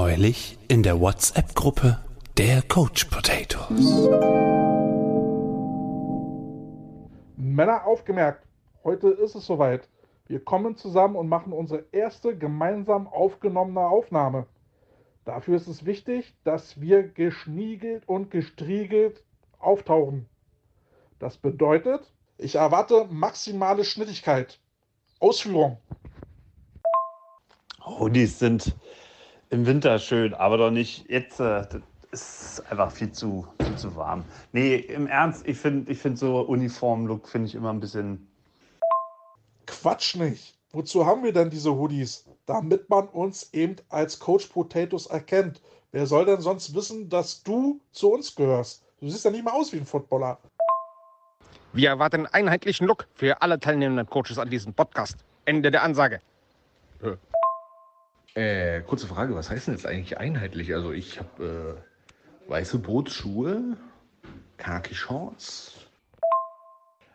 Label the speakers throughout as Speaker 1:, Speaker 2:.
Speaker 1: Neulich in der WhatsApp-Gruppe der Coach Potatoes.
Speaker 2: Männer aufgemerkt, heute ist es soweit. Wir kommen zusammen und machen unsere erste gemeinsam aufgenommene Aufnahme. Dafür ist es wichtig, dass wir geschniegelt und gestriegelt auftauchen. Das bedeutet, ich erwarte maximale Schnittigkeit. Ausführung.
Speaker 3: Hoodies sind im Winter schön, aber doch nicht jetzt. Äh, das ist einfach viel zu, viel zu warm. Nee, im Ernst, ich finde ich find so Uniform-Look finde ich immer ein bisschen.
Speaker 2: Quatsch nicht. Wozu haben wir denn diese Hoodies? Damit man uns eben als Coach Potatoes erkennt. Wer soll denn sonst wissen, dass du zu uns gehörst? Du siehst ja nicht mal aus wie ein Footballer.
Speaker 4: Wir erwarten einen einheitlichen Look für alle teilnehmenden Coaches an diesem Podcast. Ende der Ansage.
Speaker 5: Äh, kurze Frage, was heißt denn jetzt eigentlich einheitlich? Also ich habe äh, weiße Bootsschuhe, khaki Shorts.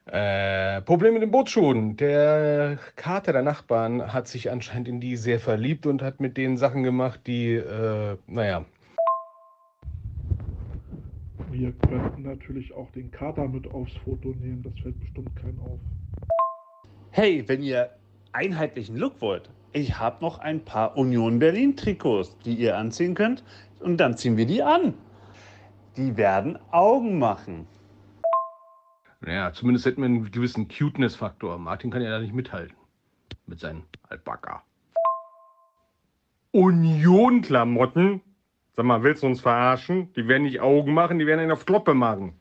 Speaker 6: Äh, Problem mit den Bootsschuhen. Der Kater der Nachbarn hat sich anscheinend in die sehr verliebt und hat mit denen Sachen gemacht, die, äh, naja.
Speaker 2: Wir könnten natürlich auch den Kater mit aufs Foto nehmen, das fällt bestimmt keinem auf.
Speaker 3: Hey, wenn ihr einheitlichen Look wollt, ich habe noch ein paar Union Berlin-Trikots, die ihr anziehen könnt. Und dann ziehen wir die an. Die werden Augen machen.
Speaker 6: Naja, zumindest hätten wir einen gewissen Cuteness-Faktor. Martin kann ja da nicht mithalten. Mit seinen Alpaka. Union-Klamotten? Sag mal, willst du uns verarschen? Die werden nicht Augen machen, die werden einen auf Kloppe machen.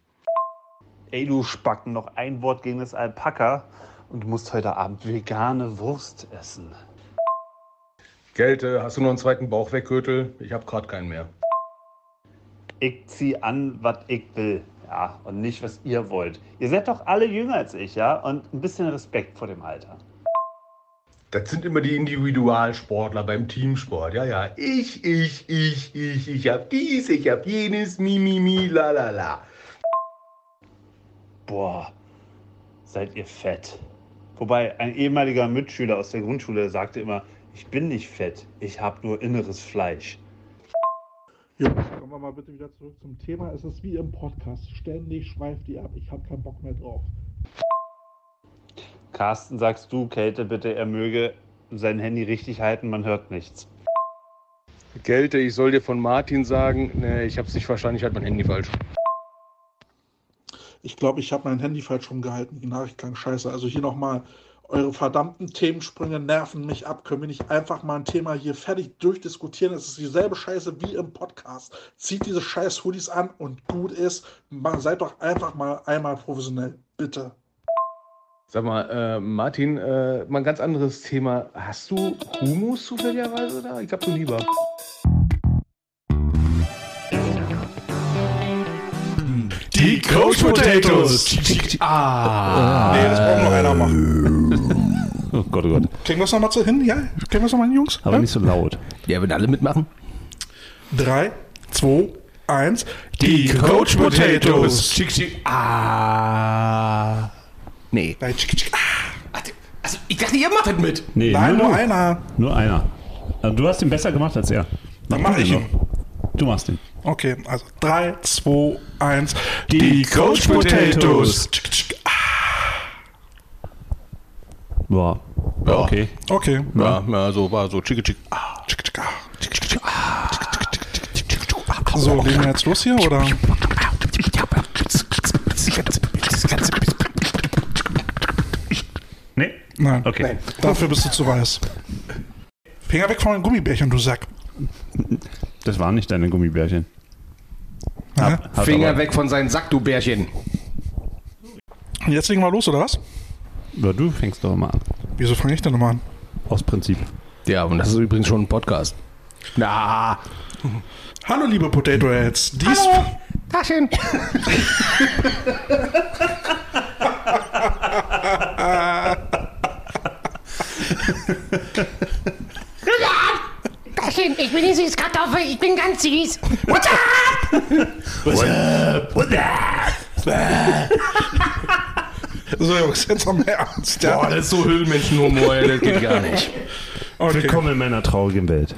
Speaker 3: Ey, du Spacken, noch ein Wort gegen das Alpaka und du musst heute Abend vegane Wurst essen.
Speaker 6: Geld, äh, hast du noch einen zweiten Bauchweggürtel? Ich habe gerade keinen mehr.
Speaker 3: Ich zieh an, was ich will. Ja, und nicht, was ihr wollt. Ihr seid doch alle jünger als ich, ja? Und ein bisschen Respekt vor dem Alter.
Speaker 6: Das sind immer die Individualsportler beim Teamsport. Ja, ja. Ich, ich, ich, ich, ich hab dies, ich hab jenes, mi, mi, mi, la, la, la.
Speaker 3: Boah, seid ihr fett. Wobei ein ehemaliger Mitschüler aus der Grundschule sagte immer, ich bin nicht fett, ich habe nur inneres Fleisch.
Speaker 2: Jungs, kommen wir mal bitte wieder zurück zum Thema. Es ist wie im Podcast. Ständig schweift die ab. Ich habe keinen Bock mehr drauf.
Speaker 3: Carsten, sagst du, Kälte, bitte, er möge sein Handy richtig halten, man hört nichts.
Speaker 6: Gelte, ich soll dir von Martin sagen, nee, ich hab's nicht verstanden, ich hatte mein Handy falsch.
Speaker 2: Ich glaube, ich habe mein Handy falsch rumgehalten. Die Nachricht klang scheiße. Also hier nochmal. Eure verdammten Themensprünge nerven mich ab. Können wir nicht einfach mal ein Thema hier fertig durchdiskutieren? Es ist dieselbe Scheiße wie im Podcast. Zieht diese scheiß Hoodies an und gut ist. Ma- Seid doch einfach mal einmal professionell. Bitte.
Speaker 6: Sag mal, äh, Martin, äh, mal ein ganz anderes Thema. Hast du Humus zufälligerweise da? Ich hab du lieber.
Speaker 1: Die Coach Potatoes. Ah.
Speaker 2: Nee, das braucht noch einer machen.
Speaker 7: Oh Gott, oh Gott.
Speaker 2: Kriegen wir es nochmal zu hin? Ja? Kriegen wir es nochmal hin, Jungs?
Speaker 7: Aber nicht so laut.
Speaker 1: Ja, wenn alle mitmachen.
Speaker 2: Drei, zwei, eins.
Speaker 1: Die Coach Potatoes. Ah. Nee.
Speaker 2: Nein, tschick, tschick. Ah,
Speaker 1: Also, ich dachte, ihr macht das mit.
Speaker 7: Nee,
Speaker 2: Nein,
Speaker 7: nur,
Speaker 2: nur
Speaker 7: nur,
Speaker 2: einer.
Speaker 7: nur einer. Also, du hast ihn besser gemacht als er.
Speaker 2: Dann
Speaker 7: Mach
Speaker 2: mache
Speaker 7: du
Speaker 2: ich
Speaker 7: den
Speaker 2: ihn.
Speaker 7: doch. Du machst ihn.
Speaker 2: Okay, also drei, zwei, eins.
Speaker 1: Die Coach Potatoes.
Speaker 2: Tschick, tschick.
Speaker 7: Boah. Okay.
Speaker 2: Okay.
Speaker 5: Ja, ja so war so ah, chicke chick. ah,
Speaker 2: So, legen wir jetzt los hier, oder?
Speaker 7: Nee?
Speaker 2: Nein.
Speaker 7: Okay.
Speaker 2: Dafür bist du zu weiß. Finger weg von den Gummibärchen, du Sack.
Speaker 7: Das waren nicht deine Gummibärchen. Hab, hab
Speaker 6: Finger
Speaker 7: aber-
Speaker 6: weg von seinem Sack, du Bärchen.
Speaker 2: Und jetzt legen wir los, oder was?
Speaker 7: Aber du fängst doch mal an.
Speaker 2: Wieso fange ich denn nochmal an?
Speaker 7: Aus Prinzip.
Speaker 6: Ja, und das ist übrigens schon ein Podcast. Na,
Speaker 2: Hallo, liebe Potato Heads. Dies
Speaker 6: Taschen.
Speaker 8: Taschen, ich bin die Süßkartoffel, ich bin ganz süß.
Speaker 2: So, Jungs, jetzt nochmal ernst. Ja?
Speaker 6: Boah, das ist so Höhlenmenschenhumor, ey, das geht gar nicht.
Speaker 2: Okay.
Speaker 7: Willkommen in meiner traurigen Welt.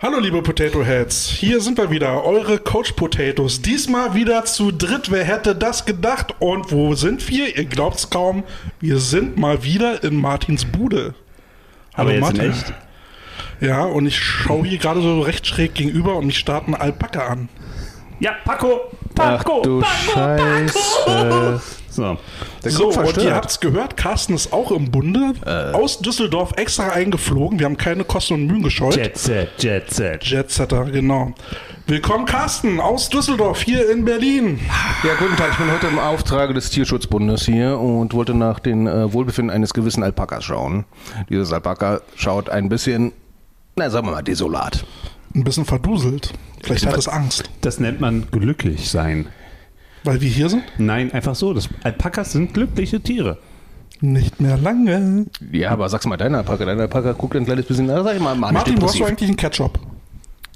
Speaker 9: Hallo liebe Potato Heads, hier sind wir wieder, eure Coach Potatoes. Diesmal wieder zu dritt, wer hätte das gedacht? Und wo sind wir? Ihr glaubt's kaum, wir sind mal wieder in Martins Bude.
Speaker 7: Aber jetzt in echt?
Speaker 9: Ja, und ich schaue hier gerade so recht schräg gegenüber und mich starrt ein Alpaka an.
Speaker 3: Ja, Paco!
Speaker 7: Ach
Speaker 3: Paco!
Speaker 7: du
Speaker 3: Paco!
Speaker 7: Scheiße. So.
Speaker 9: So, und ihr habt's gehört, Carsten ist auch im Bunde,
Speaker 6: Äh.
Speaker 9: aus Düsseldorf extra eingeflogen. Wir haben keine Kosten und Mühen gescheut.
Speaker 7: Jet Set, Jet Set.
Speaker 9: Jetsetter, genau. Willkommen Carsten aus Düsseldorf hier in Berlin.
Speaker 6: Ja, guten Tag. Ich bin heute im Auftrage des Tierschutzbundes hier und wollte nach den äh, Wohlbefinden eines gewissen Alpakas schauen. Dieses Alpaka schaut ein bisschen, na sagen wir mal, desolat.
Speaker 9: Ein bisschen verduselt. Vielleicht
Speaker 6: Äh,
Speaker 9: hat es Angst,
Speaker 7: Das nennt man glücklich sein.
Speaker 9: weil wir hier sind.
Speaker 7: Nein, einfach so. Das Alpakas sind glückliche Tiere.
Speaker 9: Nicht mehr lange.
Speaker 6: Ja, aber sag's mal deiner Alpaka. Deiner Alpaka guckt ein kleines bisschen, na, sag ich mal, manisch
Speaker 9: Martin, wo hast du
Speaker 6: depressiv.
Speaker 9: eigentlich einen Ketchup?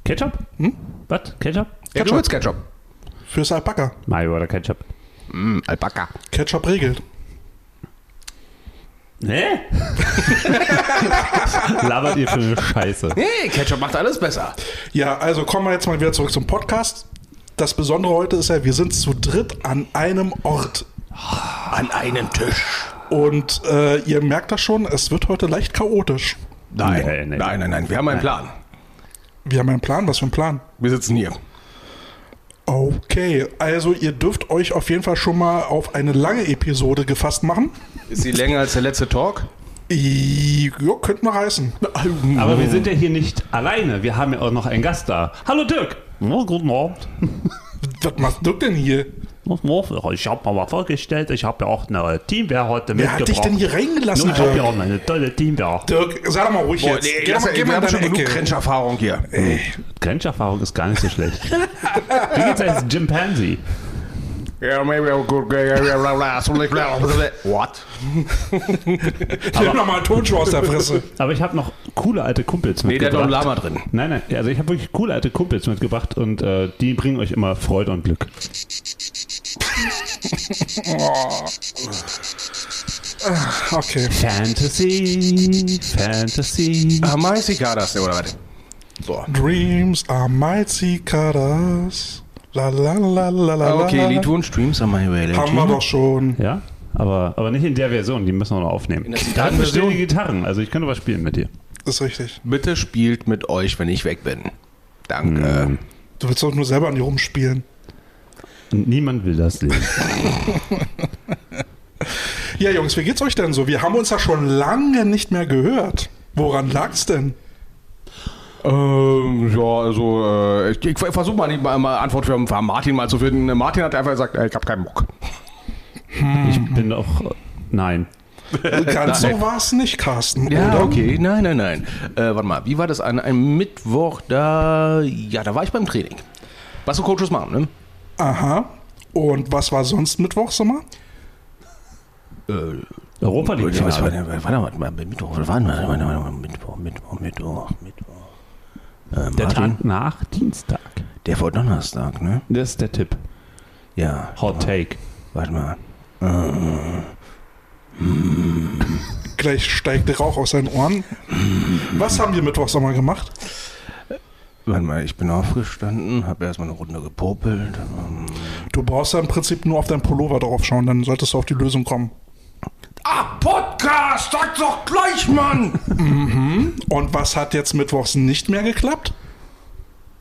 Speaker 7: Ketchup? Hm? Was? Ketchup?
Speaker 6: Ja, du willst Ketchup.
Speaker 9: Fürs Alpaka.
Speaker 7: Mayo oder Ketchup?
Speaker 6: Mm, Alpaka.
Speaker 9: Ketchup regelt.
Speaker 7: Hä? Labert ihr für eine Scheiße.
Speaker 6: Hey, Ketchup macht alles besser.
Speaker 9: Ja, also kommen wir jetzt mal wieder zurück zum Podcast. Das Besondere heute ist ja, wir sind zu dritt an einem Ort.
Speaker 6: An einen Tisch.
Speaker 9: Und äh, ihr merkt das schon, es wird heute leicht chaotisch.
Speaker 6: Nein,
Speaker 7: Nee, nee.
Speaker 6: nein, nein, nein. Wir haben einen Plan.
Speaker 9: Wir haben einen Plan, was für einen Plan?
Speaker 6: Wir sitzen hier.
Speaker 9: Okay, also ihr dürft euch auf jeden Fall schon mal auf eine lange Episode gefasst machen.
Speaker 6: Ist sie länger als der letzte Talk?
Speaker 9: I- Jo, könnte mal heißen.
Speaker 7: Aber wir sind ja hier nicht alleine. Wir haben ja auch noch einen Gast da. Hallo Dirk! guten Abend.
Speaker 9: Was macht Dirk denn hier?
Speaker 7: Ich habe mal vorgestellt, ich habe ja auch eine Teamwehr heute
Speaker 9: Wer hat dich denn hier reingelassen, Dirk?
Speaker 7: auch eine tolle Teamwehr.
Speaker 9: Dirk, sei doch mal ruhig jetzt. geh doch mal, geh mal in deine Ecke.
Speaker 6: Trencherfahrung hier.
Speaker 7: Grenzerfahrung ist gar nicht so schlecht. Wie geht's als Chimpanzee?
Speaker 4: Yeah, maybe I'll go. What?
Speaker 9: Nimm doch mal einen Tonschuh aus der Fresse.
Speaker 7: Aber ich habe noch coole alte Kumpels
Speaker 6: Nee, der hat
Speaker 7: mitgebracht.
Speaker 6: noch einen Lama drin.
Speaker 7: Nein, nein, also ich habe wirklich coole alte Kumpels mitgebracht und äh, die bringen euch immer Freude und Glück.
Speaker 9: Okay.
Speaker 7: Fantasy, Fantasy.
Speaker 6: Ah, Amaisikadas, oder was?
Speaker 9: Dreams are mighty cicadas. Ah, La la la la la. la.
Speaker 6: Okay, Lied und Streams am
Speaker 9: Haben wir doch schon.
Speaker 7: Ja, aber, aber nicht in der Version, die müssen wir noch aufnehmen.
Speaker 6: der
Speaker 7: Da hatten wir
Speaker 6: Gitarrenversion?
Speaker 7: stehen die Gitarren, also ich könnte was spielen mit dir.
Speaker 9: Ist richtig.
Speaker 6: Bitte spielt mit euch, wenn ich weg bin. Danke.
Speaker 10: Hm.
Speaker 9: Du willst doch nur selber an dir rumspielen.
Speaker 7: Und niemand will das leben.
Speaker 9: Ja, Jungs, wie geht's euch denn so? Wir haben uns ja schon lange nicht mehr gehört. Woran lag's denn?
Speaker 6: Ähm, ja, also äh, ich, ich versuche mal, die- mal mal Antwort für, für Martin mal zu finden. Martin hat einfach gesagt, äh, ich habe keinen Bock.
Speaker 7: Ich bin doch. Nein.
Speaker 9: Ganz so war's nicht, Carsten.
Speaker 6: Äh, Ja,
Speaker 9: oder?
Speaker 6: okay. Nein, nein, nein. Äh, warte mal, wie war das an einem Mittwoch da? Ja, da war ich beim Training. Was so Coaches machen, ne?
Speaker 9: Aha. Und was war sonst Mittwochs immer?
Speaker 7: Europa League
Speaker 6: Ich weiß,
Speaker 7: Finale.
Speaker 6: warte, warte, warte mal, Mittwoch, warte, warte, warte, warte, warte, Mittwoch, Mittwoch, Mittwoch, Mittwoch. Äh,
Speaker 7: Der
Speaker 6: Martin,
Speaker 7: Tag nach Dienstag.
Speaker 6: der vor Donnerstag, ne?
Speaker 7: Das ist der Tipp.
Speaker 6: Ja,
Speaker 7: Hot Take.
Speaker 6: warte mal. Äh,
Speaker 9: Gleich steigt der Rauch aus seinen Ohren. Was haben wir Mittwochs nochmal gemacht?
Speaker 6: Warte mal, ich bin aufgestanden, habe erstmal eine Runde gepopelt.
Speaker 9: Du brauchst ja im Prinzip nur auf deinen Pullover drauf schauen, dann solltest du auf die Lösung kommen.
Speaker 6: Ah, Podcast, sag doch gleich, Mann!
Speaker 9: Und was hat jetzt Mittwochs nicht mehr geklappt?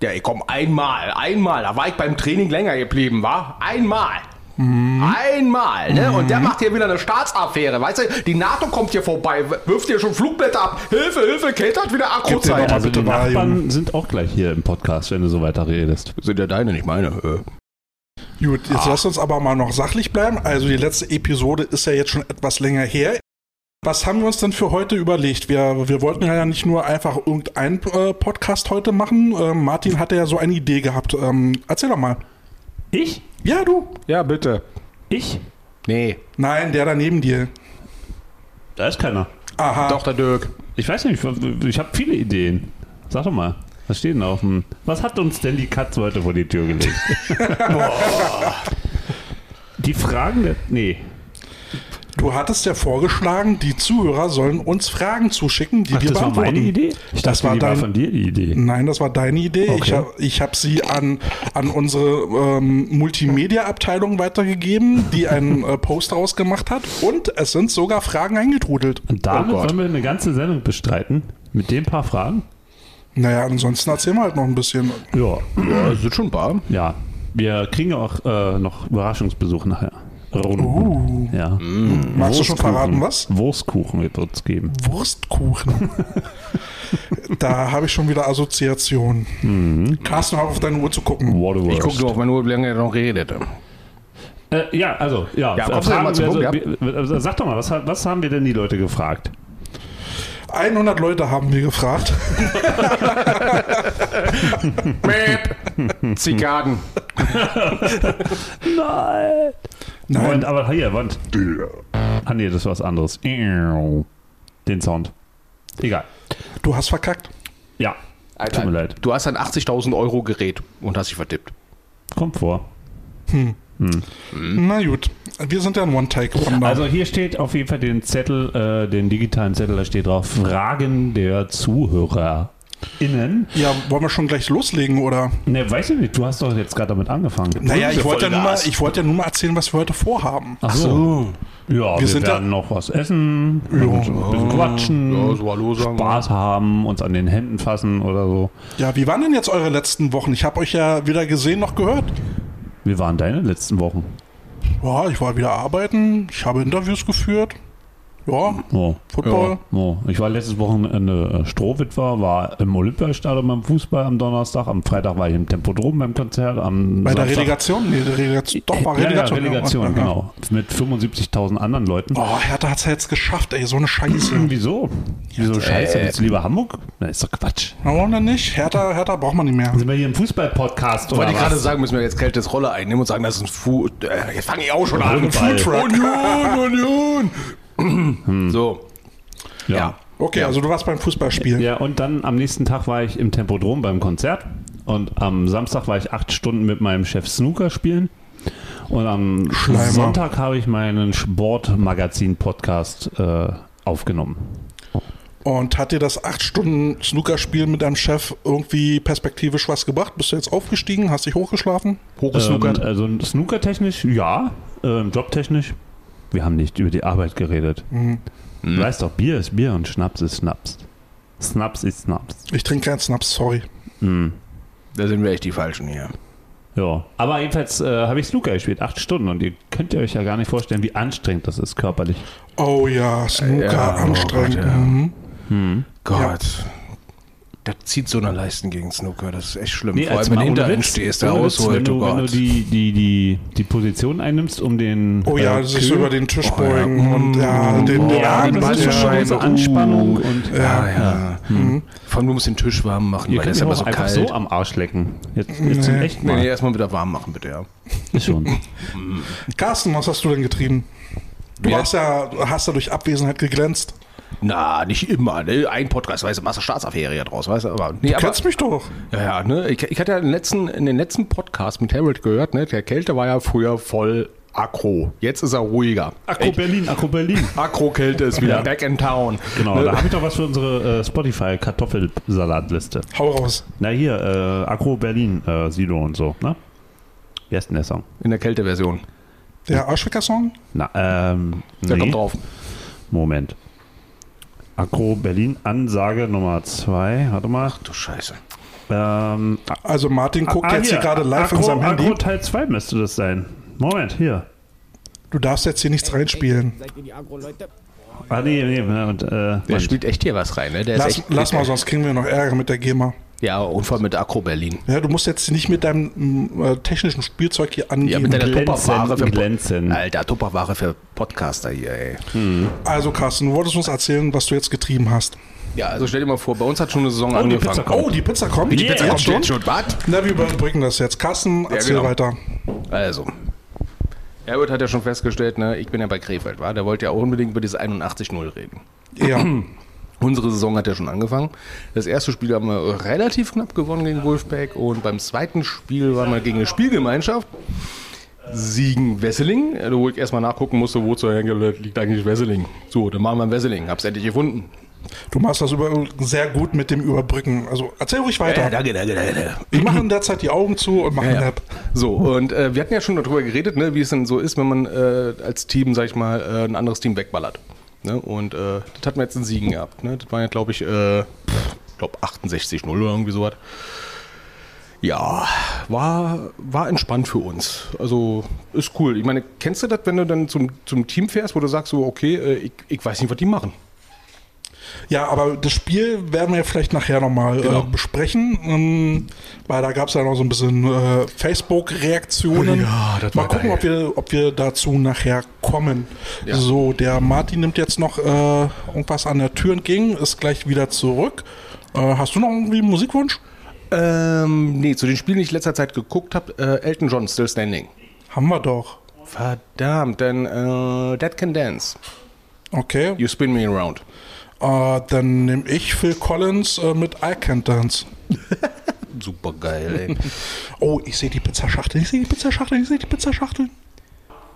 Speaker 6: ja, ey, komm, einmal, einmal, da war ich beim Training länger geblieben, war? Einmal. Einmal, ne? Und
Speaker 7: Mhm.
Speaker 6: der macht hier wieder eine Staatsaffäre, weißt du? Die NATO kommt hier vorbei, wirft hier schon Flugblätter ab. Hilfe, Hilfe, Kate hat wieder
Speaker 9: Gib
Speaker 6: Akrozeit.
Speaker 9: dir doch mal
Speaker 7: Also die
Speaker 9: bitte wahr, Junge.
Speaker 7: Nachbarn sind auch gleich hier im Podcast, wenn du so weiter redest.
Speaker 6: Sind ja deine, nicht meine. Äh.
Speaker 9: Gut, jetzt lass uns aber mal noch sachlich bleiben. Also die letzte Episode ist ja jetzt schon etwas länger her. Was haben wir uns denn für heute überlegt? Wir, wir wollten ja nicht nur einfach irgendeinen äh, Podcast heute machen. Ähm, Martin hatte ja so eine Idee gehabt. Ähm, erzähl doch mal.
Speaker 7: Ich?
Speaker 9: Ja, du.
Speaker 6: Ja, bitte.
Speaker 7: Ich?
Speaker 6: Nee,
Speaker 9: Nein, der daneben dir.
Speaker 7: Da ist keiner.
Speaker 9: Aha.
Speaker 6: doch der Dirk.
Speaker 7: Ich weiß nicht, ich habe viele Ideen. Sag doch mal, was steht denn auf dem. Was hat uns denn die Katze heute vor die Tür gelegt? die Fragen der. Nee.
Speaker 9: Du hattest ja vorgeschlagen, die Zuhörer sollen uns Fragen zuschicken, die
Speaker 7: Ach,
Speaker 9: wir
Speaker 7: das war
Speaker 9: beantworten.
Speaker 7: meine Idee? Ich
Speaker 9: Das
Speaker 7: dachte,
Speaker 9: war
Speaker 7: die war
Speaker 9: dein-
Speaker 7: von dir die Idee.
Speaker 9: Nein, das war deine Idee.
Speaker 7: Okay.
Speaker 9: Ich habe ich hab sie an, an unsere ähm, Multimedia-Abteilung weitergegeben, die einen äh, Post daraus gemacht hat. Und es sind sogar Fragen eingetrudelt.
Speaker 7: Und damit wollen wir eine ganze Sendung bestreiten. Mit den paar Fragen?
Speaker 9: Naja, ansonsten erzählen wir halt noch ein bisschen.
Speaker 7: Ja.
Speaker 10: Ja, das sind schon ein paar.
Speaker 7: Ja. Wir kriegen ja auch äh, noch Überraschungsbesuch nachher. Runden. Ja.
Speaker 9: Uh.
Speaker 10: Mm.
Speaker 9: Magst du schon verraten, was?
Speaker 7: Wurstkuchen wird es geben.
Speaker 9: Wurstkuchen. da habe ich schon wieder Assoziationen.
Speaker 7: Mhm.
Speaker 9: Carsten, hör auf deine Uhr zu gucken.
Speaker 7: Waterworld.
Speaker 10: Ich gucke nur auf meine Uhr, wie lange er noch redet.
Speaker 7: Äh, ja, also, ja.
Speaker 10: Ja,
Speaker 7: F-
Speaker 10: kommst du mal zum
Speaker 7: wir
Speaker 10: Punkt,
Speaker 7: so- wir- also, Sag doch mal, was, hat- was haben wir denn die Leute gefragt?
Speaker 9: 100 Leute haben wir gefragt.
Speaker 10: Mäp. Zikaden.
Speaker 7: Nein.
Speaker 9: Nein,
Speaker 7: Moment, aber hier, Wand. Ah, nee, das war was anderes. Den Sound. Egal.
Speaker 9: du hast verkackt.
Speaker 7: Ja.
Speaker 10: Alter,
Speaker 7: Tut mir leid.
Speaker 10: Du hast ein 80.000 Euro Gerät und hast dich vertippt.
Speaker 7: Kommt vor.
Speaker 9: Na gut, wir sind ja ein One-Take-Wonder.
Speaker 7: Also hier steht auf jeden Fall den Zettel, äh, den digitalen Zettel, da steht drauf Fragen der ZuhörerInnen.
Speaker 9: ja, wollen wir schon gleich loslegen, oder?
Speaker 7: Ne, weiß ich nicht, du hast doch jetzt gerade damit angefangen.
Speaker 9: Naja, ich
Speaker 10: Vollgas.
Speaker 9: wollte ja, nur mal- ich wollte ja nur mal erzählen, was wir heute vorhaben.
Speaker 7: Ach so. Ja, wir,
Speaker 9: sind
Speaker 7: werden
Speaker 9: ja-
Speaker 7: noch was essen, und ein bisschen quatschen,
Speaker 10: hallo sagen.
Speaker 7: Spaß haben, uns an den Händen fassen oder so.
Speaker 9: Ja, wie waren denn jetzt eure letzten Wochen? Ich habe euch ja weder gesehen noch gehört.
Speaker 7: Wie waren deine letzten Wochen?
Speaker 9: Ja, ich war wieder arbeiten, ich habe Interviews geführt. Ja,
Speaker 7: Oh.
Speaker 9: Football.
Speaker 7: Oh, ich war letztes Wochenende äh, Strohwitwer, war im Olympiastadion beim Fußball am Donnerstag, am Freitag war ich im Tempodrom beim Konzert, am
Speaker 9: Bei der
Speaker 7: Samstag-
Speaker 9: Relegation? Nee, der Relegation. Doch, war
Speaker 7: ja, ja,
Speaker 9: Relegation.
Speaker 7: Relegation,
Speaker 9: ja.
Speaker 7: genau. Mit 75.000 anderen Leuten.
Speaker 9: Oh, Hertha hat's ja jetzt geschafft, ey, so eine Scheiße.
Speaker 7: Wieso? Wieso scheiße? Willst du lieber Hamburg? Na, ist doch Quatsch.
Speaker 9: Warum denn nicht? Hertha, Hertha braucht man nicht mehr.
Speaker 7: Sind wir hier im Fußball-Podcast oder
Speaker 10: Wollte ich
Speaker 7: was?
Speaker 10: gerade sagen, müssen wir jetzt kältes Rolle einnehmen und sagen, das ist ein Fu. Äh, jetzt fange ich auch schon an.
Speaker 7: Rundball.
Speaker 10: Union, Union. so.
Speaker 7: Hm. ja.
Speaker 9: Okay, also du warst beim Fußballspiel.
Speaker 7: ja, und dann am nächsten Tag war ich im Tempodrom beim Konzert und am Samstag war ich acht Stunden mit meinem Chef Snooker spielen und am
Speaker 9: Schleimer.
Speaker 7: Sonntag habe ich meinen Sportmagazin-Podcast äh, aufgenommen.
Speaker 9: Und hat dir das 8-Stunden-Snookerspiel mit deinem Chef irgendwie perspektivisch was gebracht? Bist du jetzt aufgestiegen? Hast dich hochgeschlafen?
Speaker 7: Ähm, also Snooker-technisch, ja. Ähm, Jobtechnisch, wir haben nicht über die Arbeit geredet.
Speaker 9: Mhm.
Speaker 10: Hm.
Speaker 7: Du weißt doch, Bier ist Bier und Schnaps ist Schnaps. Schnaps ist Schnaps.
Speaker 9: Ich trinke keinen Schnaps, sorry.
Speaker 10: Da sind wir echt die Falschen hier.
Speaker 7: Ja. Aber jedenfalls äh, habe ich Snooker gespielt, acht Stunden. Und ihr könnt ihr euch ja gar nicht vorstellen, wie anstrengend das ist körperlich.
Speaker 9: Oh ja, Snooker,
Speaker 10: Ja, oh
Speaker 9: anstrengend.
Speaker 10: Gott, ja.
Speaker 9: mhm.
Speaker 7: Hm.
Speaker 10: Gott. Das zieht so eine Leisten gegen Snooker. Das ist echt schlimm. Vor
Speaker 7: als
Speaker 10: allem, wenn
Speaker 7: mal ohne
Speaker 10: du hinter
Speaker 7: Witz,
Speaker 10: stehst, da
Speaker 7: ohne Witz, wenn
Speaker 10: ausholt.
Speaker 7: du,
Speaker 10: Oh
Speaker 7: wenn du
Speaker 10: Gott.
Speaker 7: die, die, die, die Position einnimmst, um den.
Speaker 9: Oh ja,
Speaker 7: äh,
Speaker 9: sich so
Speaker 7: Kö-
Speaker 9: über den Tisch
Speaker 10: Oh ja.
Speaker 9: beugen und ja, den,
Speaker 7: ja,
Speaker 9: den Arm
Speaker 7: das ist
Speaker 9: ja.
Speaker 7: schon so eine Anspannung und.
Speaker 10: Oh. Ja, ja. Hm. Vor allem, du musst den Tisch warm machen,
Speaker 7: Ihr
Speaker 10: weil der
Speaker 7: könnt
Speaker 10: ist
Speaker 7: ja
Speaker 10: immer
Speaker 7: auch
Speaker 10: so
Speaker 7: einfach
Speaker 10: kalt.
Speaker 7: so am Arsch lecken. Jetzt, jetzt zum
Speaker 9: Nee.
Speaker 7: echt
Speaker 10: nee, nee,
Speaker 7: mal.
Speaker 10: erstmal wieder warm machen, bitte, ja.
Speaker 7: Ist schon.
Speaker 9: Carsten, was hast du denn getrieben? Du
Speaker 10: Ja.
Speaker 9: warst ja, hast ja durch Abwesenheit geglänzt.
Speaker 10: Na, nicht immer, ne? Ein Podcast, weißt du, machst du Staatsaffäre ja draus, weißt du, aber. Nee,
Speaker 9: Du
Speaker 10: aber
Speaker 9: kennst mich doch.
Speaker 10: ja, ja, ne? Ich, ich hatte ja in den, letzten, in den letzten Podcast mit Harold gehört, ne? Der Kälte war ja früher voll aggro. Jetzt ist er ruhiger.
Speaker 7: Akro Berlin, Akro Berlin.
Speaker 10: Aggro-Kälte ist wieder
Speaker 7: Ja.
Speaker 10: back in town.
Speaker 7: Genau,
Speaker 10: Ne?
Speaker 7: da habe ich doch was für unsere äh, Spotify-Kartoffelsalatliste.
Speaker 9: Hau raus.
Speaker 7: Na hier, äh, Agro Berlin, äh, Silo und so, ne? Wie heißt denn der Song?
Speaker 10: In der Kälteversion.
Speaker 9: Der Arschwecker-Song?
Speaker 7: Na, ähm,
Speaker 10: Der
Speaker 7: nee.
Speaker 10: kommt drauf.
Speaker 7: Moment. Agro Berlin, Ansage Nummer 2, warte mal.
Speaker 10: Du Scheiße.
Speaker 7: Ähm,
Speaker 9: Also Martin guckt
Speaker 7: ah,
Speaker 9: jetzt hier gerade live
Speaker 7: Agro,
Speaker 9: in seinem Handy.
Speaker 7: Agro Teil 2 müsste das sein. Moment, hier.
Speaker 9: Du darfst jetzt hier nichts reinspielen.
Speaker 7: Ah, nee, nee, und, äh,
Speaker 10: Der
Speaker 7: Moment.
Speaker 10: spielt echt hier was rein, ne? Der ist
Speaker 9: Lass,
Speaker 10: echt,
Speaker 9: lass mal, sonst kriegen wir noch Ärger mit der GEMA.
Speaker 10: Ja, Unfall mit Akro Berlin.
Speaker 9: Ja, du musst jetzt nicht mit deinem mm, äh, technischen Spielzeug hier
Speaker 10: Ja,
Speaker 9: angehen.
Speaker 10: mit deiner
Speaker 7: Glänzen,
Speaker 10: Tupperware für
Speaker 7: glänzen. Hm.
Speaker 10: Alter, Tupperware für Podcaster hier, ey.
Speaker 9: also Carsten, du wolltest uns erzählen, was du jetzt getrieben hast.
Speaker 10: Ja, also stell dir mal vor, bei uns hat schon eine Saison
Speaker 7: die
Speaker 10: angefangen.
Speaker 7: Pizza kommt.
Speaker 9: Oh, die Pizza kommt.
Speaker 7: Die Pizza
Speaker 9: jetzt schon?
Speaker 10: was?
Speaker 9: Na, wir überbrücken das jetzt. Carsten, erzähl
Speaker 10: genau.
Speaker 9: weiter.
Speaker 10: Also. Herbert hat ja schon festgestellt, ne, ich bin ja bei Krefeld, war. Der wollte ja auch unbedingt über dieses 81-0 reden.
Speaker 9: Ja.
Speaker 10: Unsere Saison hat ja schon angefangen. Das erste Spiel haben wir relativ knapp gewonnen gegen Wolfpack und beim zweiten Spiel waren wir gegen eine Spielgemeinschaft, Siegen Wesseling. Äh, Wo ich erstmal nachgucken musste, wo zur Hölle liegt eigentlich Wesseling. So, dann machen wir Wesseling. Hab's endlich gefunden.
Speaker 9: Du machst das über sehr gut mit dem Überbrücken. Also erzähl ruhig weiter.
Speaker 10: danke, danke, danke.
Speaker 9: Wir machen derzeit die Augen zu und machen
Speaker 10: Ja, ja.
Speaker 9: App.
Speaker 10: So, und äh, wir hatten ja schon darüber geredet, ne, wie es denn so ist, wenn man äh, als Team, sag ich mal, äh, ein anderes Team wegballert. Ne? Und äh, das hatten wir jetzt in Siegen gehabt. Ne? Das war ja, glaube ich, äh, pff, glaub 68-0 oder irgendwie sowas. Ja, war, war entspannt für uns. Also ist cool. Ich meine, kennst du das, wenn du dann zum, zum Team fährst, wo du sagst so, okay, äh, ich, ich weiß nicht, was die machen.
Speaker 9: Ja, aber das Spiel werden wir vielleicht nachher nochmal
Speaker 10: Genau.
Speaker 9: äh, besprechen, ähm, weil da gab es ja noch so ein bisschen äh, Facebook-Reaktionen.
Speaker 10: Ja, das
Speaker 9: mal
Speaker 10: war
Speaker 9: gucken,
Speaker 10: geil.
Speaker 9: ob wir, ob wir dazu nachher kommen. So, der Martin nimmt jetzt noch äh, irgendwas an der Tür entgegen, ist gleich wieder zurück. Äh, hast du noch irgendwie einen Musikwunsch?
Speaker 10: Ähm, nee, zu den Spielen, die ich in letzter Zeit geguckt habe, äh, Elton John, Still Standing.
Speaker 9: Haben wir doch.
Speaker 10: Verdammt, dann äh, That Can Dance.
Speaker 9: Okay,
Speaker 10: You Spin Me Around.
Speaker 9: äh, dann nehme ich Phil Collins äh, mit I Can't Dance.
Speaker 10: Super geil, ey.
Speaker 9: Oh, ich sehe die Pizzaschachtel, ich sehe die Pizzaschachtel, ich sehe die Pizzaschachtel.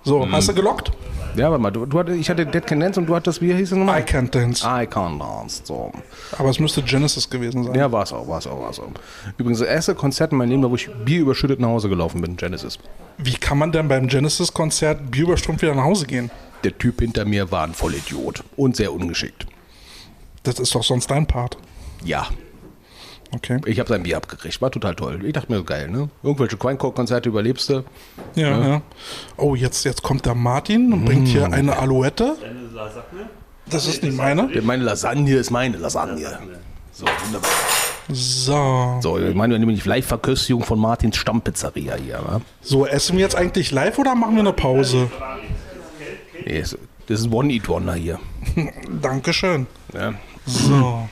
Speaker 9: So, hast du gelockt?
Speaker 10: ja, warte mal, du, du hatte, ich hatte Dead Can Dance und du hattest, wie hieß es
Speaker 9: I
Speaker 10: nochmal?
Speaker 9: Can't Dance.
Speaker 10: I Can Dance. So.
Speaker 9: Aber es müsste Genesis gewesen sein.
Speaker 10: Ja, war's auch, war's auch, war's auch. Übrigens, das erste Konzert in meinem Leben, wo ich Bier überschüttet nach Hause gelaufen bin, Genesis.
Speaker 9: Wie kann man denn beim Genesis-Konzert bierüberströmt wieder nach Hause gehen?
Speaker 10: Der Typ hinter mir war ein Vollidiot und sehr ungeschickt.
Speaker 9: Das ist doch sonst dein Part.
Speaker 10: Ja,
Speaker 9: Okay.
Speaker 10: ich habe sein Bier abgekriegt, war total toll. Ich dachte mir, geil, ne? Irgendwelche Queinkork-Konzerte überlebst du.
Speaker 9: Ja, ja. Oh, jetzt, jetzt kommt der Martin und bringt hier eine Alouette. Das ist nicht meine.
Speaker 10: Denn Meine Lasagne ist meine Lasagne. So, wunderbar.
Speaker 9: So.
Speaker 10: So, ich meine, wir nehmen die Live-Verköstigung von Martins Stammpizzeria hier, ne? wa?
Speaker 9: So, essen wir jetzt eigentlich live oder machen wir eine Pause?
Speaker 10: Nee, es- das ist One-Eat-Wonder hier.
Speaker 9: Dankeschön.
Speaker 10: Ja.
Speaker 9: So.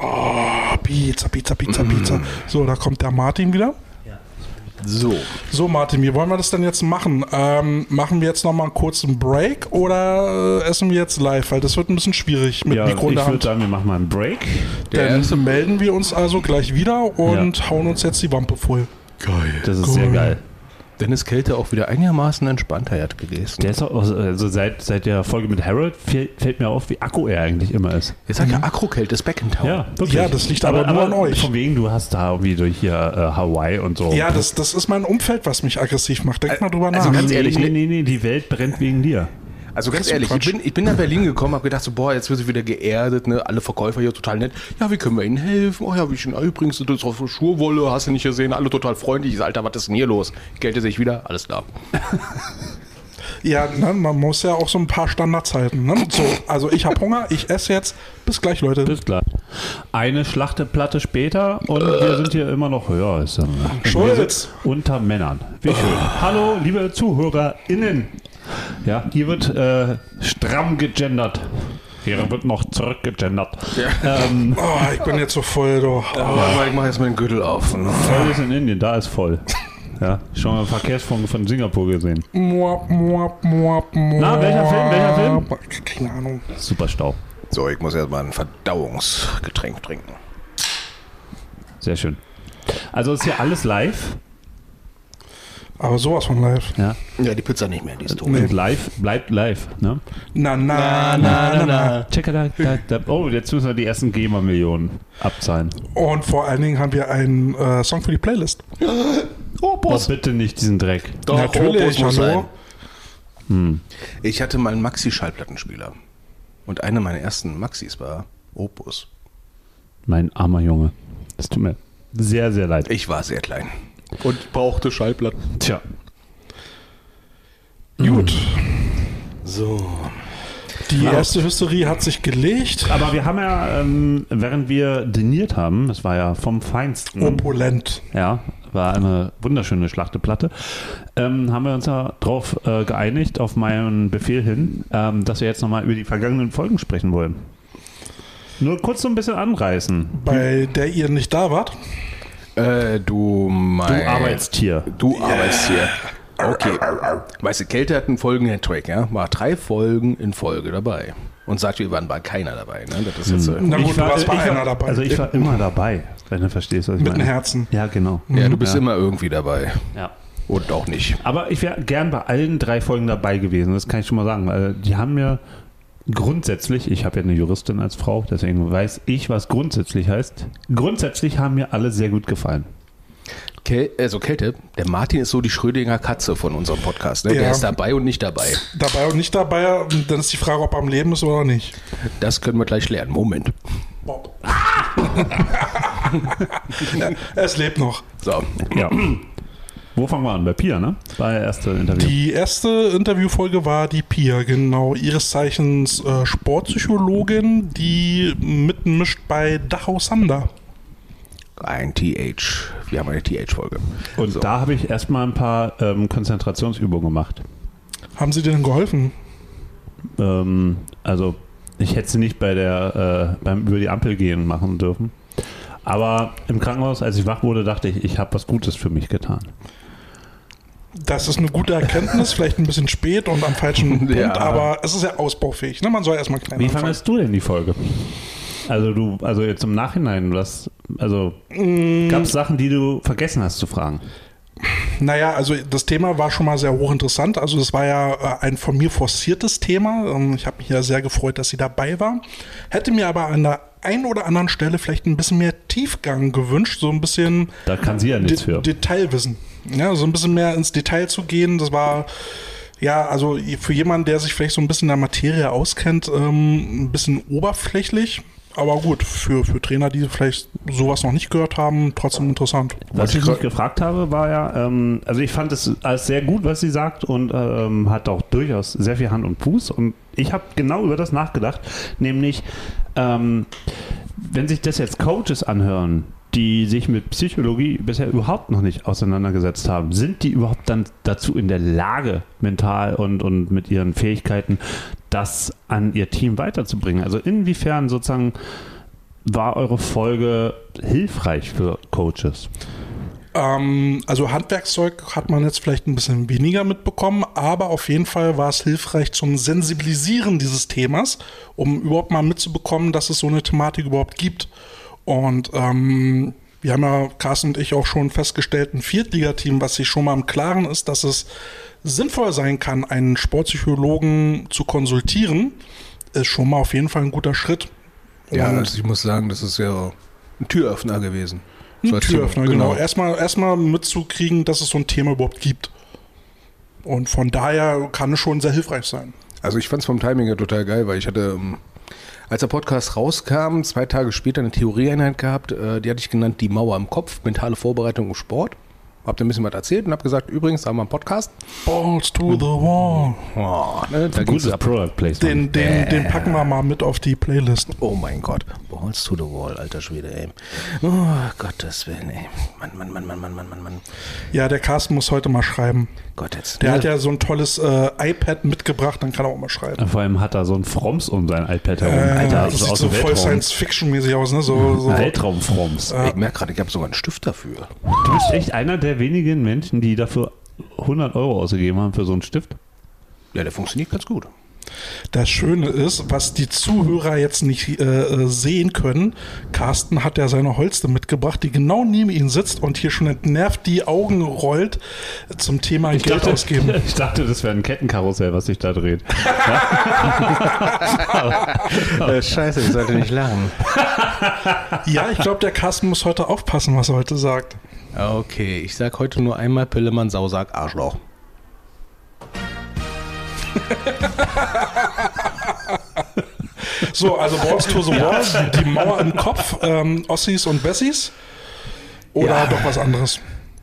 Speaker 9: Oh, Pizza, Pizza, Pizza, Pizza.
Speaker 7: Mm.
Speaker 9: So, da kommt der Martin wieder.
Speaker 10: So.
Speaker 9: So, Martin, wie wollen wir das denn jetzt machen? Ähm, machen wir jetzt nochmal einen kurzen Break oder äh, essen wir jetzt live? Weil das wird ein bisschen schwierig mit
Speaker 7: Ja, ich
Speaker 9: Mikro in der
Speaker 7: würde
Speaker 9: Hand.
Speaker 7: sagen, wir machen mal einen Break.
Speaker 9: Dann melden wir uns also gleich wieder und hauen uns jetzt die Wampe voll.
Speaker 10: Geil.
Speaker 7: Das ist sehr geil.
Speaker 10: Dann ist Kälte auch wieder einigermaßen entspannter hat gewesen.
Speaker 7: Der ist auch, also seit, seit der Folge mit Harold fällt, fällt mir auf, wie akku er eigentlich immer ist.
Speaker 10: Jetzt hat ja Akrokälte, ist back in town.
Speaker 7: Mhm. Ja, wirklich.
Speaker 9: Ja, das liegt aber nur an euch.
Speaker 7: Von wegen, du hast da irgendwie durch hier äh, Hawaii und so.
Speaker 9: Ja, das, das ist mein Umfeld, was mich aggressiv macht. Denkt mal drüber
Speaker 10: also
Speaker 9: nach.
Speaker 10: ganz ehrlich,
Speaker 7: nee,
Speaker 10: ne?
Speaker 7: nee, nee, die Welt brennt wegen dir.
Speaker 10: Also ganz
Speaker 9: ist
Speaker 10: ehrlich, ich
Speaker 9: Quatsch.
Speaker 10: bin, ich bin nach Berlin gekommen, habe gedacht so, boah, jetzt wird sie wieder geerdet, ne? alle Verkäufer hier total nett. Ja, wie können wir ihnen helfen? Oh ja, wie schön, ah, übrigens, du bist auf Schurwolle, hast du nicht gesehen, alle total freundlich. Ich so, Alter, was ist denn hier los? Kälte sich wieder, alles klar.
Speaker 9: Ja, ne, man muss ja auch so ein paar Standards halten. Ne? So, also ich habe Hunger, ich esse jetzt. Bis gleich, Leute.
Speaker 7: Bis gleich. Eine Schlachteplatte später und wir sind hier immer noch höher. Ist ja-
Speaker 9: Schulz.
Speaker 7: Unter Männern. Wie schön. Hallo, liebe ZuhörerInnen. Ja, hier wird äh, stramm gegendert. Hier wird noch zurückgegendert. Ähm,
Speaker 9: Oh, ich bin jetzt so voll. Du.
Speaker 10: Warte mal, ich mache jetzt meinen Gürtel auf. ne?
Speaker 7: voll ist in Indien, da ist voll. Ja, schon mal Verkehrsfunk von Singapur gesehen.
Speaker 9: Moab, moab, moab, moab.
Speaker 7: Na, welcher Film, welcher Film?
Speaker 9: Keine Ahnung.
Speaker 7: Super Stau.
Speaker 10: So, ich muss erstmal ein Verdauungsgetränk trinken.
Speaker 7: Sehr schön. Also ist hier alles live.
Speaker 9: Aber sowas von live.
Speaker 7: Ja.
Speaker 10: Ja, die Pizza nicht mehr, die ist tot.
Speaker 7: Und live bleibt live. Ne?
Speaker 9: Na, na, na, na, na.
Speaker 7: Check it out, da, da. Oh, jetzt müssen wir die ersten GEMA-Millionen abzahlen.
Speaker 9: Und vor allen Dingen haben wir einen äh, Song für die Playlist. Oh,
Speaker 7: Doch Oh, bitte nicht diesen Dreck.
Speaker 10: Doch,
Speaker 9: Natürlich,
Speaker 10: Opus muss
Speaker 9: hallo.
Speaker 10: sein. Hm. Ich hatte mal einen Maxi-Schallplattenspieler. Und einer meiner ersten Maxis war Opus.
Speaker 7: Mein armer Junge. Das tut mir sehr, sehr leid.
Speaker 10: Ich war sehr klein. Und brauchte Schallplatten.
Speaker 7: Tja.
Speaker 9: Gut.
Speaker 10: So.
Speaker 9: Die erste Hysterie hat sich gelegt.
Speaker 7: Aber wir haben ja, ähm, während wir diniert haben, das war ja vom
Speaker 9: Oh,
Speaker 7: Feinsten.
Speaker 9: Mhm. Opulent.
Speaker 7: Ja, war eine wunderschöne Schlachteplatte. Ähm, haben wir uns ja darauf äh, geeinigt, auf meinen Befehl hin, ähm, dass wir jetzt nochmal über die vergangenen Folgen sprechen wollen. Nur kurz so ein bisschen anreißen.
Speaker 9: bei der ihr nicht da wart.
Speaker 10: Äh, du mein.
Speaker 7: Du Arbeitstier.
Speaker 10: Du arbeitest hier. Okay. Weißt du, Kälte hat einen folgenden Track, ja? War drei Folgen in Folge dabei. Und sagt, wir waren bei keiner dabei, ne? Das ist jetzt. äh,
Speaker 9: Na gut, du warst bei
Speaker 7: ich
Speaker 9: einer
Speaker 7: war,
Speaker 9: dabei.
Speaker 7: Also ich war immer dabei, wenn du verstehst, was ich
Speaker 9: Mit
Speaker 7: meine.
Speaker 9: einem Herzen.
Speaker 7: Ja, genau.
Speaker 10: Ja, du bist
Speaker 7: Ja.
Speaker 10: immer irgendwie dabei.
Speaker 7: Ja.
Speaker 11: Und auch nicht.
Speaker 7: Aber ich wäre gern bei allen drei Folgen dabei gewesen, das kann ich schon mal sagen. Weil die haben mir grundsätzlich, ich habe ja eine Juristin als Frau, deswegen weiß ich, was grundsätzlich heißt. Grundsätzlich haben mir alle sehr gut gefallen.
Speaker 11: Kel also Kälte, der Martin ist so die Schrödinger Katze von unserem Podcast. Ne?
Speaker 9: Ja.
Speaker 11: Der ist dabei und nicht dabei.
Speaker 9: Dabei und nicht dabei, dann ist die Frage, ob er am Leben ist oder nicht.
Speaker 11: Das können wir gleich lernen. Moment.
Speaker 9: Es lebt noch.
Speaker 11: So.
Speaker 7: Ja. Wo fangen wir an? Bei Pia, ne? Bei erste Interview.
Speaker 9: Die erste Interviewfolge war die Pia, genau, ihres Zeichens äh, Sportpsychologin, die mitmischt bei Dachau Sander.
Speaker 11: Ein TH. Wir haben eine TH-Folge.
Speaker 7: Und
Speaker 11: so.
Speaker 7: da habe ich erstmal ein paar ähm, Konzentrationsübungen gemacht.
Speaker 9: Haben sie dir denn geholfen?
Speaker 7: Ähm, also ich hätte sie nicht bei der, äh, beim über die Ampel gehen machen dürfen. Aber im Krankenhaus, als ich wach wurde, dachte ich, ich habe was Gutes für mich getan.
Speaker 9: Das ist eine gute Erkenntnis, vielleicht ein bisschen spät und am falschen Punkt,
Speaker 11: Ja.
Speaker 9: aber es ist ja ausbaufähig. Ne? Man soll erstmal klein
Speaker 7: Wie
Speaker 9: anfangen.
Speaker 7: fandest du denn die Folge? Also du, also jetzt im Nachhinein, was, also gab es Sachen, die du vergessen hast zu fragen?
Speaker 9: Naja, also das Thema war schon mal sehr hochinteressant. Also das war ja äh, ein von mir forciertes Thema. Ähm, Ich habe mich ja sehr gefreut, dass sie dabei war. Hätte mir aber an der einen oder anderen Stelle vielleicht ein bisschen mehr Tiefgang gewünscht, so ein bisschen
Speaker 7: Da kann sie ja nichts
Speaker 9: De
Speaker 7: für.
Speaker 9: Detailwissen. Ja, so ein bisschen mehr ins Detail zu gehen, das war ja, also für jemanden, der sich vielleicht so ein bisschen in der Materie auskennt, ähm, ein bisschen oberflächlich. Aber gut, für, für Trainer, die vielleicht sowas noch nicht gehört haben, trotzdem interessant.
Speaker 7: Was ich mich gefragt habe, war ja, ähm, also ich fand es als sehr gut, was sie sagt und ähm, hat auch durchaus sehr viel Hand und Fuß. Und ich habe genau über das nachgedacht, nämlich, ähm, wenn sich das jetzt Coaches anhören, die sich mit Psychologie bisher überhaupt noch nicht auseinandergesetzt haben, sind die überhaupt dann dazu in der Lage, mental und, und mit ihren Fähigkeiten das an ihr Team weiterzubringen? Also inwiefern sozusagen war eure Folge hilfreich für Coaches?
Speaker 9: Ähm, also Handwerkszeug hat man jetzt vielleicht ein bisschen weniger mitbekommen, aber auf jeden Fall war es hilfreich zum Sensibilisieren dieses Themas, um überhaupt mal mitzubekommen, dass es so eine Thematik überhaupt gibt. Und ähm, wir haben ja, Carsten und ich, auch schon festgestellt, ein Viertligateam, was sich schon mal im Klaren ist, dass es sinnvoll sein kann, einen Sportpsychologen zu konsultieren, ist schon mal auf jeden Fall ein guter Schritt.
Speaker 10: Ja,
Speaker 9: Und-
Speaker 10: also ich muss sagen, das ist ja ein Türöffner gewesen.
Speaker 9: Ein
Speaker 10: So als
Speaker 9: Türöffner,
Speaker 10: Thema,
Speaker 9: genau. Erstmal, erstmal mitzukriegen, dass es so ein Thema überhaupt gibt. Und von daher kann es schon sehr hilfreich sein.
Speaker 10: Also ich fand es vom Timing her total geil, weil ich hatte, ähm, als der Podcast rauskam, zwei Tage später eine Theorieeinheit gehabt, äh, die hatte ich genannt Die Mauer im Kopf, mentale Vorbereitung im Sport. Hab da ein bisschen was erzählt und hab gesagt, übrigens, da haben wir einen Podcast.
Speaker 9: Balls to the wall.
Speaker 10: Oh,
Speaker 9: Äh,
Speaker 10: ne, da ging's
Speaker 7: Gutes
Speaker 10: ab.
Speaker 7: Product Placement.
Speaker 9: Den, den, den packen wir mal mit auf die Playlist.
Speaker 10: Oh mein Gott, Balls to the Wall, alter Schwede, ey. Oh, Gottes Willen, ey. Mann, Mann, Mann, Mann, Mann, Mann, Mann, Mann.
Speaker 9: Ja, der Carsten muss heute mal schreiben.
Speaker 10: Gott, jetzt. ne?
Speaker 9: Der hat ja so ein tolles äh, iPad mitgebracht, dann kann er auch mal schreiben.
Speaker 7: Vor allem hat da so ein Froms um sein iPad herum.
Speaker 9: Äh,
Speaker 7: Alter, das
Speaker 9: das
Speaker 7: ist
Speaker 9: sieht
Speaker 7: Also aus
Speaker 9: so
Speaker 7: dem
Speaker 9: voll
Speaker 7: Weltraum. Mhm.
Speaker 9: Science-Fiction-mäßig aus, ne? So, so.
Speaker 7: Weltraum-Froms.
Speaker 10: ich merke gerade, ich habe sogar einen Stift dafür.
Speaker 7: Du bist echt einer der wenigen Menschen, die dafür 100 Euro ausgegeben haben für so einen Stift.
Speaker 10: Ja, der funktioniert ganz gut.
Speaker 9: Das Schöne ist, was die Zuhörer jetzt nicht äh, äh, sehen können, Carsten hat ja seine Holste mitgebracht, die genau neben ihm sitzt und hier schon entnervt die Augen rollt zum Thema Geld ausgeben.
Speaker 7: ich dachte, das wäre ein Kettenkarussell, was sich da dreht.
Speaker 10: Äh, scheiße, ich sollte nicht lachen.
Speaker 9: Ja, ich glaube, der Carsten muss heute aufpassen, was er heute sagt.
Speaker 10: Okay, ich sag heute nur einmal Pillemann, Sausack, Arschloch.
Speaker 9: So, also Balls to the Wall, die Mauer im Kopf, ähm, Ossis und Bessies oder
Speaker 10: Ja.
Speaker 9: doch was anderes.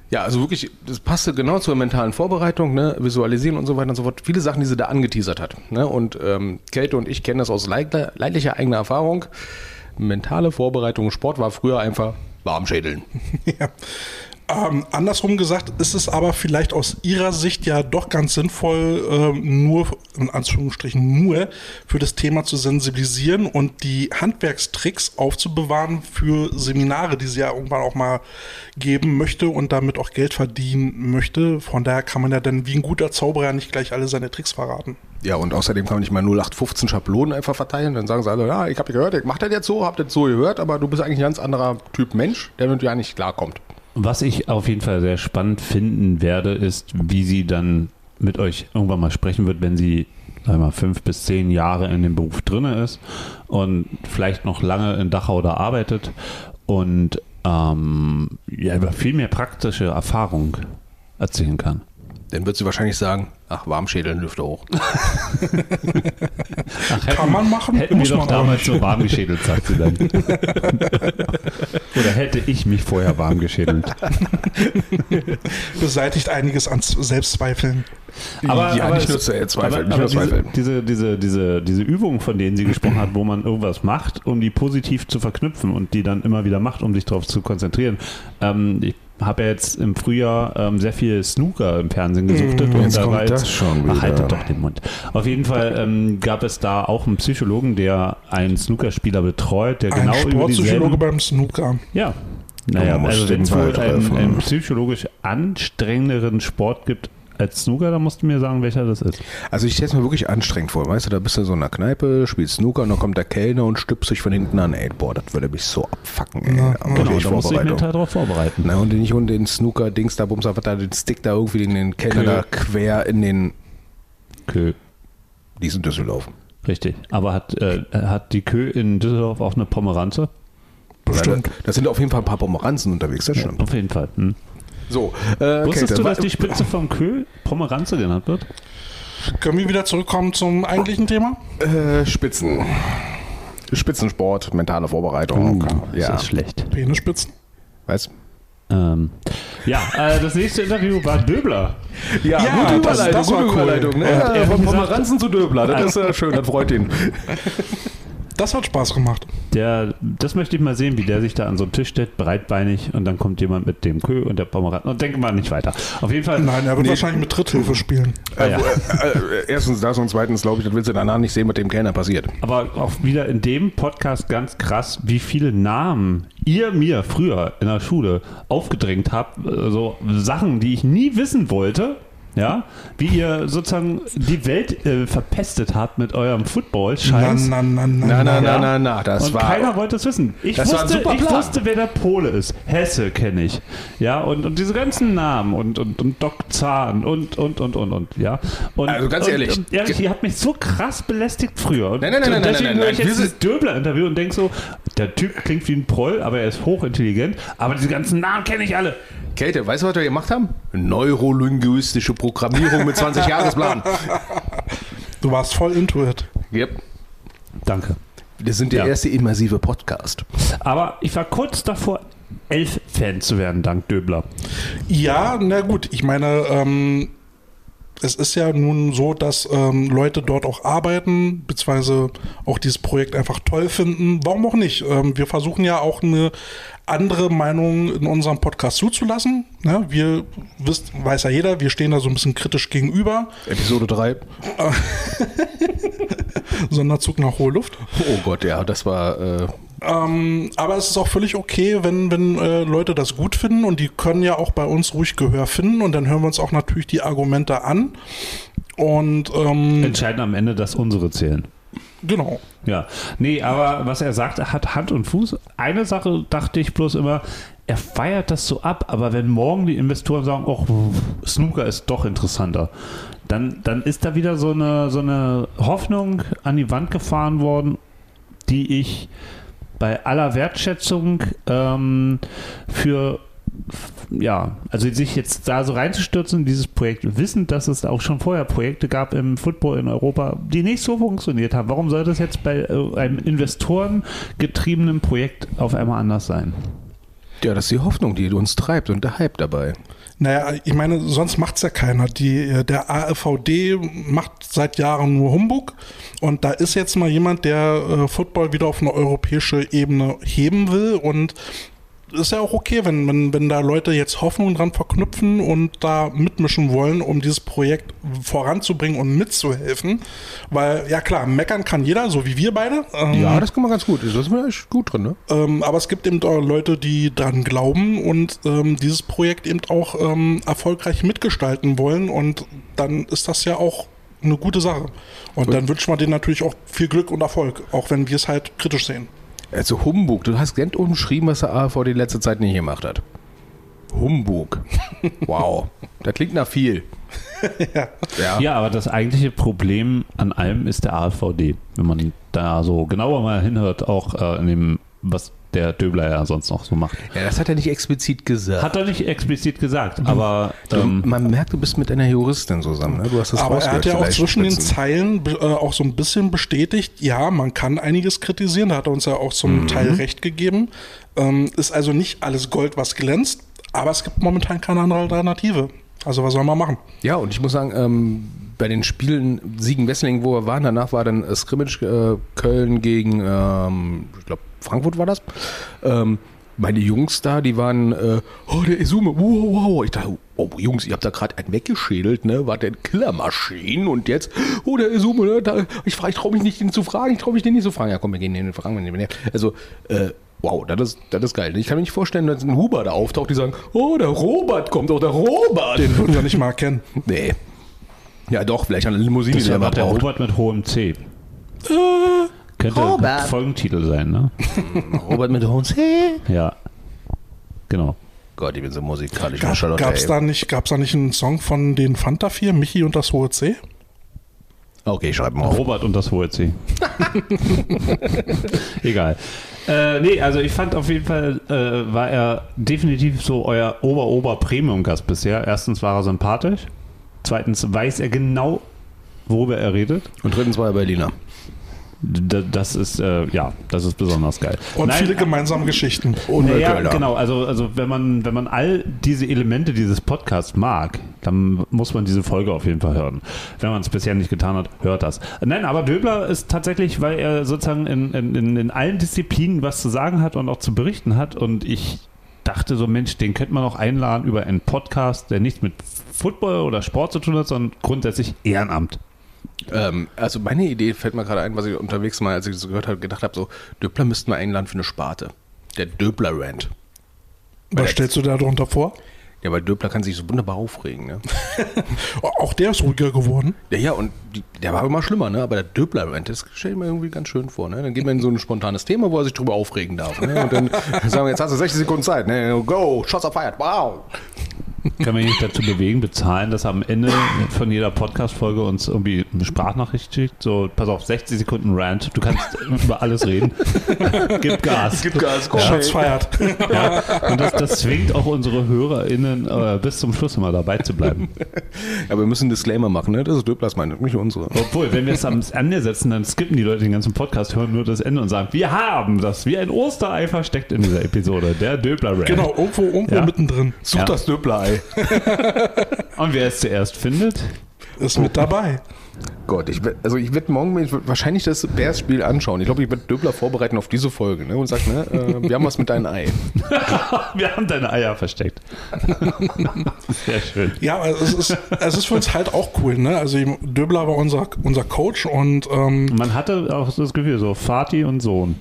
Speaker 10: Ja, also wirklich, das passte genau zur mentalen Vorbereitung, ne? Visualisieren und so weiter und so fort. Viele Sachen, die sie da angeteasert hat. Ne? Und ähm, Kälte und ich kennen das aus leid leidlicher eigener Erfahrung. Mentale Vorbereitung im Sport war früher einfach Warmschädeln.
Speaker 9: Ja. Ähm, andersrum gesagt, ist es aber vielleicht aus Ihrer Sicht ja doch ganz sinnvoll, ähm, nur, in Anführungsstrichen nur, für das Thema zu sensibilisieren und die Handwerkstricks aufzubewahren für Seminare, die Sie ja irgendwann auch mal geben möchte und damit auch Geld verdienen möchte. Von daher kann man ja dann wie ein guter Zauberer nicht gleich alle seine Tricks verraten.
Speaker 10: Ja, und außerdem kann man nicht mal 0815 Schablonen einfach verteilen. Dann sagen sie alle, ja, ich habe gehört, ich mache das jetzt so, habe das so gehört, aber du bist eigentlich ein ganz anderer Typ Mensch, der mit dir nicht klarkommt.
Speaker 7: Was ich auf jeden Fall sehr spannend finden werde, ist, wie sie dann mit euch irgendwann mal sprechen wird, wenn sie sag ich mal, fünf bis zehn Jahre in dem Beruf drin ist und vielleicht noch lange in Dachau da arbeitet und ähm, ja, über viel mehr praktische Erfahrung erzählen kann.
Speaker 10: Dann wird sie wahrscheinlich sagen, ach, Warmschädel, Lüfter hoch.
Speaker 7: Ach,
Speaker 9: Kann man machen,
Speaker 7: Hätten wir
Speaker 9: muss
Speaker 7: doch
Speaker 9: man
Speaker 7: damals
Speaker 9: auch
Speaker 7: so
Speaker 9: nicht.
Speaker 7: warm geschädelt, sagt sie dann. Oder hätte ich mich vorher warm geschädelt.
Speaker 9: Beseitigt einiges an Z- Selbstzweifeln.
Speaker 7: Aber,
Speaker 10: Ja,
Speaker 7: aber
Speaker 10: nicht
Speaker 7: es-
Speaker 10: nur zu- Zweifel,
Speaker 7: aber,
Speaker 10: nicht
Speaker 7: aber
Speaker 10: nur
Speaker 7: diese,
Speaker 10: Zweifel.
Speaker 7: diese, diese, diese, diese Übung, von denen sie gesprochen hat, wo man irgendwas macht, um die positiv zu verknüpfen und die dann immer wieder macht, um sich darauf zu konzentrieren. Ähm, ich habe ja jetzt im Frühjahr ähm, sehr viel Snooker im Fernsehen gesuchtet. und
Speaker 10: Mhm. jetzt
Speaker 7: da
Speaker 10: kommt
Speaker 7: war
Speaker 10: das schon
Speaker 7: Ach, haltet
Speaker 10: wieder.
Speaker 7: doch den Mund. Auf jeden Fall ähm, gab es da auch einen Psychologen, der einen Snookerspieler betreut, der
Speaker 9: Ein
Speaker 7: genau über
Speaker 9: Sportpsychologe
Speaker 7: dieselben...
Speaker 9: beim Snooker.
Speaker 7: Ja. Naja,
Speaker 10: Man muss
Speaker 7: also wenn es
Speaker 10: den
Speaker 7: wohl
Speaker 10: Ball
Speaker 7: einen,
Speaker 10: treffen.
Speaker 7: einen psychologisch anstrengenderen Sport gibt als Snooker, dann musst du mir sagen, welcher das ist.
Speaker 10: Also ich stelle es mir wirklich anstrengend vor, weißt du, da bist du so in einer Kneipe, spielst Snooker und dann kommt der Kellner und stüpst dich von hinten an. Ey, boah, das würde mich so abfacken, ey.
Speaker 9: Ja,
Speaker 10: aber
Speaker 7: Genau,
Speaker 10: durch
Speaker 7: da musst du dich
Speaker 10: Vorbereitung.
Speaker 7: mental darauf vorbereiten.
Speaker 10: Na, und nicht und den Snooker-Dings da, Bums, was da, den Stick da irgendwie in den Kellner da quer in den,
Speaker 7: Kö.
Speaker 10: die ist in Düsseldorf.
Speaker 7: Richtig. Aber hat, äh, hat die Kö in Düsseldorf auch eine Pomeranze?
Speaker 10: Bestimmt. Da, da sind auf jeden Fall ein paar Pomeranzen unterwegs, das stimmt.
Speaker 7: Auf jeden Fall. Hm.
Speaker 10: So, äh,
Speaker 7: Wusstest
Speaker 10: Käthe,
Speaker 7: du,
Speaker 10: wa-
Speaker 7: dass die Spitze vom Kö Pomeranze genannt wird?
Speaker 9: Können wir wieder zurückkommen zum eigentlichen Thema?
Speaker 10: äh, Spitzen. Spitzensport, mentale Vorbereitung. Oh, ja,
Speaker 7: Hm, Uh, Das ist schlecht.
Speaker 9: Penisspitzen?
Speaker 10: weißt
Speaker 7: Ähm, ja, äh, das nächste Interview war Döbler.
Speaker 9: Ja,
Speaker 10: Ja, gute
Speaker 9: das-
Speaker 10: Überleitung,
Speaker 9: das war
Speaker 10: gute
Speaker 9: cool.
Speaker 10: Überleitung. Ne?
Speaker 9: Und
Speaker 10: Ja,
Speaker 7: ehrlich
Speaker 10: von
Speaker 7: gesagt-
Speaker 10: Pomeranzen zu Döbler, das ist ja schön, das freut ihn.
Speaker 9: Das hat Spaß gemacht.
Speaker 7: Der, das möchte ich mal sehen, wie der sich da an so einen Tisch stellt, breitbeinig, und dann kommt jemand mit dem Kö und der Pomeranze. Und denke mal nicht weiter. Auf jeden Fall.
Speaker 9: Nein, er wird wahrscheinlich mit Tritthilfe spielen.
Speaker 7: Ah, ja.
Speaker 10: Äh, erstens das und zweitens, glaube ich, das willst du danach nicht sehen, was dem Kellner passiert.
Speaker 7: Aber auch wieder in dem Podcast ganz krass, wie viele Namen ihr mir früher in der Schule aufgedrängt habt, äh, so Sachen, die ich nie wissen wollte. Ja, wie ihr sozusagen die Welt äh, verpestet habt mit eurem Football-Scheiß.
Speaker 9: na, na, na, na.
Speaker 10: Na, na, na,
Speaker 7: Ja.
Speaker 10: na, na, das
Speaker 7: und
Speaker 10: war.
Speaker 7: keiner wollte es wissen. Ich,
Speaker 10: Das war ein
Speaker 7: wusste,
Speaker 10: super
Speaker 7: ich
Speaker 10: Plan.
Speaker 7: wusste, wer der Pole ist. Hesse kenne ich. Ja, und, und diese ganzen Namen und, und, und Doc Zahn und, und, und, und, und, ja. Und,
Speaker 10: Also ganz
Speaker 7: und,
Speaker 10: ehrlich.
Speaker 7: Und ehrlich, ihr habt mich so krass belästigt früher. Und
Speaker 10: Nein, nein,
Speaker 7: und
Speaker 10: nein, nein, nein,
Speaker 7: deswegen
Speaker 10: nein,
Speaker 7: höre
Speaker 10: nein,
Speaker 7: ich
Speaker 10: wir
Speaker 7: jetzt
Speaker 10: sind-
Speaker 7: dieses Döbler-Interview und denke so, der Typ klingt wie ein Proll, aber er ist hochintelligent, aber diese ganzen Namen kenne ich alle.
Speaker 10: Käthe, weißt du, was wir gemacht haben? Neurolinguistische Programmierung mit 20-Jahresplan.
Speaker 9: Du warst voll into it.
Speaker 10: yep.
Speaker 7: Danke.
Speaker 10: Das sind der
Speaker 7: Ja.
Speaker 10: erste immersive Podcast.
Speaker 7: Aber ich war kurz davor, Elf-Fan zu werden, dank Döbler.
Speaker 9: Ja, na gut, ich meine, ähm, es ist ja nun so, dass ähm, Leute dort auch arbeiten, beziehungsweise auch dieses Projekt einfach toll finden. Warum auch nicht? Ähm, wir versuchen ja auch eine andere Meinung in unserem Podcast zuzulassen. Ne? Wir, wisst, weiß ja jeder, wir stehen da so ein bisschen kritisch gegenüber.
Speaker 10: Episode 3.
Speaker 9: Sonderzug nach hohe Luft.
Speaker 10: Oh Gott, ja, das war. Äh,
Speaker 9: Ähm, aber es ist auch völlig okay, wenn, wenn äh, Leute das gut finden und die können ja auch bei uns ruhig Gehör finden und dann hören wir uns auch natürlich die Argumente an. Und ähm,
Speaker 7: Entscheiden am Ende, dass unsere zählen.
Speaker 9: genau.
Speaker 7: Ja, nee, aber was er sagt, hat Hand und Fuß. Eine Sache dachte ich bloß immer, er feiert das so ab, aber wenn morgen die Investoren sagen, oh, Snooker ist doch interessanter, dann, dann ist da wieder so eine, so eine Hoffnung an die Wand gefahren worden, die ich bei aller Wertschätzung ähm, für ja, also sich jetzt da so reinzustürzen in dieses Projekt, wissend, dass es auch schon vorher Projekte gab im Football in Europa, die nicht so funktioniert haben. Warum soll das jetzt bei äh, einem investorengetriebenen Projekt auf einmal anders sein?
Speaker 10: ja, das ist die Hoffnung, die uns treibt und der Hype dabei.
Speaker 9: Naja, ich meine, sonst macht's ja keiner. Die, äh, der AFVD macht seit Jahren nur Humbug. Und da ist jetzt mal jemand, der äh, Football wieder auf eine europäische Ebene heben will. Und ist ja auch okay, wenn, wenn, wenn da Leute jetzt Hoffnung dran verknüpfen und da mitmischen wollen, um dieses Projekt voranzubringen und mitzuhelfen. Weil, ja klar, meckern kann jeder, so wie wir beide. Ähm,
Speaker 10: Ja, das kann man ganz gut. Das ist mir echt gut drin, ne?
Speaker 9: ähm, aber es gibt eben auch Leute, die dran glauben und ähm, dieses Projekt eben auch ähm, erfolgreich mitgestalten wollen. Und dann ist das ja auch eine gute Sache. Und dann wünschen wir denen natürlich auch viel Glück und Erfolg, auch wenn wir es halt kritisch sehen.
Speaker 10: Also Humbug, du hast Gent umschrieben, was der AVD die letzte Zeit nicht gemacht hat. Humbug. Wow. das klingt nach viel.
Speaker 7: Ja. aber das eigentliche Problem an allem ist der AVD. Wenn man da so genauer mal hinhört, auch äh, in dem, was der Döbler ja sonst noch so macht.
Speaker 10: Ja, das hat er nicht explizit gesagt.
Speaker 7: Hat er nicht explizit gesagt, aber ähm,
Speaker 10: Man merkt, du bist mit einer Juristin zusammen. Ne? Du hast das
Speaker 9: Aber er hat
Speaker 10: rausgehört
Speaker 9: ja auch
Speaker 10: vielleicht,
Speaker 9: zwischen den
Speaker 10: Spitzen.
Speaker 9: Zeilen äh, auch so ein bisschen bestätigt, ja, man kann einiges kritisieren, da hat er uns ja auch
Speaker 10: Mhm.
Speaker 9: zum Teil recht gegeben. Ähm, ist also nicht alles Gold, was glänzt, aber es gibt momentan keine andere Alternative. Also was soll man machen?
Speaker 10: Ja, und ich muss sagen, ähm, bei den Spielen Siegen Wesseling, wo wir waren, danach war dann äh, Scrimmage äh, Köln gegen, ähm, ich glaube, Frankfurt war das. Ähm, meine Jungs da, die waren, äh, oh, der Isume, wow, wow. Ich dachte, oh, Jungs, ihr habt da gerade einen weggeschädelt, ne? War der in Killermaschinen und jetzt, oh, der Isume, ne? Da, ich frage, ich traue mich nicht, den zu fragen, ich traue mich den nicht zu fragen. Ja, komm, wir gehen den fragen. Wir den, also, äh, Wow, das ist, das ist geil. Ich kann mir nicht vorstellen, dass ein Huber da auftaucht, die sagen, oh, der Robert kommt, oh, der Robert.
Speaker 9: Den würden wir nicht mal erkennen.
Speaker 10: Nee. Ja, doch, vielleicht eine Limousine,
Speaker 7: das
Speaker 10: die er
Speaker 7: war
Speaker 10: mal
Speaker 7: der
Speaker 10: braucht.
Speaker 7: Robert mit hohem C. Könnte
Speaker 10: Robert.
Speaker 7: Folgentitel sein, ne?
Speaker 10: Robert mit Hohns. Hey.
Speaker 7: Ja. Genau.
Speaker 10: Gott, ich bin so musikalisch.
Speaker 9: Gab,
Speaker 10: Charlotte,
Speaker 9: gab's
Speaker 10: ey.
Speaker 9: da nicht, gab's da nicht einen Song von den Fanta 4, Michi und das hohe C?
Speaker 10: Okay, schreib mal auf.
Speaker 7: Robert und das hohe C. Egal. Äh, nee, also ich fand auf jeden Fall, äh, war er definitiv so euer Ober-Ober-Premium-Gast bisher. Erstens war er sympathisch. Zweitens weiß er genau, worüber er redet.
Speaker 10: Und drittens war er Berliner.
Speaker 7: D das ist, äh, ja, das ist besonders geil.
Speaker 9: Und
Speaker 7: Nein,
Speaker 9: viele gemeinsame Geschichten.
Speaker 10: Ohne
Speaker 7: Ja,
Speaker 10: Kölner.
Speaker 7: genau. Also, also wenn, man, wenn man all diese Elemente dieses Podcasts mag, dann muss man diese Folge auf jeden Fall hören. Wenn man es bisher nicht getan hat, hört das. Nein, aber Döbler ist tatsächlich, weil er sozusagen in, in, in, in allen Disziplinen was zu sagen hat und auch zu berichten hat. Und ich dachte so, Mensch, den könnte man auch einladen über einen Podcast, der nichts mit Football oder Sport zu tun hat, sondern grundsätzlich Ehrenamt.
Speaker 10: Ähm, also meine Idee fällt mir gerade ein, was ich unterwegs mal, als ich das gehört habe, gedacht habe, so, Döbler müssten wir einladen für eine Sparte. Der Döbler-Rant.
Speaker 9: Was stellst du da drunter vor?
Speaker 10: Ja, weil Döbler kann sich so wunderbar aufregen, ne?
Speaker 9: Auch der ist ruhiger geworden.
Speaker 10: Ja, ja, und die, der war immer schlimmer, ne? Aber der Döbler-Rant, das stelle ich mir irgendwie ganz schön vor, ne? Dann geht man in so ein spontanes Thema, wo er sich drüber aufregen darf, ne? Und dann sagen wir, jetzt hast du 60 Sekunden Zeit, ne? Go, Shots are fired, wow!
Speaker 7: Kann man ihn nicht dazu bewegen, bezahlen, dass er am Ende von jeder Podcast-Folge uns irgendwie eine Sprachnachricht schickt? So, pass auf, 60 Sekunden Rant, du kannst über alles reden. Gib Gas.
Speaker 10: Gas,
Speaker 9: Ja. Schatz feiert.
Speaker 7: Und das, das zwingt auch unsere HörerInnen äh, bis zum Schluss immer dabei zu bleiben.
Speaker 10: Aber wir müssen einen Disclaimer machen, ne? Das ist Döblers Meinung, nicht unsere.
Speaker 7: Obwohl, wenn wir es am Ende setzen, dann skippen die Leute den ganzen Podcast, hören nur das Ende und sagen, wir haben das wie ein Osterei versteckt in dieser Episode, der Döbler-Rant.
Speaker 9: Genau, irgendwo, irgendwo
Speaker 7: Ja.
Speaker 9: mittendrin.
Speaker 10: Such
Speaker 7: Ja.
Speaker 10: das Döblei.
Speaker 7: Und wer es zuerst findet,
Speaker 9: Ist mit dabei.
Speaker 10: Gott, ich werd, also ich werde morgen mir wahrscheinlich das Bears-Spiel anschauen. Ich glaube, ich werde Döbler vorbereiten auf diese Folge ne? und sag, ne, äh, wir haben was mit deinem Ei.
Speaker 7: wir haben deine Eier versteckt. Sehr schön.
Speaker 9: Ja, aber es ist, es ist für uns halt auch cool, ne? Also eben, Döbler war unser, unser Coach und ähm,
Speaker 7: Man hatte auch so das Gefühl, so Vati und Sohn.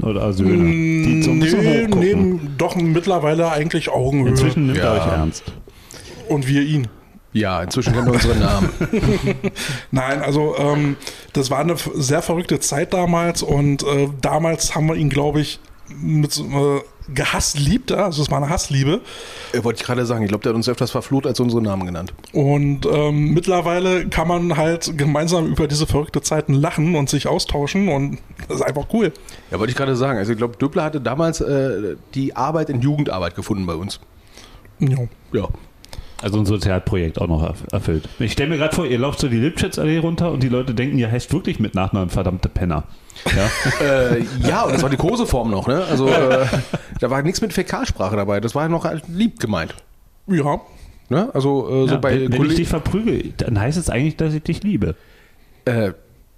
Speaker 7: Oder Söhne. Die so
Speaker 10: Mm,
Speaker 7: ein bisschen
Speaker 9: nee,
Speaker 7: hochgucken.
Speaker 9: nehmen doch mittlerweile eigentlich Augenhöhe.
Speaker 7: Inzwischen nimmt er
Speaker 10: Ja.
Speaker 7: euch ernst.
Speaker 9: Und wir ihn.
Speaker 10: Ja, inzwischen kennen wir unsere Namen.
Speaker 9: Nein, also ähm, das war eine f- sehr verrückte Zeit damals und äh, damals haben wir ihn, glaube ich, mit so, äh, gehasst liebt, ja? also es war eine Hassliebe.
Speaker 10: Äh, Wollte ich gerade sagen, ich glaube, der hat uns öfters verflucht, als unsere Namen genannt.
Speaker 9: Und ähm, mittlerweile kann man halt gemeinsam über diese verrückte Zeiten lachen und sich austauschen und das ist einfach cool.
Speaker 10: Ja, wollte ich gerade sagen. Also ich glaube, Döbler hatte damals äh, die Arbeit in Jugendarbeit gefunden bei uns.
Speaker 9: Jo.
Speaker 10: Ja.
Speaker 7: Also ein Sozialprojekt auch noch erf- erfüllt. Ich stelle mir gerade vor, ihr lauft so die Lipschitz-Allee runter und die Leute denken, ihr heißt wirklich mit Nachnamen verdammte Penner. Ja?
Speaker 10: Äh, ja, und das war die Koseform noch, ne? Also äh, da war nichts mit Fäkalsprache dabei. Das war noch halt lieb gemeint.
Speaker 9: Ja.
Speaker 10: Ne? Also äh, so
Speaker 7: ja,
Speaker 10: bei
Speaker 7: wenn, wenn ich
Speaker 10: Kollegen.
Speaker 7: dich verprügel, dann heißt es eigentlich, dass ich dich liebe.
Speaker 10: Äh,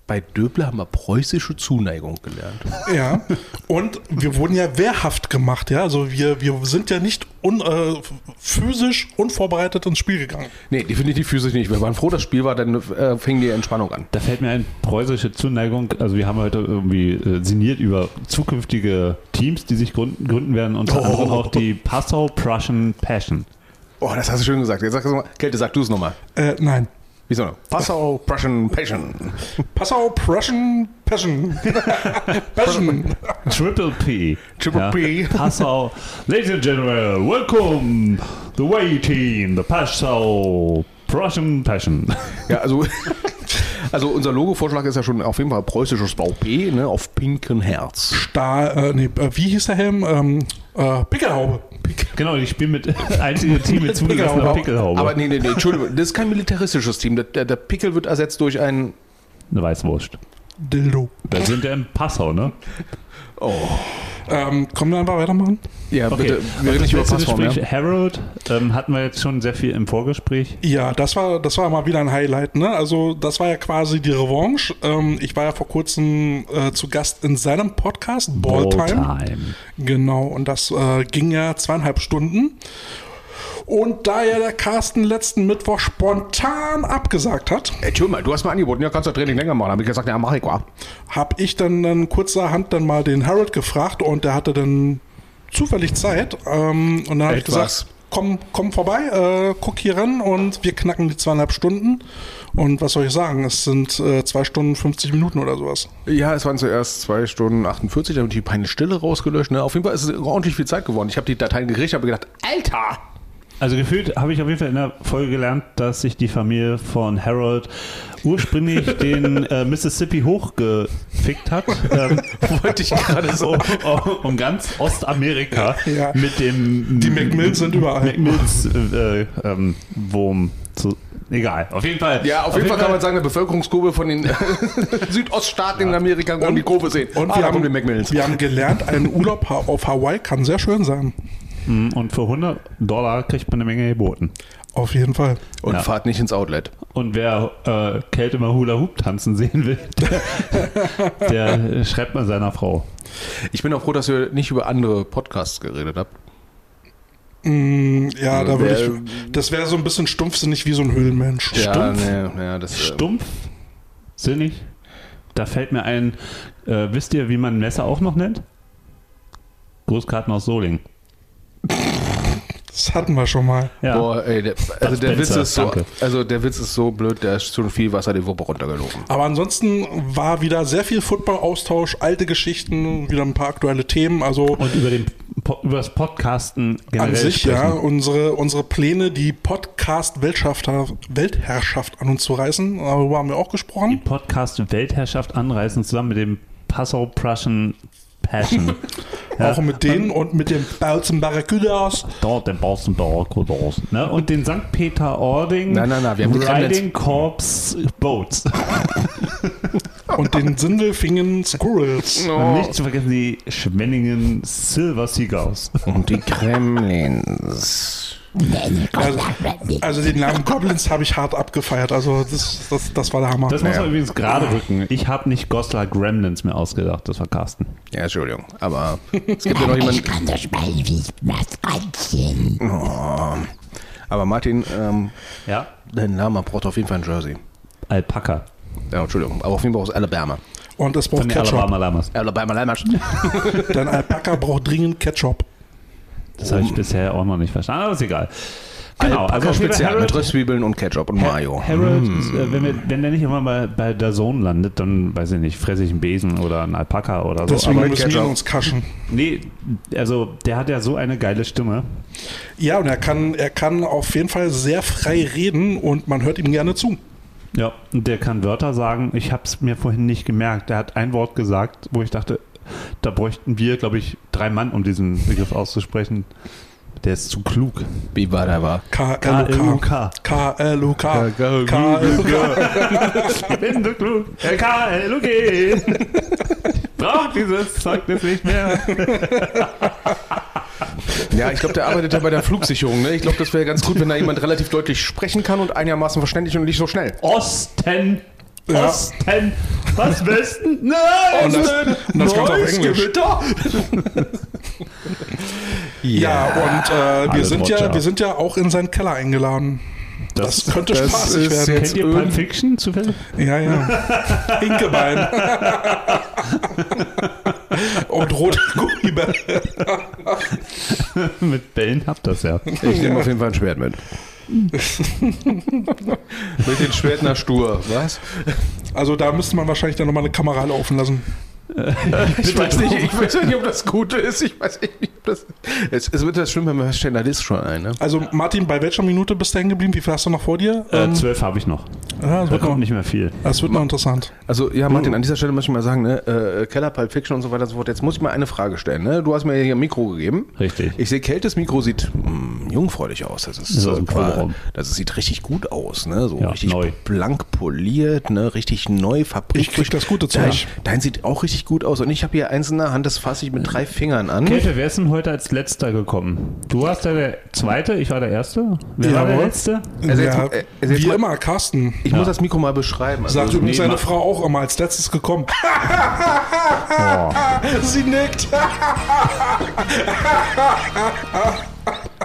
Speaker 10: bei Döbler haben wir preußische Zuneigung gelernt.
Speaker 9: Ja. Und wir wurden ja wehrhaft gemacht, ja. Also wir, wir sind ja nicht un, äh, physisch unvorbereitet ins Spiel gegangen.
Speaker 10: Nee, definitiv physisch nicht. Wir waren froh, das Spiel war, dann äh, fing die Entspannung an.
Speaker 7: Da fällt mir ein, preußische Zuneigung. Also wir haben heute irgendwie äh, sinniert über zukünftige Teams, die sich gründen, gründen werden. Unter anderem auch die Passau Prussian Passion.
Speaker 10: Oh, das hast du schön gesagt. Jetzt sag das mal. Kälte, sag du es nochmal.
Speaker 9: Äh, nein.
Speaker 10: Wie so eine Passau Prussian Passion.
Speaker 9: Passau Prussian Passion. Passion.
Speaker 7: Triple P.
Speaker 10: Triple P.
Speaker 7: Passau. Ladies and Gentlemen, welcome the way team, the Passau Prussian Passion.
Speaker 10: Ja, also, also unser Logo-Vorschlag ist ja schon auf jeden Fall preußisches Bau P, ne, auf pinken Herz.
Speaker 9: Stahl, äh, nee, äh, wie hieß der Helm? Ähm, äh, Pickelhaube.
Speaker 7: Genau, ich spiele mit einzige Team mit zugelassener Pickelhaube.
Speaker 10: Aber nee, nee, nee, Entschuldigung, das ist kein militaristisches Team. Der, der, der Pickel wird ersetzt durch ein.
Speaker 7: Eine Weißwurst.
Speaker 9: Dildo.
Speaker 7: Da sind wir in Passau, ne?
Speaker 9: Ähm, können wir einfach weitermachen?
Speaker 10: Ja, bitte, wir reden
Speaker 7: das
Speaker 10: nicht über ne?
Speaker 7: letzte
Speaker 10: Passform,
Speaker 7: Gespräch,
Speaker 10: ja.
Speaker 7: Harold, ähm, hatten wir jetzt schon sehr viel im Vorgespräch.
Speaker 9: Ja, das war, das war mal wieder ein Highlight. Ne? Also das war ja quasi die Revanche. Ähm, ich war ja vor kurzem äh, zu Gast in seinem Podcast, Balltime.
Speaker 7: Balltime.
Speaker 9: Genau, und das äh, ging ja zweieinhalb Stunden. Und da ja der Carsten letzten Mittwoch spontan abgesagt hat,
Speaker 10: Ey, tschö Äh, mal, du hast mir angeboten, ja, kannst du das Training länger machen. Hab ich gesagt, ja, mach ich mal.
Speaker 9: habe ich dann, dann kurzerhand dann mal den Harold gefragt und der hatte dann zufällig Zeit. Ähm, und dann habe ich
Speaker 10: Echt
Speaker 9: gesagt,
Speaker 10: was?
Speaker 9: komm, komm vorbei, äh, guck hier ran und wir knacken die zweieinhalb Stunden. Und was soll ich sagen, es sind äh, zwei Stunden 50 Minuten oder sowas.
Speaker 10: Ja, es waren zuerst 2 Stunden 48, da habe ich die peinliche Stille rausgelöscht. Ne? Auf jeden Fall ist es ordentlich viel Zeit geworden. Ich habe die Dateien gerichtet, habe gedacht, Alter!
Speaker 7: Also gefühlt habe ich auf jeden Fall in der Folge gelernt, dass sich die Familie von Harold ursprünglich den äh, Mississippi hochgefickt hat, ähm,
Speaker 10: Wollte ich gerade so.
Speaker 7: um,
Speaker 10: oh,
Speaker 7: um ganz Ostamerika
Speaker 9: Ja.
Speaker 7: mit dem
Speaker 9: Die McMills sind überall.
Speaker 7: McMills äh, ähm, Wurm zu. Egal, auf jeden Fall.
Speaker 10: Ja, auf, jeden Fall kann man sagen, eine Bevölkerungskurve von den Südoststaaten in Amerika kann man die Kurve sehen.
Speaker 9: Und
Speaker 10: Ah,
Speaker 9: wir,
Speaker 10: da
Speaker 9: haben,
Speaker 10: kommen die Macmillans.
Speaker 9: wir haben gelernt, ein Urlaub ha- auf Hawaii kann sehr schön sein.
Speaker 7: Und für 100 Dollar kriegt man eine Menge geboten.
Speaker 9: Auf jeden Fall.
Speaker 10: Und
Speaker 7: Ja.
Speaker 10: fahrt nicht ins Outlet.
Speaker 7: Und wer äh, Kälte mal Hula Hoop tanzen sehen will, der, der schreibt mal seiner Frau.
Speaker 10: Ich bin auch froh, dass ihr nicht über andere Podcasts geredet habt.
Speaker 9: Mm, ja, da würde
Speaker 10: Wer-
Speaker 9: ich. Das wäre so ein bisschen stumpfsinnig wie so ein Höhlenmensch.
Speaker 7: Stumpf?
Speaker 10: Ja, nee, ja, das, äh,
Speaker 7: Stumpf, sinnig. Da fällt mir ein, äh, wisst ihr, wie man ein Messer auch noch nennt? Grußkarten aus Soling.
Speaker 9: Das hatten wir schon mal.
Speaker 7: Ja.
Speaker 10: Boah, ey, der, also, der Witz
Speaker 7: Spencer,
Speaker 10: ist so,
Speaker 7: danke.
Speaker 10: also der Witz ist so blöd, der ist schon viel Wasser die Wuppe runtergelaufen.
Speaker 9: Aber ansonsten war wieder sehr viel Football-Austausch, alte Geschichten, wieder ein paar aktuelle Themen. Also
Speaker 7: Und über, den, Po- über das Podcasten generell
Speaker 9: an sich, ja,
Speaker 7: sprechen.
Speaker 9: unsere, unsere Pläne, die Podcast-Weltherrschaft an uns zu reißen, darüber haben wir auch
Speaker 7: Die
Speaker 9: gesprochen.
Speaker 7: Podcast-Weltherrschaft anreißen zusammen mit dem Passau Prussian Passion. Ja.
Speaker 9: Auch mit denen und mit dem Bautzen Barracudas.
Speaker 7: Dort, den Boston Barracudas. Ne? Und den St. Peter Ording
Speaker 10: Nein, nein, nein, wir haben die Kremlins.
Speaker 7: Riding Corps Boats.
Speaker 9: und den Sindelfingen Squirrels.
Speaker 10: Oh.
Speaker 7: Und nicht zu vergessen die Schwenningen Silver Seagulls.
Speaker 10: Und die Kremlins.
Speaker 9: Also, also den Namen Goblins habe ich hart abgefeiert. Also das, das, das war der Hammer.
Speaker 7: Das muss man übrigens gerade rücken. Ich habe nicht Goslar Gremlins mir ausgedacht, das war Carsten.
Speaker 10: Ja, Entschuldigung, aber es gibt ja noch jemanden.
Speaker 8: also, kann so spielen wie Maskottchen.
Speaker 10: Oh. Aber Martin, ähm,
Speaker 7: Ja?
Speaker 10: dein Lama braucht auf jeden Fall ein Jersey.
Speaker 7: Alpaka.
Speaker 10: Ja, Entschuldigung, aber auf jeden Fall aus Alabama.
Speaker 9: Und es braucht
Speaker 7: Von den Alabama
Speaker 9: Ketchup.
Speaker 7: Lamas.
Speaker 10: Alabama Lama.
Speaker 9: Dein Alpaka braucht dringend Ketchup.
Speaker 7: Das habe ich bisher auch noch nicht verstanden, aber ist egal. Genau,
Speaker 10: Um. Alpaka
Speaker 7: also auf jeden Fall
Speaker 10: Spezial mit Hm.
Speaker 7: Harold,
Speaker 10: Röstzwiebeln und Ketchup und Mayo.
Speaker 7: Harold äh, wenn, wir, wenn der nicht immer bei, bei der Zone landet, dann weiß ich nicht, fresse ich einen Besen oder einen Alpaka oder so.
Speaker 9: Deswegen
Speaker 10: aber mit
Speaker 9: müssen wir
Speaker 10: Ketchup.
Speaker 9: ihn uns kaschen.
Speaker 7: Nee, also der hat ja so eine geile Stimme.
Speaker 9: Ja, und er kann, er kann auf jeden Fall sehr frei reden und man hört ihm gerne zu.
Speaker 7: Ja, und der kann Wörter sagen. Ich habe es mir vorhin nicht gemerkt. Der hat ein Wort gesagt, wo ich dachte, da bräuchten wir, glaube ich, drei Mann, um diesen Begriff auszusprechen. Der ist zu klug.
Speaker 10: Wie war der war?
Speaker 9: K-L-U-K.
Speaker 7: K.
Speaker 9: K-L-U-K.
Speaker 7: Ich bin so klug. Äh, K-L-U-G. Braucht dieses Zeugnis nicht mehr.
Speaker 10: Ja, ich glaube, der arbeitet ja bei der Flugsicherung. Ne? Ich glaube, das wäre ganz gut, wenn da jemand relativ deutlich sprechen kann und einigermaßen verständlich und nicht so schnell.
Speaker 7: Osten.
Speaker 9: Ja.
Speaker 7: Osten. Was Westen? Nein.
Speaker 9: Und das- und das kannst du auf
Speaker 7: Neues
Speaker 9: Englisch.
Speaker 7: Gewitter.
Speaker 9: Ja, und äh, wir,
Speaker 7: Alles
Speaker 9: sind ja,
Speaker 7: Roger.
Speaker 9: wir sind ja auch in seinen Keller eingeladen. Das, könnte spaßig
Speaker 10: ist
Speaker 9: werden.
Speaker 7: Kennt ihr Pulp Fiction zufällig?
Speaker 9: Ja, ja. Hinkebein. und rote Gummibälle.
Speaker 7: Mit Bällen habt das ja.
Speaker 10: Ich nehme auf jeden Fall ein Schwert mit. Mit den Schwertner stur, was?
Speaker 9: Also da müsste man wahrscheinlich dann nochmal eine Kamera laufen lassen.
Speaker 10: Ich weiß, nicht, ich weiß nicht, ob das Gute ist. Ich weiß echt nicht, ob das. Es, es wird das schlimm, wenn wir feststellen, da ist schon ein. Ne?
Speaker 9: Also Martin, bei welcher Minute bist du hängen geblieben? Wie viel hast du noch vor dir? Ähm,
Speaker 7: Äh, zwölf habe ich noch.
Speaker 9: Ja, das
Speaker 7: da
Speaker 9: wird noch-
Speaker 7: kommt nicht mehr viel.
Speaker 9: Das wird noch interessant.
Speaker 10: Also, ja, Martin, an dieser Stelle muss ich mal sagen, ne, äh, Keller, Pulp Fiction und so weiter und so fort. Jetzt muss ich mal eine Frage stellen. Ne? Du hast mir hier ein Mikro gegeben.
Speaker 7: Richtig.
Speaker 10: Ich sehe, Keltes Mikro sieht mh, jungfräulich aus. Das, ist,
Speaker 7: Ist aus dem
Speaker 10: quasi-
Speaker 7: Proberaum.
Speaker 10: das sieht richtig gut aus. Ne? So
Speaker 7: Ja,
Speaker 10: richtig
Speaker 7: neu.
Speaker 10: blank poliert, ne? richtig neu fabriziert.
Speaker 9: Ich krieg das gute
Speaker 10: Dein,
Speaker 9: Zeug.
Speaker 10: dein sieht auch richtig gut aus. Und ich habe hier eins in der Hand, das fasse ich mit drei Fingern an.
Speaker 7: Kälte, wer ist denn heute als letzter gekommen? Du warst ja der zweite, ich war der erste. Wer war der
Speaker 9: Jawohl.
Speaker 7: letzte?
Speaker 10: Also jetzt
Speaker 9: ja,
Speaker 10: mal- äh, also jetzt
Speaker 9: wie
Speaker 10: mal-
Speaker 9: immer, Carsten.
Speaker 10: Ich muss das Mikro mal beschreiben.
Speaker 9: Sagt
Speaker 10: Also,
Speaker 9: übrigens
Speaker 10: nee,
Speaker 9: seine
Speaker 10: mach-
Speaker 9: Frau auch immer als letztes gekommen. Oh. Sie nickt.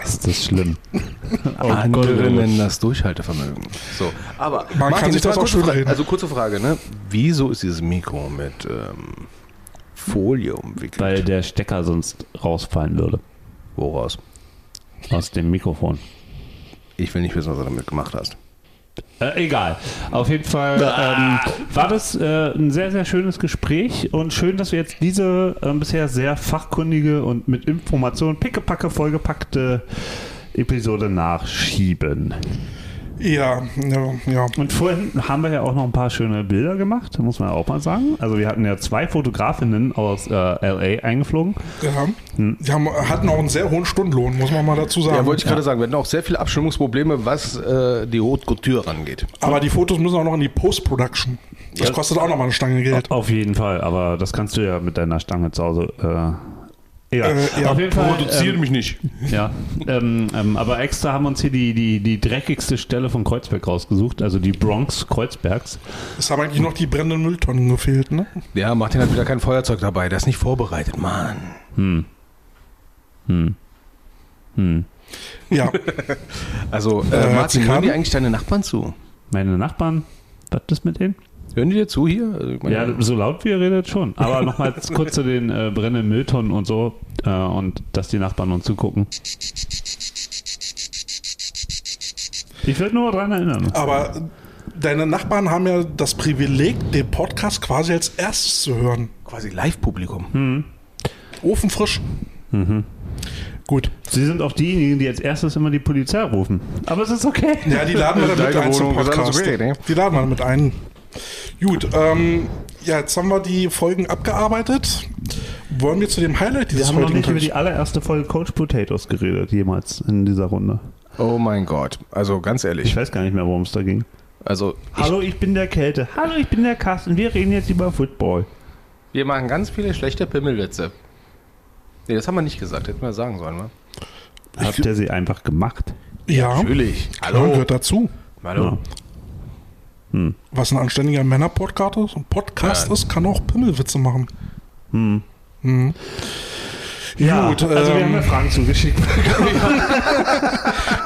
Speaker 7: Ist das schlimm?
Speaker 10: Oh Andere nennen das Durchhaltevermögen. So, aber
Speaker 9: Man kann sich
Speaker 10: jetzt mal
Speaker 9: das auch
Speaker 10: kurze
Speaker 9: schön
Speaker 10: Fra-
Speaker 9: reden.
Speaker 10: Also kurze Frage, ne? Wieso ist dieses Mikro mit ähm, Folie umwickelt?
Speaker 7: Weil der Stecker sonst rausfallen würde
Speaker 10: Woraus?
Speaker 7: aus dem Mikrofon.
Speaker 10: Ich will nicht wissen, was du damit gemacht hast.
Speaker 7: Äh, egal. Auf jeden Fall ähm, war das äh, ein sehr, sehr schönes Gespräch und schön, dass wir jetzt diese ähm, bisher sehr fachkundige und mit Informationen pickepacke vollgepackte Episode nachschieben.
Speaker 9: Ja, ja, ja.
Speaker 7: Und vorhin haben wir ja auch noch ein paar schöne Bilder gemacht, muss man auch mal sagen. Also wir hatten ja zwei Fotografinnen aus äh, LA eingeflogen.
Speaker 9: ja.
Speaker 7: Hm.
Speaker 9: Die haben, hatten auch einen sehr hohen Stundenlohn, muss man mal dazu sagen.
Speaker 10: Ja, wollte ich gerade sagen, wir hatten auch sehr viele Abstimmungsprobleme, was äh, die Haute Couture angeht.
Speaker 9: Aber die Fotos müssen auch noch in die Post-Production. Das
Speaker 7: Ja.
Speaker 9: kostet auch nochmal eine Stange Geld.
Speaker 7: Auf jeden Fall, aber das kannst du ja mit deiner Stange zu Hause. Äh, egal.
Speaker 9: Äh, ja,
Speaker 7: Auf jeden Fall. Ähm,
Speaker 10: mich nicht.
Speaker 7: ja, ähm, ähm, aber extra haben wir uns hier die, die, die dreckigste Stelle von Kreuzberg rausgesucht, also die Bronx Kreuzbergs.
Speaker 9: Es haben eigentlich noch die brennenden Mülltonnen gefehlt, ne?
Speaker 10: Ja, Martin hat wieder kein Feuerzeug dabei, der ist nicht vorbereitet, Mann.
Speaker 7: Hm.
Speaker 9: Ja.
Speaker 10: Also, äh,
Speaker 9: hat sie
Speaker 10: Martin, hören
Speaker 9: Kabel?
Speaker 10: die eigentlich deine Nachbarn zu?
Speaker 7: Meine Nachbarn, was ist mit denen?
Speaker 10: Hören die dir zu hier? Also, ich meine-
Speaker 7: Ja, so laut wie ihr redet schon. Aber nochmal kurz zu den äh, brennenden Mülltonnen und so äh, und dass die Nachbarn uns zugucken. Ich würde nur daran erinnern.
Speaker 9: Aber deine Nachbarn haben ja das Privileg, den Podcast quasi als erstes zu hören.
Speaker 10: quasi Live-Publikum.
Speaker 9: Ofenfrisch.
Speaker 10: Mhm.
Speaker 9: Gut.
Speaker 7: Sie sind auch diejenigen, die als erstes immer die Polizei rufen. Aber es ist okay.
Speaker 9: Ja, die laden wir dann mit
Speaker 10: Deine
Speaker 9: ein zum
Speaker 10: Wohnung ist alles
Speaker 9: Podcast.
Speaker 10: okay, ne?
Speaker 9: Die laden wir mit ein. Gut, ähm, ja, jetzt haben wir die Folgen abgearbeitet. Wollen wir zu dem Highlight
Speaker 7: Wir
Speaker 9: dieses
Speaker 7: haben noch
Speaker 9: heutigen
Speaker 7: nicht über
Speaker 9: Tages?
Speaker 7: die allererste Folge Coach Potatoes geredet, jemals in dieser Runde.
Speaker 10: Oh mein Gott. Also ganz
Speaker 7: Ich
Speaker 10: ehrlich.
Speaker 7: weiß gar nicht mehr, worum es da ging.
Speaker 10: Also
Speaker 7: Hallo, ich bin der Kälte. Hallo, ich bin der Carsten. Wir reden jetzt über Football.
Speaker 10: wir machen ganz viele schlechte Pimmelwitze. Nee, das haben wir nicht gesagt. Hätten wir sagen sollen, ne?
Speaker 7: Habt ihr sie einfach gemacht?
Speaker 9: Ja,
Speaker 10: Natürlich.
Speaker 9: Hallo. gehört dazu.
Speaker 10: Hallo.
Speaker 9: Was ein anständiger Männer-Podcast ist, ein Podcast ist, kann auch Pimmelwitze machen.
Speaker 7: Hm.
Speaker 9: Hm.
Speaker 7: Ja,
Speaker 9: Gut,
Speaker 7: also wir
Speaker 9: ähm,
Speaker 7: haben ja Fragen zugeschickt.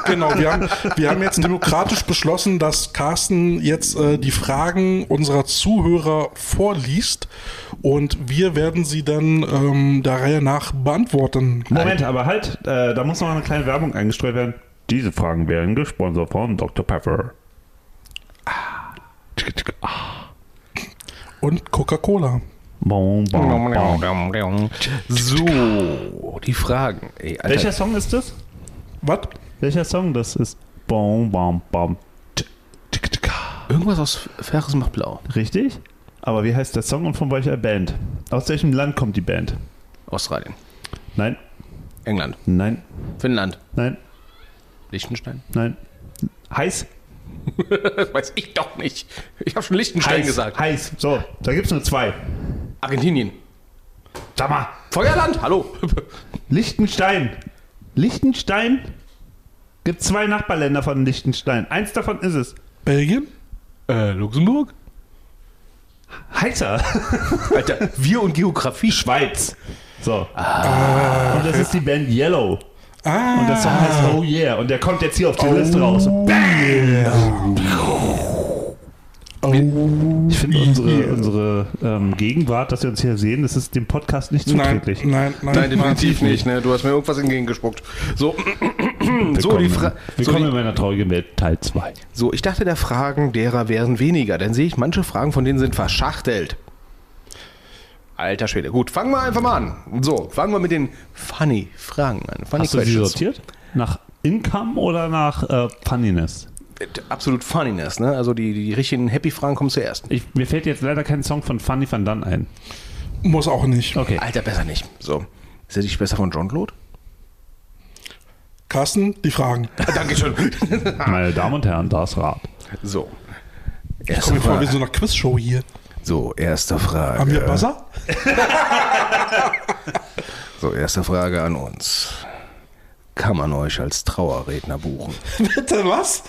Speaker 9: Genau, wir haben, wir haben jetzt demokratisch beschlossen, dass Carsten jetzt äh, die Fragen unserer Zuhörer vorliest und wir werden sie dann ähm, der Reihe nach beantworten.
Speaker 7: Moment, aber halt, äh, da muss noch eine kleine Werbung eingestreut werden. Diese Fragen werden gesponsert von Ah. Dr. Pepper.
Speaker 9: Und Coca-Cola.
Speaker 7: Bom, bom, bom.
Speaker 10: So, die Fragen. Ey, Alter.
Speaker 7: Welcher Song ist das?
Speaker 9: Was?
Speaker 7: Welcher Song das ist? Bom, bom, bom.
Speaker 10: Irgendwas aus Faires macht blau.
Speaker 7: Richtig? Aber wie heißt der Song und von welcher Band? Aus welchem Land kommt die Band?
Speaker 10: Australien.
Speaker 7: Nein,
Speaker 10: England.
Speaker 7: nein,
Speaker 10: Finnland.
Speaker 7: nein,
Speaker 10: Liechtenstein.
Speaker 7: nein. Heiß?
Speaker 10: Weiß ich doch nicht. Ich habe schon Liechtenstein
Speaker 7: Heiß.
Speaker 10: gesagt.
Speaker 7: Heiß. So, da gibt's nur zwei.
Speaker 10: Argentinien.
Speaker 7: Sag mal.
Speaker 10: Feuerland. Hallo.
Speaker 7: Liechtenstein. Liechtenstein? Gibt zwei Nachbarländer von Liechtenstein. Eins davon ist es.
Speaker 9: Belgien?
Speaker 10: äh, Luxemburg.
Speaker 7: Heißer.
Speaker 10: Alter, wir und Geografie.
Speaker 7: Schweiz. So.
Speaker 10: Ah,
Speaker 7: Und das ist die Band Yellow.
Speaker 9: Ah,
Speaker 7: Und das Song heißt Oh Yeah. Und der kommt jetzt hier auf die
Speaker 10: Oh
Speaker 7: Liste raus. Ich finde unsere, unsere ähm, Gegenwart, dass wir uns hier sehen, das ist dem Podcast nicht
Speaker 9: nein,
Speaker 7: zuträglich.
Speaker 9: nein, nein,
Speaker 10: Nein, definitiv nicht. Ne? Du hast mir irgendwas entgegengespuckt. So, so, die Fra- so
Speaker 7: Willkommen
Speaker 10: die-
Speaker 7: in meiner traurigen Welt, Teil 2.
Speaker 10: So, ich dachte, der Fragen derer wären weniger. Dann sehe ich, manche Fragen von denen sind verschachtelt. Alter Schwede. Gut, fangen wir einfach mal an. So, fangen wir mit den Funny-Fragen an. Funny
Speaker 7: Hast du sie
Speaker 10: Questions.
Speaker 7: sortiert? Nach Income oder nach äh, Funniness?
Speaker 10: Äh, Absolut Funniness, ne? Also die, die richtigen Happy-Fragen kommen zuerst.
Speaker 7: Ich, mir fällt jetzt leider kein Song von Funny van Dunn ein.
Speaker 9: Muss auch nicht.
Speaker 7: Okay.
Speaker 10: Alter, besser nicht. So. Ist er die Schwester von John Claude?
Speaker 9: Carsten, die Fragen.
Speaker 10: Dankeschön.
Speaker 7: Meine Damen und Herren, das Rad.
Speaker 10: so.
Speaker 9: Ich komme
Speaker 10: Erste
Speaker 9: mir vor wie
Speaker 10: Frage.
Speaker 9: so eine Quizshow hier.
Speaker 10: So, erste
Speaker 9: Haben wir
Speaker 10: Frage.
Speaker 9: Buzzer?
Speaker 10: So, erste Frage an uns. Kann man euch als Trauerredner buchen?
Speaker 9: Bitte was?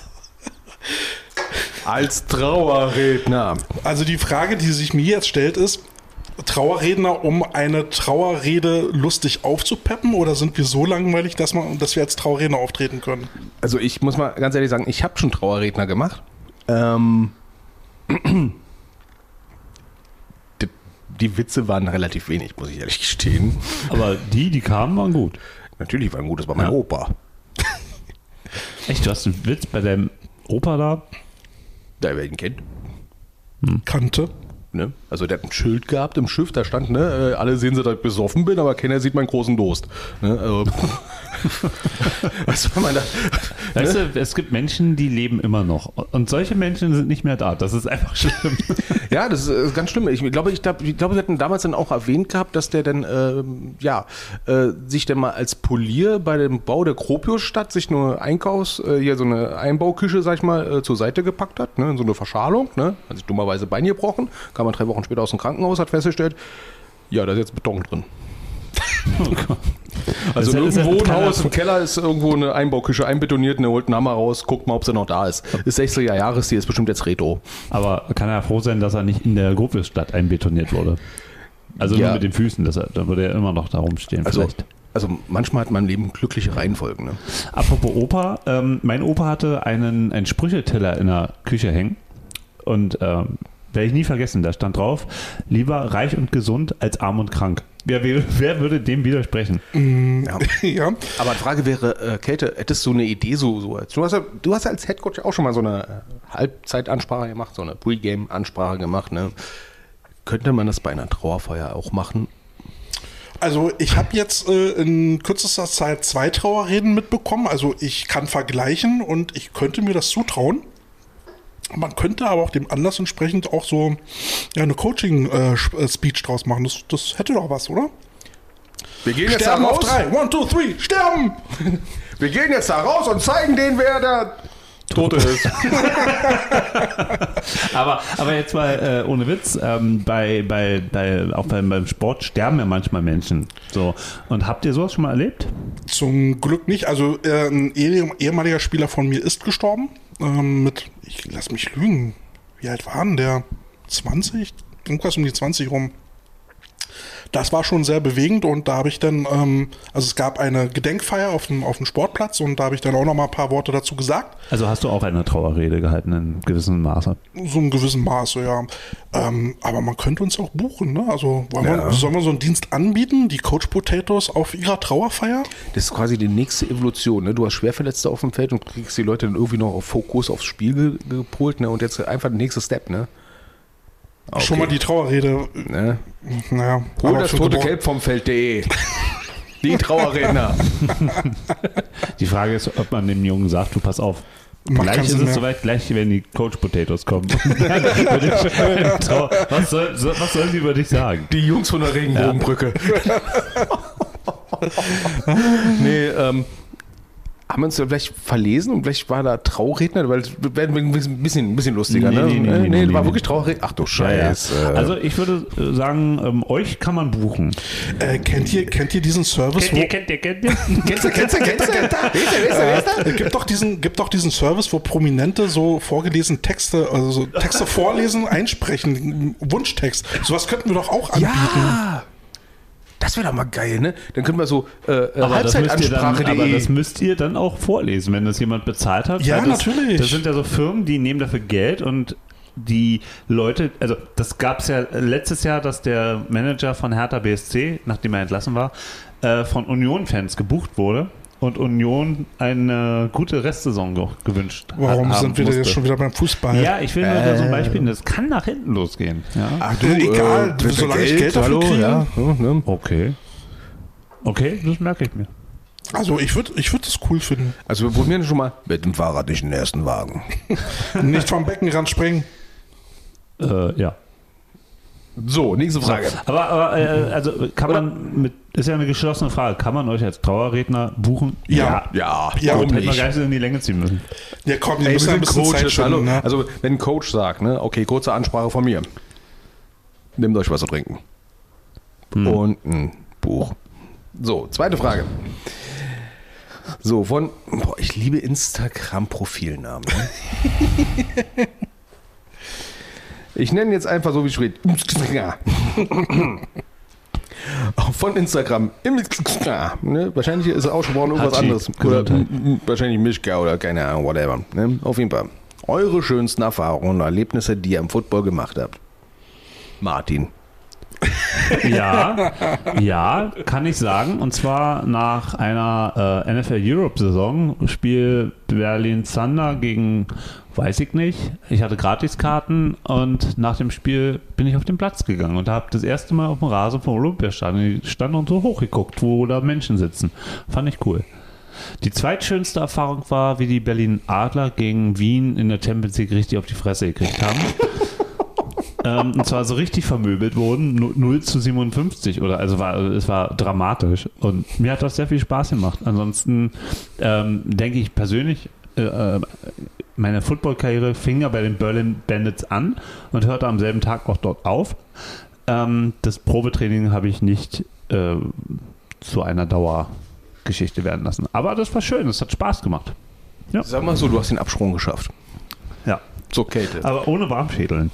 Speaker 10: Als Trauerredner.
Speaker 9: Also die Frage, die sich mir jetzt stellt, ist, Trauerredner, um eine Trauerrede lustig aufzupeppen oder sind wir so langweilig, dass, man, dass wir als Trauerredner auftreten können?
Speaker 10: Also ich muss mal ganz ehrlich sagen, ich habe schon Trauerredner gemacht. Ähm, die, die Witze waren relativ wenig, muss ich ehrlich gestehen.
Speaker 7: Aber die, die kamen, waren gut.
Speaker 10: Natürlich war ein gutes, war mein
Speaker 7: Ja.
Speaker 10: Opa.
Speaker 7: Echt, du hast einen Witz bei deinem Opa da?
Speaker 10: Da wer ihn kennt.
Speaker 9: Kannte.
Speaker 10: Ne? Also der hat ein Schild gehabt im Schiff, da stand, ne, äh, alle sehen sie, dass ich besoffen bin, aber keiner sieht meinen großen Durst. Ne? Also, was soll man da? ne?
Speaker 7: Weißt du, es gibt Menschen, die leben immer noch. Und solche Menschen sind nicht mehr da. Das ist einfach schlimm.
Speaker 10: Ja, das ist, äh, ganz schlimm. Ich glaube, ich, glaub, ich glaube, wir hatten damals dann auch erwähnt gehabt, dass der dann, ähm, ja, äh, sich dann mal als Polier bei dem Bau der Kropiusstadt sich nur Einkaufs, äh, hier so eine Einbauküche, sag ich mal, äh, zur Seite gepackt hat, ne, in so eine Verschalung, ne, hat sich dummerweise Bein gebrochen, kam man drei Wochen später aus dem Krankenhaus, hat festgestellt, ja, da ist jetzt Beton drin. Also
Speaker 7: Das ist ja-
Speaker 10: irgendwo
Speaker 7: das
Speaker 10: ein
Speaker 7: kann
Speaker 10: Haus
Speaker 7: ja-
Speaker 10: im Keller ist irgendwo eine Einbauküche einbetoniert und er holt einen Hammer raus, guckt mal, ob sie noch da ist. Ist 60er Jahres, die ist bestimmt jetzt Retro.
Speaker 7: Aber kann er froh sein, dass er nicht in der Gruppestadt einbetoniert wurde? Also
Speaker 10: Ja.
Speaker 7: nur mit den Füßen, das, da würde er immer noch da rumstehen
Speaker 10: Also,
Speaker 7: vielleicht.
Speaker 10: also manchmal hat mein Leben glückliche Reihenfolgen. Ne?
Speaker 7: Apropos Opa, ähm, mein Opa hatte einen, einen Sprücheteller in der Küche hängen und ähm, werde ich nie vergessen, da stand drauf, lieber reich und gesund als arm und krank. Wer, wer, wer würde dem widersprechen?
Speaker 9: ja.
Speaker 10: Aber die Frage wäre, äh, Käthe, hättest du eine Idee so, so als, du, hast ja, du hast ja als Headcoach auch schon mal so eine äh, Halbzeitansprache gemacht, so eine Pre-Game-Ansprache gemacht. Ne? Könnte man das bei einer Trauerfeier auch machen?
Speaker 9: Also ich habe jetzt äh, in kürzester Zeit zwei Trauerreden mitbekommen. Also ich kann vergleichen und ich könnte mir das zutrauen. Man könnte aber auch dem Anlass entsprechend auch so ja, eine äh, Coaching-Speech draus machen. Das, das hätte doch was, oder?
Speaker 10: Wir gehen
Speaker 9: Sterben auf drei. One, two, three. Sterben!
Speaker 10: Wir gehen jetzt da raus und zeigen denen, wer der Tote ist.
Speaker 7: Aber, aber jetzt mal äh, ohne Witz, ähm, bei, bei, bei, auch beim, beim Sport sterben ja manchmal Menschen. So. Und habt ihr sowas schon mal erlebt?
Speaker 9: Zum Glück nicht. Also äh, ein eh- ehemaliger Spieler von mir ist gestorben. Ähm, mit, ich lass mich lügen. Wie alt war denn der? 20? Irgendwas um die 20 rum. Das war schon sehr bewegend und da habe ich dann, ähm, also es gab eine Gedenkfeier auf dem, auf dem Sportplatz und da habe ich dann auch noch mal ein paar Worte dazu gesagt.
Speaker 7: Also hast du auch eine Trauerrede gehalten in gewissem Maße.
Speaker 9: So in gewissem Maße, ja. Ähm, aber man könnte uns auch buchen, ne? Also wollen wir, sollen wir so einen Dienst anbieten, die Coach Potatoes auf ihrer Trauerfeier?
Speaker 10: Das ist quasi die nächste Evolution. Ne? Du hast Schwerverletzte auf dem Feld und kriegst die Leute dann irgendwie noch auf Fokus aufs Spiel ge- gepolt. Ne? Und jetzt einfach der nächste Step. Ne?
Speaker 9: Schon mal die Trauerrede,
Speaker 10: Ne?
Speaker 9: naja.
Speaker 10: Hol
Speaker 9: aber
Speaker 10: das
Speaker 9: für
Speaker 10: tote
Speaker 9: gebraucht-
Speaker 10: Gelb vom Feld.de. Die Trauerredner.
Speaker 7: Die Frage ist, ob man dem Jungen sagt, du pass auf.
Speaker 9: Macht keinen
Speaker 7: gleich ist
Speaker 9: Sinn
Speaker 7: es
Speaker 9: mehr.
Speaker 7: soweit, gleich werden die Coach Potatoes kommen. Dann würde ich schon trau- was, soll, so- was soll sie über dich sagen?
Speaker 10: Die Jungs von der Regenbogenbrücke. nee, ähm, haben wir uns da vielleicht verlesen und vielleicht war da Trauredner, weil das wäre ein bisschen, ein bisschen lustiger,
Speaker 7: Nee,
Speaker 10: ne?
Speaker 7: nee, nee, nee, nee,
Speaker 10: war
Speaker 7: nee.
Speaker 10: wirklich Trauerredner. Ach du Scheiße.
Speaker 7: Ja, ja. Also ich würde äh, sagen, ähm, euch kann man buchen.
Speaker 9: Äh, kennt, ihr, kennt ihr diesen Service, wo,
Speaker 7: kennt ihr, kennt ihr?
Speaker 10: Kennst du, kennst du, kennst du, kennst du? Wisst ihr, wisst ihr, wisst ihr?
Speaker 9: äh, gibt, doch diesen, gibt doch diesen Service, wo Prominente so vorgelesen Texte, also so Texte vorlesen, einsprechen, Wunschtext. Sowas könnten wir doch auch anbieten.
Speaker 10: Ja! Das wäre doch mal geil, ne? Dann können wir so äh, äh,
Speaker 7: Aber das, müsst ihr dann, aber das
Speaker 10: Halbzeitansprache.de.
Speaker 7: müsst ihr dann auch vorlesen, wenn das jemand bezahlt hat.
Speaker 9: Ja,
Speaker 7: Weil das,
Speaker 9: natürlich.
Speaker 7: Das sind ja so Firmen, die nehmen dafür Geld und die Leute, also das gab es ja letztes Jahr, dass der Manager von Hertha BSC, nachdem er entlassen war, äh, von Union-Fans gebucht wurde. und Union eine gute Restsaison ge- gewünscht hat-
Speaker 9: Warum
Speaker 7: haben
Speaker 9: sind wir denn
Speaker 7: musste.
Speaker 9: jetzt schon wieder beim Fußball?
Speaker 7: Ja, ich will nur da so ein Beispiel, nennen. das kann nach hinten losgehen. Ja.
Speaker 9: Ach du, egal,
Speaker 10: äh,
Speaker 9: solange ich
Speaker 10: Geld,
Speaker 9: Geld dafür
Speaker 10: hallo,
Speaker 9: kriege.
Speaker 10: ja, so, ne?
Speaker 7: Okay. Okay, das merke ich mir.
Speaker 9: Also ich würde ich würd das cool finden.
Speaker 10: Also wir probieren schon mal mit dem Fahrrad nicht in den ersten Wagen.
Speaker 9: Nicht vom Beckenrand springen.
Speaker 7: Äh, ja.
Speaker 10: So, nächste Frage.
Speaker 7: Aber, aber äh, also kann man mit, ist ja eine geschlossene Frage, kann man euch als Trauerredner buchen?
Speaker 9: Ja.
Speaker 10: Ja,
Speaker 9: Ja,
Speaker 10: warum
Speaker 7: Hätte man
Speaker 10: nicht?
Speaker 7: gar nicht so in die Länge ziehen müssen.
Speaker 9: Ja, komm, wir
Speaker 10: Ey, wir
Speaker 9: müssen ein
Speaker 10: sind
Speaker 9: bisschen Zeit
Speaker 10: Coaches, hallo.
Speaker 9: schinden. Ne?
Speaker 10: Also wenn ein Coach sagt, ne, okay, kurze Ansprache von mir. Nehmt euch was zu trinken. Und ein Buch. So, zweite Frage. So, von, boah, ich liebe Instagram-Profilnamen. ne? ich nenne jetzt einfach so, wie es steht. Von Instagram. Ne? Wahrscheinlich ist er ausgesprochen irgendwas
Speaker 7: Hatschi.
Speaker 10: anderes. Oder
Speaker 9: halt.
Speaker 7: Gesundheit.
Speaker 10: m- m- wahrscheinlich Mischka oder keine Ahnung, whatever. Ne? Auf jeden Fall. Eure schönsten Erfahrungen und Erlebnisse, die ihr im Football gemacht habt. Martin.
Speaker 7: Ja, ja, kann ich sagen. Und zwar nach einer äh, NFL Europe-Saison, Spiel Berlin Thunder gegen, weiß ich nicht. Ich hatte Gratiskarten und nach dem Spiel bin ich auf den Platz gegangen und habe das erste Mal auf dem Rasen vom Olympiastadion stand und so hochgeguckt, wo da Menschen sitzen. Fand ich cool. Die zweitschönste Erfahrung war, wie die Berlin Adler gegen Wien in der Champions League richtig auf die Fresse gekriegt haben. ähm, und zwar so richtig vermöbelt wurden, nu- 0 zu 57 oder also war es war dramatisch und mir hat das sehr viel Spaß gemacht. Ansonsten ähm, denke ich persönlich, äh, äh, meine Football-Karriere fing ja bei den Berlin Bandits an und hörte am selben Tag auch dort auf. Ähm, das Probetraining habe ich nicht äh, zu einer Dauergeschichte werden lassen. Aber das war schön, es hat Spaß gemacht.
Speaker 10: Sag mal so, du hast den Absprung geschafft.
Speaker 7: Ja.
Speaker 10: So, Kälte.
Speaker 7: Aber ohne Warmschädeln.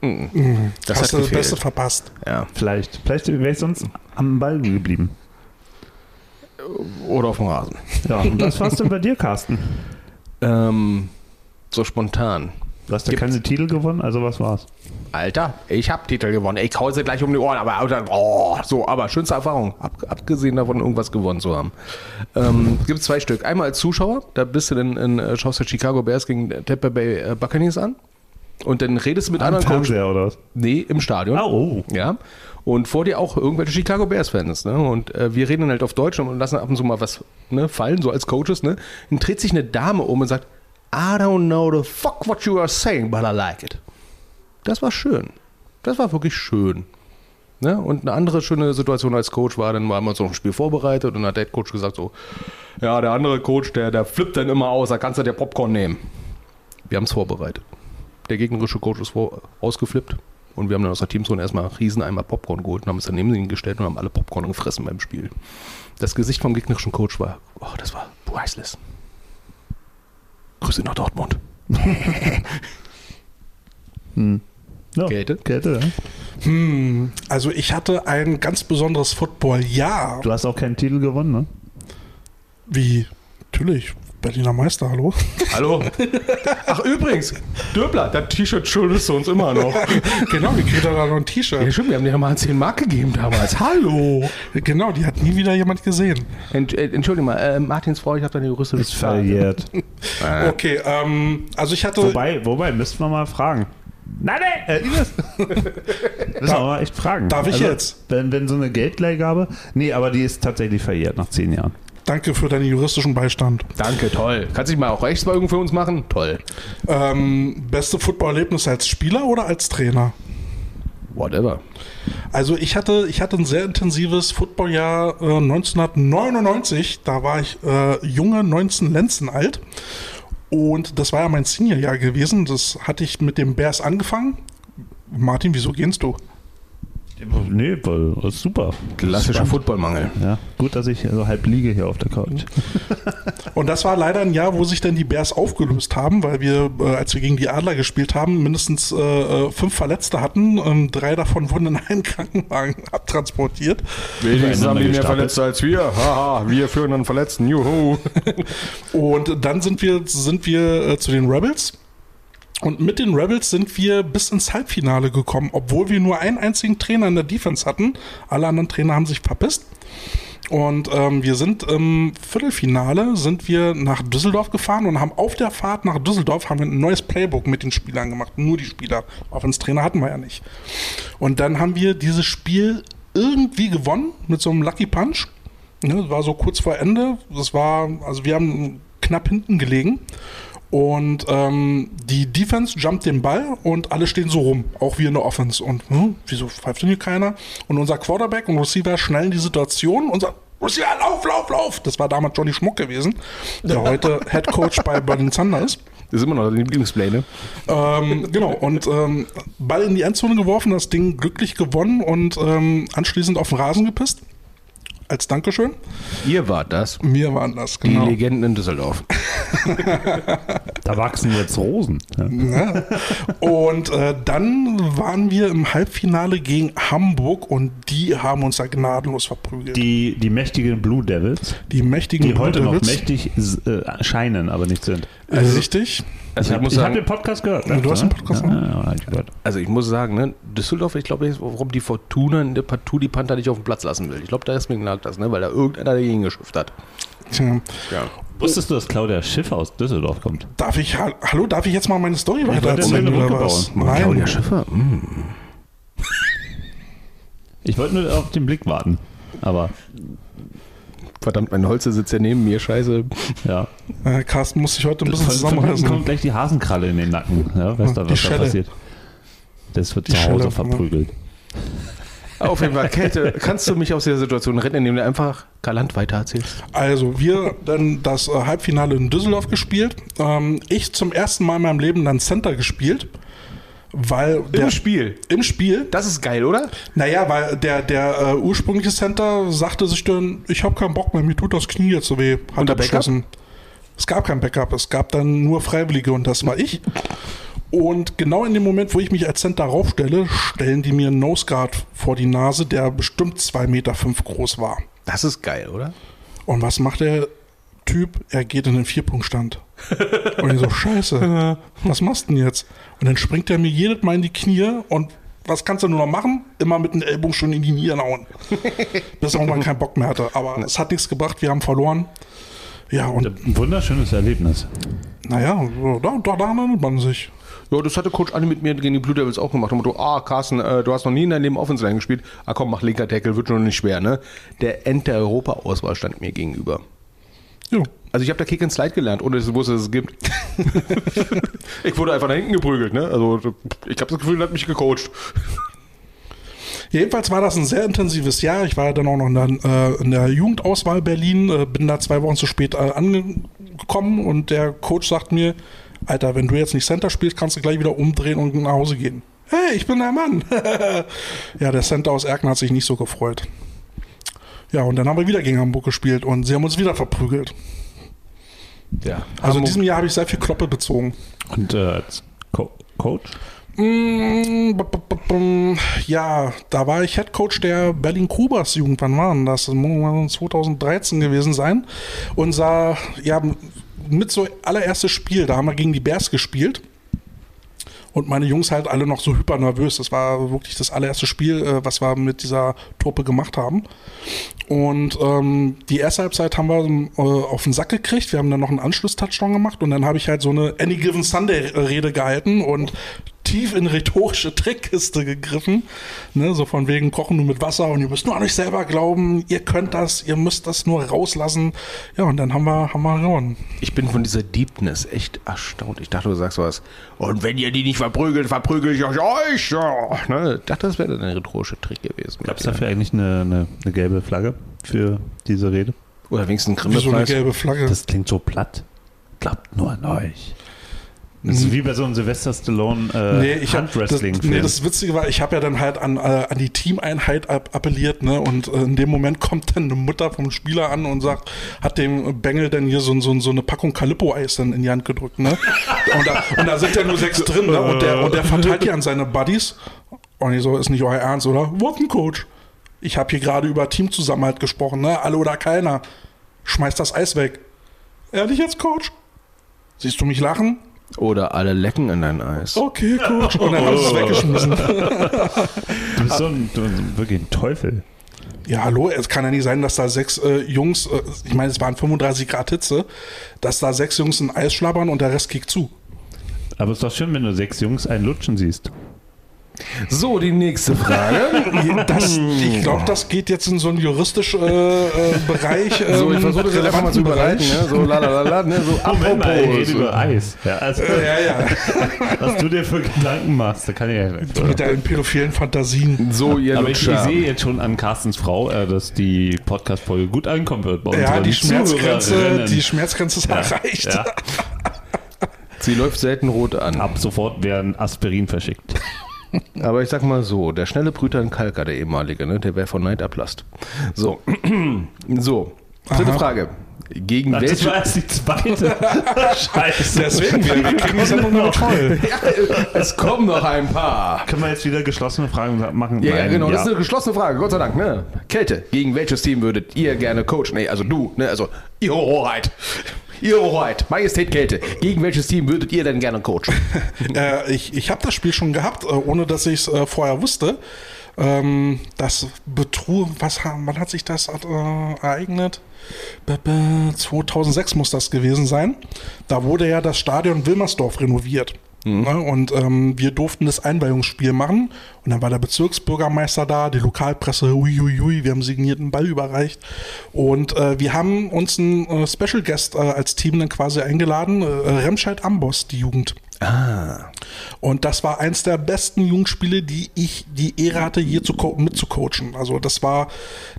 Speaker 10: Das
Speaker 9: Hast
Speaker 10: hat
Speaker 9: du das
Speaker 10: gefehlt.
Speaker 9: Beste verpasst.
Speaker 10: Ja.
Speaker 7: Vielleicht. Vielleicht wäre ich sonst am Ball geblieben.
Speaker 10: Oder auf dem Rasen.
Speaker 7: Ja, und was war's denn bei dir, Carsten?
Speaker 10: Ähm, so spontan.
Speaker 7: Du hast ja
Speaker 10: Gibt's-
Speaker 7: keine Titel gewonnen, also was war's?
Speaker 10: Alter, ich hab Titel gewonnen. Ich hause gleich um die Ohren, aber Alter, oh, so, aber schönste Erfahrung. Ab, abgesehen davon, irgendwas gewonnen zu haben. Ähm, gibt zwei Stück. Einmal als Zuschauer, da bist du dann in, äh, schaust du Chicago Bears gegen äh, Tampa Bay äh, Buccaneers an. Und dann redest du
Speaker 9: Ah,
Speaker 10: mit anderen Coaches.
Speaker 7: Fernseher oder was?
Speaker 10: Nee, im Stadion.
Speaker 7: Oh, oh.
Speaker 10: Ja. Und vor dir auch irgendwelche Chicago Bears-Fans. Ne? Und äh, wir reden dann halt auf Deutsch und lassen ab und zu mal was ne, fallen, so als Coaches. Ne? Dann dreht sich eine Dame um und sagt, I don't know the fuck what you are saying, but I like it. Das war schön. Das war wirklich schön. Ne? Und eine andere schöne Situation als Coach war, dann waren wir uns auf ein Spiel vorbereitet und dann hat der Coach gesagt so, ja, der andere Coach, der, der flippt dann immer aus, da kannst du dir Popcorn nehmen. Wir haben es vorbereitet. Der gegnerische Coach ist vor, ausgeflippt und wir haben dann aus der Teamzone erstmal einen riesen Eimer Popcorn geholt und haben es dann neben ihn gestellt und haben alle Popcorn gefressen beim Spiel. Das Gesicht vom gegnerischen Coach war, oh, das war priceless. Grüße nach Dortmund.
Speaker 7: Hm. Ja.
Speaker 10: Kälte?
Speaker 7: Kälte, ja.
Speaker 9: Hm, also ich hatte ein ganz besonderes Football-Jahr.
Speaker 7: Du hast auch keinen Titel gewonnen, ne?
Speaker 9: Wie? Natürlich. Berliner Meister, hallo?
Speaker 10: Hallo. Ach übrigens, Döbler, das T-Shirt schuldest du uns immer noch.
Speaker 9: genau, die kriegt er da noch ein
Speaker 10: Ja,
Speaker 9: T-Shirt.
Speaker 10: stimmt, wir haben dir nochmal 10 Mark gegeben damals. Hallo.
Speaker 9: Genau, die hat nie wieder jemand gesehen.
Speaker 10: Ent, äh, Entschuldige mal, äh, Martins Frau, ich habe deine juristische
Speaker 7: Verjährt.
Speaker 9: Okay, ähm, also ich hatte.
Speaker 7: wobei, wobei, müssten wir mal fragen. Nein, nein, äh, Ines. Müssen wir mal echt fragen. Also,
Speaker 9: Darf ich jetzt?
Speaker 7: Wenn, wenn so eine Geldleihgabe. Nee, aber die ist tatsächlich verjährt nach zehn Jahren.
Speaker 9: Danke für deinen juristischen Beistand.
Speaker 10: Danke, toll. Kannst du dich mal auch Rechtsbeugung für uns machen? Toll.
Speaker 9: Ähm, beste Football-Erlebnis als Spieler oder als Trainer?
Speaker 10: Whatever.
Speaker 9: Also ich hatte, ich hatte ein sehr intensives Footballjahr äh, 1999. Da war ich äh, junge 19 Lenzen alt. Und das war ja mein Seniorjahr gewesen. Das hatte ich mit dem Bears angefangen. Martin, wieso gehst du?
Speaker 7: Nee, weil, das ist super.
Speaker 10: Klassischer Footballmangel.
Speaker 7: Ja, gut, dass ich so halb liege hier auf der Couch.
Speaker 9: Und das war leider ein Jahr, wo sich dann die Bears aufgelöst haben, weil wir, äh, als wir gegen die Adler gespielt haben, mindestens äh, äh, fünf Verletzte hatten. Ähm, drei davon wurden in einen Krankenwagen abtransportiert.
Speaker 10: Wenigstens
Speaker 7: haben die mehr Verletzte
Speaker 10: als wir. Haha, wir führen einen Verletzten. Juhu.
Speaker 9: Und dann sind wir, sind wir äh, zu den Rebels. Und mit den Rebels sind wir bis ins Halbfinale gekommen, obwohl wir nur einen einzigen Trainer in der Defense hatten. Alle anderen Trainer haben sich verpisst. Und ähm, wir sind im Viertelfinale, sind wir nach Düsseldorf gefahren und haben auf der Fahrt nach Düsseldorf haben wir ein neues Playbook mit den Spielern gemacht. Nur die Spieler. Auch wenn Trainer hatten wir ja nicht. Und dann haben wir dieses Spiel irgendwie gewonnen mit so einem Lucky Punch. Ne, das war so kurz vor Ende. Das war, also wir haben knapp hinten gelegen. Und ähm, die Defense jumpt den Ball und alle stehen so rum, auch wir in der Offense. Und hm, wieso pfeift denn hier keiner? Und unser Quarterback und Receiver schnellen die Situation und sagen, Receiver, lauf, lauf, lauf! Das war damals Johnny Schmuck gewesen, der heute Head Coach bei Berlin Thunder ist.
Speaker 10: Das ist immer noch dein Lieblingsplay, ne?
Speaker 9: Ähm, genau, und ähm, Ball in die Endzone geworfen, das Ding glücklich gewonnen und ähm, anschließend auf den Rasen gepisst. Als Dankeschön.
Speaker 10: Ihr wart das.
Speaker 9: Mir waren das, genau.
Speaker 10: Die Legenden in Düsseldorf.
Speaker 7: Da wachsen jetzt Rosen. Ja.
Speaker 9: Ne? Und äh, dann waren wir im Halbfinale gegen Hamburg und die haben uns da gnadenlos verprügelt.
Speaker 7: Die, die mächtigen Blue Devils,
Speaker 9: Die mächtigen
Speaker 7: die heute noch
Speaker 9: Blue Devils.
Speaker 7: mächtig s- äh, scheinen, aber nicht sind.
Speaker 9: Also, richtig.
Speaker 10: Also
Speaker 7: Ich
Speaker 10: ich,
Speaker 7: habe
Speaker 10: muss
Speaker 7: hab
Speaker 10: sagen,
Speaker 7: den Podcast gehört. ne?
Speaker 9: Ja, du hast den Podcast
Speaker 7: ja, ja, hab ich gehört.
Speaker 10: also ich muss sagen, ne, Düsseldorf, ich glaube, jetzt, warum die Fortuna in der Partout die Panther nicht auf den Platz lassen will. Ich glaube, deswegen lag das, ne, weil da irgendeiner dagegen geschifft hat.
Speaker 9: Tja.
Speaker 7: Wusstest du, dass Claudia Schiff aus Düsseldorf kommt?
Speaker 9: Darf ich, ha- hallo, darf ich jetzt mal meine Story weiter
Speaker 7: wollte
Speaker 9: erzählen
Speaker 7: eine
Speaker 9: oder
Speaker 7: Brücke
Speaker 9: was?
Speaker 7: bauen.
Speaker 9: Nein.
Speaker 10: Schiffer?
Speaker 7: Ich wollte nur auf den Blick warten. Aber
Speaker 10: Verdammt, mein Holze sitzt ja neben mir, scheiße.
Speaker 7: ja.
Speaker 9: Äh, Carsten muss sich heute ein bisschen
Speaker 7: Von hinten kommt
Speaker 9: zusammenreißen.
Speaker 7: gleich die Hasenkralle in den Nacken. Ja, weißt du, was
Speaker 9: Die
Speaker 7: da
Speaker 9: Schelle.
Speaker 7: passiert? Das wird zu
Speaker 9: Schelle,
Speaker 7: Hause
Speaker 9: ja.
Speaker 7: verprügelt.
Speaker 10: Auf jeden Fall, Kälte, kannst du mich aus dieser Situation retten, indem du einfach galant weiter erzählst?
Speaker 9: Also, wir dann das äh, Halbfinale in Düsseldorf gespielt. Ähm, ich zum ersten Mal in meinem Leben dann Center gespielt. Weil der,
Speaker 10: Spiel.
Speaker 9: im Spiel,
Speaker 10: Das ist geil, oder?
Speaker 9: naja, weil der, der äh, ursprüngliche Center sagte sich dann, ich habe keinen Bock mehr, mir tut das Knie jetzt so weh. Hat
Speaker 10: Und der Backup?
Speaker 9: abgeschlossen. Es gab kein Backup, es gab dann nur Freiwillige und das war ich. Und genau in dem Moment, wo ich mich als Center raufstelle, stellen die mir einen Noseguard vor die Nase, der bestimmt 2,5 Meter fünf groß war.
Speaker 10: Das ist geil, oder?
Speaker 9: Und was macht der Typ? Er geht in den Vierpunktstand. Und ich so, scheiße, was machst du denn jetzt? Und dann springt er mir jedes Mal in die Knie und was kannst du nur noch machen? Immer mit den Ellbogen schon in die Nieren hauen. Bis er irgendwann keinen Bock mehr hatte. Aber es hat nichts gebracht, wir haben verloren. Ja, und
Speaker 7: Ein wunderschönes Erlebnis.
Speaker 9: naja, da, da, da erinnert man sich.
Speaker 10: Ja, das hatte Coach Anne mit mir gegen die Blue Devils auch gemacht. Und Motto, ah, Carsten, äh, du hast noch nie in deinem Leben Offensive Line gespielt. Ah, komm, mach linker Tackle, wird schon nicht schwer, ne? Der End der Europa-Auswahl stand mir gegenüber.
Speaker 9: Jo.
Speaker 10: Also ich habe da Kick and Slide gelernt, ohne dass ich wusste, dass es gibt. ich wurde einfach nach hinten geprügelt, ne? Also ich habe das Gefühl, er hat mich gecoacht.
Speaker 9: Jedenfalls war das ein sehr intensives Jahr. Ich war ja dann auch noch in der, äh, in der Jugendauswahl Berlin, äh, bin da zwei Wochen zu spät äh, angekommen und der Coach sagt mir, Alter, wenn du jetzt nicht Center spielst, kannst du gleich wieder umdrehen und nach Hause gehen. Hey, ich bin der Mann. ja, der Center aus Erken hat sich nicht so gefreut. Ja, und dann haben wir wieder gegen Hamburg gespielt und sie haben uns wieder verprügelt.
Speaker 10: Ja.
Speaker 9: Also in diesem Jahr habe ich sehr viel Kloppe bezogen.
Speaker 7: Und äh, als Co Coach?
Speaker 9: Mm, b- b- b- b- Ja, da war ich Headcoach der Berlin Kubas Jugend. Wann war denn das? Das muss 2013 gewesen sein. Unser, ja, mit so allererstes Spiel, da haben wir gegen die Bears gespielt. Und meine Jungs halt alle noch so hyper nervös. Das war wirklich das allererste Spiel, äh, was wir mit dieser Truppe gemacht haben. Und ähm, die erste Halbzeit haben wir äh, auf den Sack gekriegt. Wir haben dann noch einen Anschluss-Touchdown gemacht und dann habe ich halt so eine Any Given Sunday-Rede gehalten und tief in rhetorische Trickkiste gegriffen. Ne, so von wegen kochen nur mit Wasser und ihr müsst nur an euch selber glauben, ihr könnt das, ihr müsst das nur rauslassen. Ja, und dann haben wir, haben wir gewonnen.
Speaker 10: Ich bin von dieser Deepness echt erstaunt. Ich dachte, du sagst was. Und wenn ihr die nicht verprügelt, verprügel ich euch. euch. Ja. Ne? Ich dachte, das wäre dann ein rhetorischer Trick gewesen.
Speaker 7: Gab es dafür eigentlich eine, eine, eine gelbe Flagge für diese Rede?
Speaker 10: Oder wenigstens ein
Speaker 9: Wie so eine
Speaker 10: Grimme-Preis.
Speaker 9: gelbe Flagge.
Speaker 7: Das klingt so platt. Glaubt nur an euch. Das ist wie bei so einem Sylvester Stallone äh,
Speaker 9: Nee, ich hab, das,
Speaker 7: Handwrestling.
Speaker 9: nee, das Witzige war, ich habe ja dann halt an, äh, an die Teameinheit ab, appelliert, ne? Und äh, in dem Moment kommt dann eine Mutter vom Spieler an und sagt, hat dem Bengel denn hier so, so, so eine Packung Calippo-Eis dann in die Hand gedrückt, ne? Und da, und da sind ja nur sechs drin, ne? Und der, und der verteilt die an seine Buddies. Und ich so, ist nicht euer Ernst, oder? What ein Coach? Ich habe hier gerade über Teamzusammenhalt gesprochen, ne? Alle oder keiner. Schmeißt das Eis weg. Ehrlich jetzt, Coach? Siehst du mich lachen?
Speaker 10: Oder alle lecken an dein Eis.
Speaker 9: Okay, Coach. Und dann haben sie es weggeschmissen.
Speaker 7: du bist so ein, du bist wirklich ein Teufel.
Speaker 9: Ja, hallo, es kann ja nicht sein, dass da sechs äh, Jungs, äh, ich meine, es waren 35 Grad Hitze, dass da sechs Jungs in Eis schlabbern und der Rest kickt zu.
Speaker 7: Aber ist doch schön, wenn du sechs Jungs einen Lutschen siehst.
Speaker 10: So, die nächste Frage.
Speaker 9: Das, ich glaube, das geht jetzt in so einen juristischen äh, äh, Bereich.
Speaker 10: So, ich
Speaker 9: ähm,
Speaker 10: versuche das jetzt einfach mal zu überleiten.
Speaker 9: relevanten
Speaker 10: Ne? So, lalalala, ne? so
Speaker 7: Moment mal, ey,
Speaker 10: apropos.
Speaker 7: red über Eis. Ja, also,
Speaker 9: Bereich. Ja, ja.
Speaker 7: was du dir für Gedanken machst, da kann ich ja nicht. oder?
Speaker 9: Mit deinen pädophilen Fantasien.
Speaker 10: So, ihr
Speaker 7: Aber ich, ich
Speaker 10: Lutscher.
Speaker 7: sehe jetzt schon an Carstens Frau, äh, dass die Podcast-Folge gut ankommen wird bei
Speaker 9: Ja,
Speaker 7: unseren
Speaker 9: die Schmerzgrenze,
Speaker 7: Zuhörerinnen.
Speaker 9: die Schmerzgrenze ist erreicht.
Speaker 7: ja.
Speaker 10: Sie läuft selten rot an.
Speaker 7: Ab sofort werden Aspirin verschickt.
Speaker 10: Aber ich sag mal so, der schnelle Brüter in Kalka, der ehemalige, ne? der wäre von Neid ablasst. So, so. Dritte
Speaker 9: Aha.
Speaker 10: Frage. Gegen
Speaker 7: Ach, das
Speaker 10: welche...
Speaker 7: war erst die zweite. Scheiße.
Speaker 9: Deswegen, wir, wir kriegen die Sendung nur voll.
Speaker 10: Es kommen noch ein paar.
Speaker 7: Können wir jetzt wieder geschlossene Fragen machen?
Speaker 10: Ja, ja,
Speaker 7: Nein,
Speaker 10: genau. Das ist eine geschlossene Frage, Gott sei Dank. Ne? Kälte, gegen welches Team würdet ihr gerne coachen? Nee, also du, ne? also Ihre Hoheit. Ihre Hoheit, Majestät Kälte, gegen welches Team würdet ihr denn gerne coachen?
Speaker 9: Äh, ich ich habe das Spiel schon gehabt, äh, ohne dass ich es äh, vorher wusste. Ähm, das Betrug, was, ha- wann hat sich das äh, ereignet? Be- be- 2006 muss das gewesen sein. Da wurde ja das Stadion Wilmersdorf renoviert. Ne? Und ähm, wir durften das Einweihungsspiel machen. Und dann war der Bezirksbürgermeister da, die Lokalpresse, uiuiui, wir haben signierten Ball überreicht. Und äh, wir haben uns einen äh, Special Guest äh, als Team dann quasi eingeladen, äh, Remscheid Amboss, die Jugend. Und das war eins der besten Jugendspiele, die ich die Ehre hatte, hier zu co- mitzucoachen. Also das war,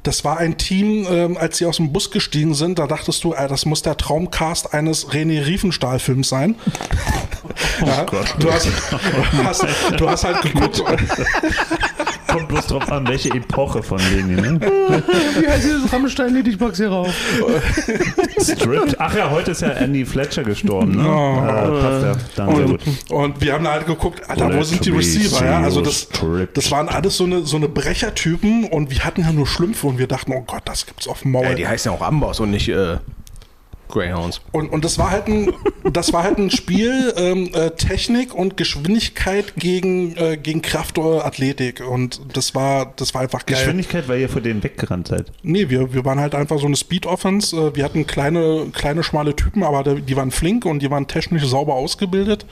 Speaker 9: das war ein Team, ähm, als sie aus dem Bus gestiegen sind, da dachtest du, äh, das muss der Traumcast eines René Riefenstahl-Films sein.
Speaker 7: Oh
Speaker 9: ja, du, hast, du, hast, du hast halt geguckt,
Speaker 7: Kommt bloß drauf an, welche Epoche von denen. Ne?
Speaker 10: Wie heißt dieses Rammstein-Lied? Ich pack's hier rauf.
Speaker 7: Stripped. Ach ja, heute ist ja Andy Fletcher gestorben. Ne?
Speaker 9: Oh.
Speaker 7: Äh, passt ja dann sehr gut.
Speaker 9: Und, und wir haben da halt geguckt, Alter, wo
Speaker 7: Let
Speaker 9: sind die
Speaker 7: me
Speaker 9: Receiver?
Speaker 7: see
Speaker 9: Ja? Also
Speaker 7: you
Speaker 9: das,
Speaker 7: strip.
Speaker 9: das waren alles so eine, so eine Brechertypen und wir hatten ja nur Schlümpfe und wir dachten, oh Gott, das gibt's auf dem Maul.
Speaker 10: Ja, Äh, die heißen ja auch Amboss und nicht äh, Greyhounds.
Speaker 9: Und, und das war halt ein, das war halt ein Spiel ähm, äh, Technik und Geschwindigkeit gegen, äh, gegen Kraft oder Athletik. Und das war, das war einfach geil.
Speaker 7: Geschwindigkeit, weil ihr vor denen weggerannt seid.
Speaker 9: Nee, wir, wir waren halt einfach so eine Speed-Offense. Äh, Wir hatten kleine, kleine, schmale Typen, aber der- die waren flink und die waren technisch sauber ausgebildet.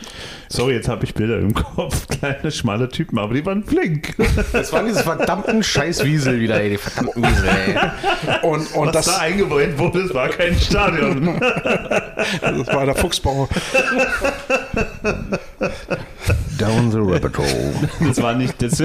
Speaker 7: Sorry, jetzt habe ich Bilder im Kopf. Kleine, schmale Typen, aber die waren flink.
Speaker 10: Das waren diese verdammten Scheißwiesel wieder, ey, die verdammten Wiesel, ey.
Speaker 9: Und, und
Speaker 7: Was
Speaker 9: das,
Speaker 7: da eingeräumt wurde, es war kein Stadion.
Speaker 9: das war der Fuchsbau.
Speaker 10: Down the rabbit hole.
Speaker 7: Das war nicht, das,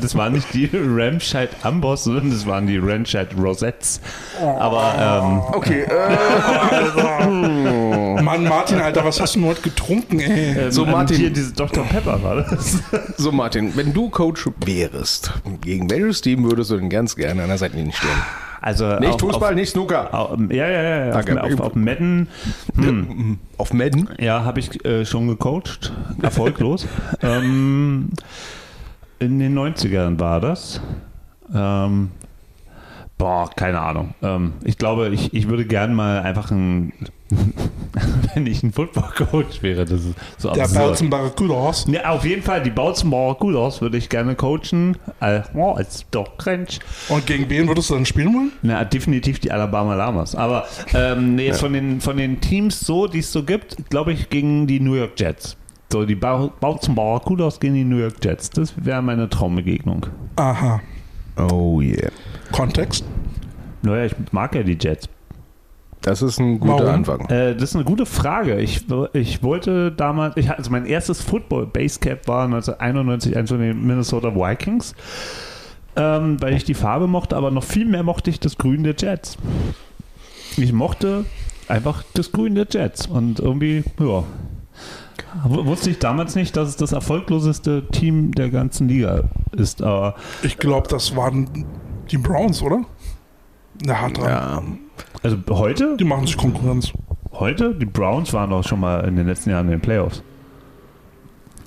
Speaker 7: das waren nicht die Ramscheid Amboss, sondern das waren die Ramscheid Rosettes. Aber ähm,
Speaker 10: Okay,
Speaker 9: Mann, Martin, Alter, was hast du denn heute getrunken, ey?
Speaker 7: ähm,
Speaker 10: So,
Speaker 7: ähm,
Speaker 10: Martin.
Speaker 7: hier diese Dr. Pepper war das.
Speaker 10: so Martin, wenn du Coach wärest, gegen welches Team würdest du denn ganz gerne an der Seitenlinie stehen?
Speaker 7: Also
Speaker 10: Nicht
Speaker 7: auf-
Speaker 10: Fußball,
Speaker 7: auf,
Speaker 10: nicht Snooker.
Speaker 7: Au- ähm, Ja, ja, ja. ja.
Speaker 10: Danke.
Speaker 7: Auf, auf, auf Madden,
Speaker 10: mhm. Hm. Auf Madden?
Speaker 7: ja, habe ich äh, schon gecoacht. Erfolglos. ähm, in den 90ern war das. Ähm, boah, keine Ahnung. Ähm, ich glaube, ich, ich würde gern mal einfach ein. wenn ich ein Football-Coach wäre, das ist so
Speaker 9: Der
Speaker 7: absurd.
Speaker 9: Bautzen Barracudas.
Speaker 7: Ja, auf jeden Fall, die Bautzen Barracudas würde ich gerne coachen. Äh, oh, ist doch cringe.
Speaker 9: Und gegen wen würdest du dann spielen wollen?
Speaker 7: Na, definitiv die Alabama Lamas. Aber ähm, nee, jetzt von, den, von den Teams so, die es so gibt, glaube ich, gegen die New York Jets. So, die Bau- Bautzen Barracudas gegen die New York Jets. Das wäre meine Traumbegegnung.
Speaker 9: Aha.
Speaker 10: Oh yeah.
Speaker 9: Kontext?
Speaker 7: Naja, ich mag ja die Jets.
Speaker 10: Das ist ein guter
Speaker 9: Warum?
Speaker 10: Anfang.
Speaker 7: Äh, das ist eine gute Frage. Ich, ich wollte damals, ich, also mein erstes Football Basecap war 1991 eins von den Minnesota Vikings, ähm, weil ich die Farbe mochte, aber noch viel mehr mochte ich das Grün der Jets. Ich mochte einfach das Grün der Jets und irgendwie, ja. W- Wusste ich damals nicht, dass es das erfolgloseste Team der ganzen Liga ist. Aber
Speaker 9: Ich glaube, das waren die Browns, oder? Na, hart dran.
Speaker 10: Ja.
Speaker 7: also heute,
Speaker 9: Die machen sich Konkurrenz.
Speaker 7: heute, die Browns waren doch schon mal in den letzten Jahren in den Playoffs.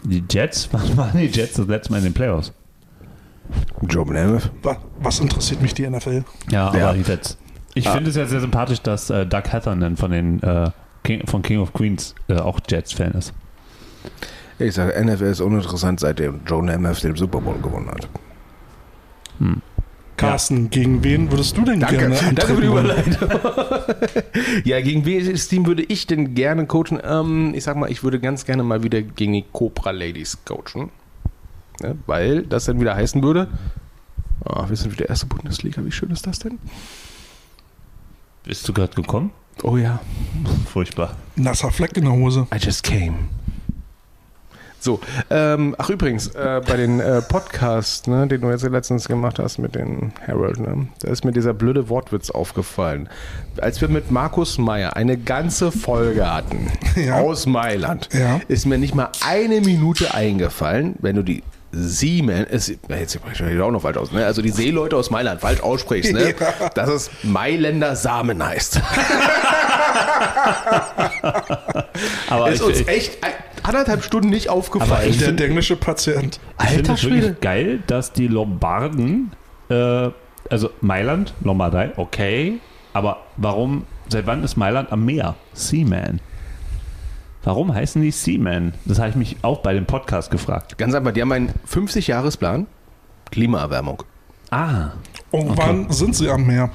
Speaker 7: Die Jets, wann waren die Jets das letzte Mal in den Playoffs?
Speaker 10: Joe Namath.
Speaker 9: Wa- Was interessiert mich die NFL?
Speaker 7: Ja,
Speaker 10: Ja.
Speaker 7: aber die Jets. Ah. Ich finde es ja sehr sympathisch, dass äh, Doug Hathernan von den äh, King, von King of Queens äh, auch Jets-Fan ist.
Speaker 10: Ich sage, NFL ist uninteressant, seitdem Joe Namath den Super Bowl gewonnen hat.
Speaker 9: Carsten, gegen wen würdest du denn
Speaker 10: Danke.
Speaker 9: gerne
Speaker 10: Danke
Speaker 9: antreten
Speaker 10: für die
Speaker 9: wollen?
Speaker 10: Überleitung. ja, gegen welches Team würde ich denn gerne coachen? Ähm, ich sag mal, ich würde ganz gerne mal wieder gegen die Cobra Ladies coachen. Ne? Weil das dann wieder heißen würde. Ah, wir sind wieder erste Bundesliga, wie schön ist das denn?
Speaker 7: Bist du gerade gekommen?
Speaker 10: Oh ja.
Speaker 7: Furchtbar.
Speaker 9: Nasser Fleck in der Hose.
Speaker 10: I just came. So, ähm, ach übrigens, äh, bei den äh, Podcast, ne, den du jetzt letztens gemacht hast mit dem Harold, ne, da ist mir dieser blöde Wortwitz aufgefallen. Als wir mit Markus Meyer eine ganze Folge hatten
Speaker 9: Ja.
Speaker 10: aus Mailand,
Speaker 9: Ja.
Speaker 10: ist mir nicht mal eine Minute eingefallen, wenn du die Seaman, es, na, jetzt spreche ich auch noch falsch aus, ne? also die Seeleute aus Mailand falsch aussprichst, ne?
Speaker 9: Ja.
Speaker 10: dass es Mailänder Samen heißt.
Speaker 7: Aber ich,
Speaker 10: ist uns
Speaker 7: ich,
Speaker 10: echt ein- anderthalb Stunden nicht aufgefallen.
Speaker 9: Der dänische Patient.
Speaker 7: ich finde
Speaker 10: Alter
Speaker 7: es wirklich
Speaker 10: Schwede.
Speaker 7: geil, dass die Lombarden, äh, also Mailand, Lombardei, okay, aber warum, seit wann ist Mailand am Meer? Seaman. Warum heißen die Seaman? Das habe ich mich auch bei dem Podcast gefragt.
Speaker 10: Ganz einfach, die haben einen 50-Jahres-Plan. Klimaerwärmung.
Speaker 7: Ah,
Speaker 9: Irgendwann Oh, sind sie am Meer.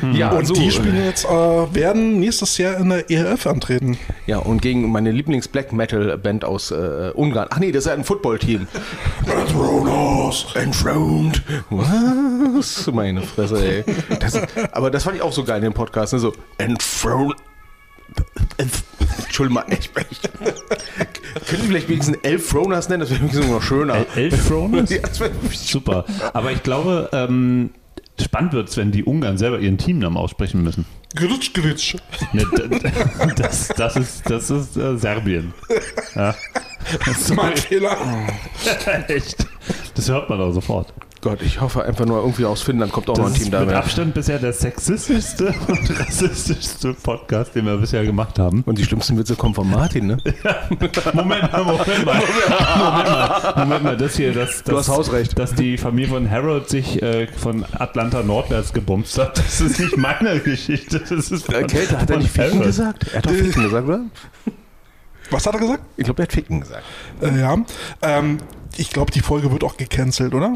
Speaker 10: Hm. Ja,
Speaker 9: Und die spielen jetzt, äh, werden nächstes Jahr in der ERF antreten.
Speaker 10: ja, und gegen meine Lieblings-Black-Metal-Band aus äh, Ungarn. Ach nee, das ist ja ein Football-Team. Thronos enthroned. Was? Meine Fresse, ey. Das, aber das fand ich auch so geil in dem Podcast. Ne? So, enthroned. Entschuldigung, mal, ich, ich, Können Sie vielleicht wenigstens Elf Throners nennen? Das wäre wenigstens noch schöner.
Speaker 7: El- Elf Throners?
Speaker 10: Ja, das wär-
Speaker 7: super. Aber ich glaube, ähm, spannend wird es, wenn die Ungarn selber ihren Teamnamen aussprechen müssen.
Speaker 9: Glitsch, glitsch.
Speaker 7: Ne, d- d- das, das ist, das ist äh, Serbien. Ja.
Speaker 9: Mein Fehler.
Speaker 7: Echt. Das hört man auch sofort.
Speaker 10: Gott, ich hoffe einfach nur, irgendwie aus Finnland kommt auch noch ein
Speaker 7: Das
Speaker 10: Team
Speaker 7: ist mit
Speaker 10: da.
Speaker 7: Abstand bisher der sexistischste und rassistischste Podcast, den wir bisher gemacht haben.
Speaker 10: Und die schlimmsten Witze kommen von Martin, ne?
Speaker 7: Moment mal, Moment mal. Moment mal, Moment mal das hier, das, das,
Speaker 10: Du hast Hausrecht.
Speaker 7: Dass die Familie von Harold sich äh, von Atlanta nordwärts gebumst hat, das ist nicht meine Geschichte. Das ist von,
Speaker 10: Äh, Kälte, hat er
Speaker 7: von
Speaker 10: nicht Ficken
Speaker 7: Harold.
Speaker 10: gesagt? Er hat doch Ficken gesagt, oder?
Speaker 9: Was hat er gesagt?
Speaker 10: Ich glaube, er hat Ficken gesagt.
Speaker 9: Äh, ja. Ähm, ich glaube, die Folge wird auch gecancelt, oder?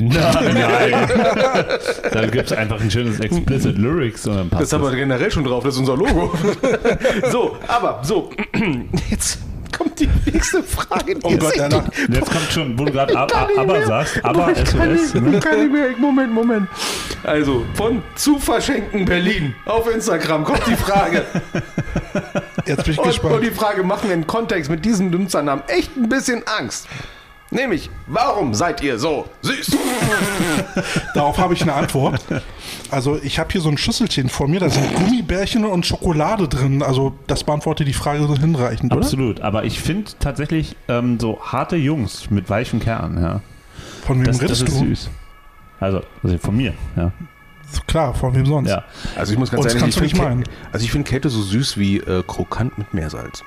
Speaker 7: Nein, nein. da gibt es einfach ein schönes Explicit Lyrics und dann passt
Speaker 10: Das haben wir
Speaker 7: das.
Speaker 10: generell schon drauf, das ist unser Logo. so, aber so, jetzt kommt die nächste Frage. Die
Speaker 9: Oh Gott,
Speaker 10: ist-
Speaker 9: Anna.
Speaker 7: Jetzt kommt schon, wo du gerade ab,
Speaker 10: Kann ich
Speaker 7: aber
Speaker 10: mehr.
Speaker 7: sagst,
Speaker 10: Boah,
Speaker 7: aber
Speaker 10: ich kann
Speaker 7: SOS.
Speaker 10: nicht, ich kann nicht mehr. Ich- Moment, Moment. Also, von zu verschenken Berlin auf Instagram kommt die Frage.
Speaker 9: Jetzt bin ich
Speaker 10: Und,
Speaker 9: gespannt.
Speaker 10: und die Frage machen wir in Kontext mit diesem Dünnzernamen echt ein bisschen Angst. Nämlich, warum seid ihr so süß?
Speaker 9: Darauf habe ich eine Antwort. Also ich habe hier so ein Schüsselchen vor mir, da sind Gummibärchen und Schokolade drin. Also das beantwortet die Frage so hinreichend, oder?
Speaker 7: Absolut, aber ich finde tatsächlich ähm, so harte Jungs mit weichem Kern, ja.
Speaker 9: Von wem
Speaker 7: Das, das
Speaker 9: redest
Speaker 7: ist
Speaker 9: du?
Speaker 7: süß. Also, also von mir, ja.
Speaker 9: Klar, von wem sonst?
Speaker 7: ja.
Speaker 10: Also ich muss
Speaker 9: ganz ehrlich, ich find Kä-
Speaker 10: also ich finde Kälte so süß wie äh, krokant mit Meersalz.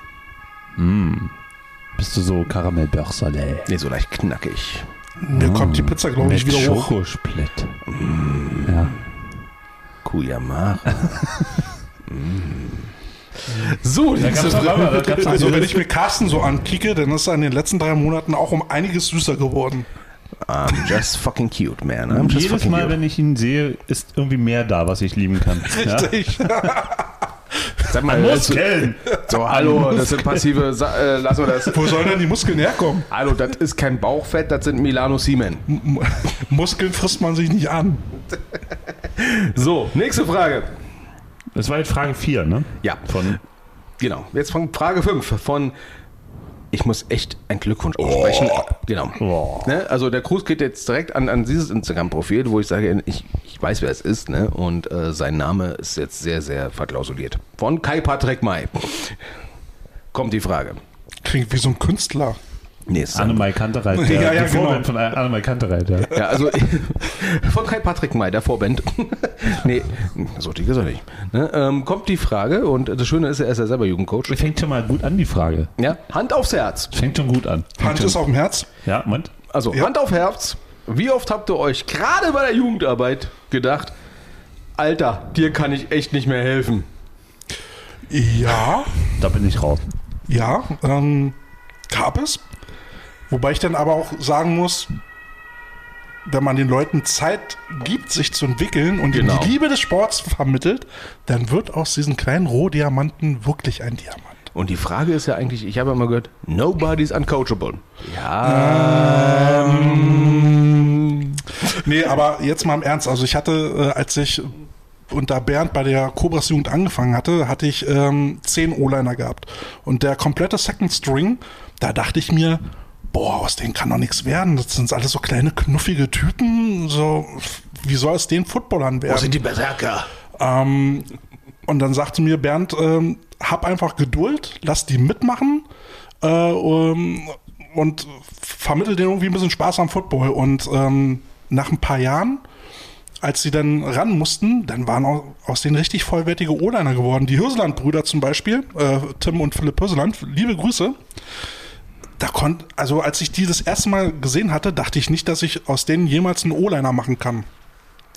Speaker 7: Bist du so Karamellbörserle?
Speaker 10: Nee, so leicht knackig.
Speaker 9: Mir kommt die Pizza, glaube Oh, ich,
Speaker 7: Mit
Speaker 9: wieder hoch.
Speaker 7: Schokosplit. Ja.
Speaker 10: Kuyamara. Mm. so, die nächste Frage.
Speaker 9: Also wenn ich mir Carsten so ankicke, dann ist er in den letzten drei Monaten auch um einiges süßer geworden.
Speaker 10: I'm just fucking cute, man. I'm just
Speaker 7: Jedes
Speaker 10: fucking
Speaker 7: Mal,
Speaker 10: cute.
Speaker 7: wenn ich ihn sehe, ist irgendwie mehr da, was ich lieben kann. Ja?
Speaker 9: Ich,
Speaker 10: Sag mal, also,
Speaker 7: Muskeln!
Speaker 10: so, hallo, das sind passive, Sa äh, lassen wir das.
Speaker 9: wo sollen denn die Muskeln herkommen?
Speaker 10: Hallo, das ist kein Bauchfett, das sind Milano Siemen.
Speaker 9: M Muskeln frisst man sich nicht an.
Speaker 10: So, nächste Frage.
Speaker 7: Das war jetzt Frage 4, ne?
Speaker 10: Ja,
Speaker 7: Von
Speaker 10: genau. Jetzt von Frage 5 von ich muss echt einen Glückwunsch aussprechen. Genau.
Speaker 7: Oh.
Speaker 10: Ne? Also der Cruz geht jetzt direkt an, an dieses Instagram-Profil, wo ich sage, ich, ich weiß, wer es ist, ne? Und äh, sein Name ist jetzt sehr, sehr verklausuliert. Von Kai Patrick May. Kommt die Frage.
Speaker 9: Klingt wie so ein Künstler.
Speaker 10: Nee, es ist ein-
Speaker 7: Annemai Kantereit. der-
Speaker 9: Ja, ja,
Speaker 7: die Vorwand
Speaker 9: genau.
Speaker 7: von Annemai Kantereit, ja.
Speaker 10: Ja, also von Kai Patrick May, der Vorband. nee, so dick ist er nicht. Ne? Ähm, kommt die Frage und das Schöne ist, er ist ja selber Jugendcoach.
Speaker 7: Fängt schon mal gut an, die Frage.
Speaker 10: Ja, Hand aufs Herz.
Speaker 7: Fängt schon gut an.
Speaker 9: Hand ist auf dem Herz.
Speaker 7: Ja, Moment.
Speaker 10: Also
Speaker 9: Ja.
Speaker 10: Hand auf Herz. Wie oft habt ihr euch gerade bei der Jugendarbeit gedacht, Alter, dir kann ich echt nicht mehr helfen?
Speaker 9: Ja,
Speaker 7: Da bin ich raus.
Speaker 9: ja, ähm, gab es. Wobei ich dann aber auch sagen muss, wenn man den Leuten Zeit gibt, sich zu entwickeln und ihnen
Speaker 10: Genau.
Speaker 9: die Liebe des Sports vermittelt, dann wird aus diesen kleinen Rohdiamanten wirklich ein Diamant.
Speaker 10: Und die Frage ist ja eigentlich, ich habe immer gehört, nobody's uncoachable.
Speaker 9: Ja. Ähm, nee, aber jetzt mal im Ernst. Also ich hatte, äh, als ich unter Bernd bei der Cobras Jugend angefangen hatte, hatte ich ähm, zehn O-Liner gehabt. Und der komplette Second String, da dachte ich mir, boah, aus denen kann doch nichts werden. Das sind alles so kleine, knuffige Typen. So, wie soll es den Footballern werden?
Speaker 10: Berserker?
Speaker 9: Ähm, und dann sagte mir Bernd, ähm, hab einfach Geduld, lass die mitmachen äh, ähm, und vermittel denen irgendwie ein bisschen Spaß am Football. Und ähm, nach ein paar Jahren, als sie dann ran mussten, dann waren au- aus denen richtig vollwertige O-Liner geworden. Die Hirseland-Brüder zum Beispiel, äh, Tim und Philipp Hirseland, liebe Grüße. Da konnt, also als ich die das erste Mal gesehen hatte, dachte ich nicht, dass ich aus denen jemals einen O-Liner machen kann.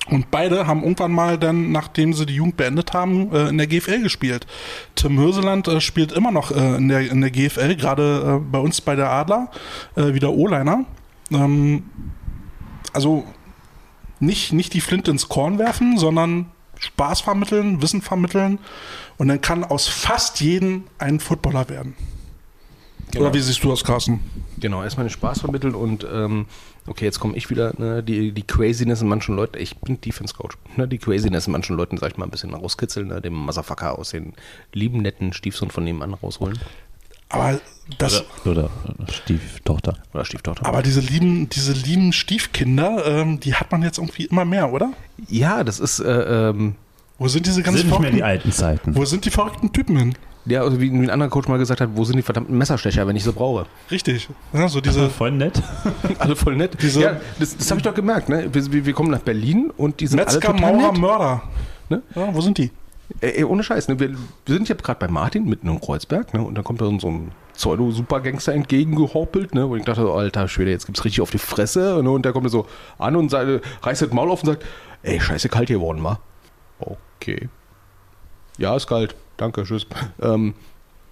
Speaker 9: Und beide haben irgendwann mal dann, nachdem sie die Jugend beendet haben, äh, in der GFL gespielt. Tim Hirseland äh, spielt immer noch äh, in, der, in der GFL, gerade äh, bei uns bei der Adler, äh, wieder O-Liner. Ähm, also nicht, nicht die Flinte ins Korn werfen, sondern Spaß vermitteln, Wissen vermitteln. Und dann kann aus fast jedem ein Footballer werden. Oder wie siehst du das, Carsten?
Speaker 10: Genau, erstmal den Spaß vermitteln und ähm, okay, jetzt komme ich wieder, ne, die, die Craziness in manchen Leuten, ich bin Defense Coach, ne, die Craziness in manchen Leuten, sag ich mal, ein bisschen rauskitzeln, ne, dem Motherfucker aus den lieben, netten Stiefsohn von nebenan rausholen.
Speaker 9: Aber das,
Speaker 7: Oder Stieftochter.
Speaker 10: Oder Stieftochter.
Speaker 9: aber diese lieben, diese lieben Stiefkinder, ähm, die hat man jetzt irgendwie immer mehr, oder?
Speaker 10: ja, das ist, äh, ähm,
Speaker 9: Wo sind diese ganzen verrückten-
Speaker 7: alten Zeiten.
Speaker 9: Wo sind die verrückten Typen hin?
Speaker 10: ja, also wie ein anderer Coach mal gesagt hat, wo sind die verdammten Messerstecher, wenn ich sie brauche?
Speaker 9: Richtig. Ja, so diese.
Speaker 7: Voll nett.
Speaker 10: alle voll nett.
Speaker 9: Diese-
Speaker 10: ja, das das habe ich doch gemerkt, ne? Wir, wir- wir kommen nach Berlin und die sind
Speaker 9: Metzger,
Speaker 10: alle total
Speaker 9: Maurer,
Speaker 10: nett.
Speaker 9: Mörder.
Speaker 10: Ne?
Speaker 9: Ja, wo sind die?
Speaker 10: Ey, ey, ohne Scheiß, ne? wir, wir sind ja gerade bei Martin mitten im Kreuzberg, ne? Und dann kommt da so ein- so ein Pseudo-Supergangster entgegengehoppelt, ne? Und ich dachte, so, alter Schwede, jetzt gibt's richtig auf die Fresse. Ne? Und da kommt er so an und seine, reißt das Maul auf und sagt, ey, scheiße kalt hier geworden, ma. Okay. Ja, ist kalt. Danke, tschüss. Ähm,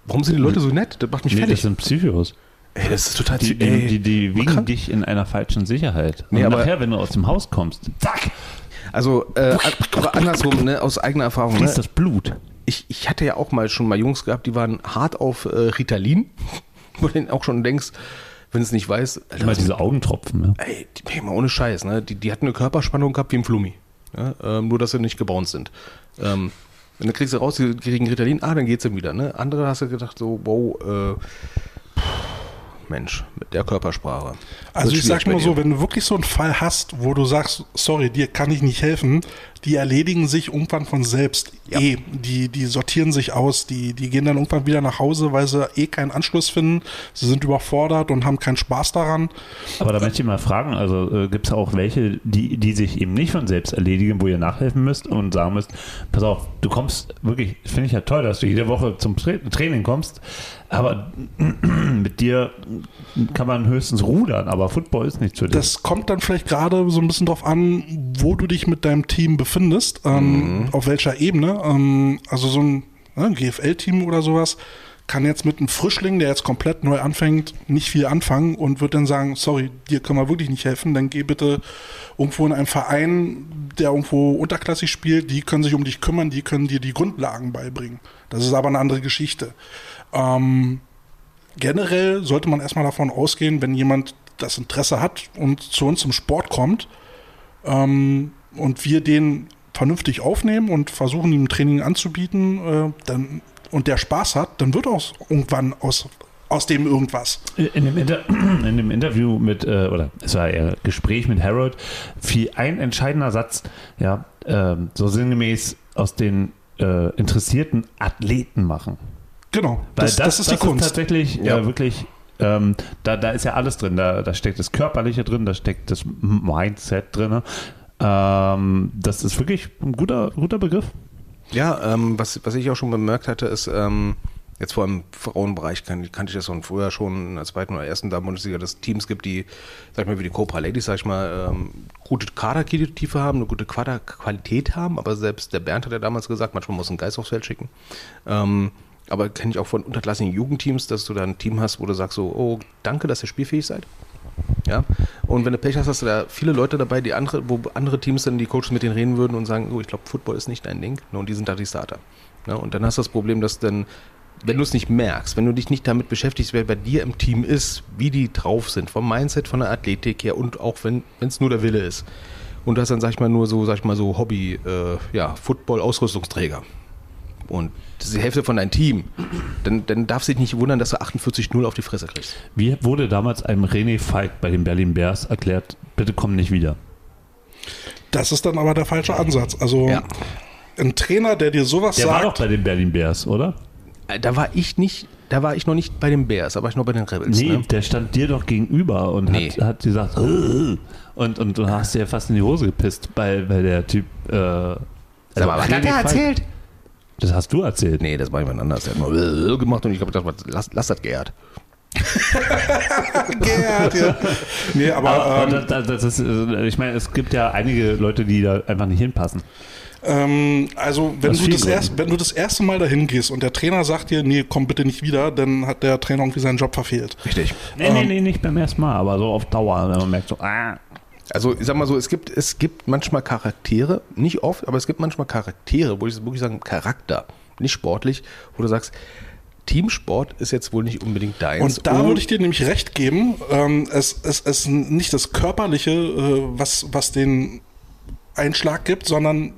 Speaker 10: warum sind die Leute so nett? Das macht mich
Speaker 7: Nee, das
Speaker 10: fertig.
Speaker 7: sind Psychos.
Speaker 10: ey, das ist total
Speaker 7: Die, die,
Speaker 10: ey.
Speaker 7: die, die wiegen
Speaker 10: kann-
Speaker 7: dich in einer falschen Sicherheit. Und
Speaker 10: Nee, aber-
Speaker 7: nachher, wenn du aus dem Haus kommst, zack,
Speaker 10: Also, äh, aber andersrum, ne? aus eigener Erfahrung. Ne?
Speaker 7: fließt das Blut.
Speaker 10: ich, ich hatte ja auch mal schon mal Jungs gehabt, die waren hart auf äh, Ritalin, wo du denen auch schon denkst, wenn es nicht weiß, Alter,
Speaker 7: Immer
Speaker 10: was-
Speaker 7: diese Augentropfen. Ja.
Speaker 10: ey, die, ey, mal ohne Scheiß, ne? Die, die hatten eine Körperspannung gehabt wie im Flummi. Ne? Ähm, nur, dass sie nicht gebounced sind. Ähm, und dann kriegst du raus, die kriegen Ritalin, ah, dann geht's ihm wieder. Ne? Andere hast du gedacht, so, wow, äh, pff, Mensch, mit der Körpersprache.
Speaker 9: Also
Speaker 10: Wird
Speaker 9: ich sag
Speaker 10: schwierig
Speaker 9: mal
Speaker 10: bei
Speaker 9: so,
Speaker 10: dir.
Speaker 9: wenn du wirklich so einen Fall hast, wo du sagst, sorry, dir kann ich nicht helfen, die erledigen sich irgendwann von selbst.
Speaker 10: Ja.
Speaker 9: Eh, die, die sortieren sich aus, die, die gehen dann irgendwann wieder nach Hause, weil sie eh keinen Anschluss finden, sie sind überfordert und haben keinen Spaß daran.
Speaker 7: Aber da möchte ich mal fragen, also äh, gibt es auch welche, die, die sich eben nicht von selbst erledigen, wo ihr nachhelfen müsst und sagen müsst, pass auf, du kommst wirklich, das finde ich ja toll, dass du jede Woche zum Tra Training kommst, aber mit dir kann man höchstens rudern, aber Football ist nicht zu dir.
Speaker 9: Das kommt dann vielleicht gerade so ein bisschen drauf an, wo du dich mit deinem Team befindest, ähm, auf welcher Ebene. Ähm, also so ein ne, GFL-Team oder sowas kann jetzt mit einem Frischling, der jetzt komplett neu anfängt, nicht viel anfangen und wird dann sagen, sorry, dir können wir wirklich nicht helfen, dann geh bitte irgendwo in einen Verein, der irgendwo unterklassig spielt, die können sich um dich kümmern, die können dir die Grundlagen beibringen. Das ist aber eine andere Geschichte. Ähm, generell sollte man erstmal davon ausgehen, wenn jemand das Interesse hat und zu uns zum Sport kommt ähm, und wir den vernünftig aufnehmen und versuchen, ihm Training anzubieten äh, dann, und der Spaß hat, dann wird auch irgendwann aus, aus dem irgendwas.
Speaker 7: In dem, Inter in dem Interview mit, äh, oder es war eher Gespräch mit Harold, fiel ein entscheidender Satz, ja, ähm, so sinngemäß aus den äh, interessierten Athleten machen.
Speaker 9: Genau,
Speaker 7: Weil
Speaker 9: das, das, ist die Kunst.
Speaker 7: tatsächlich äh, wirklich, ähm, da, da ist ja alles drin. Da, da steckt das Körperliche drin, da steckt das Mindset drin. ne? Ähm, das ist wirklich ein guter, guter Begriff.
Speaker 10: Ja, ähm, was, was ich auch schon bemerkt hatte, ist, ähm, jetzt vor allem im Frauenbereich kan kannte ich das schon früher schon in der zweiten oder ersten Damen-Bundesliga, dass es Teams gibt, die, sag ich mal, wie die Cobra Ladies, sag ich mal, ähm, gute Kadertiefe haben, eine gute Quader Qualität haben, aber selbst der Bernd hat ja damals gesagt, manchmal muss ein Geist aufs Feld schicken. Ähm, aber kenne ich auch von unterklassigen Jugendteams, dass du da ein Team hast, wo du sagst so, oh, danke, dass ihr spielfähig seid. Ja? Und wenn du Pech hast, hast du da viele Leute dabei, die andere, wo andere Teams dann die Coaches mit denen reden würden und sagen, oh, ich glaube, Football ist nicht dein Ding. Ne? Und die sind da die Starter. Ne? Und dann hast du das Problem, dass dann, wenn du es nicht merkst, wenn du dich nicht damit beschäftigst, wer bei dir im Team ist, wie die drauf sind, vom Mindset, von der Athletik her und auch wenn es nur der Wille ist. Und das dann, sag ich mal, nur so, sag ich mal, so Hobby, äh, ja, Football-Ausrüstungsträger und das ist die Hälfte von deinem Team, dann, dann darfst du dich nicht wundern, dass du 48-0 auf die Fresse kriegst.
Speaker 7: Wie wurde damals einem René Falk bei den Berlin Bears erklärt, bitte komm nicht wieder?
Speaker 9: Das ist dann aber der falsche Ansatz. Also ein Trainer, der dir sowas
Speaker 7: Der war
Speaker 9: sagt,
Speaker 7: doch bei den Berlin Bears, oder?
Speaker 10: Äh, Da war ich nicht, da war ich noch nicht bei den Bears, da war ich noch bei den Rebels.
Speaker 7: Nee,
Speaker 10: ne?
Speaker 7: der stand dir doch gegenüber und
Speaker 10: Nee.
Speaker 7: hat, hat gesagt, "Ugh." und, und du hast dir ja fast in die Hose gepisst, weil, weil der Typ. Äh, also
Speaker 10: mal, was
Speaker 7: René
Speaker 10: hat der
Speaker 7: Falk-
Speaker 10: erzählt?
Speaker 7: Das hast du erzählt.
Speaker 10: Nee, das war jemand anders. Der hat mal gemacht und ich glaube, das war, lass, lass das geehrt.
Speaker 9: Gerd, ja. Nee, aber,
Speaker 7: Aber,
Speaker 9: ähm,
Speaker 7: aber das, das ist, äh, ich meine, es gibt ja einige Leute, die da einfach nicht hinpassen.
Speaker 9: Ähm, also, wenn
Speaker 7: Aus
Speaker 9: du,
Speaker 7: vielen
Speaker 9: das erst, wenn du das erste Mal dahin gehst und der Trainer sagt dir, nee, komm bitte nicht wieder, dann hat der Trainer irgendwie seinen Job verfehlt.
Speaker 10: Richtig.
Speaker 7: Nee, nee, nee, nicht beim ersten Mal, aber so auf Dauer, wenn man merkt so, ah.
Speaker 10: Also ich sag mal so, es gibt, es gibt manchmal Charaktere, nicht oft, aber es gibt manchmal Charaktere, wo ich wirklich sagen, Charakter, nicht sportlich, wo du sagst, Teamsport ist jetzt wohl nicht unbedingt deins.
Speaker 9: Und da würde ich dir nämlich recht geben, ähm, es ist es, ist nicht das Körperliche, äh, was, was den Einschlag gibt, sondern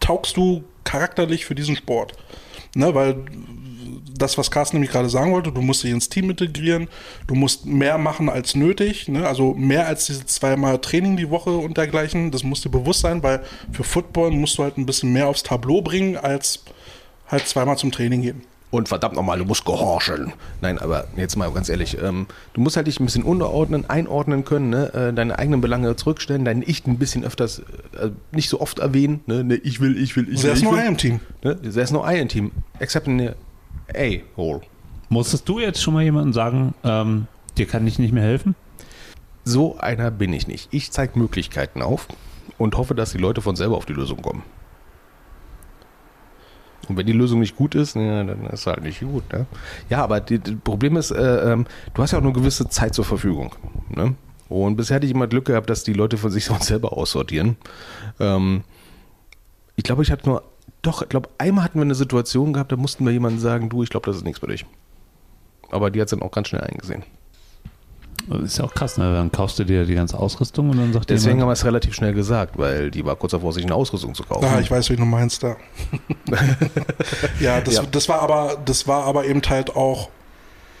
Speaker 9: taugst du charakterlich für diesen Sport. Ne, weil das, was Carsten nämlich gerade sagen wollte, du musst dich ins Team integrieren, du musst mehr machen als nötig, ne? also mehr als diese zweimal Training die Woche und dergleichen, das musst dir bewusst sein, weil für Football musst du halt ein bisschen mehr aufs Tableau bringen, als halt zweimal zum Training gehen.
Speaker 10: Und verdammt nochmal, du musst gehorchen. Nein, aber jetzt mal ganz ehrlich, ähm, du musst halt dich ein bisschen unterordnen, einordnen können, ne? äh, deine eigenen Belange zurückstellen, dein Ich ein bisschen öfters, äh, nicht so oft erwähnen. Ne? Ne, ich will, ich will, ich will.
Speaker 9: There's
Speaker 10: ich
Speaker 9: no
Speaker 10: will.
Speaker 9: I im Team.
Speaker 10: Ne? There's no I im Team. Except in the A-Hole.
Speaker 7: Musstest du jetzt schon mal jemandem sagen, ähm, dir kann ich nicht mehr helfen?
Speaker 10: So einer bin ich nicht. Ich zeige Möglichkeiten auf und hoffe, dass die Leute von selber auf die Lösung kommen. Und wenn die Lösung nicht gut ist, ja, dann ist halt nicht gut. Ne? Ja, aber die- das Problem ist, äh, ähm, du hast ja auch nur gewisse Zeit zur Verfügung. Ne? Und bisher hatte ich immer Glück gehabt, dass die Leute von sich von selber aussortieren. Ähm, ich glaube, ich hatte nur, doch, ich glaube, einmal hatten wir eine Situation gehabt, da mussten wir jemandem sagen, du, ich glaube, das ist nichts für dich. Aber die hat es dann auch ganz schnell eingesehen.
Speaker 7: Das Ist ja auch krass, ne? Dann kaufst du dir die ganze Ausrüstung und dann sagt
Speaker 10: Deswegen haben
Speaker 7: jemand,
Speaker 10: wir es relativ schnell gesagt, weil die war kurz davor, sich eine Ausrüstung zu kaufen.
Speaker 9: Ah, ich weiß, wie du meinst da. ja, das, das war aber, das war aber eben halt auch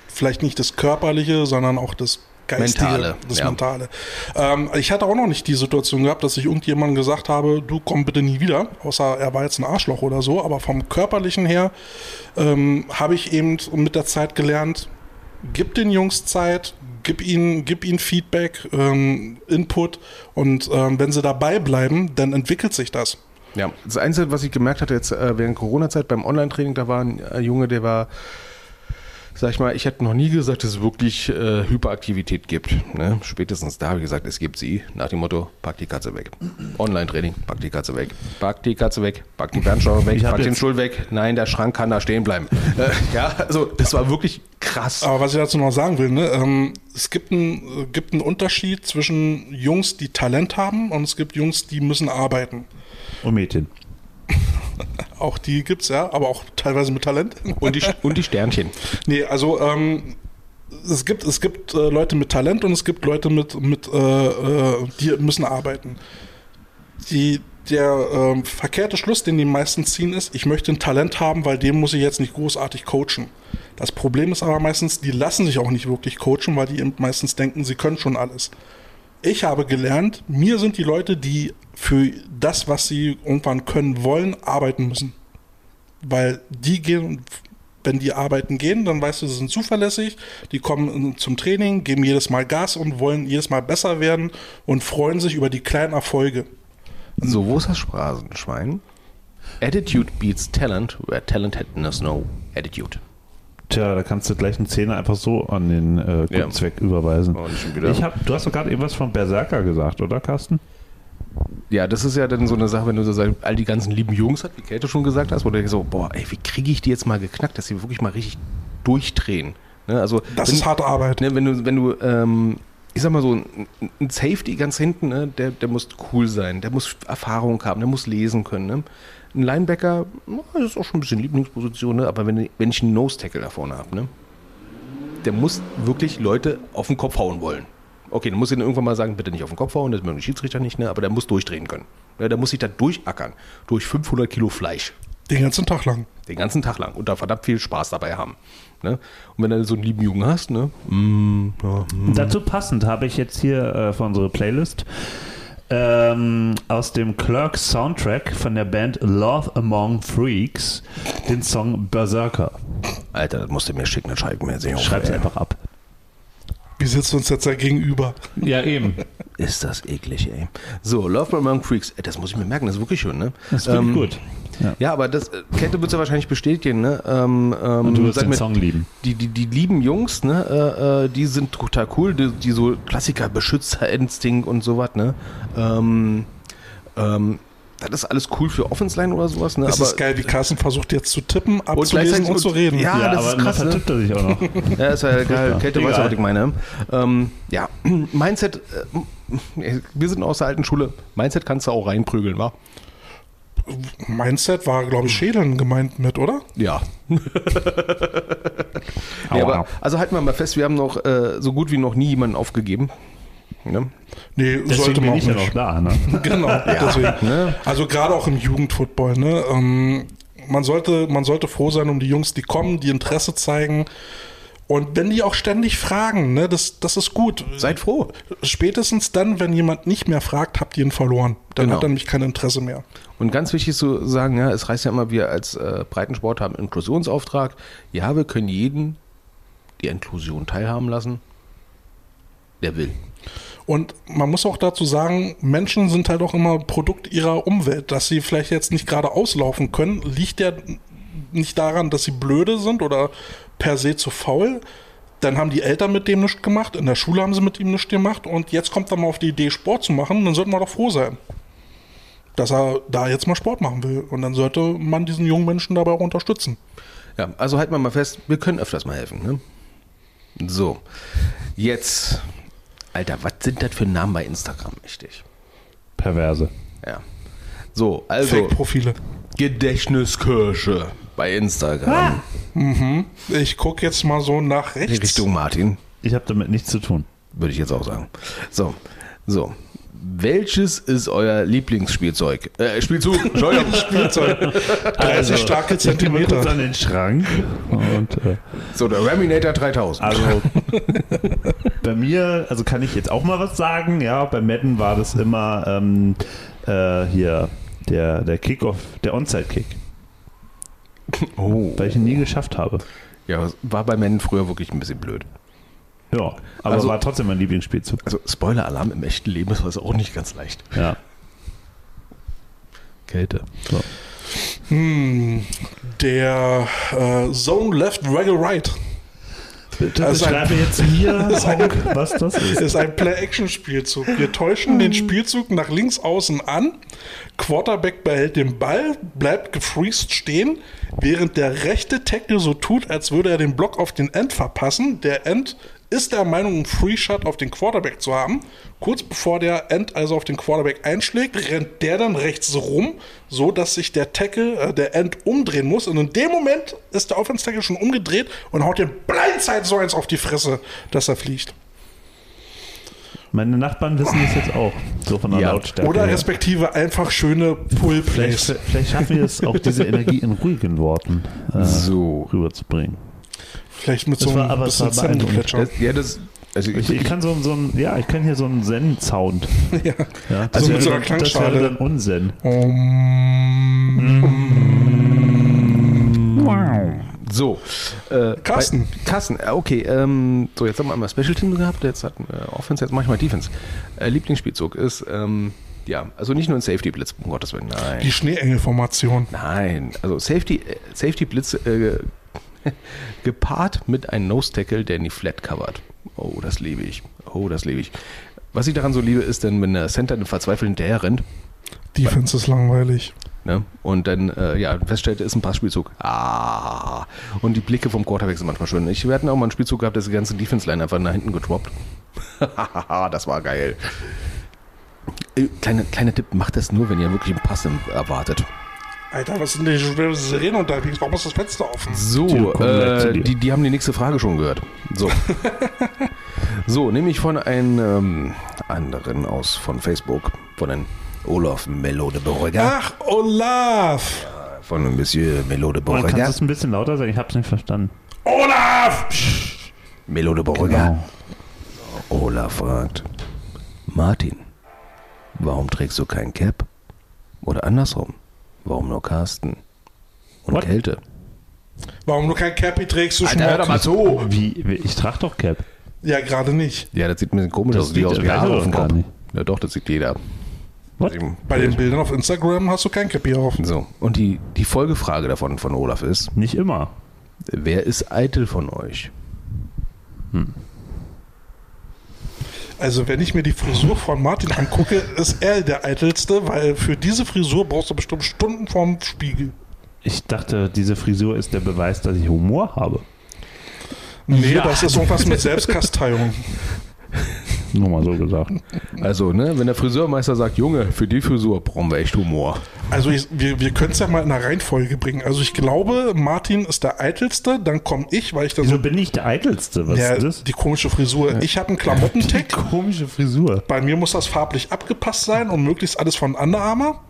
Speaker 9: vielleicht nicht das Körperliche, sondern auch das Geistige,
Speaker 10: Mentale,
Speaker 9: das
Speaker 10: ja.
Speaker 9: Mentale. Ähm, ich hatte auch noch nicht die Situation gehabt, dass ich irgendjemandem gesagt habe, du komm bitte nie wieder, außer er war jetzt ein Arschloch oder so, aber vom Körperlichen her ähm, habe ich eben mit der Zeit gelernt, gib den Jungs Zeit, gib ihnen, gib ihnen Feedback, ähm, Input und ähm, wenn sie dabei bleiben, dann entwickelt sich das.
Speaker 10: Ja, das Einzige, was ich gemerkt hatte jetzt äh, während Corona-Zeit beim Online-Training, da war ein äh, Junge, der war, sag ich mal, ich hätte noch nie gesagt, dass es wirklich äh, Hyperaktivität gibt. Ne? Spätestens da habe ich gesagt, es gibt sie, nach dem Motto, pack die Katze weg. Online-Training, pack die Katze weg. Pack die Katze weg, pack die Fernschau weg,
Speaker 7: Ich hab
Speaker 10: pack den
Speaker 7: jetzt-
Speaker 10: Stuhl weg. Nein, der Schrank kann da stehen bleiben. äh, ja, also das war wirklich krass.
Speaker 9: Aber was ich dazu noch sagen will, ne, ähm, es gibt einen äh, gibt einen Unterschied zwischen Jungs, die Talent haben, und es gibt Jungs, die müssen arbeiten.
Speaker 7: oh Mädchen.
Speaker 9: Auch die gibt's ja, aber auch teilweise mit Talent.
Speaker 10: Und die, und die Sternchen.
Speaker 9: Nee, also ähm, es gibt, es gibt äh, Leute mit Talent und es gibt Leute mit, mit äh, äh, die müssen arbeiten. Die, der ähm, verkehrte Schluss, den die meisten ziehen, ist, ich möchte ein Talent haben, weil dem muss ich jetzt nicht großartig coachen. Das Problem ist aber meistens, die lassen sich auch nicht wirklich coachen, weil die eben meistens denken, sie können schon alles. Ich habe gelernt, mir sind die Leute, die für das, was sie irgendwann können wollen, arbeiten müssen. Weil die gehen, wenn die arbeiten gehen, dann weißt du, sie sind zuverlässig, die kommen zum Training, geben jedes Mal Gas und wollen jedes Mal besser werden und freuen sich über die kleinen Erfolge.
Speaker 10: So, wo ist das Straßenschwein? Attitude beats Talent, where Talent had no attitude.
Speaker 7: Tja, da kannst du gleich einen Zehner einfach so an den äh, guten
Speaker 10: Ja.
Speaker 7: Zweck überweisen.
Speaker 10: Und schon wieder-
Speaker 7: Ich hab, du hast doch gerade eben was von Berserker gesagt, oder Carsten?
Speaker 10: Ja, das ist ja dann so eine Sache, wenn du so sagst, all die ganzen lieben Jungs hat, wie Käthe schon gesagt hast, wo du denkst so, boah, ey, wie kriege ich die jetzt mal geknackt, dass die wirklich mal richtig durchdrehen? Ne, also,
Speaker 9: Das
Speaker 10: wenn,
Speaker 9: ist harte Arbeit.
Speaker 10: ne, wenn du, wenn du, ähm, ich sag mal so, ein, ein Safety ganz hinten, ne, der, der muss cool sein, der muss Erfahrung haben, der muss lesen können. Ne? Ein Linebacker, na, das ist auch schon ein bisschen Lieblingsposition, ne? aber wenn, wenn ich einen Nose-Tackle da vorne habe, ne? der muss wirklich Leute auf den Kopf hauen wollen. Okay, dann muss ich ihnen irgendwann mal sagen, bitte nicht auf den Kopf hauen, das mögen die Schiedsrichter nicht, ne? aber der muss durchdrehen können. Ja, der muss sich da durchackern, durch 500 Kilo Fleisch.
Speaker 9: Den ganzen Tag lang.
Speaker 10: Den ganzen Tag lang und da verdammt viel Spaß dabei haben. Ne? Und wenn du so einen lieben Jungen hast, ne? Mm, ja, mm.
Speaker 7: Dazu passend habe ich jetzt hier äh, für unsere Playlist ähm, aus dem Clerks Soundtrack von der Band Love Among Freaks den Song Berserker.
Speaker 10: Alter, das musst du mir schicken, dann schreib mir sich
Speaker 7: Schreib's einfach ab.
Speaker 9: Wir sitzen uns jetzt da gegenüber.
Speaker 7: Ja, eben.
Speaker 10: Ist das eklig, ey. So, Love Among Freaks, Ey, das muss ich mir merken, das ist wirklich schön, ne?
Speaker 7: Das klingt gut.
Speaker 10: Ja. aber das äh, Kette wird ja wahrscheinlich bestätigen, ne? Ähm, ähm,
Speaker 7: Und du wirst
Speaker 10: sag
Speaker 7: den
Speaker 10: mir,
Speaker 7: Song lieben.
Speaker 10: Die, die, die lieben Jungs, ne, äh, äh, die sind total cool, die, die so Klassiker, Beschützerinstinkt und sowas, ne? Ähm, ähm, das ist alles cool für Offense-Line oder sowas, ne?
Speaker 9: Es ist geil, wie Carsten versucht jetzt zu tippen, abzulesen
Speaker 10: gleichzeitig
Speaker 9: und, zu
Speaker 10: und-
Speaker 9: reden.
Speaker 10: Ja, das ist
Speaker 7: man
Speaker 10: krass, ne?
Speaker 7: vertippt er sich auch noch.
Speaker 10: Ja, ist ja geil.
Speaker 7: Furchtbar.
Speaker 10: Kälte weiß ja,
Speaker 7: Egal.
Speaker 10: was ich meine. Ähm, ja, Mindset, äh, wir sind aus der alten Schule. Mindset kannst du auch reinprügeln, wa?
Speaker 9: Mindset war, glaube
Speaker 7: Hm.
Speaker 9: ich, Schädeln gemeint mit, oder?
Speaker 10: Ja. nee, aber, also halten wir mal fest, wir haben noch äh, so gut wie noch nie jemanden aufgegeben. Ne?
Speaker 9: Nee, sollte
Speaker 7: Deswegen
Speaker 9: man
Speaker 7: bin
Speaker 9: auch
Speaker 7: ich ja
Speaker 9: nicht.
Speaker 7: noch da, ne?
Speaker 9: Genau, deswegen.
Speaker 10: Ne?
Speaker 9: Also gerade auch im Jugendfootball, ne? Ähm, man, sollte, man sollte froh sein um die Jungs, die kommen, die Interesse zeigen. Und wenn die auch ständig fragen, ne, das, das ist gut.
Speaker 10: Seid froh.
Speaker 9: Spätestens dann, wenn jemand nicht mehr fragt, habt ihr ihn verloren. Dann
Speaker 10: Genau.
Speaker 9: hat er nämlich kein Interesse mehr.
Speaker 10: Und ganz wichtig ist zu sagen, ja, es reißt ja immer, wir als äh, Breitensport haben Inklusionsauftrag. Ja, wir können jeden die Inklusion teilhaben lassen, der will.
Speaker 9: Und man muss auch dazu sagen, Menschen sind halt auch immer Produkt ihrer Umwelt. Dass sie vielleicht jetzt nicht gerade auslaufen können, liegt ja nicht daran, dass sie blöde sind oder per se zu faul. Dann haben die Eltern mit dem nichts gemacht, in der Schule haben sie mit ihm nichts gemacht und jetzt kommt er mal auf die Idee, Sport zu machen, dann sollten wir doch froh sein, dass er da jetzt mal Sport machen will. Und dann sollte man diesen jungen Menschen dabei auch unterstützen.
Speaker 10: Ja, also halten wir mal fest, wir können öfters mal helfen. Ne? So, jetzt, Alter, was sind das für Namen bei Instagram? Richtig.
Speaker 7: Perverse.
Speaker 10: Ja. So, also
Speaker 9: Fake-Profile.
Speaker 10: Gedächtniskirche bei
Speaker 7: Ah,
Speaker 10: Instagram.
Speaker 9: Ich gucke jetzt mal so nach
Speaker 10: Die
Speaker 9: rechts.
Speaker 10: Richtung Martin,
Speaker 7: Ich habe damit nichts zu tun.
Speaker 10: würde ich jetzt auch sagen. So, so. Welches ist euer Lieblingsspielzeug? Äh, Spielzug, Entschuldigung.
Speaker 9: Spielzeug. 30
Speaker 7: Also,
Speaker 9: starke Zentimeter.
Speaker 7: Kurz an den Schrank. Und, äh,
Speaker 10: so, der Raminator 3000.
Speaker 7: also bei mir, also kann ich jetzt auch mal was sagen. Ja, bei Madden war das immer ähm, äh, hier der, der Kickoff, der Onside-Kick,
Speaker 10: oh.
Speaker 7: weil ich ihn nie geschafft habe.
Speaker 10: Ja, war bei Männern früher wirklich ein bisschen blöd.
Speaker 7: Ja, aber
Speaker 10: Also-
Speaker 7: war trotzdem mein Lieblingsspielzug.
Speaker 10: Also, Spoiler-Alarm, im echten Leben ist das auch nicht ganz leicht.
Speaker 7: Ja.
Speaker 10: Kälte.
Speaker 7: So.
Speaker 9: Hm, der äh, Zone Left Waggle Right
Speaker 7: Bitte
Speaker 9: Also ein-
Speaker 7: beschreibe jetzt mir, Honk, was das ist.
Speaker 9: ist ein Play-Action-Spielzug. Wir täuschen den Spielzug nach links außen an. Quarterback behält den Ball, bleibt gefreezed stehen, während der rechte Tackle so tut, als würde er den Block auf den End verpassen. Der End ist der Meinung, einen Free-Shot auf den Quarterback zu haben. Kurz bevor der End also auf den Quarterback einschlägt, rennt der dann rechts rum, so dass sich der Tackle, äh, der End umdrehen muss. Und in dem Moment ist der Offense-Tackle schon umgedreht und haut den Blindside so eins auf die Fresse, dass er fliegt.
Speaker 7: Meine Nachbarn wissen das jetzt auch. So von der
Speaker 10: Ja.
Speaker 7: Lautstärke.
Speaker 9: Oder
Speaker 7: her.
Speaker 9: respektive einfach schöne
Speaker 7: vielleicht,
Speaker 9: Pull-Plays.
Speaker 7: vielleicht schaffen wir es auch, diese Energie in ruhigen Worten äh,
Speaker 10: So.
Speaker 7: rüberzubringen.
Speaker 9: Vielleicht mit
Speaker 7: Das
Speaker 9: so
Speaker 7: war-
Speaker 9: ein
Speaker 7: aber es
Speaker 9: bisschen
Speaker 7: war beeindruckend.
Speaker 9: Zen-Plätschern.
Speaker 10: Ja, das. Also
Speaker 7: Ich, ich kann so, so ein, ja, ich kann hier so einen Zen-Sound.
Speaker 9: Ja.
Speaker 7: Ja,
Speaker 9: Also mit
Speaker 7: wäre
Speaker 9: so einer
Speaker 7: dann- das wäre
Speaker 9: Klangschale.
Speaker 7: dann Unsinn.
Speaker 9: Ähm,
Speaker 10: So. Äh,
Speaker 9: Carsten.
Speaker 10: bei- Carsten, äh, okay. Ähm, so, jetzt haben wir einmal Special Team gehabt, jetzt hatten wir Offense, jetzt manchmal Defense. Äh, Lieblingsspielzug ist, ähm, ja, also nicht nur ein Safety Blitz, um Gottes Willen, nein.
Speaker 9: Die Schneeengel-Formation.
Speaker 10: nein, also Safety, äh, Safety Blitz äh, gepaart mit einem Nose Tackle, der in die Flat covert. Oh, das liebe ich. Oh, das liebe ich. Was ich daran so liebe, ist denn, wenn der Center verzweifelt hinterher rennt,
Speaker 9: Defense ist langweilig.
Speaker 10: Ne? Und dann äh, ja, feststellte, ist ein Passspielzug. Ah. Und die Blicke vom Quarterback sind manchmal schön. Ich, wir hatten auch mal einen Spielzug gehabt, dass die ganze Defense-Line einfach nach hinten gedroppt. das war geil. Äh, Kleiner, kleiner Tipp, macht das nur, wenn ihr wirklich einen Pass im- erwartet.
Speaker 9: Alter, was sind denn die Sirenen unterwegs? Warum ist das Fenster offen?
Speaker 10: So,
Speaker 7: zu
Speaker 10: äh,
Speaker 7: dir.
Speaker 10: die, die haben die nächste Frage schon gehört. So. so, nämlich von einem ähm, anderen aus von Facebook, von einem Olaf Melode Bereuger,
Speaker 9: Ach, Olaf!
Speaker 10: von einem Monsieur Melode
Speaker 9: Oh,
Speaker 7: Man kann
Speaker 10: Bereuger.
Speaker 7: es ein bisschen lauter sagen, ich hab's nicht verstanden.
Speaker 9: Olaf! Psch,
Speaker 10: Melode Bereuger.
Speaker 7: Genau.
Speaker 10: Olaf fragt, Martin, warum trägst du kein Cap? Oder andersrum, warum nur Carsten? Und
Speaker 7: What?
Speaker 10: Kälte.
Speaker 9: Warum du kein Cappy trägst, du Schmuck?
Speaker 10: mal zu!
Speaker 7: Wie, wie, ich trag doch Cap.
Speaker 9: Ja, gerade nicht.
Speaker 10: Ja, das sieht ein bisschen komisch
Speaker 7: Das
Speaker 10: aus, wie
Speaker 7: sieht-
Speaker 10: aus wie
Speaker 7: weiß
Speaker 10: Haare
Speaker 7: er
Speaker 10: auf dem
Speaker 7: doch gar
Speaker 10: Kopf.
Speaker 7: nicht.
Speaker 10: Ja doch, das sieht jeder.
Speaker 7: What?
Speaker 10: Deswegen-
Speaker 9: Bei den Bildern auf Instagram hast du kein Cappy auf.
Speaker 10: So, und die, die Folgefrage davon von Olaf ist,
Speaker 7: Nicht immer.
Speaker 10: wer ist eitel von euch?
Speaker 9: Also, wenn ich mir die Frisur von Martin angucke, ist er der eitelste, weil für diese Frisur brauchst du bestimmt Stunden vorm Spiegel.
Speaker 7: Ich dachte, diese Frisur ist der Beweis, dass ich Humor habe.
Speaker 9: Nee,
Speaker 7: Ja.
Speaker 9: das ist irgendwas mit Selbstkasteiung.
Speaker 7: Nur mal so gesagt.
Speaker 10: Also, ne, wenn der Friseurmeister sagt, Junge, für die Frisur brauchen wir echt Humor.
Speaker 9: Also ich, wir, wir können es ja mal in einer Reihenfolge bringen. Also ich glaube, Martin ist der eitelste, dann komme ich, weil ich da
Speaker 7: Wieso
Speaker 9: so
Speaker 7: bin ich der Eitelste? Was
Speaker 9: ja,
Speaker 7: ist das?
Speaker 9: die komische Frisur. Ich habe einen Klamottentick.
Speaker 7: komische Frisur.
Speaker 9: Bei mir muss das farblich abgepasst sein und möglichst alles von Under Armour.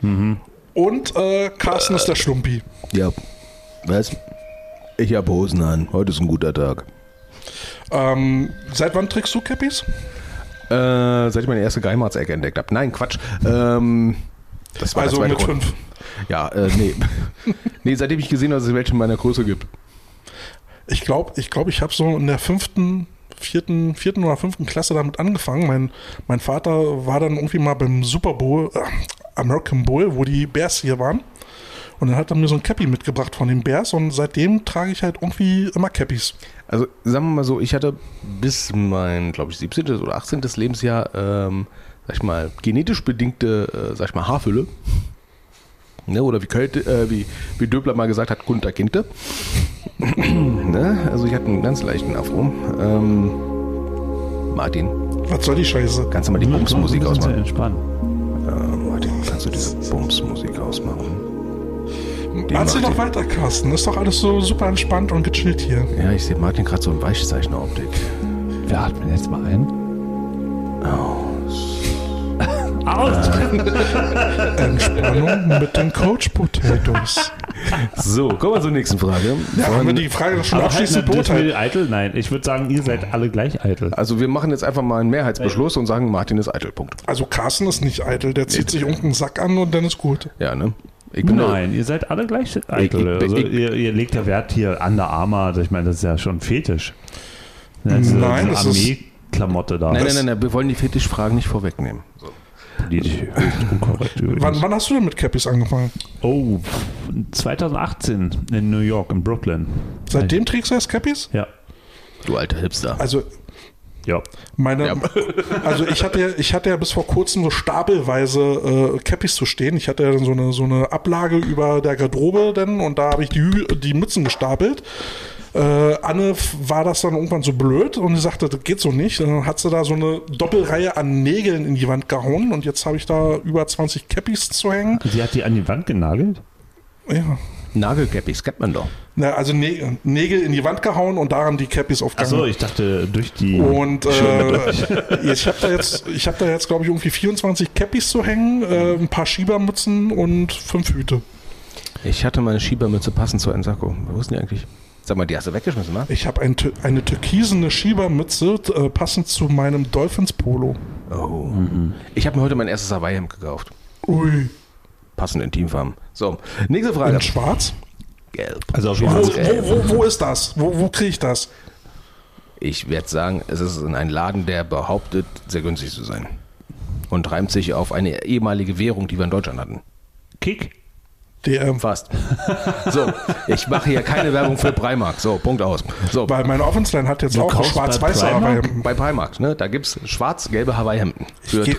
Speaker 7: Mhm.
Speaker 9: Und äh, Carsten ist der Schlumpi.
Speaker 10: Ja, was? Ich hab Hosen an, heute ist ein guter Tag.
Speaker 9: Ähm, seit wann trägst du Cappies?
Speaker 10: Äh, seit ich meine erste Geheimatsecke entdeckt habe. Nein, Quatsch. Ähm, das war
Speaker 9: Also
Speaker 10: der zweite
Speaker 9: mit
Speaker 10: Grund.
Speaker 9: fünf.
Speaker 10: Ja, äh, nee. nee, seitdem ich gesehen habe, dass es welche in meiner Größe gibt.
Speaker 9: Ich glaube, ich, glaub, ich habe so in der fünften, vierten, vierten oder fünften Klasse damit angefangen. Mein, mein Vater war dann irgendwie mal beim Super Bowl, äh, American Bowl, wo die Bears hier waren. Und dann hat er mir so ein Cappy mitgebracht von den Bears und seitdem trage ich halt irgendwie immer Cappies.
Speaker 10: Also sagen wir mal so, ich hatte bis mein, glaube ich, 17. oder 18. Lebensjahr, ähm, sag ich mal, genetisch bedingte, äh, sag ich mal, Haarfülle. Ne, oder wie, Költe, äh, wie, wie Döbler mal gesagt hat, Gunter Kinte. ne? Also ich hatte einen ganz leichten Afro. Ähm, Martin,
Speaker 9: Was soll die Scheiße?
Speaker 10: kannst du mal die Bumsmusik ausmachen?
Speaker 7: entspannen.
Speaker 10: Martin, Oh, kannst du diese Bumsmusik ausmachen?
Speaker 9: Machst du
Speaker 10: Martin.
Speaker 9: doch weiter, Carsten. Ist doch alles so super entspannt und gechillt hier.
Speaker 10: Ja, ich sehe Martin gerade so in Weichzeichneroptik.
Speaker 7: Wer atmet jetzt mal ein?
Speaker 9: Entspannung mit den Coach Potatoes.
Speaker 10: So, kommen wir zur nächsten Frage.
Speaker 9: Ja,
Speaker 10: Von-
Speaker 9: haben wir die Frage doch schon
Speaker 7: Aber halt,
Speaker 9: abschließend
Speaker 7: na, dürfen wir
Speaker 9: beurteilt.
Speaker 7: eitel? Nein, ich würde sagen, ihr seid alle gleich eitel.
Speaker 10: also wir machen jetzt einfach mal einen Mehrheitsbeschluss und sagen, Martin ist Eitelpunkt.
Speaker 9: Also Carsten ist nicht eitel, der zieht sich irgendeinen Sack an und dann ist gut.
Speaker 10: Ja, ne? Ich bin da-
Speaker 7: Nein, ihr seid alle gleich eitel.
Speaker 10: ich-
Speaker 7: also,
Speaker 10: ich-
Speaker 7: ihr, ihr legt ja Wert hier Under Armour. Also ich meine, das ist ja schon fetisch. Ja, diese,
Speaker 9: Nein,
Speaker 7: diese
Speaker 9: das ist-
Speaker 7: Armee-Klamotte da.
Speaker 10: Nein, nein, nein, nein, wir wollen die Fetischfragen nicht vorwegnehmen.
Speaker 7: Die die- höchst unkorrekt übrigens.
Speaker 9: Wann, wann hast du denn mit Cappies angefangen?
Speaker 7: Oh, 2018 in New York, in Brooklyn.
Speaker 9: Seitdem trägst du erst Cappies?
Speaker 7: Ja.
Speaker 10: Du alter Hipster.
Speaker 9: Also
Speaker 7: Ja.
Speaker 9: meine,
Speaker 10: Ja.
Speaker 9: also ich hatte, ja, ich hatte ja bis vor kurzem so stapelweise äh, Cappies zu stehen. Ich hatte ja dann so eine, so eine Ablage über der Garderobe dann und da habe ich die, Hü- die Mützen gestapelt. Äh, Anne f- war das dann irgendwann so blöd und sie sagte, das geht so nicht. Und Dann hat sie da so eine Doppelreihe an Nägeln in die Wand gehauen und jetzt habe ich da über 20 Cappies zu hängen.
Speaker 7: Sie hat die an die Wand genagelt?
Speaker 9: Ja.
Speaker 10: Nagelcappies kennt man doch.
Speaker 9: Na, also Nä Nägel in die Wand gehauen und daran die Cappies aufgegangen.
Speaker 7: Achso, ich dachte durch die.
Speaker 9: Genau. Und äh, ich habe da jetzt, ich habe da jetzt, glaube ich, irgendwie 24 Cappies zu hängen, äh, ein paar Schiebermützen und fünf Hüte.
Speaker 10: Ich hatte meine Schiebermütze passend zu einem Sakko. Wo ist denn die eigentlich? Sag mal, die hast du weggeschmissen, ne? wa?
Speaker 9: Ich habe ein, tü- eine türkisene Schiebermütze t- äh, passend zu meinem Dolphins Polo.
Speaker 10: Oh. Ich habe mir heute mein erstes Hawaii-Hemd gekauft.
Speaker 9: Ui,
Speaker 10: Passend in Teamfarben. So, nächste Frage.
Speaker 9: in Schwarz.
Speaker 10: Gelb.
Speaker 7: also auf
Speaker 9: Wo,
Speaker 7: jeden Fall.
Speaker 9: wo, wo, wo ist das? Wo, wo kriege ich das?
Speaker 10: Ich werde sagen, es ist in einem Laden, der behauptet, sehr günstig zu sein. Und reimt sich auf eine ehemalige Währung, die wir in Deutschland hatten.
Speaker 7: Kick?
Speaker 9: DM.
Speaker 10: Fast. So, ich mache hier keine Werbung für Primark. So, Punkt aus. So,
Speaker 9: Weil meine Offense-Line hat jetzt auch
Speaker 7: kaufst bei
Speaker 9: schwarz-weiße
Speaker 7: Primark?
Speaker 9: Hawaii.
Speaker 10: Bei Primark, ne? Da gibt es schwarz-gelbe Hawaii-Hemden.
Speaker 9: Ich
Speaker 10: Für
Speaker 9: gehe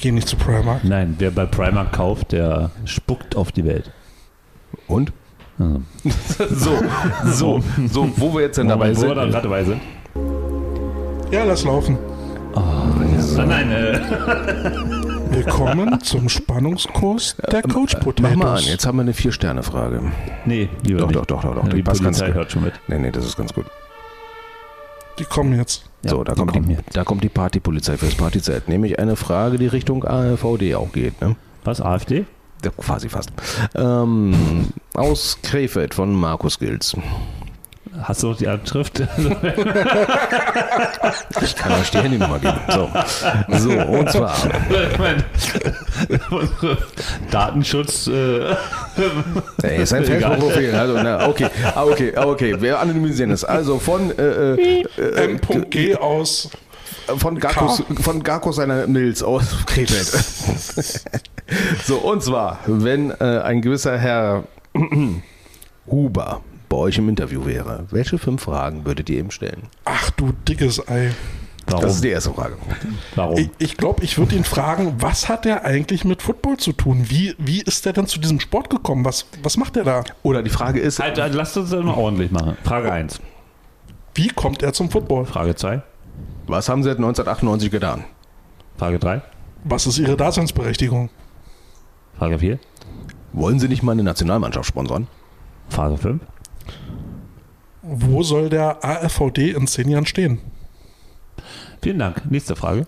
Speaker 9: geh nicht zu Primark.
Speaker 7: Nein, wer bei Primark kauft, der spuckt auf die Welt.
Speaker 10: Und? so, so, so, wo wir jetzt denn dabei
Speaker 7: Wo wir
Speaker 10: sind.
Speaker 7: da gerade dabei sind.
Speaker 9: Ja, lass laufen.
Speaker 7: Ah, nein, äh,
Speaker 9: Willkommen zum Spannungskurs der Coach
Speaker 10: Mach mal an,
Speaker 9: Potatoes.
Speaker 10: jetzt haben wir eine Vier-Sterne-Frage.
Speaker 7: nee, lieber
Speaker 10: Doch,
Speaker 7: nicht.
Speaker 10: doch, doch, doch, doch,
Speaker 7: Die,
Speaker 10: die passt ganz
Speaker 7: Polizei
Speaker 10: gut.
Speaker 7: hört schon mit.
Speaker 10: Nee, nee, das ist ganz gut.
Speaker 9: Die kommen jetzt.
Speaker 10: so, da kommt, die, da kommt die Partypolizei fürs Partyzeit. Nämlich eine Frage, die Richtung AfVD auch geht, ne?
Speaker 7: Was, AfD?
Speaker 10: Ja, quasi fast. Ähm, aus Krefeld von Markus Gils.
Speaker 7: Hast du die Anschrift?
Speaker 10: Ich kann euch die Handynummer geben. So, so und zwar.
Speaker 7: ich meine, unsere Datenschutz. Äh,
Speaker 10: Ey, ist ein
Speaker 7: Egal.
Speaker 10: Facebook-Profil. Also, na, okay, ah, okay, ah, okay. Wir anonymisieren es. Also von, äh, äh,
Speaker 9: M.G. aus.
Speaker 10: von, Garkus, von Garkus einer Milz aus Krefeld. so, und zwar, wenn äh, ein gewisser Herr Huber bei euch im Interview wäre, welche fünf Fragen würdet ihr ihm stellen?
Speaker 9: Ach du dickes Ei.
Speaker 10: Das
Speaker 7: warum?
Speaker 10: ist die erste Frage.
Speaker 7: Warum?
Speaker 9: Ich, ich glaube, ich würde ihn fragen, was hat der eigentlich mit Football zu tun? Wie, wie ist der denn zu diesem Sport gekommen? Was, was macht er da?
Speaker 10: Oder die Frage ist,
Speaker 7: Halt, halt, lasst uns das mal ordentlich machen. Frage 1.
Speaker 9: Wie kommt er zum Football?
Speaker 7: Frage 2.
Speaker 10: was haben sie seit 1998 getan?
Speaker 7: Frage 3.
Speaker 9: Was ist ihre Daseinsberechtigung?
Speaker 7: Frage 4.
Speaker 10: Wollen sie nicht mal eine Nationalmannschaft sponsern?
Speaker 7: Frage 5.
Speaker 9: Wo soll der AFVD in zehn Jahren stehen?
Speaker 7: Vielen Dank. Nächste Frage.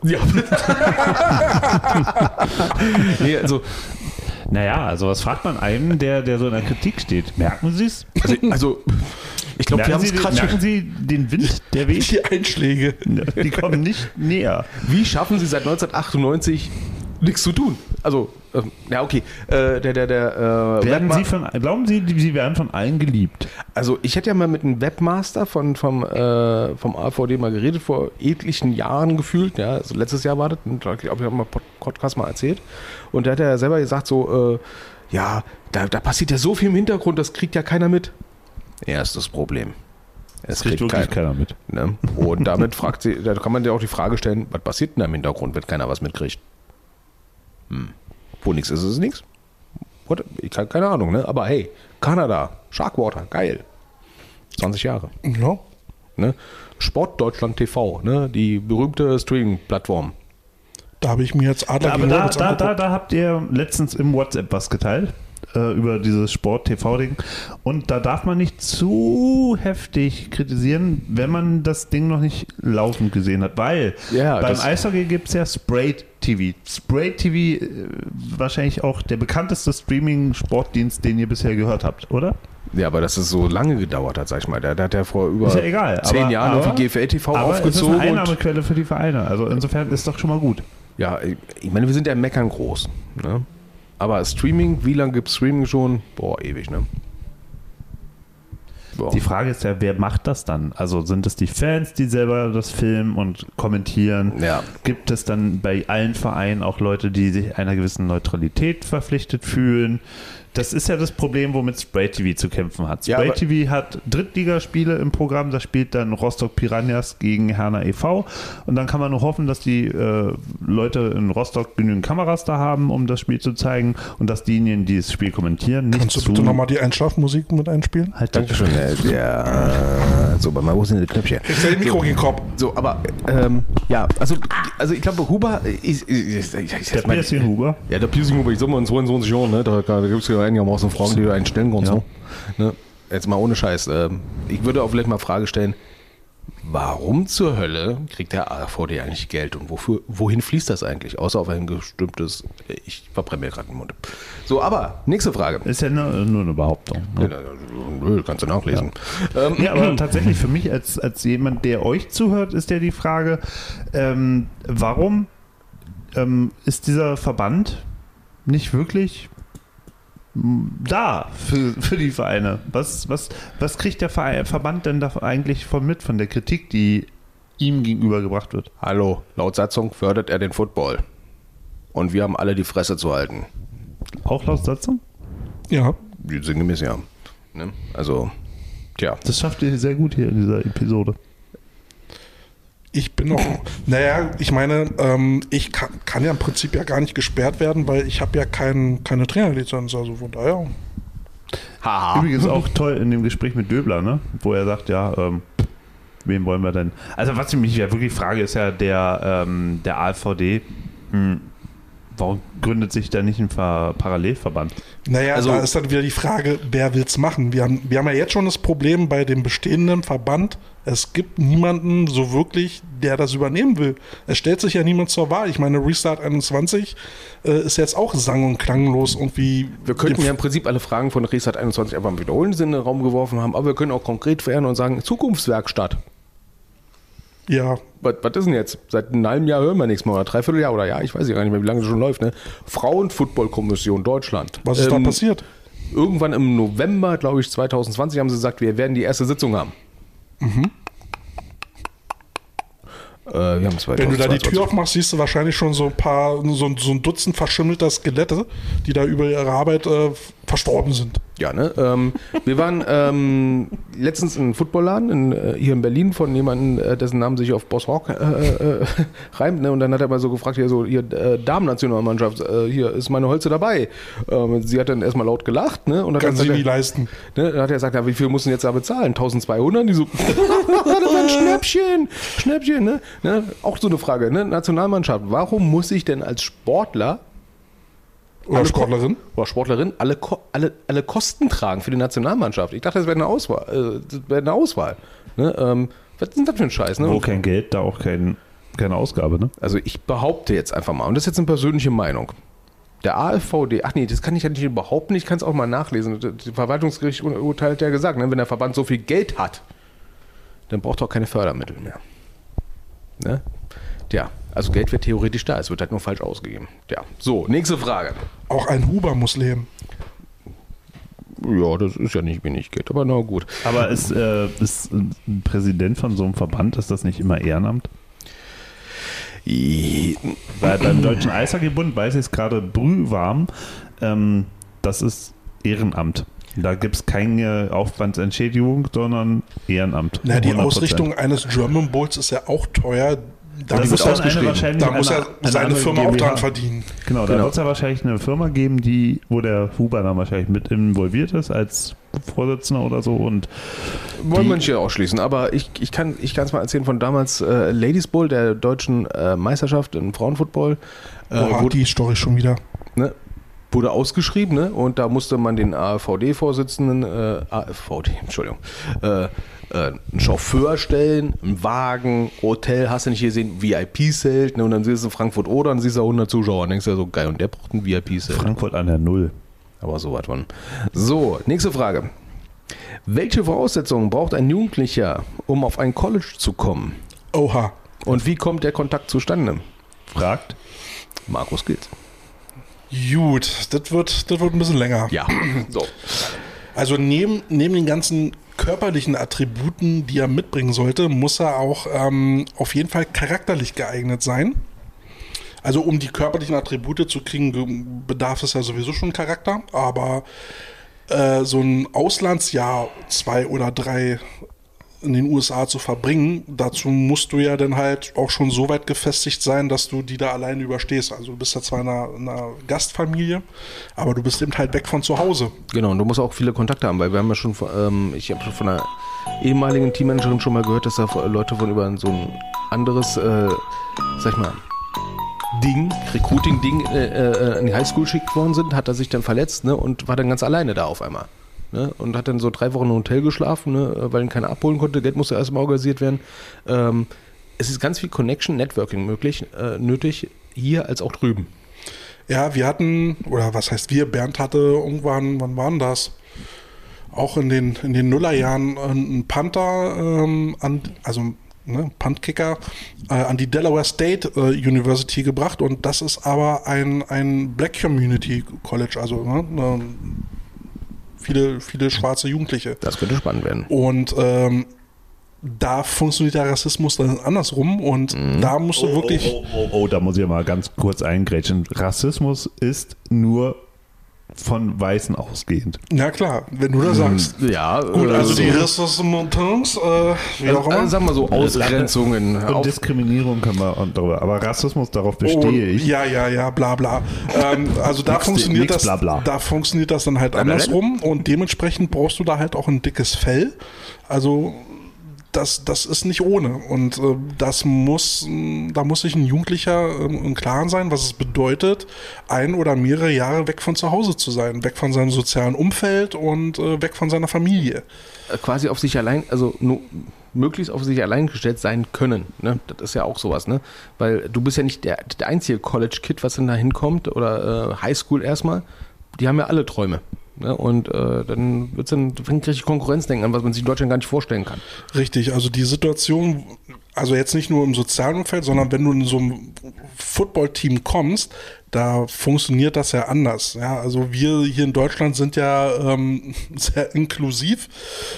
Speaker 10: Nee, also,
Speaker 7: Naja, also was fragt man einen, der, der so in der Kritik steht? Merken Sie es?
Speaker 10: also, also ich glaube, wir
Speaker 7: Merken,
Speaker 10: haben
Speaker 7: Sie
Speaker 10: es
Speaker 7: den-
Speaker 10: gerade
Speaker 7: merken
Speaker 10: schon.
Speaker 7: Sie den Wind der Weg?
Speaker 9: Die Einschläge.
Speaker 7: Die kommen nicht näher.
Speaker 10: Wie schaffen sie seit 1998 nichts zu tun? Also, ähm, ja, okay. Äh, der, der, der, äh,
Speaker 7: Werden
Speaker 10: Webma-
Speaker 7: Sie von, glauben Sie, die- Sie werden von allen geliebt?
Speaker 10: also, ich hätte ja mal mit einem Webmaster von, vom, äh, vom AVD mal geredet, vor etlichen Jahren gefühlt. Ja, also letztes Jahr war das. Und da, glaub Ich habe ja mal Pod- Podcast mal erzählt. Und da hat er selber gesagt, so, äh, ja, da, da passiert ja so viel im Hintergrund, das kriegt ja keiner mit. Erstes Problem. Es kriegt, keiner.
Speaker 7: mit.
Speaker 10: Ne? Und damit fragt sie, da kann man dir auch die Frage stellen, was passiert denn da im Hintergrund, wenn keiner was mitkriegt? Hm. Wo nichts ist, ist nichts. What? Ich kann keine Ahnung, ne? Aber hey, Kanada, Sharkwater, geil. 20 Jahre.
Speaker 9: Ja.
Speaker 10: Ne? Sport Deutschland TV, ne? Die berühmte Streaming-Plattform.
Speaker 9: Da habe ich mir jetzt Adler
Speaker 7: Aber
Speaker 9: gegen
Speaker 7: da,
Speaker 9: Robots
Speaker 7: da, da,
Speaker 9: angeguckt.
Speaker 7: da habt ihr letztens im WhatsApp was geteilt äh, über dieses Sport-TV-Ding. Und da darf man nicht zu heftig kritisieren, wenn man das Ding noch nicht laufend gesehen hat. Weil
Speaker 10: Ja,
Speaker 7: beim
Speaker 10: das-
Speaker 7: Eishockey gibt es ja Sprayed TV. Sprayed TV äh, wahrscheinlich auch der bekannteste Streaming-Sportdienst, den ihr bisher gehört habt, oder?
Speaker 10: Ja, aber dass es so lange gedauert hat, sag ich mal. Da, da hat er vor über
Speaker 7: Ist ja egal.
Speaker 10: zehn
Speaker 7: aber-
Speaker 10: Jahren
Speaker 7: aber-
Speaker 10: auf die GFL TV
Speaker 7: aber
Speaker 10: aufgezogen.
Speaker 7: Es ist eine
Speaker 10: und,
Speaker 7: Einnahmequelle für die Vereine. Also insofern ist doch schon mal gut.
Speaker 10: ja, ich, ich meine, wir sind ja im Meckern groß. Ne? Aber Streaming, wie lange gibt es Streaming schon? Boah, ewig, ne? Boah.
Speaker 7: Die Frage ist ja, wer macht das dann? Also sind es die Fans, die selber das filmen und kommentieren?
Speaker 10: Ja.
Speaker 7: Gibt es dann bei allen Vereinen auch Leute, die sich einer gewissen Neutralität verpflichtet fühlen? Das ist ja das Problem, womit Spray TV zu kämpfen hat.
Speaker 10: Ja,
Speaker 7: Spray
Speaker 10: aber-
Speaker 7: TV hat Drittligaspiele im Programm, da spielt dann Rostock Piranhas gegen Herner e.V. Und dann kann man nur hoffen, dass die äh, Leute in Rostock genügend Kameras da haben, um das Spiel zu zeigen und dass diejenigen, die das Spiel kommentieren, nicht
Speaker 9: Kannst du
Speaker 7: zu...
Speaker 9: bitte nochmal die Einschlafmusik mit einspielen?
Speaker 7: halt die-
Speaker 10: Dankeschön. äh, Ja, so, mal, wo sind die Knöpfchen?
Speaker 9: Ich stell den Mikro gegen den Kopf.
Speaker 10: So, aber, ähm, ja, also, also ich glaube, Huber ist. ist, ist, ist, ist
Speaker 7: Der Piercing Huber.
Speaker 10: Ja, der Piercing Huber, ich sag mal, in 22 Jahren, ne, da, da gibt es ja einigermaßen Fragen, die du einen stellen kannst.
Speaker 7: Ja.
Speaker 10: Ne? Ne? Jetzt mal ohne Scheiß. Ähm, ich würde auch vielleicht mal Frage stellen: Warum zur Hölle kriegt der AVD eigentlich Geld und wofür, wohin fließt das eigentlich? Außer auf ein bestimmtes. Ich verbrenne mir gerade den Mund. So, aber, nächste Frage.
Speaker 7: Ist ja nur, nur eine Behauptung. Ne?
Speaker 10: Nö, kannst du nachlesen. Ähm,
Speaker 7: Ja, aber tatsächlich für mich als, als jemand, der euch zuhört, ist ja die Frage, ähm, warum ähm, ist dieser Verband nicht wirklich m, da für, für die Vereine? Was, was, was kriegt der Verein, Verband denn da eigentlich von mit, von der Kritik, die ihm gegenübergebracht wird?
Speaker 10: Hallo, laut Satzung fördert er den Football. Und wir haben alle die Fresse zu halten.
Speaker 7: Auch laut Satzung?
Speaker 9: Ja.
Speaker 10: Sinngemäß ja. Ne? Also, tja.
Speaker 7: Das schafft ihr sehr gut hier in dieser Episode.
Speaker 9: Ich bin noch. Naja, ich meine, ähm, ich kann, kann ja im Prinzip ja gar nicht gesperrt werden, weil ich habe ja kein, keine Trainerlizenz. Also von daher.
Speaker 10: Haha.
Speaker 7: Übrigens auch toll in dem Gespräch mit Döbler, ne? wo er sagt, ja, ähm, wen wollen wir denn? Also was ich mich ja wirklich frage, ist ja der, ähm, der AVD, hm, warum gründet sich da nicht ein Ver Parallelverband?
Speaker 9: Naja,
Speaker 7: Also-
Speaker 9: da ist dann wieder die Frage, wer will's machen? Wir haben, wir haben ja jetzt schon das Problem bei dem bestehenden Verband. Es gibt niemanden so wirklich, der das übernehmen will. Es stellt sich ja niemand zur Wahl. Ich meine, Restart 21 äh, ist jetzt auch sang- und klanglos irgendwie.
Speaker 10: Wir könnten ja im Prinzip alle Fragen von Resat 21 einfach im wiederholenden Sinne in den Raum geworfen haben, aber wir können auch konkret werden und sagen, Zukunftswerkstatt.
Speaker 9: Ja.
Speaker 10: Was, was ist denn jetzt? Seit einem halben Jahr hören wir nichts mehr, oder dreiviertel Jahr oder ja, ich weiß ja gar nicht mehr, wie lange das schon läuft, ne? Frauenfootballkommission Deutschland. Ähm,
Speaker 9: Was ist da passiert?
Speaker 10: Irgendwann im November, glaube ich, 2020 haben sie gesagt, wir werden die erste Sitzung haben.
Speaker 9: Mhm.
Speaker 10: Äh, wir haben
Speaker 9: Wenn du da die
Speaker 10: 2022.
Speaker 9: Tür aufmachst, siehst du wahrscheinlich schon so ein paar, so, ein- so ein Dutzend verschimmelter Skelette, die da über ihre Arbeit äh, verstorben sind.
Speaker 10: Ja, ne? Ähm, wir waren ähm, letztens in einem Footballladen in, äh, hier in Berlin von jemandem, äh, dessen Namen sich auf Boss Hawk äh, äh, reimt. Ne? Und dann hat er mal so gefragt, hier so, hier äh, Damen-Nationalmannschaft, äh, hier ist meine Holze dabei. Ähm, sie hat dann erstmal laut gelacht. Ne? Und dann
Speaker 9: Kann
Speaker 10: hat
Speaker 9: sie
Speaker 10: er-
Speaker 9: nie leisten.
Speaker 10: Ne? Dann hat er gesagt, ja, wie viel müssen jetzt da bezahlen? 1200? Die so, das
Speaker 9: Äh.
Speaker 10: war ein Schnäppchen, Schnäppchen. Ne? Ne? Auch so eine Frage, ne? Nationalmannschaft, warum muss ich denn als Sportler
Speaker 9: Oder
Speaker 10: alle Ko-
Speaker 9: Sportlerin?
Speaker 10: Oder Sportlerin, alle, Ko alle, alle Kosten tragen für die Nationalmannschaft. Ich dachte, das wäre eine Auswahl. Äh, das wäre eine Auswahl ne? ähm, was ist denn das für ein Scheiß? Ne?
Speaker 7: Wo kein Geld, da auch kein, keine Ausgabe, ne?
Speaker 10: Also ich behaupte jetzt einfach mal, und das ist jetzt eine persönliche Meinung. Der AfVD, ach nee, das kann ich ja nicht behaupten, ich kann es auch mal nachlesen. Das das Verwaltungsgericht ur- Urteil hat ja gesagt, ne, wenn der Verband so viel Geld hat, dann braucht er auch keine Fördermittel mehr. Ne? Tja, also Geld wird theoretisch da, es wird halt nur falsch ausgegeben. Ja, so, nächste Frage.
Speaker 9: Auch ein Huber muss leben.
Speaker 10: Ja, das ist ja nicht wenig Geld, aber na gut.
Speaker 7: Aber ist, äh, ist ein Präsident von so einem Verband, ist das nicht immer Ehrenamt? Weil beim Deutschen Eishockeybund weiß ich es gerade brühwarm, ähm, das ist Ehrenamt. Da gibt es keine Aufwandsentschädigung, sondern Ehrenamt.
Speaker 9: Na, die
Speaker 7: 100%.
Speaker 9: Ausrichtung eines German Bowls ist ja auch teuer. Da
Speaker 7: Das
Speaker 9: muss,
Speaker 7: ist dann
Speaker 9: er,
Speaker 7: eine wahrscheinlich
Speaker 9: da muss
Speaker 7: eine-
Speaker 9: er
Speaker 7: eine
Speaker 9: seine
Speaker 7: andere
Speaker 9: Firma auch
Speaker 7: GmbH.
Speaker 9: dran verdienen.
Speaker 7: Genau, da wird es ja wahrscheinlich eine Firma geben, die, wo der Huber dann wahrscheinlich mit involviert ist als Vorsitzender oder so und
Speaker 10: Wollen
Speaker 7: die-
Speaker 10: wir nicht hier ausschließen, aber ich, ich kann es mal erzählen von damals äh, Ladies Bowl, der deutschen äh, Meisterschaft im Frauenfootball. Äh,
Speaker 9: Boah,
Speaker 10: wo-
Speaker 9: die Story schon wieder.
Speaker 10: ne, wurde ausgeschrieben ne, und da musste man den AfVD-Vorsitzenden, äh, AfVD, Entschuldigung, äh, äh, einen Chauffeur stellen, einen Wagen, Hotel, hast du nicht gesehen, VIP-Zelt ne, und dann siehst du Frankfurt oder und siehst du 100 Zuschauer und denkst dir so, geil, und der braucht ein VIP-Zelt.
Speaker 7: Frankfurt an der Null.
Speaker 10: Aber so weit von. So, nächste Frage. Welche Voraussetzungen braucht ein Jugendlicher, um auf ein College zu kommen?
Speaker 9: Oha.
Speaker 10: Und wie kommt der Kontakt zustande?
Speaker 7: Fragt
Speaker 10: Markus Gilt.
Speaker 9: Gut, das wird, das wird ein bisschen länger.
Speaker 10: Ja, so.
Speaker 9: Also neben, neben den ganzen körperlichen Attributen, die er mitbringen sollte, muss er auch ähm, auf jeden Fall charakterlich geeignet sein. Also um die körperlichen Attribute zu kriegen, ge- bedarf es ja sowieso schon Charakter, aber äh, so ein Auslandsjahr, zwei oder drei in den USA zu verbringen, dazu musst du ja dann halt auch schon so weit gefestigt sein, dass du die da alleine überstehst. Also du bist ja zwar in einer, in einer Gastfamilie, aber du bist eben halt weg von zu Hause.
Speaker 10: Genau, und du musst auch viele Kontakte haben, weil wir haben ja schon, von, ähm, ich habe schon von einer ehemaligen Teammanagerin schon mal gehört, dass da Leute von über so ein anderes, äh, sag ich mal, Ding, Recruiting-Ding äh, äh, in die Highschool geschickt worden sind, hat er sich dann verletzt ne, und war dann ganz alleine da auf einmal. Ne, und hat dann so drei Wochen im Hotel geschlafen, ne, weil ihn keiner abholen konnte, Geld musste erstmal organisiert werden. Ähm, es ist ganz viel Connection, Networking möglich, äh, nötig, hier als auch drüben.
Speaker 9: Ja, wir hatten, oder was heißt wir, Bernd hatte irgendwann, wann waren das? Auch in den, in den Nullerjahren äh, einen Panther, ähm, an, also ne, Puntkicker, äh, an die Delaware State äh, University gebracht und das ist aber ein, ein Black Community College, also ne, ne, viele, viele schwarze Jugendliche.
Speaker 10: Das könnte spannend werden.
Speaker 9: Und ähm, da funktioniert der Rassismus dann andersrum und da musst du wirklich.
Speaker 7: Mhm. Oh, oh, oh, da muss ich ja mal ganz kurz eingrätschen. Rassismus ist nur von Weißen ausgehend.
Speaker 9: Na klar, wenn du das sagst.
Speaker 10: Ja,
Speaker 7: Äh,
Speaker 9: Gut, also
Speaker 10: so.
Speaker 9: die Ressentiments, äh, wie auch immer.
Speaker 10: also, sagen wir so, Ausgrenzungen.
Speaker 7: Und Diskriminierung können wir und darüber. Aber Rassismus, darauf bestehe
Speaker 9: Und-
Speaker 7: ich.
Speaker 9: Ja, ja, ja, bla bla. Ähm, also da
Speaker 7: Nix,
Speaker 9: funktioniert
Speaker 7: nix,
Speaker 9: das,
Speaker 7: bla, bla.
Speaker 9: da funktioniert das dann halt
Speaker 7: bla, bla.
Speaker 9: andersrum und dementsprechend brauchst du da halt auch ein dickes Fell. Also das, das ist nicht ohne. Und äh, das muss, mh, da muss sich ein Jugendlicher äh, im Klaren sein, was es bedeutet, ein oder mehrere Jahre weg von zu Hause zu sein, weg von seinem sozialen Umfeld und äh, weg von seiner Familie.
Speaker 10: quasi auf sich allein, also nur möglichst auf sich allein gestellt sein können. Ne? Das ist ja auch sowas, ne? Weil du bist ja nicht der, der einzige College-Kid, was dann da hinkommt oder äh, Highschool erstmal. Die haben ja alle Träume. Ne? Und äh, dann, wird's dann fängt richtig Konkurrenzdenken an, was man sich in Deutschland gar nicht vorstellen kann.
Speaker 9: Richtig, also die Situation, also jetzt nicht nur im sozialen Umfeld, sondern wenn du in so einem Footballteam kommst, da funktioniert das ja anders. Ja, also wir hier in Deutschland sind ja ähm, sehr inklusiv.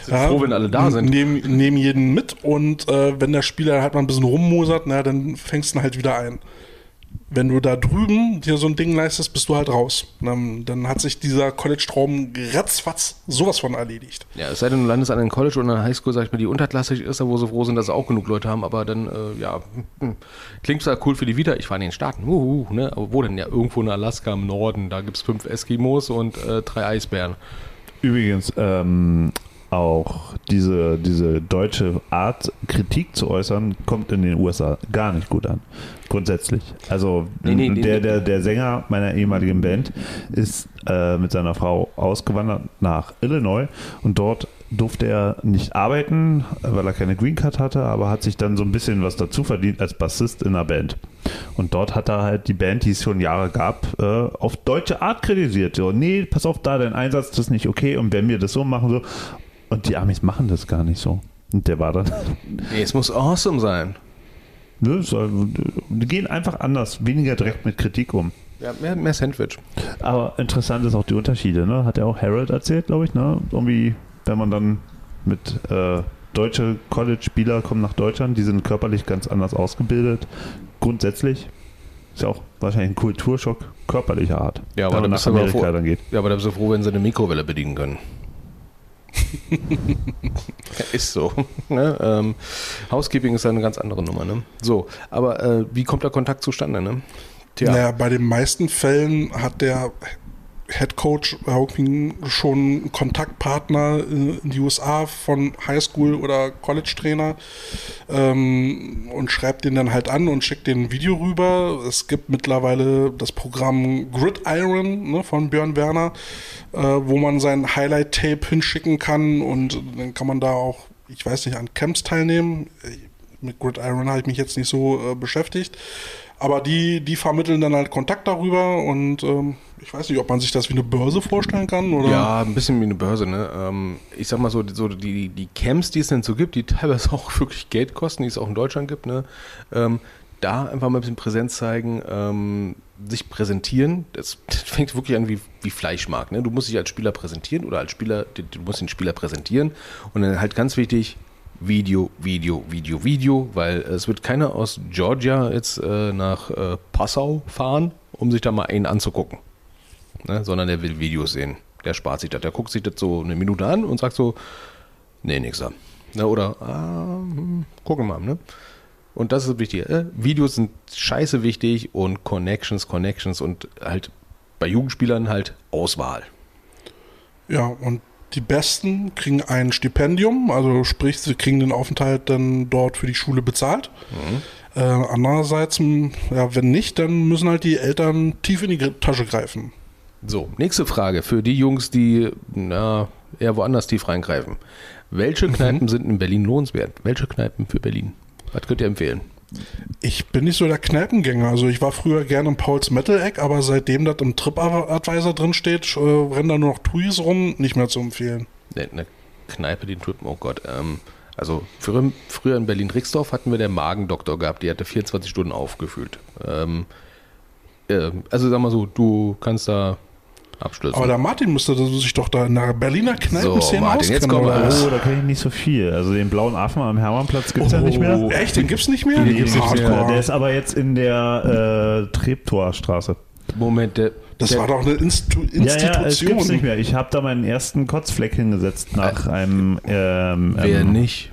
Speaker 10: Sind froh, wenn alle da sind.
Speaker 9: Nehmen, nehmen jeden mit und äh, wenn der Spieler halt mal ein bisschen rummosert, na, dann fängst du ihn halt wieder ein. Wenn du da drüben dir so ein Ding leistest, bist du halt raus. Dann, dann hat sich dieser College-Traum ratzfatz sowas von erledigt.
Speaker 10: Ja, es sei denn, du landest an einem College oder einer Highschool, sag ich mal, die unterklassig ist, da wo sie froh sind, dass sie auch genug Leute haben, aber dann, äh, ja, hm, klingt zwar cool für die Vita, ich war in den Staaten, uhu, ne? aber wo denn? Ja, irgendwo in Alaska im Norden, da gibt es fünf Eskimos und äh, drei Eisbären.
Speaker 7: Übrigens, ähm, auch diese, diese deutsche Art, Kritik zu äußern, kommt in den USA gar nicht gut an. Grundsätzlich. Also
Speaker 10: Nee, nee, nee,
Speaker 7: der,
Speaker 10: nee.
Speaker 7: der, der Sänger meiner ehemaligen Band ist äh, mit seiner Frau ausgewandert nach Illinois und dort durfte er nicht arbeiten, weil er keine Green Card hatte, aber hat sich dann so ein bisschen was dazu verdient als Bassist in einer Band. Und dort hat er halt die Band, die es schon Jahre gab, äh, auf deutsche Art kritisiert. So, nee, pass auf da, dein Einsatz das ist nicht okay und wenn wir das so machen, so. Und die Amis machen das gar nicht so. Und der war dann.
Speaker 10: Nee, es muss awesome sein.
Speaker 7: Ne, so, die gehen einfach anders, weniger direkt mit Kritik um.
Speaker 10: Ja, mehr, mehr Sandwich.
Speaker 7: Aber interessant ist auch die Unterschiede, ne? Hat ja auch Harold erzählt, glaube ich, ne? Irgendwie, wenn man dann mit äh, deutsche College-Spieler kommen nach Deutschland, die sind körperlich ganz anders ausgebildet. Grundsätzlich ist ja auch wahrscheinlich ein Kulturschock körperlicher Art.
Speaker 10: Ja,
Speaker 7: wenn
Speaker 10: aber da
Speaker 7: man
Speaker 10: bist
Speaker 7: nach
Speaker 10: du aber
Speaker 7: Amerika
Speaker 10: froh-
Speaker 7: dann geht.
Speaker 10: Ja, aber da bist du froh, wenn sie eine Mikrowelle bedienen können. Ja, ist so. Ne? Ähm, Housekeeping ist ja eine ganz andere Nummer. Ne? So, aber äh, wie kommt der Kontakt zustande? Ne? Tja,
Speaker 9: Naja, bei den meisten Fällen hat der Head Coach irgendwie schon einen Kontaktpartner äh, in in die USA von Highschool oder College Trainer ähm, und schreibt den dann halt an und schickt den ein Video rüber. Es gibt mittlerweile das Programm Gridiron ne, von Björn Werner, äh, wo man sein Highlight-Tape hinschicken kann und dann kann man da auch, ich weiß nicht, an Camps teilnehmen. Äh, Mit Gridiron habe ich mich jetzt nicht so äh, beschäftigt. Aber die, die vermitteln dann halt Kontakt darüber und ähm, ich weiß nicht, ob man sich das wie eine Börse vorstellen kann oder.
Speaker 10: ja, ein bisschen wie eine Börse. Ne? Ähm, ich sag mal so, so die, die Camps, die es denn so gibt, die teilweise auch wirklich Geld kosten, die es auch in Deutschland gibt, ne? ähm, da einfach mal ein bisschen Präsenz zeigen, ähm, sich präsentieren. Das, das fängt wirklich an wie, wie Fleischmarkt. Ne? Du musst dich als Spieler präsentieren oder als Spieler, du, du musst den Spieler präsentieren und dann halt ganz wichtig, Video, Video, Video, Video, weil es wird keiner aus Georgia jetzt äh, nach äh, Passau fahren, um sich da mal einen anzugucken. Ne? Sondern der will Videos sehen. Der spart sich das. Der guckt sich das so eine Minute an und sagt so, nee, nix da. Ne? Oder, ah, hm, gucken wir mal. Ne? Und das ist wichtig. Äh, Videos sind scheiße wichtig und Connections, Connections und halt bei Jugendspielern halt Auswahl.
Speaker 9: Ja, und die Besten kriegen ein Stipendium, also sprich, sie kriegen den Aufenthalt dann dort für die Schule bezahlt. Äh, andererseits, m, ja, wenn nicht, dann müssen halt die Eltern tief in die Gr- Tasche greifen.
Speaker 10: So, nächste Frage für die Jungs, die na, eher woanders tief reingreifen. Welche Kneipen sind in Berlin lohnenswert? Welche Kneipen für Berlin? Was könnt ihr empfehlen?
Speaker 9: Ich bin nicht so der Kneipengänger. Also ich war früher gerne im Pauls Metal Egg, aber seitdem das im Trip Advisor drin steht, äh, rennen da nur noch Tuis rum, nicht mehr zu empfehlen.
Speaker 10: Ne, Eine Kneipe, den Typen, oh Gott. Ähm, also früher, früher in Berlin-Rixdorf hatten wir der Magendoktor gehabt, die hatte 24 Stunden aufgefüllt. Ähm, äh, also sag mal so, du kannst da abstürzen.
Speaker 9: Aber der Martin müsste das sich doch da in der Berliner Kneipenszene
Speaker 10: So, Martin, jetzt
Speaker 9: auskennen.
Speaker 10: kommen wir
Speaker 9: oder?
Speaker 10: raus.
Speaker 7: Oh, da kenne ich nicht so viel. Also den blauen Affen am Hermannplatz gibt es ja nicht mehr.
Speaker 10: Oh,
Speaker 9: Echt, den gibt's nicht mehr?
Speaker 7: Den gibt's nicht mehr.
Speaker 9: Hardcore.
Speaker 7: Der ist aber jetzt in der äh, Treptower Straße.
Speaker 10: Moment, der,
Speaker 9: Das
Speaker 10: der,
Speaker 9: war doch eine Instu
Speaker 7: Ja, ja, es
Speaker 9: Institution.
Speaker 7: gibt's nicht mehr. Ich habe da meinen ersten Kotzfleck hingesetzt nach einem ähm,
Speaker 10: wer
Speaker 7: ähm,
Speaker 10: nicht?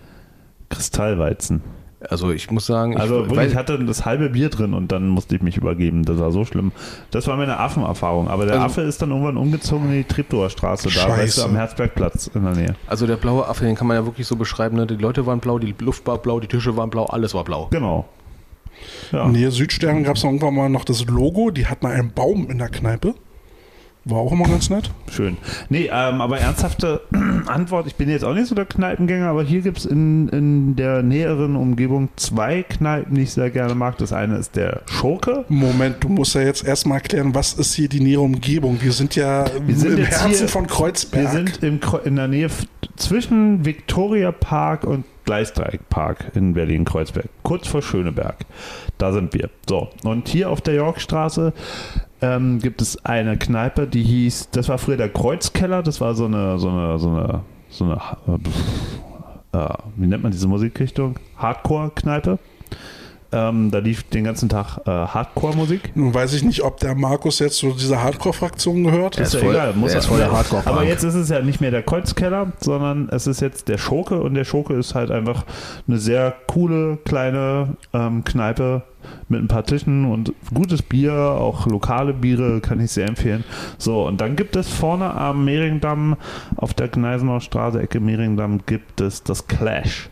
Speaker 7: Kristallweizen.
Speaker 10: Also ich muss sagen, ich,
Speaker 7: Also wirklich,
Speaker 10: weiß-
Speaker 7: ich hatte das halbe Bier drin und dann musste ich mich übergeben. Das war so schlimm. Das war meine Affenerfahrung. Aber der
Speaker 10: Also-
Speaker 7: Affe ist dann irgendwann umgezogen in die Treptower Straße da,
Speaker 10: Scheiße.
Speaker 7: weißt du, am Herzbergplatz in der Nähe.
Speaker 10: also der blaue Affe, den kann man ja wirklich so beschreiben. Ne? Die Leute waren blau, die Luft war blau, die Tische waren blau, alles war blau.
Speaker 7: Genau.
Speaker 9: Nähe Südstern gab es irgendwann mal noch das Logo, die hatten einen Baum in der Kneipe. War auch immer ganz nett.
Speaker 7: Schön. Nee, ähm, aber ernsthafte Antwort, ich bin jetzt auch nicht so der Kneipengänger, aber hier gibt es in, in der näheren Umgebung zwei Kneipen, die ich sehr gerne mag. Das eine ist der Schurke.
Speaker 9: Moment, du musst ja jetzt erstmal erklären, was ist hier die nähere Umgebung? Wir sind ja
Speaker 7: Wir sind
Speaker 9: im
Speaker 7: jetzt
Speaker 9: Herzen
Speaker 7: hier-
Speaker 9: von Kreuzberg.
Speaker 7: Wir sind im, Kreu- in der Nähe f- zwischen Victoria Park und Gleisdreieckpark in Berlin-Kreuzberg, kurz vor Schöneberg. Da sind wir. So, und hier auf der Yorkstraße ähm, gibt es eine Kneipe, die hieß, das war früher der Kreuzkeller, das war so eine, so eine, so eine, so eine äh, pf, äh, wie nennt man diese Musikrichtung? Hardcore-Kneipe. Ähm, da lief den ganzen Tag äh, Hardcore-Musik.
Speaker 9: Nun weiß ich nicht, ob der Markus jetzt zu dieser Hardcore-Fraktion gehört.
Speaker 7: ist, ja egal. Muss er- Aber jetzt ist es ja nicht mehr der Kreuzkeller, sondern es ist jetzt der Schurke und der Schurke ist halt einfach eine sehr coole kleine ähm, Kneipe mit ein paar Tischen und gutes Bier, auch lokale Biere kann ich sehr empfehlen. So, und dann gibt es vorne am Mehringdamm auf der Gneisenauer Straße, Ecke Mehringdamm, gibt es das Clash.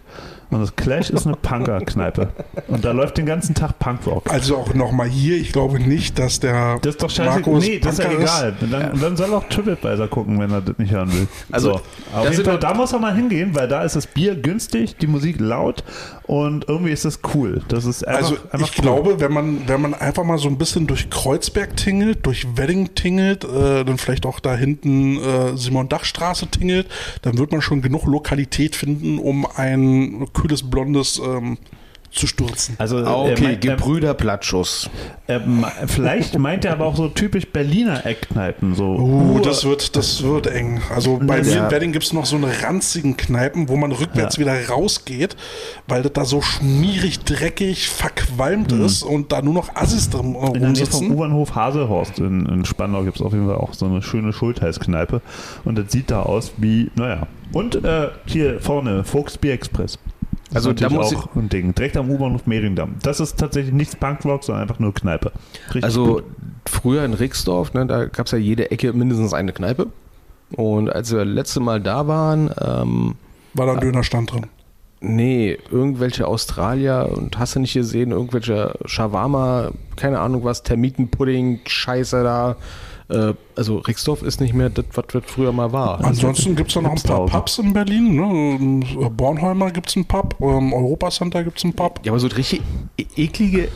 Speaker 7: Und das Clash ist eine Punker-Kneipe. Und da läuft den ganzen Tag Punkrock.
Speaker 9: Also auch nochmal hier, ich glaube nicht, dass der
Speaker 7: Das ist doch scheiße.
Speaker 9: Markus
Speaker 7: nee, das ist ja
Speaker 9: Punker
Speaker 7: egal. Und dann, und dann soll auch TripAdvisor gucken, wenn er das nicht hören will. Also,
Speaker 9: Also, das
Speaker 7: Auf jeden
Speaker 9: sind
Speaker 7: Fall, da muss er mal hingehen, weil da ist das Bier günstig, die Musik laut und irgendwie ist das cool. Das ist einfach,
Speaker 9: Also
Speaker 7: einfach
Speaker 9: ich glaube, wenn man, wenn man einfach mal so ein bisschen durch Kreuzberg tingelt, durch Wedding tingelt, äh, dann vielleicht auch da hinten äh, Simon-Dach-Straße tingelt, dann wird man schon genug Lokalität finden, um ein kühles Blondes ähm, zu stürzen.
Speaker 7: Also, äh, er
Speaker 10: Ah, okay,
Speaker 7: meint- er-
Speaker 10: Gebrüder Platschus.
Speaker 7: Äh, ma- vielleicht meint er aber auch so typisch Berliner Eckkneipen. So
Speaker 9: Uh,
Speaker 7: Ur-
Speaker 9: das wird, das wird eng. Also bei
Speaker 7: Ja.
Speaker 9: mir in Wedding gibt es noch so eine ranzigen Kneipen, wo man rückwärts
Speaker 7: Ja.
Speaker 9: wieder rausgeht, weil das da so schmierig, dreckig, verqualmt ist und da nur noch Assis drin
Speaker 7: Mhm. In
Speaker 9: äh,
Speaker 7: der Nähe vom
Speaker 9: rumsitzen.
Speaker 7: U-Bahnhof Haselhorst in, in Spandau gibt es auf jeden Fall auch so eine schöne Schultheißkneipe. Und das sieht da aus wie, naja. Und äh, hier vorne, Vogtsbier Express. Das
Speaker 10: Also
Speaker 7: ist
Speaker 10: da
Speaker 7: natürlich
Speaker 10: muss
Speaker 7: auch ein Ding. Direkt am U-Bahnhof Mehringdamm. Das ist tatsächlich nichts Punkrock, sondern einfach nur Kneipe. Richtig
Speaker 10: Also
Speaker 7: gut.
Speaker 10: früher in Rixdorf, ne, da gab es ja jede Ecke mindestens eine Kneipe. Und als wir letzte Mal da waren, ähm,
Speaker 9: War da ein Dönerstand drin.
Speaker 10: nee, irgendwelche Australier und hast du nicht gesehen, irgendwelche Shawarma, keine Ahnung was, Termitenpudding, Scheiße da. Äh, also Rixdorf ist nicht mehr das, was das früher mal war.
Speaker 9: Ansonsten Also gibt es da noch ein
Speaker 10: Gibt's
Speaker 9: paar
Speaker 10: tausend.
Speaker 9: Pubs in Berlin. Ne? Ähm, Bornholmer gibt es einen Pub, ähm, Europacenter gibt es einen Pub.
Speaker 10: Ja, aber so eine richtig e- eklige,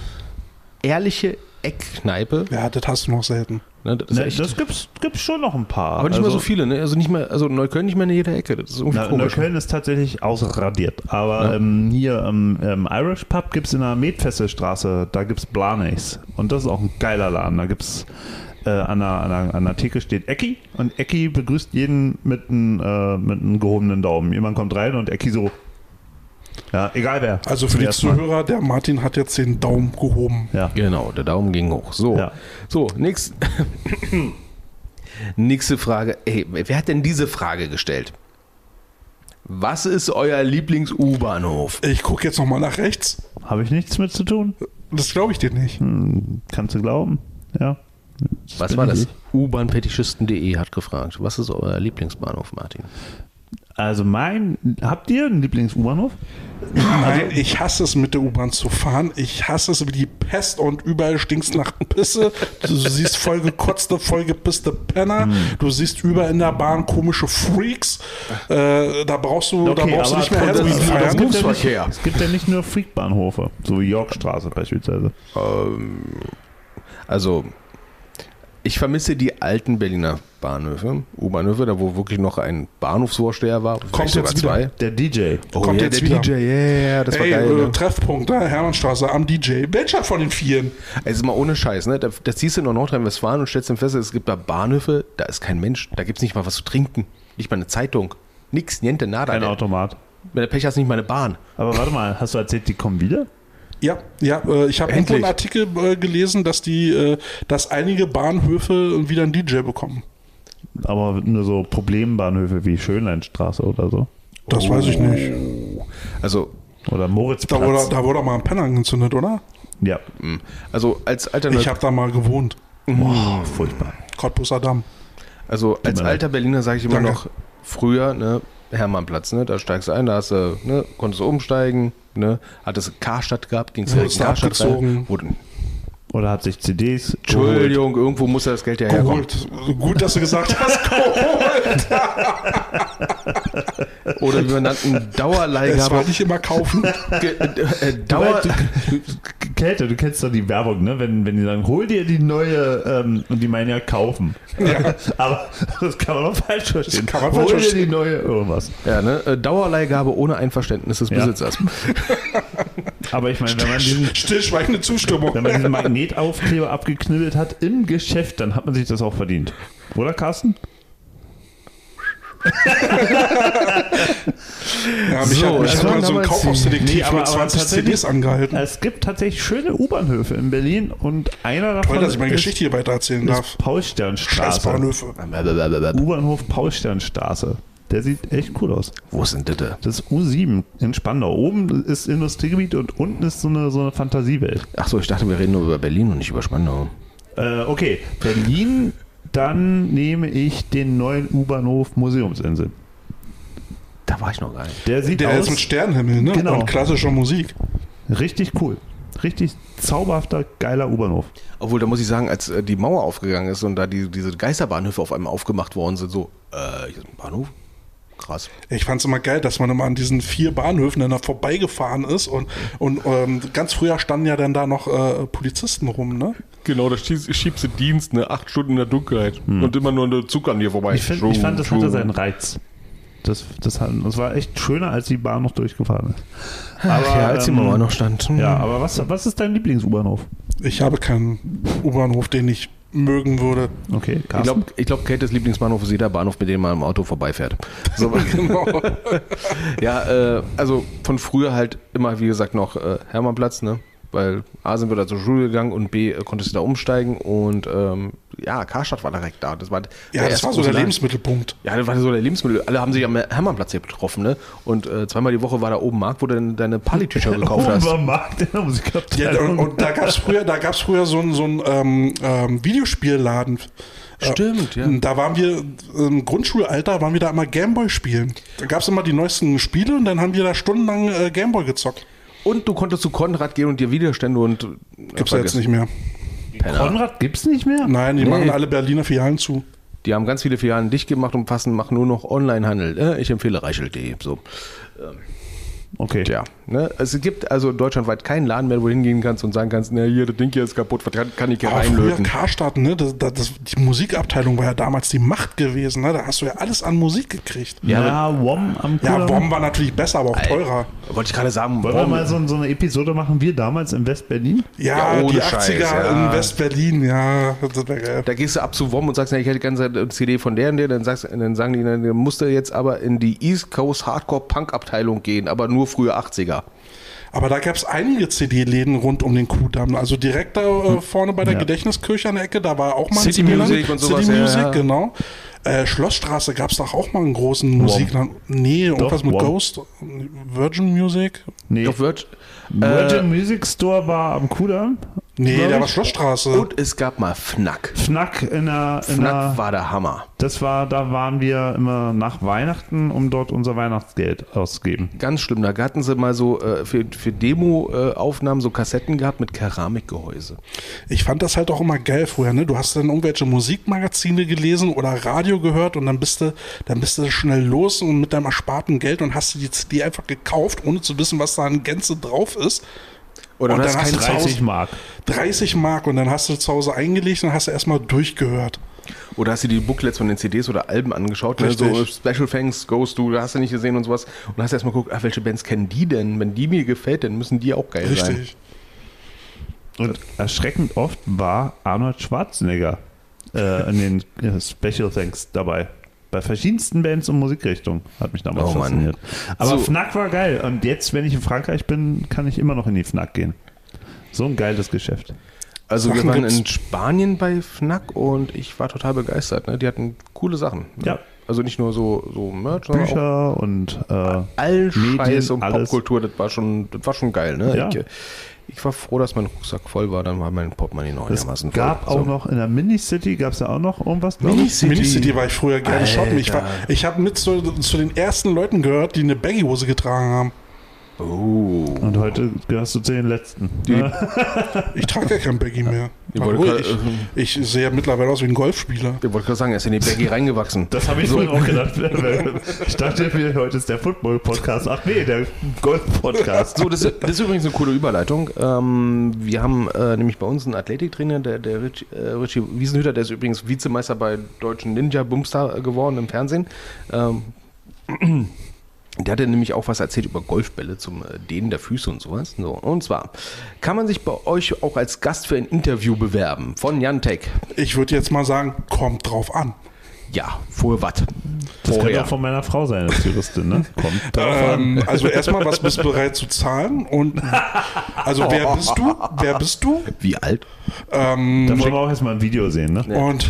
Speaker 10: ehrliche Eckkneipe.
Speaker 9: Ja, das hast du noch selten.
Speaker 10: Ne, das ist
Speaker 7: Ne,
Speaker 10: echt,
Speaker 7: das gibt's, gibt's schon noch ein paar.
Speaker 10: aber nicht mal
Speaker 7: Also-
Speaker 10: so viele, ne? Also nicht mal, also Neukölln nicht mehr in jeder Ecke. Das ist irgendwie
Speaker 7: Na,
Speaker 10: komisch. ne?
Speaker 7: Neukölln ist tatsächlich ausradiert. Aber
Speaker 10: Ja.
Speaker 7: ähm, hier im ähm, Irish Pub gibt es in der Medfesselstraße, da gibt es Blanes. Und das ist auch ein geiler Laden. Da gibt es äh, an, der, an, der, an der Theke steht Ecki und Ecki begrüßt jeden mit einem äh, mit einem gehobenen Daumen. Jemand kommt rein und Ecki so. Ja, egal wer.
Speaker 9: Also für
Speaker 7: Zum
Speaker 9: die
Speaker 7: ersten Mal.
Speaker 9: Zuhörer, der Martin hat jetzt den Daumen gehoben.
Speaker 7: Ja.
Speaker 10: Genau, der Daumen ging hoch. So,
Speaker 7: Ja.
Speaker 10: so nächst, nächste Frage. Ey, wer hat denn diese Frage gestellt? Was ist euer Lieblings-U-Bahnhof?
Speaker 9: Ich gucke jetzt nochmal nach rechts.
Speaker 7: Habe ich nichts mit zu tun?
Speaker 9: Das glaube ich dir nicht.
Speaker 7: Hm, kannst du glauben? Ja.
Speaker 10: Was
Speaker 7: bin
Speaker 10: war
Speaker 7: ich
Speaker 10: das?
Speaker 7: nicht.
Speaker 10: U-Bahn-Fetischisten.de hat gefragt. Was ist euer Lieblingsbahnhof, Martin?
Speaker 7: Also mein. Habt ihr einen Lieblings-U-Bahnhof?
Speaker 9: Nein, Also ich hasse es, mit der U-Bahn zu fahren. Ich hasse es wie die Pest und überall stinkst nach Pisse. Du siehst vollgekotzte, vollgepisste Penner. Du siehst überall in der Bahn komische Freaks. Äh, da brauchst du, da brauchst du nicht mehr
Speaker 7: trotzdem- es
Speaker 9: Halloween
Speaker 7: gibt ja
Speaker 9: feiern.
Speaker 7: nicht-
Speaker 10: Berufsverkehr.
Speaker 7: Es gibt ja nicht nur Freakbahnhofe, so wie Yorkstraße beispielsweise.
Speaker 10: Also, ich vermisse die alten Berliner Bahnhöfe, U-Bahnhöfe, da wo wirklich noch ein Bahnhofsvorsteher war. vielleicht
Speaker 9: jetzt wieder.
Speaker 7: Der DJ.
Speaker 10: Oh,
Speaker 9: Kommt
Speaker 10: ja,
Speaker 9: jetzt
Speaker 10: der
Speaker 9: wieder.
Speaker 10: DJ, ja, ja, ja, das war
Speaker 9: Ey,
Speaker 10: geil.
Speaker 9: äh,
Speaker 10: ne?
Speaker 9: Treffpunkt, da, Hermannstraße, am DJ. Welcher von den Vieren?
Speaker 10: Also mal ohne Scheiß, ne? Da, da ziehst du nach Nordrhein-Westfalen und stellst dann fest, es gibt da Bahnhöfe, da ist kein Mensch, da gibt es nicht mal was zu trinken, nicht mal eine Zeitung, nix, niente, nada.
Speaker 7: Kein
Speaker 10: Der-
Speaker 7: Automat.
Speaker 10: Wenn der Pech hast, nicht mal eine Bahn.
Speaker 7: Aber warte mal, hast du erzählt, die kommen wieder?
Speaker 9: Ja, ja, äh, ich habe irgendwo einen
Speaker 10: Endlich.
Speaker 9: Artikel äh, gelesen, dass die, äh, dass einige Bahnhöfe wieder einen DJ bekommen.
Speaker 7: Aber nur so Problembahnhöfe wie Schönleinstraße oder so.
Speaker 9: Das weiß ich nicht.
Speaker 10: Also
Speaker 7: Oder Moritzplatz.
Speaker 9: Da wurde, da wurde mal ein Penner angezündet, oder?
Speaker 7: ja.
Speaker 10: Also als
Speaker 9: Ich
Speaker 7: Äh,
Speaker 10: Alternative.
Speaker 9: habe da mal gewohnt.
Speaker 7: Boah, furchtbar.
Speaker 9: Cottbusser Damm.
Speaker 10: Also als
Speaker 7: mir leid.
Speaker 10: alter Berliner sage ich immer
Speaker 9: Danke.
Speaker 10: noch früher, ne, Hermannplatz, ne, da steigst du ein, da hast du, ne, konntest du umsteigen, ne, hattest Karstadt gehabt, gingst direkt in
Speaker 9: Wurdest du
Speaker 10: Karstadt rein,
Speaker 9: abgezogen.
Speaker 10: wurde,
Speaker 7: Oder hat sich CDs. geholt.
Speaker 10: Entschuldigung, irgendwo muss ja das Geld ja herkommen.
Speaker 9: Geholt. Gut, dass du gesagt hast, geholt.
Speaker 10: Oder wie man nannten
Speaker 9: Das
Speaker 10: Dauerleihgabe.
Speaker 9: war nicht immer kaufen.
Speaker 10: Ge- äh, äh,
Speaker 7: Du
Speaker 10: Dauer,
Speaker 7: weißt, du, du, Kälte, du kennst doch die Werbung, ne? Wenn, wenn die sagen, hol dir die neue, ähm, und die meinen ja kaufen. Aber das kann man doch falsch verstehen.
Speaker 9: kann man
Speaker 7: hol
Speaker 9: falsch
Speaker 7: dir
Speaker 9: verstehen.
Speaker 7: die neue irgendwas.
Speaker 10: ja, ne, äh, Dauerleihgabe ohne Einverständnis des
Speaker 7: Ja.
Speaker 10: Besitzers.
Speaker 7: Aber ich meine, wenn man diesen,
Speaker 9: Stillschweigende Zustimmung.
Speaker 7: wenn man diesen Magnetaufkleber abgeknibbelt hat im Geschäft, dann hat man sich das auch verdient. Oder, Carsten?
Speaker 9: Ja, mich
Speaker 10: So,
Speaker 9: hat, mich
Speaker 10: das
Speaker 9: hat
Speaker 10: waren
Speaker 9: mal so
Speaker 7: also Nee,
Speaker 9: ein
Speaker 10: damals die-
Speaker 9: Kaufhausdetektiv
Speaker 7: aber-
Speaker 9: mit
Speaker 7: aber
Speaker 9: 20
Speaker 7: tatsächlich-
Speaker 9: CDs angehalten.
Speaker 7: Es gibt tatsächlich schöne U-Bahnhöfe in Berlin und einer davon
Speaker 9: Toll, dass ich meine
Speaker 7: ist,
Speaker 9: Geschichte hier weiter erzählen darf.
Speaker 7: ist
Speaker 9: Scheiß
Speaker 7: Paulsternstraße.
Speaker 9: Bahnhöfe.
Speaker 7: U-Bahnhof Paulsternstraße. Der sieht echt cool aus.
Speaker 10: Wo sind Ditte?
Speaker 7: Das ist U7 in Spandau. Oben ist Industriegebiet und unten ist so eine, so eine Fantasiewelt.
Speaker 10: Achso, ich dachte, wir reden nur über Berlin und nicht über Spandau.
Speaker 7: Äh, okay, Berlin, dann nehme ich den neuen U-Bahnhof Museumsinsel.
Speaker 10: Da war ich noch gar nicht.
Speaker 7: Der sieht
Speaker 9: Der ist mit
Speaker 7: aus
Speaker 9: Sternenhimmel, ne?
Speaker 7: Genau.
Speaker 9: Und klassischer Musik.
Speaker 7: richtig cool. Richtig zauberhafter, geiler U-Bahnhof.
Speaker 10: Obwohl, da muss ich sagen, als äh, die Mauer aufgegangen ist und da die, diese Geisterbahnhöfe auf einmal aufgemacht worden sind, so, äh, hier ist ein Bahnhof? Krass.
Speaker 9: Ich fand es immer geil, dass man immer an diesen vier Bahnhöfen dann da vorbeigefahren ist und, und ähm, ganz früher standen ja dann da noch äh, Polizisten rum, ne?
Speaker 10: Genau, da schiebst, du Dienst, ne? Acht Stunden in der Dunkelheit und immer nur der Zug an dir vorbei.
Speaker 7: Ich, find, ich fand, das hatte seinen Reiz. Das, das, hat, das war echt schöner, als die Bahn noch durchgefahren ist. Aber,
Speaker 10: ja, als die
Speaker 7: ähm,
Speaker 10: Mauer noch stand. Hm.
Speaker 7: Ja, aber was, was ist dein Lieblings-U-Bahnhof?
Speaker 9: Ich habe keinen U-Bahnhof, den ich mögen würde.
Speaker 7: Okay,
Speaker 10: ich
Speaker 7: Carsten.
Speaker 10: glaube, ich glaub, Kates Lieblingsbahnhof ist jeder Bahnhof, mit dem man im Auto vorbeifährt. So, genau. ja, äh, also von früher halt immer, wie gesagt, noch äh, Hermannplatz, ne? Weil A sind wir da zur Schule gegangen und B äh, konntest du da umsteigen und ähm, ja, Karstadt war direkt da. Das war
Speaker 9: Ja, das
Speaker 10: erste
Speaker 9: war so der
Speaker 10: große Laden.
Speaker 9: Lebensmittelpunkt.
Speaker 10: Ja, das war so der Lebensmittel. Alle haben sich am Hermannplatz hier getroffen, ne? Und äh, zweimal die Woche war da oben Markt, wo du deine, deine Palitücher gekauft hast.
Speaker 7: Obermarkt in der
Speaker 9: Ja, und,
Speaker 7: Musikabteilung.
Speaker 9: und da gab es früher, da gab's früher so einen so einen, ähm, ähm, Videospielladen. Äh,
Speaker 10: Stimmt, ja.
Speaker 9: Da waren wir im Grundschulalter, waren wir da immer Gameboy spielen. Da gab es immer die neuesten Spiele und dann haben wir da stundenlang äh, Gameboy gezockt.
Speaker 10: Und du konntest zu Konrad gehen und dir Widerstände und. äh,
Speaker 9: Gibt's ja jetzt nicht mehr.
Speaker 7: Konrad gibt's nicht mehr?
Speaker 9: Nein, die machen alle Berliner Filialen zu.
Speaker 10: Die haben ganz viele Filialen dicht gemacht und passen, machen nur noch Onlinehandel. Äh, ich empfehle Reichel.de. So.
Speaker 7: Okay.
Speaker 10: Tja. Ne? Es gibt also deutschlandweit keinen Laden mehr, wo du hingehen kannst und sagen kannst, na hier, das Ding hier ist kaputt, was kann, kann ich
Speaker 7: Oh,
Speaker 10: hier
Speaker 9: Aber früher
Speaker 10: reinlöten?
Speaker 9: Karstadt, ne? Das, das, das, die Musikabteilung war ja damals die Macht gewesen, ne? Da hast du ja alles an Musik gekriegt.
Speaker 7: Ja, Wom am
Speaker 9: Ja,
Speaker 7: Kudamm.
Speaker 9: Bomb war natürlich besser, aber auch teurer.
Speaker 10: Wollte ich gerade sagen,
Speaker 7: Wollen wir
Speaker 10: warum-
Speaker 7: mal so, so eine Episode machen, wir damals in West-Berlin?
Speaker 9: Ja,
Speaker 10: Ja, ohne
Speaker 9: die
Speaker 10: Scheiß,
Speaker 9: 80er
Speaker 10: ja.
Speaker 9: in West-Berlin, ja. Das wär geil.
Speaker 10: Da gehst du ab zu WOM und sagst, na, ich hätte gerne eine CD von der und der, dann, sagst, dann sagen die, dann musst du jetzt aber in die East Coast Hardcore Punk Abteilung gehen, aber nur frühe 80er.
Speaker 9: Aber da gab es einige CD-Läden rund um den Kuhdamm. Also direkt da äh, vorne bei der
Speaker 7: Ja.
Speaker 9: Gedächtniskirche an der Ecke, da war auch mal ein
Speaker 10: Hm. City
Speaker 9: CD-Laden.
Speaker 10: Music und sowas,
Speaker 9: City
Speaker 10: ja,
Speaker 9: Music,
Speaker 10: ja.
Speaker 9: genau. Äh, Schlossstraße gab es doch auch mal einen großen Musikladen. Nee, irgendwas mit
Speaker 7: Wom.
Speaker 9: Ghost, Virgin Music.
Speaker 7: Nee.
Speaker 10: Doch äh, wird.
Speaker 7: Virgin Music Store war am Kudamm.
Speaker 9: äh, Nee,
Speaker 7: Glaub
Speaker 9: der
Speaker 7: ich.
Speaker 9: war Schlossstraße.
Speaker 10: Und es gab mal Fnack.
Speaker 7: Fnack in der, in
Speaker 10: Fnack
Speaker 7: der
Speaker 10: war der Hammer.
Speaker 7: das war, da waren wir immer nach Weihnachten, um dort unser Weihnachtsgeld auszugeben.
Speaker 10: Ganz schlimm. Da hatten sie mal so äh, für, für Demo-Aufnahmen so Kassetten gehabt mit Keramikgehäuse.
Speaker 9: Ich fand das halt auch immer geil früher, ne? Du hast dann irgendwelche Musikmagazine gelesen oder Radio gehört und dann bist du, dann bist du schnell los und mit deinem ersparten Geld und hast du die CD einfach gekauft, ohne zu wissen, was da an Gänze drauf ist.
Speaker 10: Oder
Speaker 9: Und
Speaker 10: hast
Speaker 9: dann hast
Speaker 10: kein
Speaker 9: du zu Hause-
Speaker 7: 30 Mark.
Speaker 9: 30 Mark und dann hast du zu Hause eingelegt und hast erstmal durchgehört.
Speaker 10: Oder hast du die Booklets von den CDs oder Alben angeschaut? Ne? So
Speaker 9: Richtig.
Speaker 10: Special Thanks, Ghost, du hast du nicht gesehen und sowas. Und hast erstmal geguckt, ah, welche Bands kennen die denn? Wenn die mir gefällt, dann müssen die auch geil sein.
Speaker 9: Richtig.
Speaker 7: Und erschreckend oft war Arnold Schwarzenegger äh, in den äh, Special Thanks dabei. Bei verschiedensten Bands und Musikrichtungen. Hat mich damals
Speaker 10: Oh Mann.
Speaker 7: fasziniert. Aber
Speaker 10: So.
Speaker 7: Fnac war geil. Und jetzt, wenn ich in Frankreich bin, kann ich immer noch in die Fnac gehen. So ein geiles Geschäft.
Speaker 10: Also
Speaker 9: Sachen
Speaker 10: wir waren
Speaker 9: gibt's.
Speaker 10: in Spanien bei Fnac und ich war total begeistert. Ne? Die hatten coole Sachen.
Speaker 7: Ja.
Speaker 10: Also nicht nur so, so Merch, sondern auch
Speaker 7: Bücher und äh,
Speaker 10: all
Speaker 7: Medien,
Speaker 10: Scheiß und
Speaker 7: alles.
Speaker 10: Popkultur, das war schon, das war schon geil, ne?
Speaker 7: Ja.
Speaker 10: Ich, ich war froh, dass mein Rucksack voll war, dann war mein Portemonnaie noch
Speaker 7: Es
Speaker 10: einigermaßen voll. Also,
Speaker 7: gab auch noch in der Minicity, gab es ja auch noch irgendwas, glaub ich.
Speaker 9: Minicity. war ich früher gerne
Speaker 10: Alter.
Speaker 9: shoppen. Ich, war- ich habe mit zu, zu den ersten Leuten gehört, die eine Baggy-Hose getragen haben.
Speaker 10: Oh.
Speaker 7: Und heute gehörst du zu den letzten. Ne?
Speaker 9: Ich trage ja kein Baggy mehr.
Speaker 10: Ich
Speaker 9: Obwohl,
Speaker 10: wollte äh,
Speaker 9: ich,
Speaker 10: gerade-
Speaker 9: ich, sehe ja mittlerweile aus wie ein Golfspieler.
Speaker 10: Ich wollte gerade sagen, er ist in die Baggy reingewachsen.
Speaker 7: Das habe ich vorhin auch gedacht. Ich dachte mir, heute ist der Football-Podcast. Ach nee, der Golf-Podcast.
Speaker 10: So, das, ist- das ist übrigens eine coole Überleitung. Ähm, wir haben äh, nämlich bei uns einen Athletiktrainer, der, der Rich, äh, Richie Wiesenhüter, der ist übrigens Vizemeister bei Deutschen Ninja Boomstar äh, geworden im Fernsehen. Ähm, der hatte nämlich auch was erzählt über Golfbälle zum äh, Dehnen der Füße und sowas. So, und zwar kann man sich bei euch auch als Gast für ein Interview bewerben von Jantek.
Speaker 9: Ich würde jetzt mal sagen, kommt drauf an.
Speaker 10: Ja, vor was?
Speaker 7: Das könnte auch von meiner Frau sein, als Juristin, ne? Kommt drauf
Speaker 9: Ähm,
Speaker 7: an.
Speaker 9: also erstmal, was bist du bereit zu zahlen? Und also wer bist du? Wer bist du?
Speaker 10: Wie alt?
Speaker 9: Ähm,
Speaker 7: Da wollen wir auch erstmal ein Video sehen, ne?
Speaker 9: und,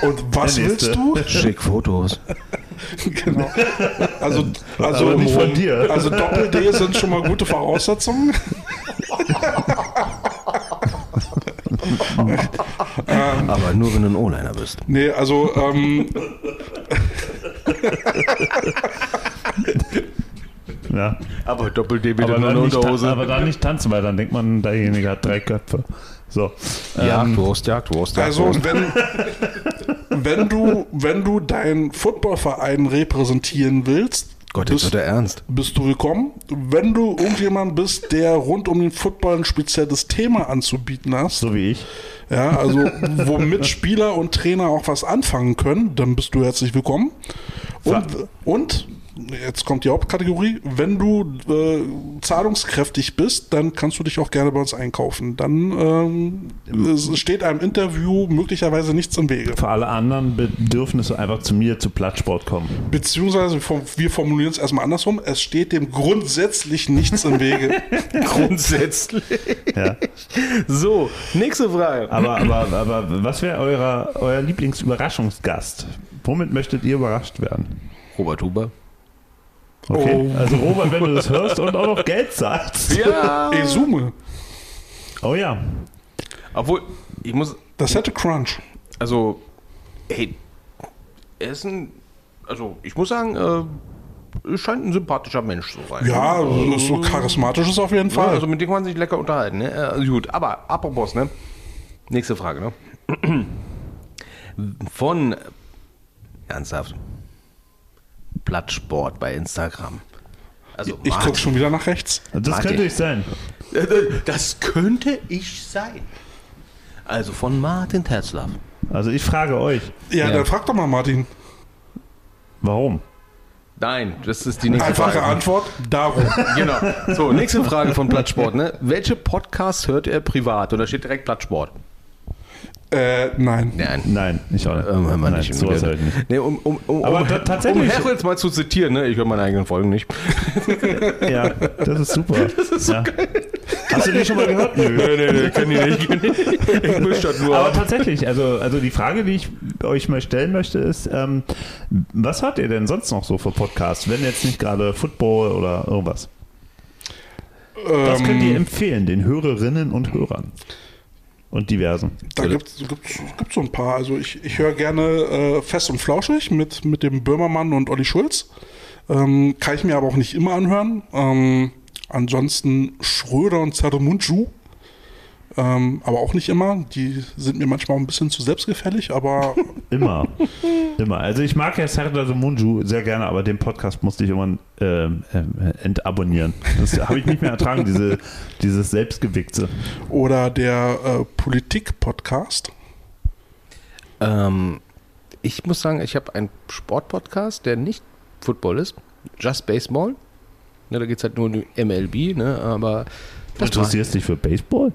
Speaker 9: und was
Speaker 7: Der nächste.
Speaker 9: willst du?
Speaker 10: Schick Fotos.
Speaker 9: Genau. Also, also,
Speaker 7: Aber nicht von dir.
Speaker 9: also Doppel-D sind schon mal gute Voraussetzungen.
Speaker 10: Aber nur wenn du ein O-Liner bist.
Speaker 9: Nee, also ähm,
Speaker 7: Ja.
Speaker 10: Aber Doppel-D
Speaker 7: Aber, dann nicht, tan- aber dann nicht tanzen, weil dann denkt man, derjenige hat drei Köpfe. So.
Speaker 10: Jagdwurst, Jagdwurst, Jagdwurst.
Speaker 9: also wenn, wenn du wenn du deinen Footballverein repräsentieren willst,
Speaker 10: Gott, jetzt
Speaker 9: bist,
Speaker 10: wird er ernst.
Speaker 9: bist du willkommen. Wenn du irgendjemand bist, der rund um den Football ein spezielles Thema anzubieten hast,
Speaker 7: So wie ich.
Speaker 9: ja, also womit Spieler und Trainer auch was anfangen können, dann bist du herzlich willkommen. Und, und jetzt kommt die Hauptkategorie, wenn du äh, zahlungskräftig bist, dann kannst du dich auch gerne bei uns einkaufen. Dann ähm, es steht einem Interview möglicherweise nichts im Wege.
Speaker 7: Für alle anderen Bedürfnisse einfach zu mir zu Plattsport kommen.
Speaker 9: Beziehungsweise wir formulieren es erstmal andersrum, es steht dem grundsätzlich nichts im Wege.
Speaker 10: Grundsätzlich.
Speaker 7: Ja.
Speaker 10: So, nächste Frage.
Speaker 7: Aber, aber, aber was wäre euer, euer Lieblingsüberraschungsgast? Womit möchtet ihr überrascht werden?
Speaker 10: Robert Huber.
Speaker 7: Okay. Also Robert, wenn du das hörst und auch noch Geld zahlst.
Speaker 10: Oh. Ja.
Speaker 9: Esume,
Speaker 7: Oh ja.
Speaker 10: Obwohl, ich muss,
Speaker 9: das hätte Crunch.
Speaker 10: also, hey, er ist ein, also, ich muss sagen, äh, es scheint ein sympathischer Mensch zu sein.
Speaker 9: Ja, ist so charismatisch ist auf jeden
Speaker 10: Ja,
Speaker 9: Fall.
Speaker 10: also mit dem kann man sich lecker unterhalten. Ne? Äh, Also gut, aber apropos, ne? Nächste Frage, ne? Von ernsthaft Blattsport bei Instagram. Also
Speaker 9: Ich
Speaker 10: Martin.
Speaker 9: gucke schon wieder nach rechts.
Speaker 7: Das
Speaker 10: Martin. Äh,
Speaker 7: könnte ich sein.
Speaker 10: Das könnte ich sein. Also von Martin Tetzlaff.
Speaker 7: Also ich frage euch,
Speaker 9: Ja,
Speaker 10: Ja.
Speaker 9: dann frag doch mal Martin.
Speaker 7: warum?
Speaker 10: Nein, das ist die nächste
Speaker 9: Einfache
Speaker 10: Frage.
Speaker 9: Antwort, darum.
Speaker 10: Genau. So, nächste Frage von Plattsport. Ne? Welche Podcasts hört er privat? Und da steht direkt Plattsport.
Speaker 9: äh, nein.
Speaker 10: Nein.
Speaker 7: Nein, ich auch nicht.
Speaker 10: Ähm, hör mal
Speaker 7: Nein,
Speaker 10: nicht.
Speaker 7: sowas halt nicht.
Speaker 10: Nee, um, um, um,
Speaker 7: Aber
Speaker 10: um,
Speaker 7: ta- tatsächlich-
Speaker 10: um Herrels mal zu zitieren, ne? ich höre meine eigenen Folgen nicht.
Speaker 7: Ja, das ist super. Das ist so ja. geil. Hast du den schon mal gehört? Nö.
Speaker 10: nee, nee, kann ich nicht. Ich mische das nur
Speaker 7: Aber
Speaker 10: ab.
Speaker 7: tatsächlich, also, also die Frage, die ich euch mal stellen möchte, ist, ähm, was hört ihr denn sonst noch so für Podcasts, wenn jetzt nicht gerade Football oder irgendwas?
Speaker 9: Ähm,
Speaker 7: Was könnt
Speaker 10: Ähm.
Speaker 7: ihr empfehlen, den Hörerinnen und Hörern? Und diversen.
Speaker 9: Da gibt es gibt's, gibt's so ein paar. Also ich, ich höre gerne äh, Fest und Flauschig mit, mit dem Böhmermann und Olli Schulz. Ähm, kann ich mir aber auch nicht immer anhören. Ähm, ansonsten Schröder und Zerdemundschu. Ähm, aber auch nicht immer. Die sind mir manchmal auch ein bisschen zu selbstgefällig, aber
Speaker 7: Immer. Immer. Also ich mag ja Serdar Munju sehr gerne, aber den Podcast musste ich irgendwann ähm, ähm, entabonnieren. Das habe ich nicht mehr ertragen, diese, dieses Selbstgewichse.
Speaker 9: oder der äh, Politik-Podcast.
Speaker 10: Ähm, ich muss sagen, ich habe einen Sportpodcast, der nicht Football ist, Just Baseball. Ne, da geht es halt nur um die MLB, ne? aber
Speaker 7: Du
Speaker 10: das
Speaker 7: interessierst dich für Baseball?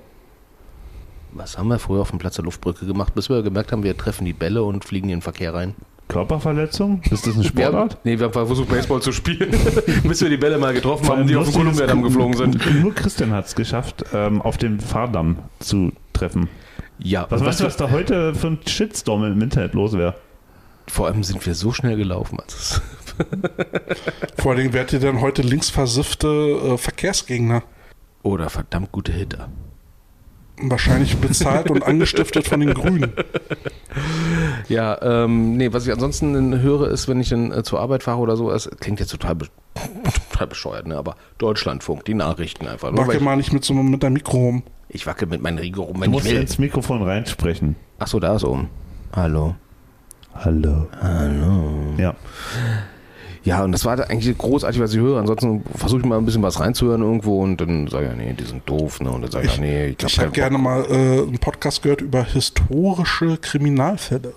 Speaker 10: Was haben wir früher auf dem Platz der Luftbrücke gemacht, bis wir gemerkt haben, wir treffen die Bälle und fliegen in den Verkehr rein?
Speaker 7: Körperverletzung? Ist das eine
Speaker 10: Wir haben,
Speaker 7: Sportart?
Speaker 10: nee, wir haben versucht, Baseball zu spielen, bis wir die Bälle mal getroffen
Speaker 7: Vor allem
Speaker 10: haben, die auf den
Speaker 7: lustig, dass
Speaker 10: Kolumbiadamm geflogen sind.
Speaker 7: Nur Christian hat es geschafft, ähm, auf den Fahrdamm zu treffen.
Speaker 10: Ja,
Speaker 7: Was,
Speaker 10: und
Speaker 7: weißt du, was da heute für ein Shitstorm im Internet los wäre?
Speaker 10: Vor allem sind wir so schnell gelaufen. Also es-
Speaker 9: Vor allen Dingen werdet ihr dann heute linksversiffte äh, Verkehrsgegner.
Speaker 10: Oder verdammt gute Hitter.
Speaker 9: Wahrscheinlich bezahlt und angestiftet von den Grünen.
Speaker 10: Ja, ähm, nee, was ich ansonsten höre, ist, wenn ich dann äh, zur Arbeit fahre oder so, es klingt jetzt total, be total bescheuert, ne? aber Deutschlandfunk, die Nachrichten einfach. Nur, weil
Speaker 9: Wackel
Speaker 10: ich,
Speaker 9: mal nicht mit, so, mit deinem Mikro rum.
Speaker 10: ich wackel mit meinem Riegel rum,
Speaker 7: Du
Speaker 10: wenn ich
Speaker 7: musst
Speaker 10: will.
Speaker 7: ins Mikrofon reinsprechen.
Speaker 10: Ach so, da ist oben. Hallo.
Speaker 7: Hallo.
Speaker 10: Hallo.
Speaker 7: Ja.
Speaker 10: Ja, und das war da eigentlich großartig, was ich höre. Ansonsten versuche ich mal ein bisschen was reinzuhören irgendwo und dann sage ich, ja, nee, die sind doof, ne? Und dann sage ich, ja, nee, ich
Speaker 9: Ich habe
Speaker 10: glaube,
Speaker 9: gerne mal äh, einen Podcast gehört über historische Kriminalfälle.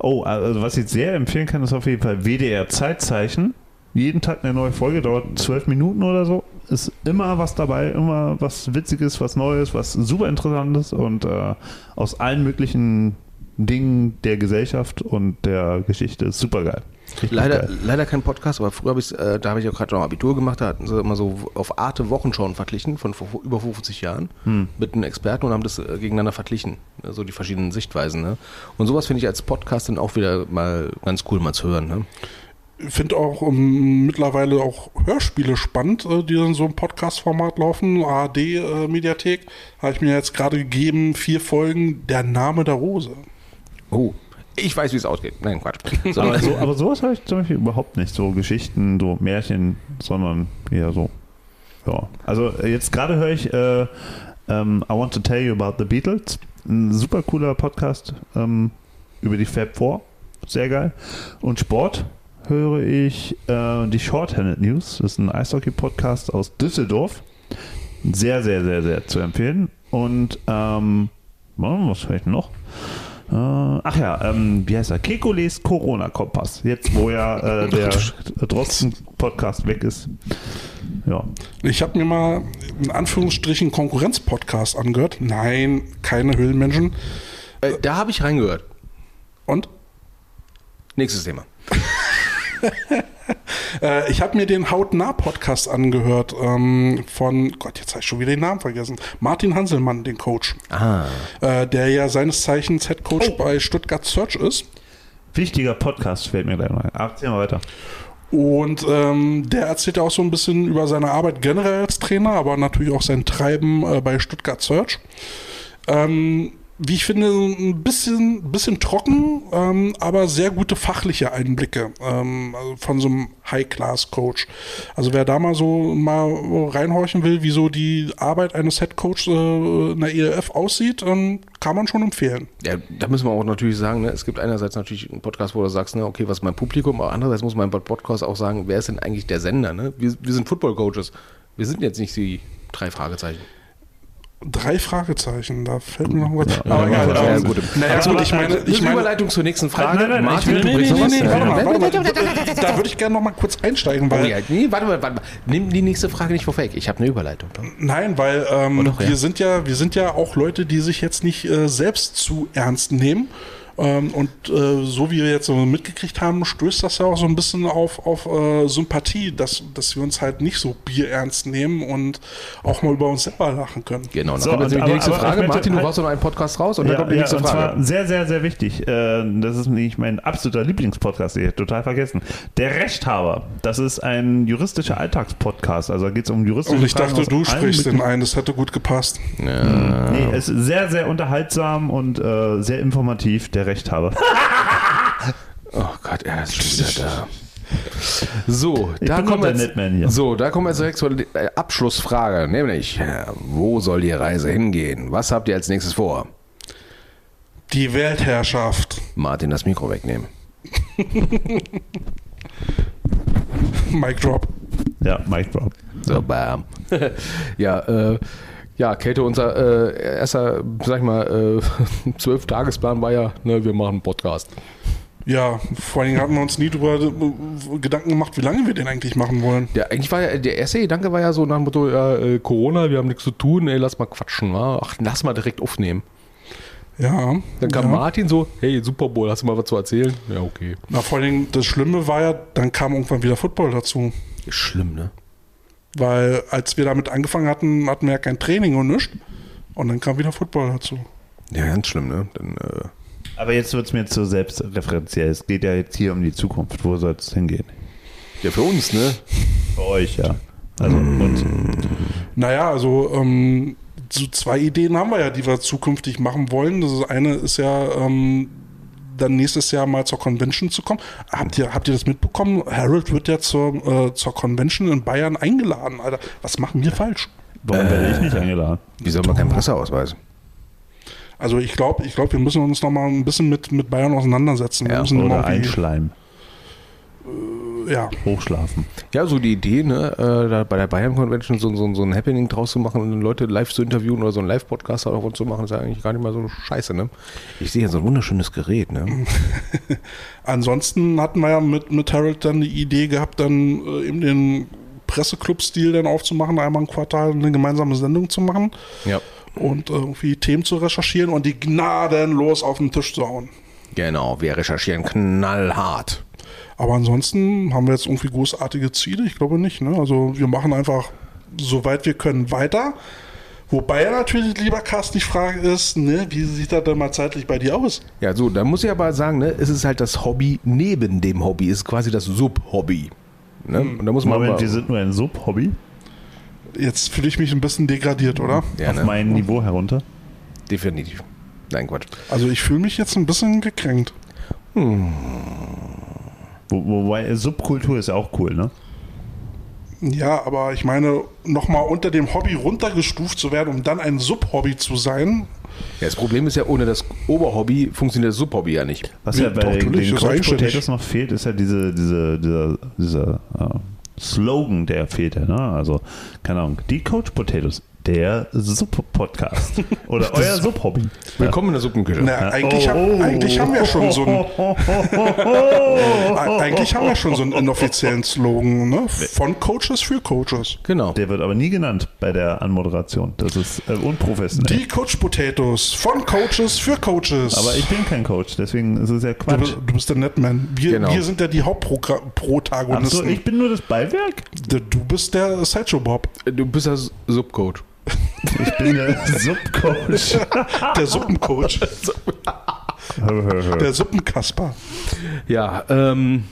Speaker 7: Oh, also was ich sehr empfehlen kann, ist auf jeden Fall WDR Zeitzeichen. Jeden Tag eine neue Folge, dauert zwölf Minuten oder so. Ist immer was dabei, immer was Witziges, was Neues, was super Interessantes und äh, aus allen möglichen Dingen der Gesellschaft und der Geschichte ist super geil.
Speaker 10: Leider, leider kein Podcast, aber früher habe ich, äh, da habe ich auch gerade noch Abitur gemacht, da hatten sie immer so auf Arte Wochenschauen verglichen von vor, vor über 50 Jahren
Speaker 7: Hm.
Speaker 10: mit einem Experten und haben das äh, gegeneinander verglichen, ne, so die verschiedenen Sichtweisen. Ne? Und sowas finde ich als Podcast dann auch wieder mal ganz cool mal zu hören. Ne?
Speaker 9: Ich finde auch ähm, mittlerweile auch Hörspiele spannend, äh, die in so einem Podcast-Format laufen. ARD-Mediathek habe äh, ich mir jetzt gerade gegeben. Vier Folgen Der Name der Rose.
Speaker 10: Oh, ich weiß, wie es ausgeht. Nein, Quatsch.
Speaker 7: Aber, so, aber sowas höre ich zum Beispiel überhaupt nicht. So Geschichten, so Märchen, sondern eher so. Ja. Also äh, jetzt gerade höre ich äh, ähm, I Want to Tell You About the Beatles. Ein super cooler Podcast ähm, über die Fab 4. Sehr geil. Und Sport höre ich äh, die Shorthanded News. Das ist ein Eishockey-Podcast aus Düsseldorf. Sehr, sehr, sehr, sehr zu empfehlen. Und ähm, oh, was höre ich denn noch? Äh, ach ja, ähm, wie heißt er? Kekules Corona-Kompass. Jetzt, wo ja äh, der Drosten-Podcast weg ist. Ja.
Speaker 9: Ich habe mir mal in Anführungsstrichen Konkurrenz-Podcast angehört. Nein, keine Höhlenmenschen.
Speaker 10: Äh, da habe ich reingehört.
Speaker 9: Und?
Speaker 10: Nächstes Thema.
Speaker 9: Äh, ich habe mir den Hautnah-Podcast angehört ähm, von, Gott, jetzt habe ich schon wieder den Namen vergessen, Martin Hanselmann, den Coach,
Speaker 10: Ah.
Speaker 9: äh, der ja seines Zeichens Head Coach bei Stuttgart Search ist.
Speaker 7: Wichtiger Podcast fällt mir gleich mal ein. Aber Erzähl mal weiter.
Speaker 9: Und ähm, der erzählt ja auch so ein bisschen über seine Arbeit generell als Trainer, aber natürlich auch sein Treiben äh, bei Stuttgart Search. Ähm, wie ich finde, ein bisschen, bisschen trocken, ähm, aber sehr gute fachliche Einblicke ähm, also von so einem High-Class-Coach. Also wer da mal so mal reinhorchen will, wie so die Arbeit eines Head-Coachs äh, in der ELF aussieht, ähm, kann man schon empfehlen.
Speaker 10: Ja, da müssen wir auch natürlich sagen, ne, es gibt einerseits natürlich einen Podcast, wo du sagst, ne, okay, was ist mein Publikum, aber andererseits muss mein Podcast auch sagen, wer ist denn eigentlich der Sender? Ne? Wir, wir sind Football-Coaches. Wir sind jetzt nicht die drei Fragezeichen.
Speaker 9: Drei Fragezeichen, da fällt mir noch was.
Speaker 10: Ja,
Speaker 9: aber
Speaker 10: ja,
Speaker 9: egal,
Speaker 10: ja,
Speaker 9: ähm,
Speaker 10: gut. Also, äh,
Speaker 9: Naja,
Speaker 7: Aber-
Speaker 9: gut, ich meine,
Speaker 10: Ich
Speaker 9: ich meine,
Speaker 10: Überleitung zur nächsten Frage.
Speaker 7: Nein, nein, nein, ich will-
Speaker 10: du
Speaker 7: nee,
Speaker 10: bringst
Speaker 7: nee,
Speaker 10: noch was?
Speaker 7: nee, nee,
Speaker 10: Ja,
Speaker 9: Warte mal,
Speaker 10: ja.
Speaker 9: warte mal, da- da würde ich gerne noch mal kurz einsteigen,
Speaker 10: Oh
Speaker 9: weil
Speaker 10: ja, nee, warte mal, warte mal. Nimm die nächste Frage nicht vorweg. Ich habe eine Überleitung. Tom.
Speaker 9: nein, weil ähm,
Speaker 10: Oh doch, ja.
Speaker 9: wir sind ja, wir sind ja auch Leute, die sich jetzt nicht äh, selbst zu ernst nehmen. Ähm, und äh, so wie wir jetzt so mitgekriegt haben, stößt das ja auch so ein bisschen auf, auf äh, Sympathie, dass, dass wir uns halt nicht so bierernst nehmen und auch mal über uns selber lachen können.
Speaker 10: Genau, dann
Speaker 7: So,
Speaker 10: kommt jetzt
Speaker 7: und-
Speaker 10: nämlich die
Speaker 7: aber-
Speaker 10: nächste
Speaker 7: aber ich
Speaker 10: Frage.
Speaker 7: möchte
Speaker 10: Martin, du
Speaker 7: halt-
Speaker 10: brauchst doch noch einen Podcast raus und dann kommt die nächste
Speaker 7: und
Speaker 10: Frage.
Speaker 7: zwar sehr, sehr, sehr wichtig. Äh, Das ist nämlich mein absoluter Lieblingspodcast, den ich total vergessen. Der Rechthaber, das ist ein juristischer Alltagspodcast. Also da geht es um juristische
Speaker 9: Und ich
Speaker 7: Fragen
Speaker 9: dachte,
Speaker 7: aus
Speaker 9: du
Speaker 7: allen
Speaker 9: sprichst
Speaker 7: möglichen-
Speaker 9: den ein, das hätte gut gepasst.
Speaker 7: Nee, es ist sehr, sehr unterhaltsam und äh, sehr informativ, der Rechthaber.
Speaker 10: Oh Gott, er ist schon wieder da. So,
Speaker 7: Ich
Speaker 10: da
Speaker 7: bin
Speaker 10: kommen, wir
Speaker 7: unser Netman hier.
Speaker 10: jetzt, so, da kommen wir jetzt direkt zur äh, Abschlussfrage, nämlich, äh, wo soll die Reise hingehen? Was habt ihr als nächstes vor?
Speaker 9: Die Weltherrschaft.
Speaker 10: Martin, das Mikro wegnehmen.
Speaker 9: Mic drop.
Speaker 7: ja, Mike Drop.
Speaker 10: So, bam. ja, äh, ja, Kälte, unser äh, erster, sag ich mal, äh, zwölf Tagesplan war ja, ne, wir machen einen Podcast.
Speaker 9: Ja, vor allen Dingen hatten wir uns nie darüber äh, Gedanken gemacht, wie lange wir den eigentlich machen wollen.
Speaker 10: Ja, eigentlich war ja, der erste Gedanke war ja so nach dem Motto, ja, äh, Corona, wir haben nichts zu tun, ey, lass mal quatschen, wa? Ach, lass mal direkt aufnehmen.
Speaker 9: Ja.
Speaker 10: Dann kam
Speaker 9: ja.
Speaker 10: Martin so, hey, Super Bowl, hast du mal was zu erzählen? Ja, okay.
Speaker 9: Na, vor allen Dingen, das Schlimme war ja, dann kam irgendwann wieder Football dazu.
Speaker 10: Ist schlimm, ne?
Speaker 9: Weil als wir damit angefangen hatten, hatten wir ja kein Training und nichts. Und dann kam wieder Football dazu.
Speaker 10: Ja, ganz schlimm, ne? Dann äh,
Speaker 7: Aber jetzt wird es mir zu selbstreferenziell. Es geht ja jetzt hier um die Zukunft. Wo soll es hingehen?
Speaker 10: Ja, für uns, ne?
Speaker 7: Für euch, ja. Also, und
Speaker 9: Naja, also ähm, so zwei Ideen haben wir ja, die wir zukünftig machen wollen. Das eine ist ja, ähm, dann nächstes Jahr mal zur Convention zu kommen. Habt ihr, habt ihr das mitbekommen? Harold wird ja zur, äh, zur Convention in Bayern eingeladen, Alter. Was machen wir falsch?
Speaker 7: warum werde ich nicht eingeladen?
Speaker 10: Wieso haben wir keinen Presseausweis?
Speaker 9: Also ich glaube, ich glaube, wir müssen uns noch mal ein bisschen mit, mit Bayern auseinandersetzen. wir müssen
Speaker 7: Oder
Speaker 9: mal irgendwie-
Speaker 7: einschleimen,
Speaker 9: ja.
Speaker 7: hochschlafen.
Speaker 10: Ja, so die Idee, ne, äh, da bei der Bayern Convention so, so, so ein Happening draus zu machen und Leute live zu interviewen oder so einen Live-Podcast davon zu machen, ist ja eigentlich gar nicht mal so scheiße, ne? Ich sehe ja so ein wunderschönes Gerät, ne?
Speaker 9: Ansonsten hatten wir ja mit, mit Harold dann die Idee gehabt, dann äh, eben den Presseclub-Stil dann aufzumachen, einmal im Quartal eine gemeinsame Sendung zu machen
Speaker 10: Ja.
Speaker 9: und äh, irgendwie Themen zu recherchieren und die gnadenlos auf den Tisch zu hauen.
Speaker 10: Genau, wir recherchieren knallhart.
Speaker 9: Aber ansonsten haben wir jetzt irgendwie großartige Ziele? Ich glaube nicht. Ne? Also wir machen einfach, soweit wir können, weiter. Wobei ja natürlich, lieber Carsten, die Frage ist, ne, wie sieht das denn mal zeitlich bei dir aus?
Speaker 10: Ja, so, da muss ich aber sagen, ne, es ist halt das Hobby neben dem Hobby, ist quasi das Sub-Hobby. Ne? Und da muss man
Speaker 7: Moment,
Speaker 10: aber-
Speaker 7: wir sind nur ein Sub-Hobby.
Speaker 9: Jetzt fühle ich mich ein bisschen degradiert, oder?
Speaker 10: ja,
Speaker 7: Auf
Speaker 10: ne?
Speaker 7: mein Niveau herunter.
Speaker 10: definitiv. Nein, Quatsch.
Speaker 9: Also ich fühle mich jetzt ein bisschen gekränkt.
Speaker 7: Wo, wobei äh, Subkultur ist ja auch cool, ne?
Speaker 9: Ja, aber ich meine, nochmal unter dem Hobby runtergestuft zu werden, um dann ein Subhobby zu sein.
Speaker 10: Ja, das Problem ist ja, ohne das Oberhobby funktioniert das Subhobby ja nicht.
Speaker 7: Was ja
Speaker 9: Ja,
Speaker 7: bei
Speaker 9: doch, natürlich,
Speaker 7: den
Speaker 9: ist
Speaker 7: Couch
Speaker 9: eigenständig.
Speaker 7: Potatoes noch fehlt, ist ja diese, diese, dieser, dieser äh, Slogan, der fehlt ja, ne? Also, keine Ahnung, die Couch Potatoes, der Sub-Podcast. Oder euer Sub-Hobby.
Speaker 10: Willkommen in der Suppenküche.
Speaker 9: Na, ne, eigentlich, hab, eigentlich haben wir schon so einen, eigentlich haben wir schon so einen inoffiziellen Slogan, ne? Von Coaches für Coaches.
Speaker 10: Genau.
Speaker 7: Der wird aber nie genannt bei der Anmoderation. Das ist äh, unprofessionell.
Speaker 9: Die Coach Potatoes von Coaches für Coaches.
Speaker 7: aber ich bin kein Coach, deswegen ist es ja
Speaker 9: du,
Speaker 7: Quatsch.
Speaker 9: bist, du bist der Netman. Wir,
Speaker 10: Genau.
Speaker 9: wir sind ja die
Speaker 7: Achso,
Speaker 9: Hauptprotagonisten.
Speaker 7: ich bin nur das Beiwerk?
Speaker 9: du du bist der Sideshow Bob,
Speaker 10: Du bist ja Subcoach.
Speaker 7: Ich bin der Sub-Coach.
Speaker 9: der Suppencoach, der Suppenkasper.
Speaker 10: Ja, ähm.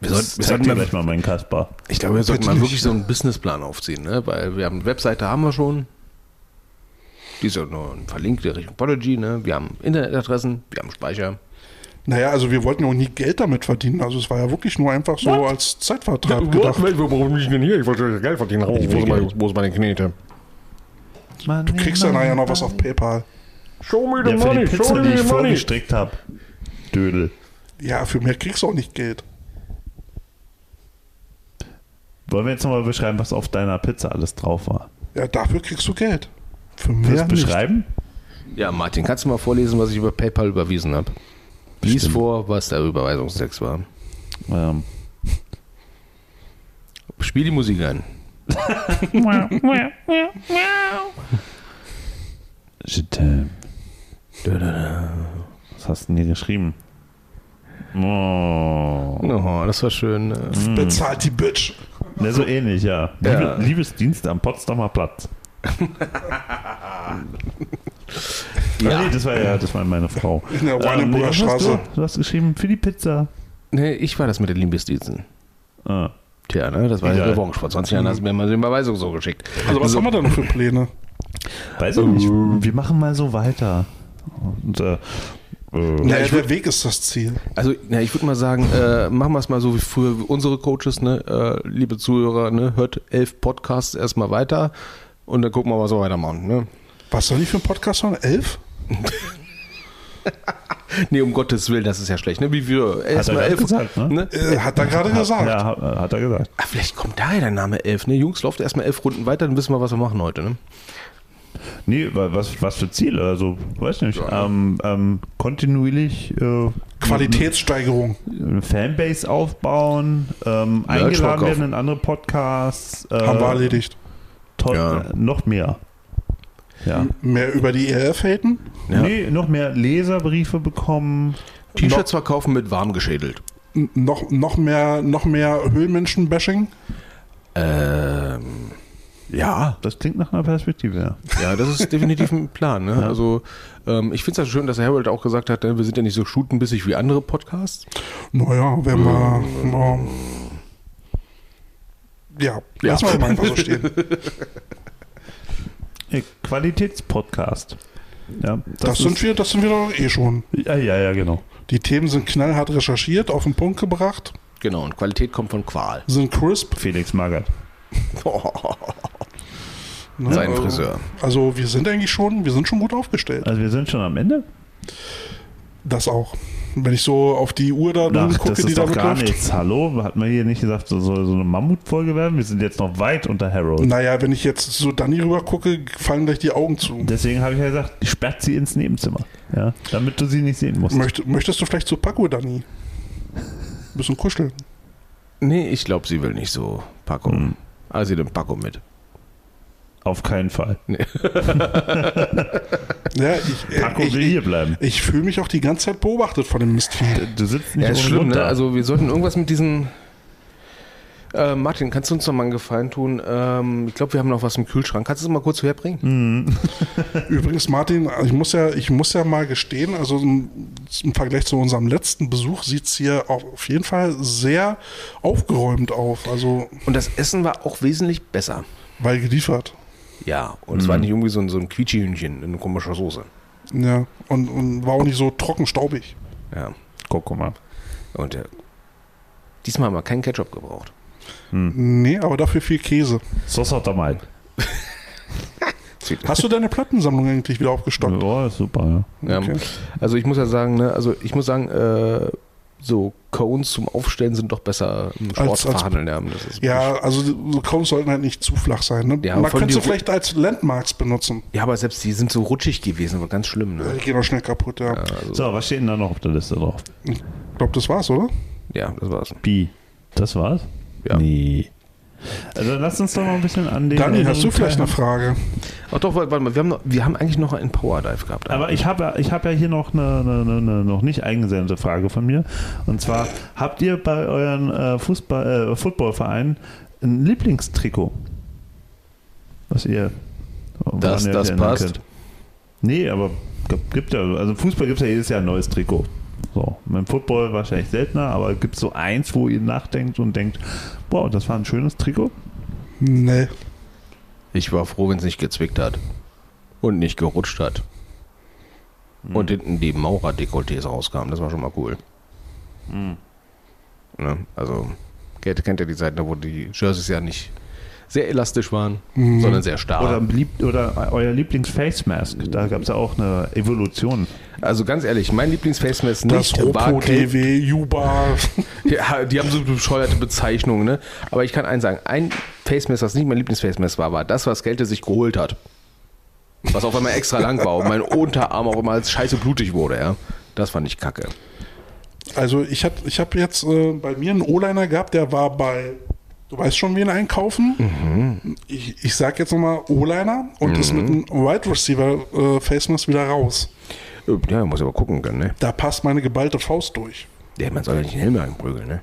Speaker 10: Wir sollten, wir
Speaker 7: Zeig
Speaker 10: sollten
Speaker 7: mir
Speaker 10: mal,
Speaker 7: gleich mal meinen Kasper.
Speaker 10: ich glaube, wir sollten
Speaker 9: Bitte
Speaker 10: mal
Speaker 9: nicht.
Speaker 10: wirklich so einen Businessplan aufziehen, ne? Weil wir haben eine Webseite haben wir schon. Die ist ja nur verlinkt in Richtung Podigy, ne? Wir haben Internetadressen, wir haben Speicher.
Speaker 9: Naja, also wir wollten ja auch nie Geld damit verdienen. Also es war ja wirklich nur einfach so als Zeitvertreib gedacht.
Speaker 10: Warum bin ich denn hier? Ich wollte Geld verdienen.
Speaker 7: Oh,
Speaker 10: Wo ist, meine, wo ist meine Knete?
Speaker 9: Du kriegst dann nachher noch was auf PayPal.
Speaker 10: Show me
Speaker 7: Ja, für die Pizza, die ich vorgestrickt habe. Dödel.
Speaker 9: Ja, für mehr kriegst du auch nicht Geld.
Speaker 7: Wollen wir jetzt nochmal beschreiben, was auf deiner Pizza alles drauf war?
Speaker 9: Ja, dafür kriegst du Geld. Für
Speaker 7: Willst
Speaker 9: mehr
Speaker 7: du
Speaker 9: nicht.
Speaker 7: beschreiben?
Speaker 10: Ja, Martin, kannst du mal vorlesen, was ich über PayPal überwiesen habe? Lies vor, was der Überweisungstext war.
Speaker 7: Ähm,
Speaker 10: Spiel die Musik ein.
Speaker 7: shit, äh, was hast du denn hier geschrieben? Oh.
Speaker 10: Oh, das war schön. äh.
Speaker 9: ne? Bezahlt die Bitch.
Speaker 7: Ne, so ähnlich, ja.
Speaker 10: Ja.
Speaker 7: Liebe, Liebesdienst am Potsdamer Platz. Ah, Nee, das war ja, das war meine Frau.
Speaker 9: In der Oranienburger
Speaker 7: was hast
Speaker 9: Straße.
Speaker 7: Du? du hast geschrieben, für die Pizza.
Speaker 10: Nee, ich war das mit den Liebesdiezen.
Speaker 7: Ah.
Speaker 10: Tja, ne, das war ja
Speaker 7: Egal.
Speaker 10: der Wochen vor 20 Jahren, hast du mir mal die Überweisung so geschickt.
Speaker 9: Also was haben wir da noch für Pläne?
Speaker 7: Weiß
Speaker 9: Ähm.
Speaker 7: ich nicht. Wir machen mal so weiter. Und, äh, äh,
Speaker 9: Ja, der Weg ist das Ziel.
Speaker 10: Also, na, ich würde mal sagen, äh, machen wir es mal so wie früher unsere Coaches, ne, äh, liebe Zuhörer, ne, hört elf Podcasts erstmal weiter und dann gucken wir, was wir weitermachen, ne.
Speaker 9: Was soll ich für ein Podcast haben? Elf?
Speaker 10: Nee, um Gottes Willen, das ist ja schlecht, ne, wie wir erstmal
Speaker 7: grad
Speaker 10: elf.
Speaker 7: gesagt, ne?
Speaker 9: Äh, hat er gerade gesagt.
Speaker 7: ja, hat, hat er gesagt.
Speaker 10: Ah, vielleicht kommt daher der Name elf, ne, Jungs, lauft erstmal elf Runden weiter, dann wissen wir, was wir machen heute, ne.
Speaker 7: Nee, wa- was, was für Ziele? Also, weiß nicht. Ähm, ähm, kontinuierlich äh,
Speaker 9: Qualitätssteigerung.
Speaker 7: eine Fanbase aufbauen, ähm, eingeladen
Speaker 10: verkaufen.
Speaker 7: werden in andere Podcasts. Äh,
Speaker 9: Haben wir erledigt.
Speaker 7: toll,
Speaker 10: Ja.
Speaker 7: äh, noch mehr. Ja.
Speaker 9: Mehr über die ERF haten?
Speaker 10: Ja.
Speaker 7: Nee, noch mehr Leserbriefe bekommen.
Speaker 10: T-Shirts verkaufen mit warm geschädelt.
Speaker 9: N- Noch, noch mehr, noch mehr Höhlmenschen-Bashing?
Speaker 10: Ähm,
Speaker 7: Ja. Das klingt nach einer Perspektive.
Speaker 10: Ja, das ist definitiv ein Plan. Ne? Also ähm, ich finde es ja schön, dass der Harold auch gesagt hat, ne, wir sind ja nicht so shootenbissig wie andere Podcasts.
Speaker 9: Naja, wenn wir. na, ja, lass mal einfach so stehen.
Speaker 7: Äh, Qualitätspodcast. Ja,
Speaker 9: Das, sind wir, das sind wir doch eh schon.
Speaker 7: Ja, ja, ja, genau.
Speaker 9: Die Themen sind knallhart recherchiert, auf den Punkt gebracht,
Speaker 10: Genau, und Qualität kommt von Qual.
Speaker 9: sind crisp.
Speaker 7: Felix Magath.
Speaker 9: ne?
Speaker 10: Sein
Speaker 9: Also-
Speaker 10: Friseur.
Speaker 9: Also wir sind eigentlich schon, wir sind schon gut aufgestellt.
Speaker 7: Also wir sind schon am Ende?
Speaker 9: Das auch. Wenn ich so auf die Uhr da drin
Speaker 7: Ach,
Speaker 9: gucke,
Speaker 7: das ist
Speaker 9: die da
Speaker 7: doch gar
Speaker 9: läuft.
Speaker 7: nichts. Hallo? Hat man hier nicht gesagt, so soll so eine Mammutfolge werden? Wir sind jetzt noch weit unter Harold.
Speaker 9: Naja, wenn ich jetzt so Dani rüber gucke, fallen gleich die Augen zu.
Speaker 7: Deswegen habe ich ja gesagt, sperrt sie ins Nebenzimmer. Ja, damit du sie nicht sehen musst.
Speaker 9: Möcht, möchtest du vielleicht zu Paco, Dani? Ein bisschen kuscheln.
Speaker 10: Nee, ich glaube, sie will nicht so Paco.
Speaker 7: Mhm.
Speaker 10: Also sie nimmt Paco mit.
Speaker 7: Auf keinen Fall.
Speaker 9: Ja, ich, äh,
Speaker 7: Paco
Speaker 9: ich,
Speaker 7: will hier bleiben.
Speaker 9: ich fühle mich auch die ganze Zeit beobachtet von dem Mistvieh.
Speaker 7: Du sitzt nicht
Speaker 10: Ja, ist
Speaker 7: ohne
Speaker 10: schlimm,
Speaker 7: Grund
Speaker 10: ne?
Speaker 7: da.
Speaker 10: Also wir sollten irgendwas mit diesen. Äh, Martin, kannst du uns noch mal einen Gefallen tun? Ähm, ich glaube, wir haben noch was im Kühlschrank. Kannst du es mal kurz herbringen?
Speaker 9: Übrigens, Martin, ich muss ja, ich muss ja mal gestehen, also im, im Vergleich zu unserem letzten Besuch sieht es hier auf, auf jeden Fall sehr aufgeräumt auf. Also,
Speaker 10: Und das Essen war auch wesentlich besser. Hm.
Speaker 9: weil geliefert.
Speaker 10: Ja, und es war nicht irgendwie so ein, so ein Quietschihühnchen in komischer Soße.
Speaker 9: Ja, und, und war auch nicht so trocken staubig.
Speaker 10: Ja,
Speaker 7: Guck mal.
Speaker 10: und äh, diesmal haben wir keinen Ketchup gebraucht.
Speaker 9: Nee, aber dafür viel Käse.
Speaker 7: So sagt er mal.
Speaker 9: Hast du deine Plattensammlung eigentlich wieder aufgestockt?
Speaker 7: Ja, ist super, ja.
Speaker 10: Ja,
Speaker 9: Okay.
Speaker 10: also ich muss ja sagen, ne, also ich muss sagen, äh, so Cones zum Aufstellen sind doch besser im Sport
Speaker 9: Als- als-
Speaker 10: verhandeln. Ja, das ist
Speaker 9: Ja, also so Cones sollten halt nicht zu flach sein. Ne?
Speaker 10: Ja,
Speaker 9: Man
Speaker 10: vor allem
Speaker 9: könnte sie
Speaker 10: die-
Speaker 9: vielleicht als Landmarks benutzen.
Speaker 10: ja, aber selbst die sind so rutschig gewesen, war ganz schlimm. Ne?
Speaker 9: Die gehen auch schnell kaputt, ja.
Speaker 10: Also
Speaker 7: So, was steht denn da noch auf der Liste drauf?
Speaker 9: Ich glaube, das war's, oder?
Speaker 10: Ja, das war's.
Speaker 7: Bi. Das war's?
Speaker 10: Ja.
Speaker 7: Nee. Also lass uns doch mal ein bisschen an den.
Speaker 9: Dani, hast du
Speaker 7: anderen
Speaker 9: vielleicht
Speaker 7: Teil-
Speaker 9: eine Frage?
Speaker 10: Ach doch, warte mal, wir haben, noch, wir haben eigentlich noch einen Power Dive gehabt.
Speaker 7: Aber ich habe ja- ich habe ja hier noch eine, eine, eine, eine noch nicht eingesendete Frage von mir. Und zwar, habt ihr bei euren äh, Fußball, äh, Footballvereinen ein Lieblingstrikot? Was ihr woran
Speaker 10: Das-
Speaker 7: ihr euch
Speaker 10: das
Speaker 7: erinnern
Speaker 10: passt.
Speaker 7: Nee, aber gibt- gibt ja, also im Fußball gibt es ja jedes Jahr ein neues Trikot. So, beim Football wahrscheinlich seltener, aber gibt es so eins, wo ihr nachdenkt und denkt, wow, das war ein schönes Trikot?
Speaker 9: Nee.
Speaker 10: Ich war froh, wenn es nicht gezwickt hat. Und nicht gerutscht hat.
Speaker 7: Hm.
Speaker 10: Und hinten die Maurer-Dekolletés rauskamen. Das war schon mal cool.
Speaker 7: Hm.
Speaker 10: Ne? Also, kennt, kennt ihr die Zeiten, wo die Jerseys ja nicht sehr elastisch waren, sondern sehr starr.
Speaker 7: Oder, lieb, oder äh, euer Lieblings-Face-Mask, da gab es ja auch eine Evolution.
Speaker 10: also ganz ehrlich, mein Lieblingsface
Speaker 9: Das
Speaker 10: ist nicht war
Speaker 9: Ropo,
Speaker 10: Cape.
Speaker 9: DW, Juba.
Speaker 10: Ja, die haben so bescheuerte Bezeichnungen, ne? Aber ich kann eins sagen, ein Facemess, was nicht mein Lieblingsfacemess war, war das, was Gelte sich geholt hat. Was auf einmal extra lang war und mein Unterarm auch immer als scheiße blutig wurde, ja. Das fand ich kacke.
Speaker 9: Also ich habe ich hab jetzt äh, bei mir einen O-Liner gehabt, der war bei, du weißt schon, wen einkaufen. Mhm. Ich, ich sag jetzt nochmal O-Liner und ist mit einem Wide Receiver äh, Face Mask wieder raus.
Speaker 10: Äh, Ja, muss aber gucken können, ne?
Speaker 9: Da passt meine geballte Faust durch.
Speaker 10: Ja, man soll ja nicht den Helm einprügeln, ne?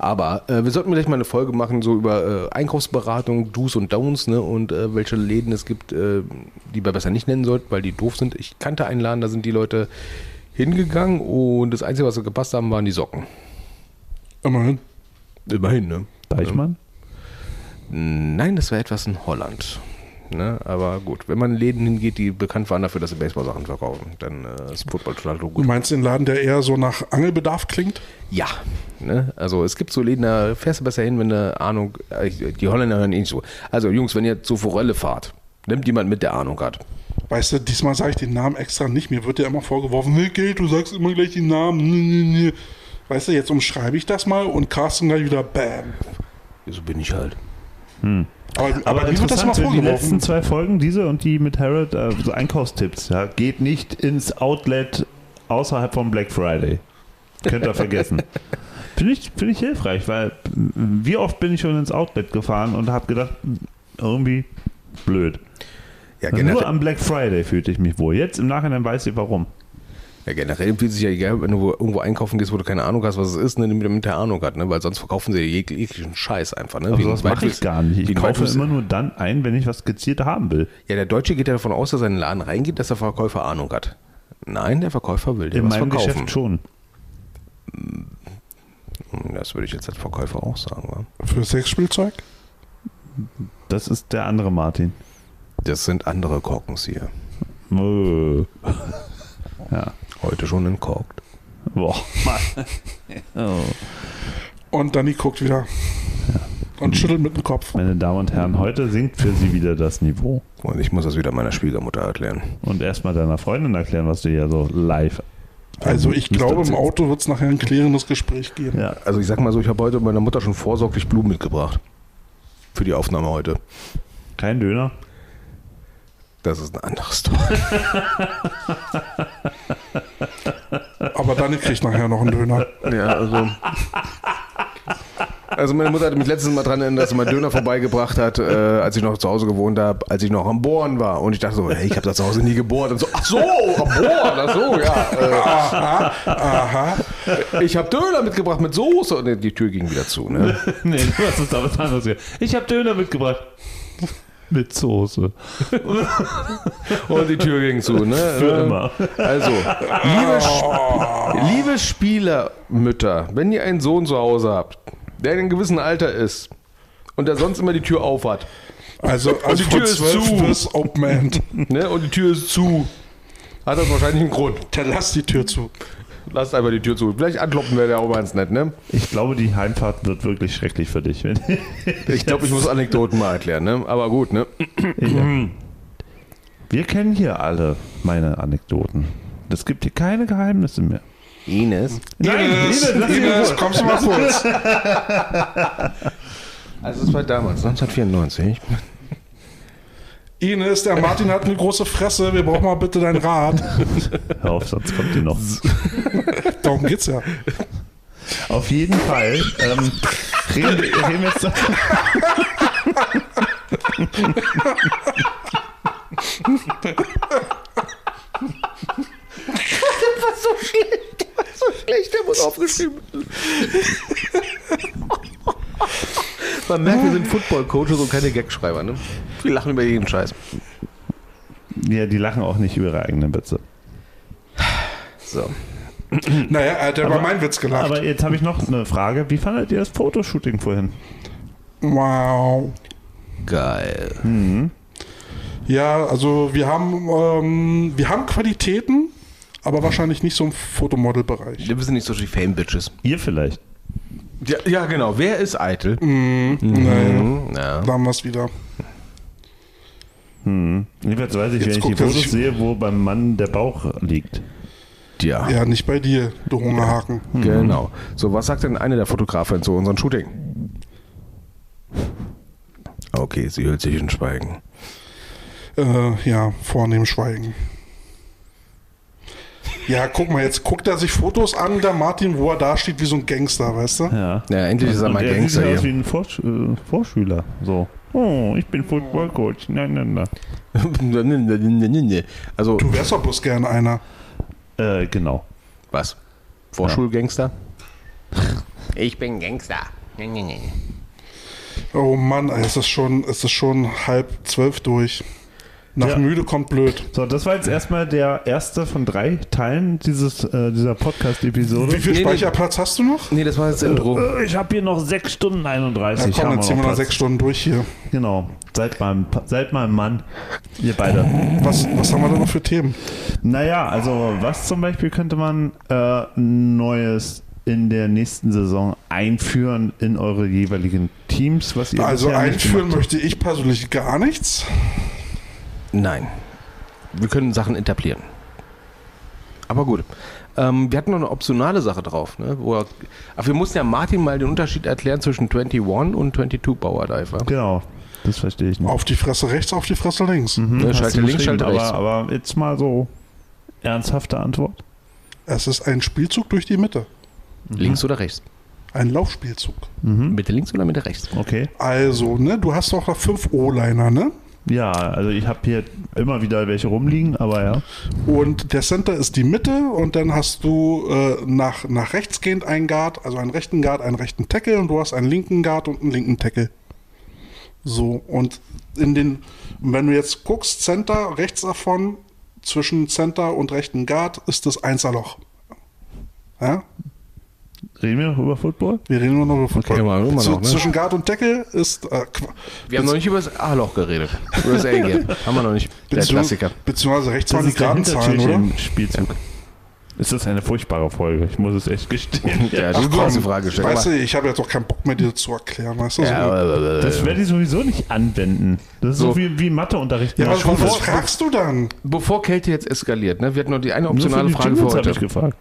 Speaker 10: Aber äh, wir sollten vielleicht mal eine Folge machen, so über äh, Einkaufsberatung, Do's und Downs, ne? Und äh, welche Läden es gibt, äh, die wir besser nicht nennen sollten, weil die doof sind. Ich kannte einen Laden, da sind die Leute hingegangen und das Einzige, was so gepasst haben, waren die Socken.
Speaker 9: Immerhin.
Speaker 10: Immerhin, ne?
Speaker 7: Deichmann?
Speaker 10: Nein, das war etwas in Holland. Ne? Aber gut, wenn man in Läden hingeht, die bekannt waren dafür, dass sie Baseballsachen verkaufen, dann äh, ist Football total
Speaker 9: Du
Speaker 10: gut.
Speaker 9: meinst den Laden, der eher so nach Angelbedarf klingt?
Speaker 10: Ja, ne? also es gibt so Läden, da fährst du besser hin, wenn du Ahnung, äh, die Holländer hören eh nicht so. Also Jungs, wenn ihr zur Forelle fahrt, nimmt jemand mit, der Ahnung hat.
Speaker 9: Weißt du, diesmal sage ich den Namen extra nicht. Mir wird ja immer vorgeworfen, hey Geld, du sagst immer gleich den Namen. Nee, nee, nee. Weißt du, jetzt umschreibe ich das mal und Carsten gleich wieder Bam.
Speaker 10: So bin ich halt.
Speaker 9: Aber, aber, mir wird das immer
Speaker 7: interessant sind die letzten
Speaker 9: vorgeworfen.
Speaker 7: zwei Folgen, diese und die mit Harold, äh, so Einkaufstipps. Ja, geht nicht ins Outlet außerhalb von Black Friday. Könnt ihr vergessen. Finde ich, finde ich hilfreich, weil mm, wie oft bin ich schon ins Outlet gefahren und habe gedacht, mm, irgendwie blöd.
Speaker 10: Ja,
Speaker 7: Also
Speaker 10: genau.
Speaker 7: Nur am Black Friday fühlte ich mich wohl. Jetzt im Nachhinein weiß ich warum.
Speaker 10: Ja, generell empfiehlt sich ja egal, wenn du irgendwo einkaufen gehst, wo du keine Ahnung hast, was es ist, ne, damit der Ahnung hat, ne? weil sonst verkaufen sie dir jeg jeglichen Scheiß einfach. Ne?
Speaker 7: Aber
Speaker 10: Wie ein
Speaker 7: Also sowas mache ich
Speaker 10: Weitwiss-
Speaker 7: gar nicht.
Speaker 10: wie
Speaker 7: Ich
Speaker 10: ein
Speaker 7: kaufe
Speaker 10: Weitwiss-
Speaker 7: immer nur dann ein, wenn ich was gezielt haben will.
Speaker 10: Ja, der Deutsche geht ja davon aus, dass er in den Laden reingeht, dass der Verkäufer Ahnung hat. Nein, der Verkäufer will dir
Speaker 7: In
Speaker 10: was
Speaker 7: meinem
Speaker 10: verkaufen.
Speaker 7: Geschäft schon.
Speaker 10: Hm, Das würde ich jetzt als Verkäufer auch sagen. Wa?
Speaker 9: Für Sexspielzeug?
Speaker 7: Das ist der andere Martin.
Speaker 10: Das sind andere Korkens hier.
Speaker 7: Mö. Ja.
Speaker 10: Heute schon entkorkt.
Speaker 7: Boah, Mann. Oh.
Speaker 9: Und Dani guckt wieder. Und schüttelt mit dem Kopf.
Speaker 7: Meine Damen und Herren, heute sinkt für Sie wieder das Niveau.
Speaker 10: Und ich muss das wieder meiner Schwiegermutter erklären.
Speaker 7: Und erstmal deiner Freundin erklären, was du hier so live.
Speaker 9: Also ich glaube, im Auto wird es nachher ein klärendes Gespräch geben.
Speaker 7: Ja,
Speaker 10: Also ich sag mal so, ich habe heute meiner Mutter schon vorsorglich Blumen mitgebracht. Für die Aufnahme heute.
Speaker 7: kein Döner.
Speaker 10: Das ist eine andere Story.
Speaker 9: Aber Dani kriegt nachher noch einen Döner.
Speaker 10: ja, also. Also meine Mutter hat mich letztes Mal dran erinnert, dass sie mal Döner vorbeigebracht hat, äh, als ich noch zu Hause gewohnt habe, als ich noch am Bohren war. Und ich dachte so, hey, ich habe da zu Hause nie gebohrt. Und so, ach so, am Bohren, ach so, ja.
Speaker 9: Aha, aha.
Speaker 10: Äh, ich habe Döner mitgebracht mit Soße. Und die Tür ging wieder zu, ne?
Speaker 7: nee, du hast es damit anders gemacht. Ich habe Döner mitgebracht. Mit Soße.
Speaker 10: Und die Tür ging zu, ne?
Speaker 7: Für immer.
Speaker 10: Also, liebe, Sp liebe Spielermütter, wenn ihr einen Sohn zu Hause habt, der in einem gewissen Alter ist und der sonst immer die Tür auf hat,
Speaker 9: Also, also
Speaker 10: die Tür ist zu.
Speaker 9: bis Open End.
Speaker 10: ne, und die Tür ist zu, hat das wahrscheinlich einen Grund.
Speaker 9: Dann lass die Tür zu.
Speaker 10: Lasst einfach die Tür zu. Vielleicht ankloppen wäre ja auch ganz nett, ne?
Speaker 7: Ich glaube, die Heimfahrt wird wirklich schrecklich für dich. Wenn
Speaker 10: Ich glaube, ich muss Anekdoten mal erklären, ne? Aber gut, ne?
Speaker 7: Wir kennen hier alle meine Anekdoten. Es gibt hier keine Geheimnisse mehr.
Speaker 10: Ines.
Speaker 7: Nein,
Speaker 9: Ines,
Speaker 7: Ines, lass sie
Speaker 9: Ines, kommst du mal kurz.
Speaker 10: Also, es war damals, 1994.
Speaker 9: Ines, der Martin hat eine große Fresse. Wir brauchen mal bitte dein Rat.
Speaker 7: Hör auf, sonst kommt die noch.
Speaker 9: Darum geht's ja.
Speaker 7: Auf jeden Fall ähm, reden, wir- reden wir jetzt
Speaker 10: Schlecht, der muss aufgeschrieben. Man merkt, wir sind Football-Coaches und keine Gagschreiber, ne? Wir lachen über jeden Scheiß.
Speaker 7: Ja, die lachen auch nicht über ihre eigenen Witze.
Speaker 10: So.
Speaker 9: Naja, er hat ja über meinen Witz gelacht.
Speaker 7: Aber jetzt habe ich noch eine Frage. Wie fandet ihr das Fotoshooting vorhin?
Speaker 9: Wow.
Speaker 10: Geil.
Speaker 9: Ja, also wir haben, ähm, wir haben Qualitäten, aber wahrscheinlich nicht so im Fotomodel-Bereich.
Speaker 10: Wir sind nicht so die Fame-Bitches.
Speaker 7: Ihr vielleicht.
Speaker 10: Ja, ja, genau. Wer ist eitel?
Speaker 7: Mhm.
Speaker 9: Naja,
Speaker 10: Ja.
Speaker 9: da haben wir's wieder.
Speaker 7: Jedenfalls weiß ich,
Speaker 9: Jetzt
Speaker 7: wenn ich die
Speaker 9: guckt er
Speaker 7: Fotos
Speaker 9: sich-
Speaker 7: sehe, wo beim Mann der Bauch liegt.
Speaker 10: ja.
Speaker 9: Ja, nicht bei dir, du Hungerhaken.
Speaker 10: Genau. So, was sagt denn eine der Fotografen zu unserem Shooting? Okay, sie hört sich in Schweigen.
Speaker 9: Äh, ja, vornehm schweigen. Ja, guck mal, jetzt guckt er sich Fotos an, der Martin, wo er da steht wie so ein Gangster, weißt du?
Speaker 7: Ja.
Speaker 10: Ja, endlich ist er
Speaker 7: Und
Speaker 10: mal
Speaker 7: er
Speaker 10: Gangster
Speaker 7: sieht aus
Speaker 10: hier.
Speaker 7: wie ein Vorsch äh, Vorschüler. So. Oh, ich bin Footballcoach. Nein, nein, nein.
Speaker 10: Also,
Speaker 9: Du wärst doch bloß gern einer.
Speaker 7: Äh, genau.
Speaker 10: was? Vorschulgangster?
Speaker 4: Ich bin Gangster. Nee, nee, nee.
Speaker 9: Oh Mann, ey, es ist schon, es ist schon halb zwölf durch. Nach
Speaker 7: Ja.
Speaker 9: müde kommt blöd.
Speaker 7: So, das war jetzt erstmal der erste von drei Teilen dieses, äh, dieser
Speaker 9: Wie
Speaker 7: Podcast-Episode.
Speaker 9: viel
Speaker 10: Nee, nee.
Speaker 9: Speicherplatz hast du noch?
Speaker 10: Nee, das war jetzt Intro.
Speaker 7: Äh, Ich habe hier noch 6 Stunden 31.
Speaker 9: Ja, komm,
Speaker 7: Haben
Speaker 9: dann
Speaker 7: wir
Speaker 9: ziehen wir
Speaker 7: noch
Speaker 9: noch sechs
Speaker 7: Platz.
Speaker 9: Stunden durch hier.
Speaker 7: Genau. Seid mal, ein Pa- seid mal ein Mann. Ihr beide.
Speaker 9: Was, was haben wir denn noch für Themen?
Speaker 7: Naja, also was zum Beispiel könnte man äh, Neues in der nächsten Saison einführen in eure jeweiligen Teams, was ihr
Speaker 9: Also
Speaker 7: bisher nicht
Speaker 9: einführen
Speaker 7: gemacht
Speaker 9: möchte ich persönlich gar nichts.
Speaker 10: Nein. Wir können Sachen etablieren. Aber gut. Ähm, wir hatten noch eine optionale Sache drauf. Ne? Wo er, aber wir mussten ja Martin mal den Unterschied erklären zwischen 21 und 22 Power Diver.
Speaker 7: habt? Genau, das verstehe ich nicht.
Speaker 9: Auf die Fresse rechts, auf die Fresse links.
Speaker 10: Ne,
Speaker 7: Mhm. Hast
Speaker 10: schalte
Speaker 7: du
Speaker 10: links,
Speaker 7: geschrieben,
Speaker 10: schalte rechts.
Speaker 7: aber, aber jetzt mal so ernsthafte Antwort.
Speaker 9: Es ist ein Spielzug durch die Mitte.
Speaker 7: Mhm.
Speaker 10: Links oder rechts?
Speaker 9: Ein Laufspielzug.
Speaker 10: Mitte links oder Mitte rechts?
Speaker 7: Okay.
Speaker 9: Also, ne, du hast doch noch fünf O-Liner, ne?
Speaker 7: Ja, also ich habe hier immer wieder welche rumliegen, aber ja.
Speaker 9: Und der Center ist die Mitte und dann hast du äh, nach, nach rechts gehend einen Guard, also einen rechten Guard, einen rechten Tackle und du hast einen linken Guard und einen linken Tackle. So, und in den, wenn du jetzt guckst, Center, rechts davon, zwischen Center und rechten Guard ist das Einserloch. Ja?
Speaker 7: Reden wir noch über Football?
Speaker 9: Wir reden nur noch über Football.
Speaker 10: mal, immer
Speaker 9: Zu,
Speaker 10: noch, ne?
Speaker 9: Zwischen Guard und Tackle ist. Äh, Qua-
Speaker 10: Wir haben noch nicht über das A-Loch geredet. Über das A-Game. haben wir noch nicht. Der
Speaker 9: beziehungs-
Speaker 10: Klassiker.
Speaker 9: Beziehungsweise rechts
Speaker 7: Das
Speaker 9: waren die
Speaker 7: ist der
Speaker 9: geraden Zahlen, oder?
Speaker 7: Hintertürchen-Spielzug. Es ist eine furchtbare Folge, ich muss es echt gestehen.
Speaker 10: Ja,
Speaker 9: Ach
Speaker 10: die
Speaker 9: komm,
Speaker 10: große Frage gestellt.
Speaker 9: weißt du, ich habe jetzt auch keinen Bock mehr, dir zu erklären, weißt du?
Speaker 10: Ja,
Speaker 9: so,
Speaker 10: aber-
Speaker 7: Das werde ich sowieso nicht anwenden. Das ist Äh. so,
Speaker 10: So.
Speaker 7: wie, wie Matheunterricht.
Speaker 9: ja
Speaker 7: in der
Speaker 9: was,
Speaker 7: Schule.
Speaker 9: was fragst du dann?
Speaker 10: Bevor Kälte jetzt eskaliert, ne? wir hatten noch die eine
Speaker 7: Nur für
Speaker 10: optionale
Speaker 7: die
Speaker 10: Frage für
Speaker 7: Jingles habe
Speaker 10: heute.
Speaker 7: ich gefragt.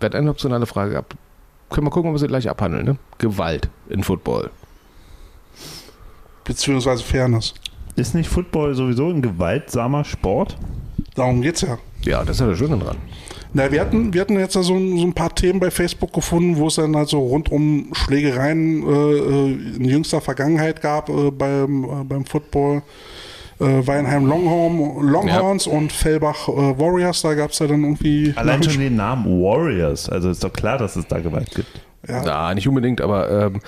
Speaker 10: Wir hatten eine optionale Frage ab. Können wir gucken, ob wir sie gleich abhandeln. Ne? Gewalt in Football.
Speaker 9: Beziehungsweise Fairness.
Speaker 7: Ist nicht Football sowieso ein gewaltsamer Sport?
Speaker 9: Darum geht's ja.
Speaker 10: Ja, das ist ja das Schöne dran.
Speaker 9: Na, wir hatten, wir hatten jetzt ja so, ein- so ein paar Themen bei Facebook gefunden, wo es dann halt so rund um Schlägereien äh, äh, in jüngster Vergangenheit gab äh, beim, äh, beim Football. Äh, Weinheim Longhorn, Longhorns und Fellbach äh, Warriors, da gab es ja dann irgendwie.
Speaker 7: Allein
Speaker 9: nach dem
Speaker 7: schon den Namen Warriors. Also ist doch klar, dass es da Gewalt gibt.
Speaker 9: Ja.
Speaker 10: Na, nicht unbedingt, aber ähm,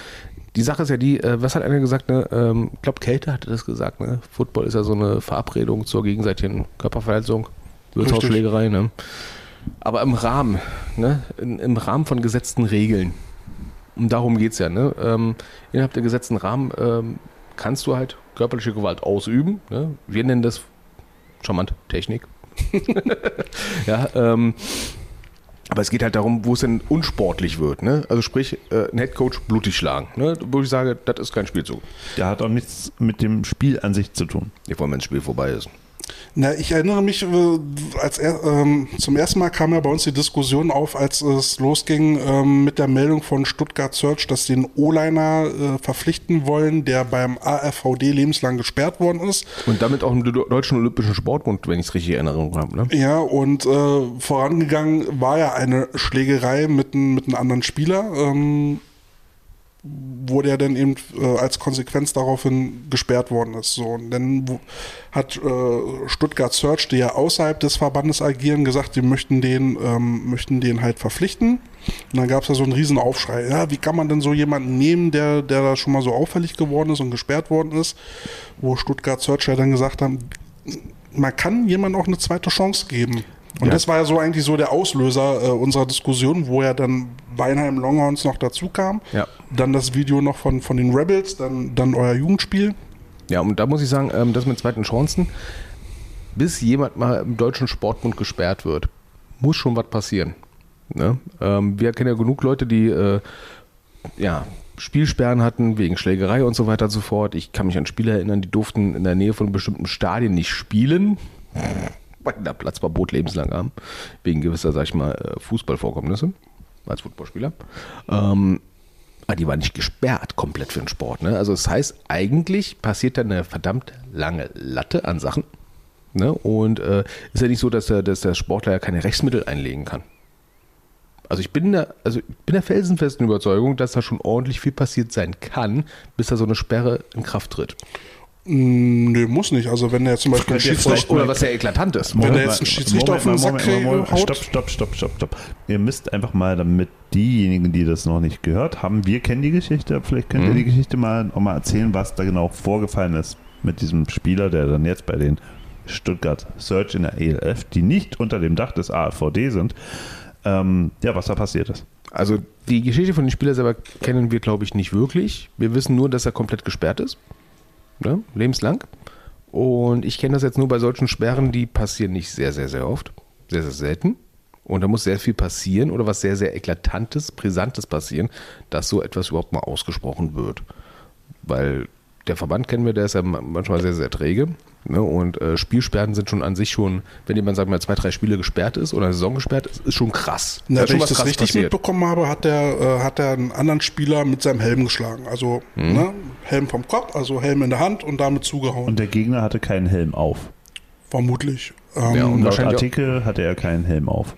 Speaker 10: die Sache ist ja die, äh, was hat einer gesagt, ne? ähm, ich glaube Kälte hatte das gesagt, ne? Football ist ja so eine Verabredung zur gegenseitigen Körperverletzung, Wirtshausschlägerei, ne? Aber im Rahmen, ne? In, Im Rahmen von gesetzten Regeln. Und darum geht es ja, ne? Ähm, innerhalb der gesetzten Rahmen ähm, kannst du halt körperliche Gewalt ausüben. Ne? Wir nennen das charmant Technik. ja, ähm, aber es geht halt darum, wo es denn unsportlich wird. Ne? Also sprich, äh, ein Headcoach blutig schlagen. Ne? Wo ich sage, das ist kein Spielzug.
Speaker 7: Der hat auch nichts mit dem Spiel an sich zu tun.
Speaker 10: Nicht, wenn das Spiel vorbei ist.
Speaker 9: Na, ich erinnere mich, äh, als er, ähm, zum ersten Mal kam ja bei uns die Diskussion auf, als es losging ähm, mit der Meldung von Stuttgart Search, dass sie einen O-Liner äh, verpflichten wollen, der beim ARVD lebenslang gesperrt worden ist.
Speaker 10: Und damit auch im De- Deutschen Olympischen Sportbund, wenn ich es richtig in Erinnerung habe. Ne?
Speaker 9: Ja, und äh, vorangegangen war ja eine Schlägerei mit, n- mit einem anderen Spieler, ähm, wo der dann eben äh, als Konsequenz daraufhin gesperrt worden ist. So, und dann wo- hat äh, Stuttgart Search, die ja außerhalb des Verbandes agieren, gesagt, die möchten den, ähm, möchten den halt verpflichten. Und dann gab es da so einen riesen Aufschrei. Ja, wie kann man denn so jemanden nehmen, der, der da schon mal so auffällig geworden ist und gesperrt worden ist? Wo Stuttgart Search ja dann gesagt haben, man kann jemandem auch eine zweite Chance geben. Und das war ja so eigentlich so der Auslöser äh, unserer Diskussion, wo ja dann Weinheim Longhorns noch dazu kam.
Speaker 10: Ja.
Speaker 9: Dann das Video noch von, von den Rebels, dann, dann euer Jugendspiel.
Speaker 10: Ja, und da muss ich sagen, ähm, das mit zweiten Chancen, bis jemand mal im Deutschen Sportbund gesperrt wird, muss schon was passieren. Ne? Ähm, wir kennen ja genug Leute, die äh, ja, Spielsperren hatten wegen Schlägerei und so weiter und so fort. Ich kann mich an Spieler erinnern, die durften in der Nähe von bestimmten Stadien nicht spielen, weil da Platzverbot lebenslang haben, wegen gewisser, sag ich mal, äh, Fußballvorkommnisse als Footballspieler. Ähm, Ah, die war nicht gesperrt komplett für den Sport. Ne? Also das heißt, eigentlich passiert da eine verdammt lange Latte an Sachen. Ne? Und äh, ist ja nicht so, dass der, dass der Sportler ja keine Rechtsmittel einlegen kann. Also ich bin der, also ich bin der felsenfesten Überzeugung, dass da schon ordentlich viel passiert sein kann, bis da so eine Sperre in Kraft tritt.
Speaker 9: Mm, Nö, muss nicht. Also wenn er zum Beispiel ein
Speaker 7: Könnt ihr vielleicht
Speaker 9: Schiedsrichter...
Speaker 10: Oder was ja eklatant ist.
Speaker 9: Wenn
Speaker 7: Moment,
Speaker 9: er jetzt einen
Speaker 7: mal,
Speaker 9: Schiedsrichter auf den Sack kriegt, haut-
Speaker 7: Stopp, stopp, stopp, stopp, stopp. Ihr müsst einfach mal, damit diejenigen, die das noch nicht gehört haben, wir kennen die Geschichte, vielleicht könnt
Speaker 9: Mhm.
Speaker 7: ihr die Geschichte mal auch mal erzählen, was da genau vorgefallen ist mit diesem Spieler, der dann jetzt bei den Stuttgart Search in der ELF, die nicht unter dem Dach des AVD sind, ähm, ja, was da passiert ist.
Speaker 10: Also die Geschichte von dem Spieler selber kennen wir, glaube ich, nicht wirklich. Wir wissen nur, dass er komplett gesperrt ist. Ne? Lebenslang. Und ich kenne das jetzt nur bei solchen Sperren, die passieren nicht sehr, sehr, sehr oft. Sehr, sehr selten. Und da muss sehr viel passieren oder was sehr, sehr Eklatantes, Brisantes passieren, dass so etwas überhaupt mal ausgesprochen wird. Weil der Verband kennen wir, der ist ja ma- manchmal sehr, sehr träge. Ne? Und äh, Spielsperren sind schon an sich schon, wenn jemand, sagen wir mal, zwei, drei Spiele gesperrt ist oder eine Saison gesperrt ist, ist schon krass. Da
Speaker 9: Na,
Speaker 10: ist
Speaker 9: wenn
Speaker 10: schon
Speaker 9: ich
Speaker 10: was
Speaker 9: das
Speaker 10: krass
Speaker 9: richtig
Speaker 10: passiert.
Speaker 9: mitbekommen habe, hat der, äh, hat er einen anderen Spieler mit seinem Helm geschlagen. Also
Speaker 10: Mhm.
Speaker 9: ne, Helm vom Kopf, also Helm in der Hand und damit zugehauen.
Speaker 7: Und der Gegner hatte keinen Helm auf.
Speaker 9: Vermutlich. Ähm,
Speaker 10: Ja, und
Speaker 7: Laut
Speaker 10: wahrscheinlich auch-
Speaker 7: Artikel hatte er keinen Helm auf.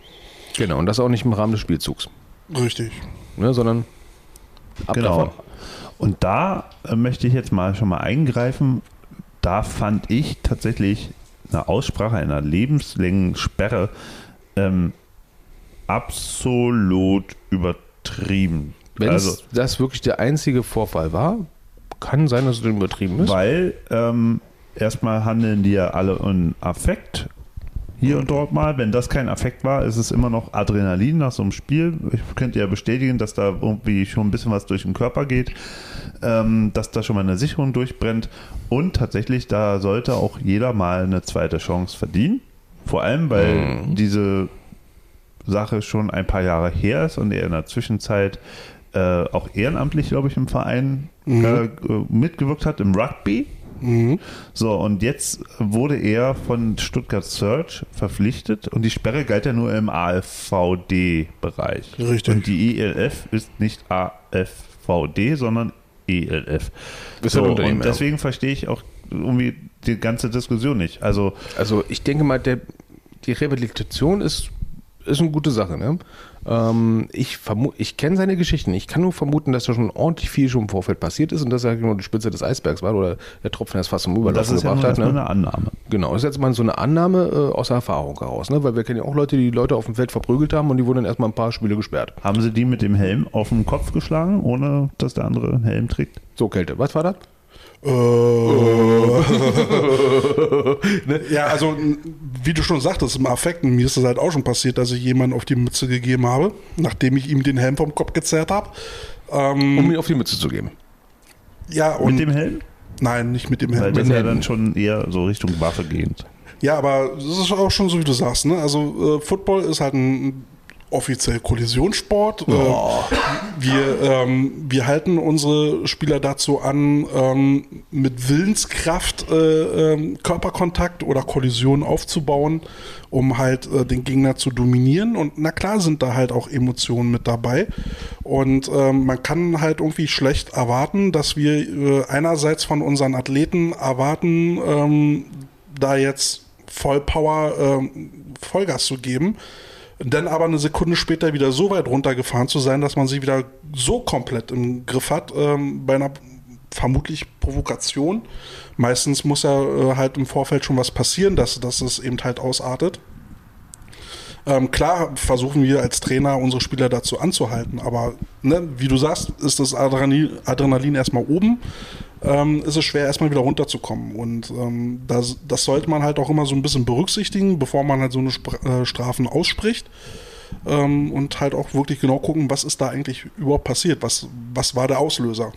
Speaker 10: Genau, und das auch nicht im Rahmen des Spielzugs,
Speaker 9: Richtig.
Speaker 10: ne, sondern ab
Speaker 7: Genau.
Speaker 10: davon.
Speaker 7: Und da äh, möchte ich jetzt mal schon mal eingreifen. da fand ich tatsächlich eine Aussprache einer Lebenslängen-Sperre ähm, absolut übertrieben.
Speaker 10: Wenn
Speaker 7: also,
Speaker 10: es das wirklich der einzige Vorfall war, kann sein, dass es den übertrieben ist.
Speaker 7: weil ähm, erstmal handeln die ja alle in Affekt. Hier und dort mal, wenn das kein Affekt war, ist es immer noch Adrenalin nach so einem Spiel. Ich könnte ja bestätigen, dass da irgendwie schon ein bisschen was durch den Körper geht, ähm, dass da schon mal eine Sicherung durchbrennt. Und tatsächlich, da sollte auch jeder mal eine zweite Chance verdienen. Vor allem, weil diese Sache schon ein paar Jahre her ist und er in der Zwischenzeit äh, auch ehrenamtlich, glaube ich, im Verein äh, äh, mitgewirkt hat, im Rugby. So, und jetzt wurde er von Stuttgart Search verpflichtet und die Sperre galt ja nur im AFVD-Bereich.
Speaker 9: Richtig.
Speaker 7: Und die ELF ist nicht AFVD, sondern ELF.
Speaker 10: Ist
Speaker 7: so,
Speaker 10: ein Unternehmen,
Speaker 7: und
Speaker 10: ja.
Speaker 7: deswegen verstehe ich auch irgendwie die ganze Diskussion nicht. Also,
Speaker 10: Also ich denke mal, der, die Rehabilitation ist, ist eine gute Sache. Ne? Ähm, ich vermu- ich kenne seine Geschichten. Ich kann nur vermuten, dass da schon ordentlich viel schon im Vorfeld passiert ist und dass er nur die Spitze des Eisbergs war oder der Tropfen das fast zum
Speaker 7: das
Speaker 10: Überlaufen
Speaker 7: ist ja
Speaker 10: gebracht
Speaker 7: nur erstmal
Speaker 10: hat. Ne?
Speaker 7: eine Annahme.
Speaker 10: Genau, das ist jetzt mal so eine Annahme äh, aus der Erfahrung heraus, ne? weil wir kennen ja auch Leute, die Leute auf dem Feld verprügelt haben und die wurden dann erstmal ein paar Spiele gesperrt.
Speaker 7: Haben sie die mit dem Helm auf den Kopf geschlagen, ohne dass der andere einen Helm trägt?
Speaker 10: So, Kälte, was war das?
Speaker 9: Äh,
Speaker 10: Ne?
Speaker 9: Ja, also n- wie du schon sagtest, im Affekt, mir ist das halt auch schon passiert, dass ich jemanden auf die Mütze gegeben habe, nachdem ich ihm den Helm vom Kopf gezerrt habe. Ähm,
Speaker 10: Um mir auf die Mütze zu geben.
Speaker 9: ja, und
Speaker 7: mit dem Helm?
Speaker 9: nein, nicht mit dem
Speaker 7: Weil
Speaker 9: Helm.
Speaker 7: das
Speaker 10: den
Speaker 7: ja dann
Speaker 10: Händen.
Speaker 7: schon eher so Richtung Waffe gehend.
Speaker 9: Ja, aber das ist auch schon so, wie du sagst. Ne? Also äh, Football ist halt ein offiziell Kollisionssport. Äh, wir, ähm, wir halten unsere Spieler dazu an, ähm, mit Willenskraft äh, ähm, Körperkontakt oder Kollision aufzubauen, um halt äh, den Gegner zu dominieren. Und na klar sind da halt auch Emotionen mit dabei. Und ähm, man kann halt irgendwie schlecht erwarten, dass wir äh, einerseits von unseren Athleten erwarten, ähm, da jetzt Vollpower ähm, Vollgas zu geben, dann aber eine Sekunde später wieder so weit runtergefahren zu sein, dass man sie wieder so komplett im Griff hat, ähm, bei einer vermutlich Provokation. Meistens muss ja äh, halt im Vorfeld schon was passieren, dass, dass es eben halt ausartet. Ähm, klar versuchen wir als Trainer unsere Spieler dazu anzuhalten, aber ne, wie du sagst, ist das Adrenalin, Adrenalin erstmal oben, ähm, ist es schwer erstmal wieder runterzukommen. Und ähm, das, das sollte man halt auch immer so ein bisschen berücksichtigen, bevor man halt so eine Spra äh, Strafen ausspricht. Ähm, und halt auch wirklich genau gucken, was ist da eigentlich überhaupt passiert, was, was war der Auslöser.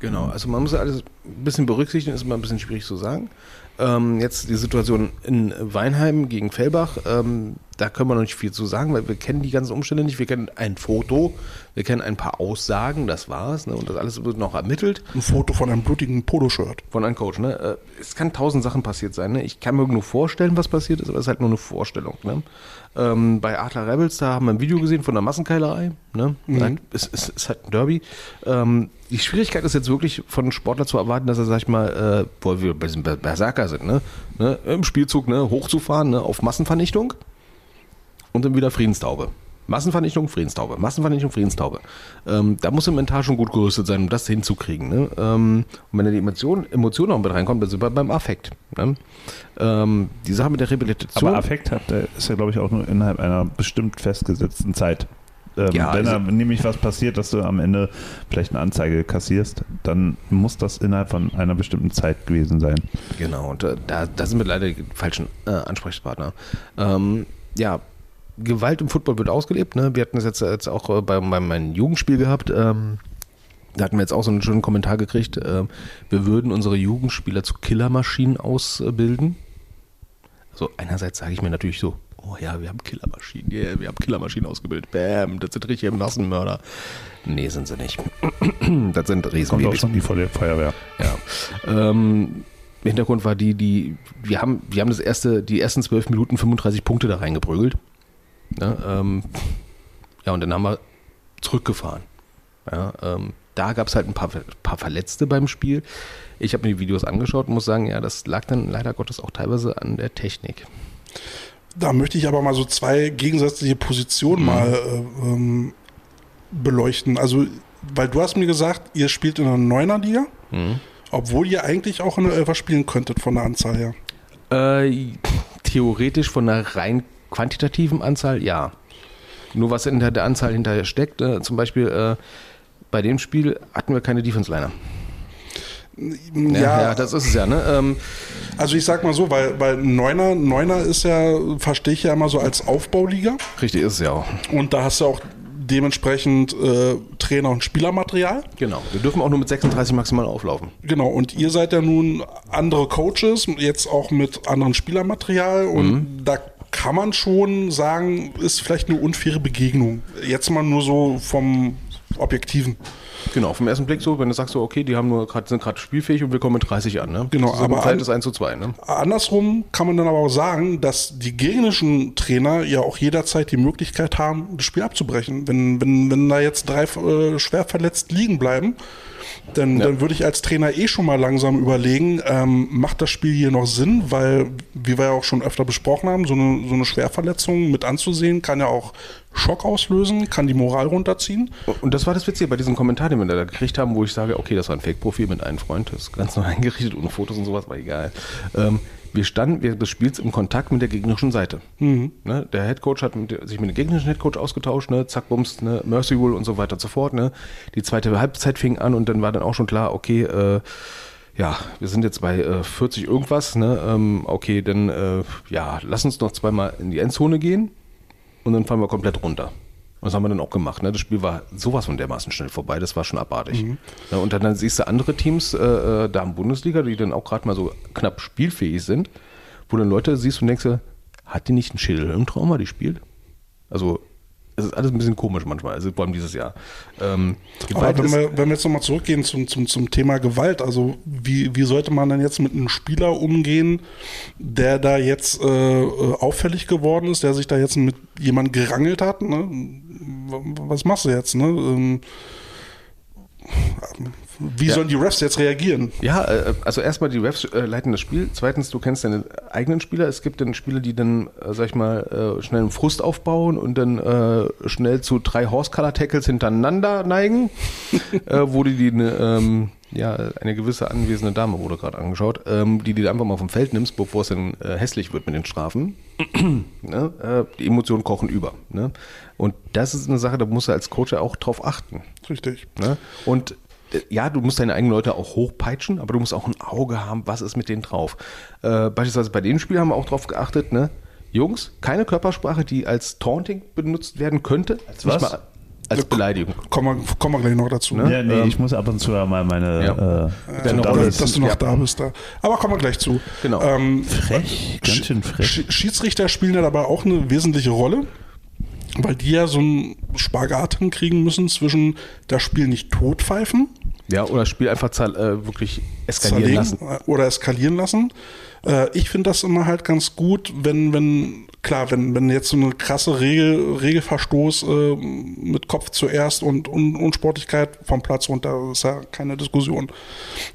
Speaker 10: Genau, also man muss ja alles ein bisschen berücksichtigen, ist immer ein bisschen schwierig zu sagen. Ähm, jetzt die Situation in Weinheim gegen Fellbach, ähm, da können wir noch nicht viel zu sagen, weil wir kennen die ganzen Umstände nicht. Wir kennen ein Foto, wir kennen ein paar Aussagen, das war's, ne? und das alles wird noch ermittelt
Speaker 9: Ein Foto von einem blutigen Poloshirt.
Speaker 10: von einem Coach. Ne? Äh, Es kann tausend Sachen passiert sein. Ne? Ich kann mir nur vorstellen, was passiert ist, aber es ist halt nur eine Vorstellung. Ne? Ähm, bei Adler Rebels, da haben wir ein Video gesehen von der Massenkeilerei. Ne? Halt, Es es ist halt ein Derby. Ähm, die Schwierigkeit ist jetzt wirklich von einem Sportler zu erwarten, dass er, sag ich mal, äh, wo wir bei diesem Ber- Berserker sind, ne? Ne? im Spielzug ne? hochzufahren ne? auf Massenvernichtung und dann wieder Friedenstaube. Massenvernichtung, Friedenstaube. Massenvernichtung, Friedenstaube. Ähm, da muss er mental schon gut gerüstet sein, um das hinzukriegen. Ne? Ähm, und wenn da die Emotion, Emotion noch mit reinkommt, dann sind wir beim Affekt. Ne? Ähm, die Sache mit der Rehabilitation.
Speaker 7: Aber Affekt hat, äh, ist ja, glaube ich, auch nur innerhalb einer bestimmt festgesetzten Zeit. Ähm,
Speaker 10: Ja,
Speaker 7: wenn da
Speaker 10: also-
Speaker 7: nämlich was passiert, dass du am Ende vielleicht eine Anzeige kassierst, dann muss das innerhalb von einer bestimmten Zeit gewesen sein.
Speaker 10: Genau, und äh, da, da sind wir leider die falschen äh, Ansprechpartner. Ähm, ja, Gewalt im Football wird ausgelebt. Ne? Wir hatten das jetzt, jetzt auch äh, bei, bei meinem Jugendspiel gehabt. Ähm, da hatten wir jetzt auch so einen schönen Kommentar gekriegt. ähm, wir würden unsere Jugendspieler zu Killermaschinen ausbilden. So, einerseits sage ich mir natürlich so, oh ja, wir haben Killermaschinen, yeah, wir haben Killermaschinen ausgebildet. Bam, das sind richtige Massenmörder. Nee, sind sie nicht. das sind
Speaker 7: Kommt auch
Speaker 10: Riesenbabys.
Speaker 7: schon die von der Feuerwehr.
Speaker 10: Ja. Ähm, Hintergrund war die, die, wir haben, wir haben das erste, die ersten 12 Minuten 35 Punkte da reingeprügelt. Ne? Ähm, ja, und dann haben wir zurückgefahren. Ja, ähm, da gab es halt ein paar, paar Verletzte beim Spiel. Ich habe mir die Videos angeschaut und muss sagen, ja, das lag dann leider Gottes auch teilweise an der Technik.
Speaker 9: Da möchte ich aber mal so zwei gegensätzliche Positionen mal äh, ähm, beleuchten. Also, weil du hast mir gesagt, ihr spielt in einer Neuner Liga Obwohl ihr eigentlich auch eine Elfer spielen könntet von der Anzahl her.
Speaker 10: Äh, theoretisch von einer rein quantitativen Anzahl, ja. Nur was hinter der Anzahl hinterher steckt, äh, zum Beispiel äh, bei dem Spiel hatten wir keine Defense-Liner.
Speaker 9: Ja.
Speaker 10: das ist es ja, ne? Ähm,
Speaker 9: Also ich sag mal so, weil, weil Neuner, Neuner ist ja, verstehe ich ja immer so als Aufbauliga.
Speaker 10: richtig ist es ja auch.
Speaker 9: Und da hast du auch dementsprechend äh, Trainer- und Spielermaterial.
Speaker 10: Genau. Wir dürfen auch nur mit 36 maximal auflaufen.
Speaker 9: Genau, und ihr seid ja nun andere Coaches, jetzt auch mit anderen Spielermaterial und da kann man schon sagen, ist vielleicht eine unfaire Begegnung. Jetzt mal nur so vom Objektiven.
Speaker 10: Genau, vom ersten Blick so, wenn du sagst so, okay, die haben nur grad, sind gerade spielfähig und wir kommen mit 30 an, ne?
Speaker 9: Genau,
Speaker 10: das ist
Speaker 9: aber
Speaker 10: Zeit
Speaker 9: an-
Speaker 10: ist 1 zu 2, ne?
Speaker 9: Andersrum kann man dann aber auch sagen, dass die gegnerischen Trainer ja auch jederzeit die Möglichkeit haben, das Spiel abzubrechen. Wenn, wenn, wenn da jetzt drei äh, schwer verletzt liegen bleiben, dann, dann würde ich als Trainer eh schon mal langsam überlegen, ähm, macht das Spiel hier noch Sinn? Weil, wie wir ja auch schon öfter besprochen haben, so eine, so eine Schwerverletzung mit anzusehen, kann ja auch Schock auslösen, kann die Moral runterziehen.
Speaker 10: Und das war das Witzige bei diesem Kommentar, den wir da gekriegt haben, wo ich sage, okay, das war ein Fake-Profil mit einem Freund, das ist ganz neu eingerichtet, ohne Fotos und sowas, war egal. Ähm, wir standen während des Spiels im Kontakt mit der gegnerischen Seite. Ne? Der Headcoach hat mit, sich mit dem gegnerischen Headcoach ausgetauscht, ne? zack, bums, ne? Mercy Rule und so weiter und so fort. Ne? Die zweite Halbzeit fing an und dann war dann auch schon klar, okay, äh, ja, wir sind jetzt bei äh, 40 irgendwas, ne? ähm, okay, dann äh, ja, lass uns noch zweimal in die Endzone gehen und dann fahren wir komplett runter. Und das haben wir dann auch gemacht. Ne? Das Spiel war sowas von dermaßen schnell vorbei, das war schon abartig. Ne? Und dann, dann siehst du andere Teams äh, äh, da in Bundesliga, die dann auch gerade mal so knapp spielfähig sind, wo dann Leute siehst und denkst, dir, hat die nicht ein Schädelhirntrauma, die spielt? Also, es ist alles ein bisschen komisch manchmal, also vor allem dieses Jahr. Ähm,
Speaker 9: Aber
Speaker 10: Gewalt
Speaker 9: wenn
Speaker 10: ist,
Speaker 9: wir, wenn wir jetzt nochmal zurückgehen zum, zum, zum Thema Gewalt, also wie, wie sollte man denn jetzt mit einem Spieler umgehen, der da jetzt äh, äh, auffällig geworden ist, der sich da jetzt mit jemandem gerangelt hat? Ne? W- Was machst du jetzt? Ne? Ähm, Wie
Speaker 10: Ja.
Speaker 9: sollen die Refs jetzt reagieren?
Speaker 10: Ja, äh, also erstmal die Refs äh, leiten das Spiel. Zweitens, du kennst deine eigenen Spieler. Es gibt dann Spieler, die dann, äh, sag ich mal, äh, schnell einen Frust aufbauen und dann äh, schnell zu drei Horse-Color-Tackles hintereinander neigen, äh, wo die, die eine, ähm, ja, eine gewisse anwesende Dame wurde gerade angeschaut, ähm, die die dann einfach mal vom Feld nimmst, bevor es dann äh, hässlich wird mit den Strafen. ne? äh, die Emotionen kochen über. Ne? Und das ist eine Sache, da musst du als Coach ja auch drauf achten.
Speaker 9: Richtig.
Speaker 10: Ne? Und äh, ja, du musst deine eigenen Leute auch hochpeitschen, aber du musst auch ein Auge haben, was ist mit denen drauf. Äh, beispielsweise bei dem Spiel haben wir auch drauf geachtet, ne? Jungs, keine Körpersprache, die als Taunting benutzt werden könnte. Als
Speaker 7: was?
Speaker 10: als Beleidigung.
Speaker 9: Kommen wir, kommen wir gleich noch dazu.
Speaker 10: Ne?
Speaker 7: Ja, nee, ich muss ab und zu Ähm, ja mal meine.
Speaker 10: Ja.
Speaker 7: Äh,
Speaker 10: Dann
Speaker 9: Äh,
Speaker 10: noch
Speaker 9: oder,
Speaker 10: alles.
Speaker 9: dass du noch
Speaker 10: Ja.
Speaker 9: da bist. Da. Aber kommen wir gleich zu.
Speaker 10: Genau.
Speaker 9: Ähm,
Speaker 7: frech, ganz schön frech.
Speaker 9: Sch- Schiedsrichter spielen ja dabei auch eine wesentliche Rolle, weil die ja so einen Spagat hinkriegen müssen zwischen das Spiel nicht totpfeifen,
Speaker 10: Ja, oder das Spiel einfach zer- äh, wirklich eskalieren
Speaker 9: zerlegen
Speaker 10: lassen.
Speaker 9: äh, oder eskalieren lassen. Äh, ich finde das immer halt ganz gut, wenn, wenn, klar, wenn, wenn jetzt so eine krasse Regel, Regelverstoß äh, mit Kopf zuerst und Un Unsportlichkeit vom Platz runter, ist ja keine Diskussion.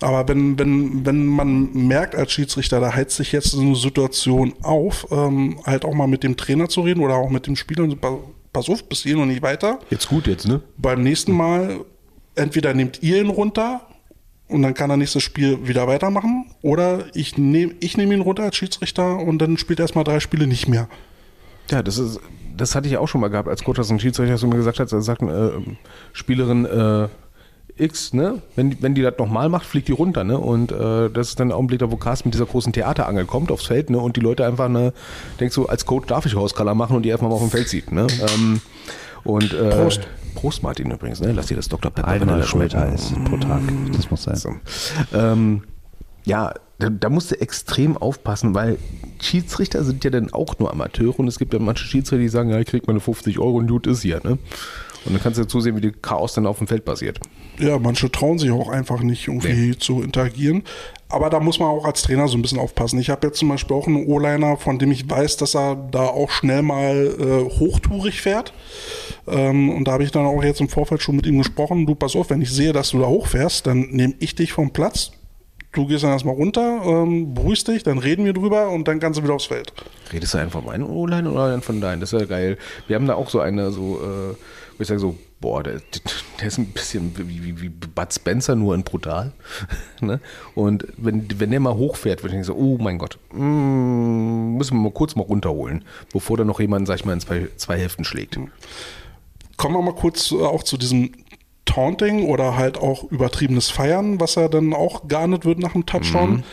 Speaker 9: Aber wenn, wenn, wenn man merkt als Schiedsrichter, da heizt sich jetzt so eine Situation auf, ähm, halt auch mal mit dem Trainer zu reden oder auch mit dem Spieler, und pa- pass auf, bis hierhin und nicht weiter
Speaker 10: Jetzt gut, jetzt, ne?
Speaker 9: beim nächsten Mal entweder nehmt ihr ihn runter und dann kann er nächstes Spiel wieder weitermachen oder ich nehme ich nehm ihn runter als Schiedsrichter und dann spielt er erstmal drei Spiele nicht mehr.
Speaker 10: Ja, das ist, das hatte ich auch schon mal gehabt, als Coach, dass ein Schiedsrichter so mir gesagt hat, er sagt, äh, Spielerin äh, X, ne, wenn, wenn die das nochmal macht, fliegt die runter, ne? Und äh, das ist dann der Augenblick da, wo Carsten mit dieser großen Theaterangel kommt aufs Feld, ne? Und die Leute einfach, ne, denkst du, als Coach darf ich Hauskaller machen und die erstmal mal auf dem Feld sieht, ne? Ähm, und äh,
Speaker 9: Prost.
Speaker 10: Prost, Martin übrigens, ne? Lass dir das Dr. Pepper
Speaker 7: Einmal
Speaker 10: Vanilla schmecken.
Speaker 7: Schultheiß pro Tag. Das muss sein.
Speaker 10: So. Ähm, ja, da, da musst du extrem aufpassen, weil Schiedsrichter sind ja dann auch nur Amateure und es gibt ja manche Schiedsrichter, die sagen, ja, ich krieg meine 50 Euro und gut ist hier. Ne? Und dann kannst du ja zusehen, wie die Chaos dann auf dem Feld passiert.
Speaker 9: Ja, manche trauen sich auch einfach nicht irgendwie zu interagieren. Aber da muss man auch als Trainer so ein bisschen aufpassen. Ich habe jetzt zum Beispiel auch einen O-Liner, von dem ich weiß, dass er da auch schnell mal äh, hochtourig fährt. Ähm, und da habe ich dann auch jetzt im Vorfeld schon mit ihm gesprochen. Du, pass auf, wenn ich sehe, dass du da hochfährst, dann nehme ich dich vom Platz. Du gehst dann erstmal runter, ähm, beruhigst dich, dann reden wir drüber und dann kannst du wieder aufs Feld.
Speaker 10: Redest du einen von meinem Online oder einen von deinen? Das ist ja geil. Wir haben da auch so eine so äh, Wo ich sage so, boah, der, der ist ein bisschen wie, wie, wie Bud Spencer, nur in brutal. ne? Und wenn, wenn der mal hochfährt, würde ich denken so, oh mein Gott, mm, müssen wir mal kurz mal runterholen, bevor da noch jemand, sag ich mal, in zwei, zwei Hälften schlägt.
Speaker 9: Kommen wir mal kurz äh, auch zu diesem Taunting oder halt auch übertriebenes Feiern, was ja dann auch geahndet wird nach dem Touchdown.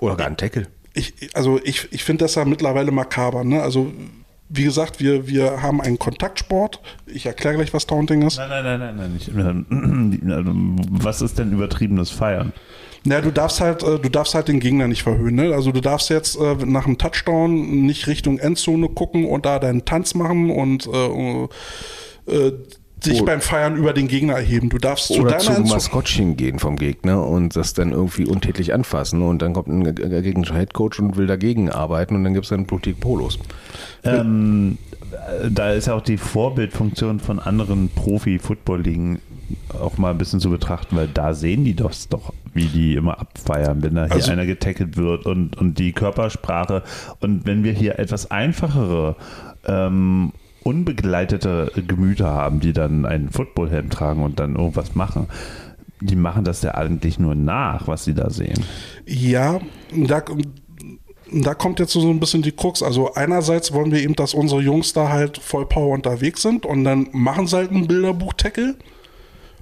Speaker 10: Oder gar ein Tackle.
Speaker 9: ich, also ich, ich finde das ja mittlerweile makaber. Ne? Also wie gesagt, wir, wir haben einen Kontaktsport. Ich erkläre gleich, was Taunting ist.
Speaker 7: Nein, nein, nein, nein, nein. Nicht. Äh, Was ist denn übertriebenes Feiern?
Speaker 9: Na, du darfst halt, äh, du darfst halt den Gegner nicht verhöhnen. Ne? Also du darfst jetzt äh, nach dem Touchdown nicht Richtung Endzone gucken und da deinen Tanz machen und äh, äh, dich beim Feiern über den Gegner erheben. Du darfst zu
Speaker 10: Oder
Speaker 9: deiner
Speaker 10: zum
Speaker 9: Endzone.
Speaker 10: Maskottchen gehen vom Gegner und das dann irgendwie untätlich anfassen und dann kommt ein gegnerischer Headcoach und will dagegen arbeiten und dann gibt es dann blutige Polos.
Speaker 7: Ähm, äh, da ist ja auch die Vorbildfunktion von anderen Profi-Football-Ligen auch mal ein bisschen zu betrachten, weil da sehen die das doch, wie die immer abfeiern, wenn da hier
Speaker 9: Also-
Speaker 7: einer getackelt wird und, und die Körpersprache. Und wenn wir hier etwas einfachere, ähm, unbegleitete Gemüter haben, die dann einen Footballhelm tragen und dann irgendwas machen, die machen das ja eigentlich nur nach, was sie da sehen.
Speaker 9: Ja, da, da kommt jetzt so ein bisschen die Krux. Also einerseits wollen wir eben, dass unsere Jungs da halt voll Power unterwegs sind und dann machen sie halt einen Bilderbuch-Tackle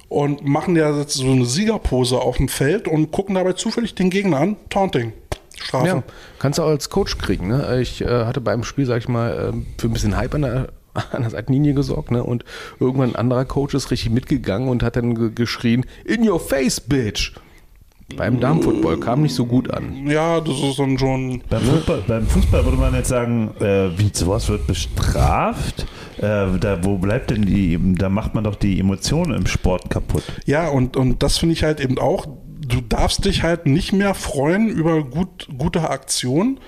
Speaker 9: und machen ja jetzt so eine Siegerpose auf dem Feld und gucken dabei zufällig den Gegner an. Taunting. Strafe.
Speaker 10: Ja, kannst du auch als Coach kriegen. Ne? Ich äh, hatte beim Spiel, sag ich mal, ähm, für ein bisschen Hype an der, an der Seitenlinie gesorgt. Ne? Und irgendwann ein anderer Coach ist richtig mitgegangen und hat dann ge geschrien, in your face, bitch. Beim Darmfootball kam nicht so gut an.
Speaker 9: Ja, das ist dann schon.
Speaker 7: Beim Fußball, beim Fußball würde man jetzt sagen, äh, wie sowas wird bestraft. Äh, da, wo bleibt denn die, da macht man doch die Emotionen im Sport kaputt.
Speaker 9: Ja, und, und das finde ich halt eben auch. Du darfst dich halt nicht mehr freuen über gut, gute Aktionen.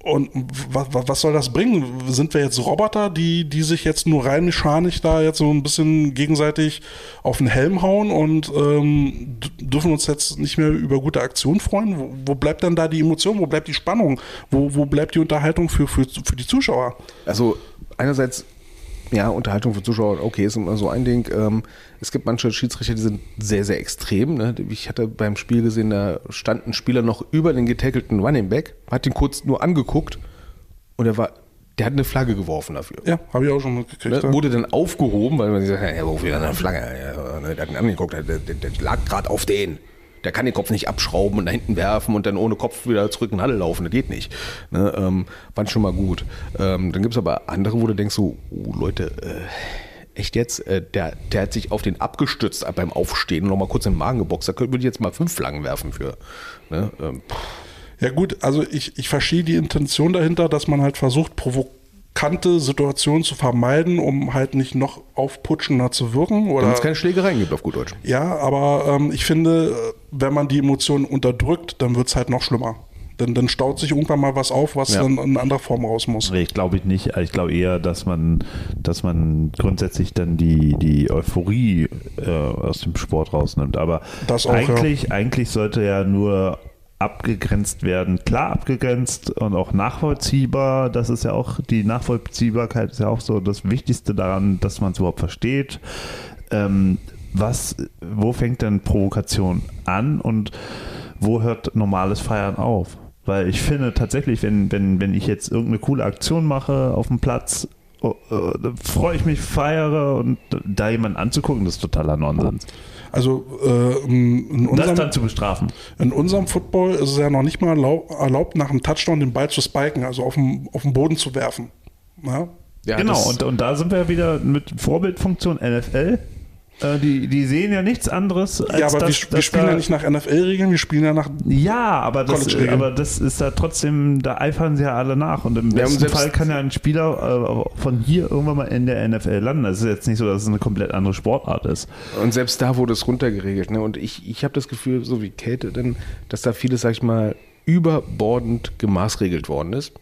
Speaker 9: Und was, was soll das bringen? Sind wir jetzt Roboter, die, die sich jetzt nur rein mechanisch da jetzt so ein bisschen gegenseitig auf den Helm hauen und ähm, d- dürfen uns jetzt nicht mehr über gute Aktionen freuen? Wo, wo bleibt dann da die Emotion? Wo bleibt die Spannung? Wo, wo bleibt die Unterhaltung für, für, für die Zuschauer?
Speaker 10: Also einerseits, ja, Unterhaltung für Zuschauer, okay, ist immer so ein Ding. Ähm, es gibt manche Schiedsrichter, die sind sehr, sehr extrem. Ne? Ich hatte beim Spiel gesehen, da stand ein Spieler noch über den getackelten Running Back, hat ihn kurz nur angeguckt und er war, der hat eine Flagge geworfen dafür.
Speaker 9: Ja, habe ich auch schon mitgekriegt.
Speaker 10: Ne? Wurde dann aufgehoben, weil man sich sagt, ja, wofür wieder eine Flagge? Ja, ne, der hat ihn angeguckt, der, der, der lag gerade auf den. Der kann den Kopf nicht abschrauben und nach hinten werfen und dann ohne Kopf wieder zurück in die Halle laufen. Das geht nicht. Ne? Ähm, fand schon mal gut. Ähm, dann gibt es aber andere, wo du denkst so, oh, Leute, äh, echt jetzt? Äh, der, der hat sich auf den abgestützt äh, beim Aufstehen und nochmal kurz in den Magen geboxt. Da könnte würde ich jetzt mal fünf Flaggen werfen für. Ne? Ähm,
Speaker 9: Ja gut, also ich, ich verstehe die Intention dahinter, dass man halt versucht, provokante Situationen zu vermeiden, um halt nicht noch aufputschender zu wirken. Oder
Speaker 10: Damit es keine Schlägereien gibt, auf gut Deutsch.
Speaker 9: ja, aber ähm, ich finde, äh, wenn man die Emotionen unterdrückt, dann wird es halt noch schlimmer. Denn dann staut sich irgendwann mal was auf, was
Speaker 7: Ja.
Speaker 9: dann in anderer Form raus muss.
Speaker 7: Ich glaube ich nicht. Ich glaube eher, dass man, dass man grundsätzlich dann die, die Euphorie äh, aus dem Sport rausnimmt. Aber
Speaker 9: Das auch, ja.
Speaker 7: eigentlich, eigentlich sollte ja nur abgegrenzt werden. Klar abgegrenzt und auch nachvollziehbar. Das ist ja auch, die Nachvollziehbarkeit ist ja auch so das Wichtigste daran, dass man es überhaupt versteht. Ähm, was, wo fängt denn Provokation an und wo hört normales Feiern auf? Weil ich finde tatsächlich, wenn, wenn, wenn ich jetzt irgendeine coole Aktion mache auf dem Platz, oh, oh, dann freue ich mich, feiere und da jemanden anzugucken, das ist totaler Nonsens.
Speaker 9: Also äh, in,
Speaker 7: Das
Speaker 9: unserem,
Speaker 7: dann zu bestrafen.
Speaker 9: in unserem Football ist es ja noch nicht mal erlaub, erlaubt, nach einem Touchdown den Ball zu spiken, also auf dem, auf den Boden zu werfen. Ja?
Speaker 10: Ja,
Speaker 7: genau,
Speaker 10: das-
Speaker 7: und, und da sind wir ja wieder mit Vorbildfunktion NFL. Äh, die, die sehen ja nichts anderes als
Speaker 9: Ja, aber
Speaker 7: dass,
Speaker 9: wir, wir
Speaker 7: dass
Speaker 9: spielen
Speaker 7: da-
Speaker 9: ja nicht nach NFL-Regeln, wir spielen ja nach
Speaker 7: Ja, aber das,
Speaker 9: College-Regeln.
Speaker 7: aber das ist da trotzdem, da eifern sie ja alle nach. Und im
Speaker 10: Ja, und
Speaker 7: besten
Speaker 10: selbst-
Speaker 7: Fall kann ja ein Spieler äh, von hier irgendwann mal in der NFL landen. Das ist jetzt nicht so, dass es eine komplett andere Sportart ist.
Speaker 10: Und selbst da wurde es runtergeregelt. Ne? Und ich, ich habe das Gefühl, so wie Käthe, denn, dass da vieles, sag ich mal, überbordend gemaßregelt worden ist.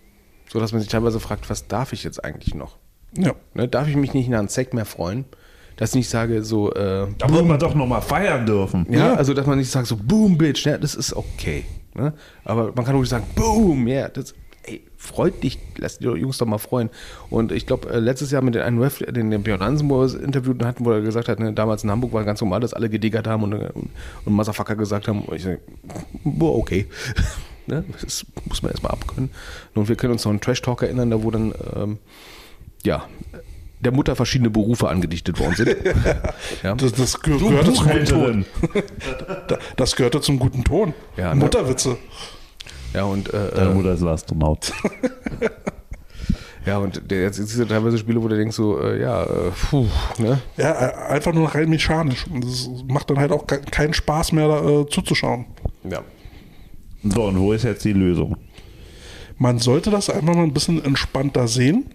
Speaker 10: So dass man sich teilweise fragt, was darf ich jetzt eigentlich noch?
Speaker 9: Ja.
Speaker 10: Ne? Darf ich mich nicht nach einem Sack mehr freuen? Dass ich nicht sage, so, äh,
Speaker 7: Da muss man doch nochmal feiern dürfen.
Speaker 10: ja, also dass ne? man nicht sagt, so, boom, bitch, ja, das ist okay. Ne? Aber man kann auch nicht sagen, boom, ja, das, ey, freut dich, lass die Jungs doch mal freuen. Und ich glaube, äh, letztes Jahr mit den einen Ref, den, den Björn Hansenburg interviewt hatten, wo er gesagt hat, ne, damals in Hamburg war ganz normal, dass alle gedigert haben und, und, und Motherfucker gesagt haben. Und ich sage, boah, okay. ne? Das muss man erstmal abkönnen. Und wir können uns noch einen Trash-Talk erinnern, da wo dann, ähm, ja, der Mutter verschiedene Berufe angedichtet worden sind.
Speaker 9: ja. das, das gehör du gehörte zum guten Ton. das gehörte zum guten Ton.
Speaker 10: Ja, ne?
Speaker 9: Mutterwitze.
Speaker 10: Ja, und. Äh,
Speaker 7: Deine Mutter ist ein Astronaut.
Speaker 10: ja, und der, jetzt siehst du teilweise Spiele, wo du denkst, so, äh, ja, äh, puh, ne?
Speaker 9: Ja, äh, einfach nur rein mechanisch. Und das macht dann halt auch ke- keinen Spaß mehr, da, äh, zuzuschauen.
Speaker 10: Ja.
Speaker 7: So, und wo ist jetzt die Lösung?
Speaker 9: Man sollte das einfach mal ein bisschen entspannter sehen.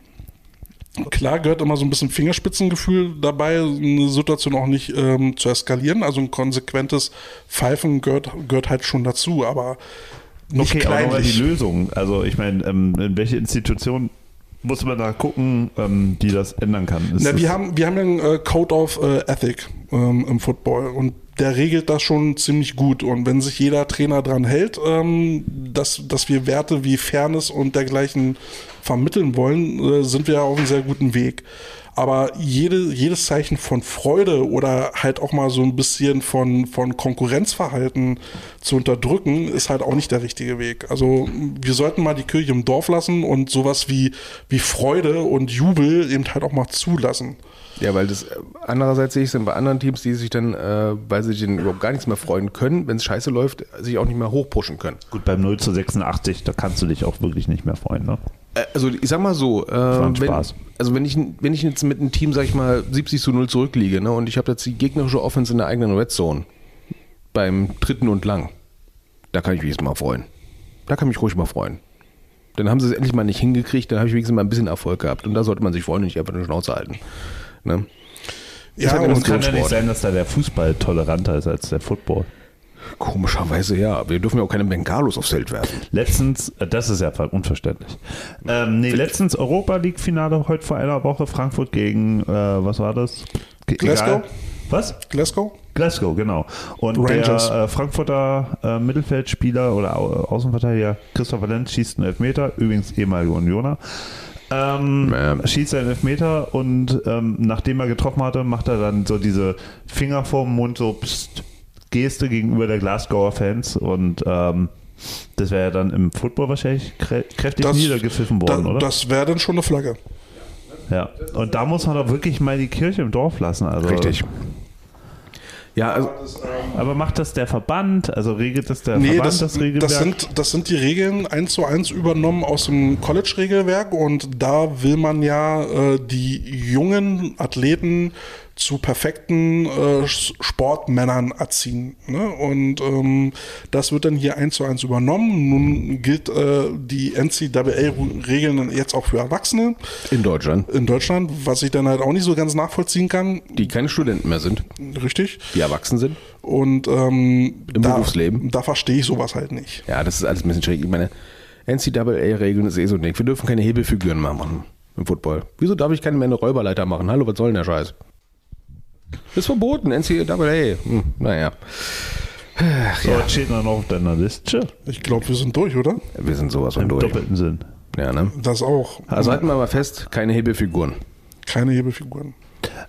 Speaker 9: Klar gehört immer so ein bisschen Fingerspitzengefühl dabei, eine Situation auch nicht ähm, zu eskalieren. Also ein konsequentes Pfeifen gehört, gehört halt schon dazu, aber nicht
Speaker 7: Okay, aber nochmal die
Speaker 9: kleinlich.
Speaker 7: Lösung. Also ich meine, ähm, in welche Institution muss man da gucken, ähm, die das ändern kann? Ist
Speaker 9: Na, wir,
Speaker 7: das-
Speaker 9: haben, wir haben ja einen äh, Code of äh, Ethic ähm, im Football und der regelt das schon ziemlich gut. Und wenn sich jeder Trainer dran hält, ähm, dass, dass wir Werte wie Fairness und dergleichen vermitteln wollen, äh, sind wir ja auf einem sehr guten Weg. Aber jede, jedes Zeichen von Freude oder halt auch mal so ein bisschen von, von Konkurrenzverhalten zu unterdrücken, ist halt auch nicht der richtige Weg. Also wir sollten mal die Kirche im Dorf lassen und sowas wie, wie Freude und Jubel eben halt auch mal zulassen.
Speaker 10: Ja, weil das äh, andererseits sehe ich es dann bei anderen Teams, die sich dann, äh, weil sie sich dann überhaupt gar nichts mehr freuen können, wenn es scheiße läuft, sich auch nicht mehr hochpushen können.
Speaker 7: Gut, beim 0 zu 86, da kannst du dich auch wirklich nicht mehr freuen. Ne?
Speaker 10: Äh, Also ich sag mal so, äh,
Speaker 7: war ein
Speaker 10: wenn,
Speaker 7: Spaß.
Speaker 10: also wenn ich, wenn ich jetzt mit einem Team, sag ich mal, 70 zu 0 zurückliege, ne, und ich habe jetzt die gegnerische Offense in der eigenen Red Zone beim dritten und lang, da kann ich mich jetzt mal freuen. Da kann ich mich ruhig mal freuen. Dann haben sie es endlich mal nicht hingekriegt, dann habe ich wenigstens mal ein bisschen Erfolg gehabt. Und da sollte man sich freuen und nicht einfach eine Schnauze halten. Ne?
Speaker 9: Ja,
Speaker 10: halt
Speaker 9: und-
Speaker 10: immer so ein
Speaker 7: Kann ja nicht
Speaker 10: Sport.
Speaker 7: sein, dass da der Fußball toleranter ist als der Football.
Speaker 10: Komischerweise ja, aber wir dürfen ja auch keine Bengalos aufs Feld werfen.
Speaker 7: Letztens, äh, das ist ja voll unverständlich. Ähm, nee, letztens Europa League Finale heute vor einer Woche Frankfurt gegen äh, was war das? Ge-
Speaker 9: Glasgow?
Speaker 7: egal. Was?
Speaker 9: Glasgow?
Speaker 7: Glasgow, genau. Und
Speaker 9: Rangers.
Speaker 7: der äh, Frankfurter äh, Mittelfeldspieler oder Au Außenverteidiger Christopher Lenz schießt einen Elfmeter, übrigens ehemaliger Unioner. Ähm,
Speaker 10: Ähm.
Speaker 7: Schießt einen Elfmeter und ähm, nachdem er getroffen hatte, macht er dann so diese Finger vorm Mund, so pst, Geste gegenüber der Glasgower Fans und ähm, das wäre ja dann im Football wahrscheinlich krä kräftig niedergepfiffen worden,
Speaker 9: da,
Speaker 7: oder?
Speaker 9: Das wäre dann schon eine Flagge.
Speaker 7: ja. Und da muss man doch wirklich mal die Kirche im Dorf lassen. Also.
Speaker 10: Ja, also,
Speaker 7: Aber macht das der Verband? Also regelt das der
Speaker 9: ähm, nee,
Speaker 7: Verband
Speaker 9: das,
Speaker 7: das,
Speaker 9: das,
Speaker 7: Regelwerk?
Speaker 9: sind, das sind die Regeln eins zu eins übernommen aus dem College-Regelwerk und da will man ja äh, die jungen Athleten zu perfekten äh, S- Sportmännern erziehen. Ne? Und ähm, das wird dann hier eins zu eins übernommen. Nun gilt äh, die NCAA-Regeln jetzt auch für Erwachsene
Speaker 10: in Deutschland,
Speaker 9: in Deutschland, was ich dann halt auch nicht so ganz nachvollziehen kann.
Speaker 10: die keine Studenten mehr sind,
Speaker 9: Richtig.
Speaker 10: die erwachsen sind.
Speaker 9: Und ähm,
Speaker 10: Im Berufsleben?
Speaker 9: Da verstehe ich sowas halt nicht.
Speaker 10: Ja, das ist alles ein bisschen schräg. Ich meine, NCAA-Regeln ist eh so ein Ding. Wir dürfen keine Hebelfiguren mehr machen im Football. Wieso darf ich keine mehr eine Räuberleiter machen? Hallo, was soll denn der Scheiß? Ist verboten, NCAA. Hm, naja,
Speaker 7: So, was steht dann noch auf deiner Liste?
Speaker 9: Ich glaube, wir sind durch, oder?
Speaker 10: wir sind sowas von
Speaker 7: Im
Speaker 10: durch.
Speaker 7: doppelten Sinn.
Speaker 10: Ja, ne?
Speaker 9: Das auch. hm,
Speaker 10: Also halten wir mal fest, keine Hebelfiguren.
Speaker 9: Keine Hebefiguren.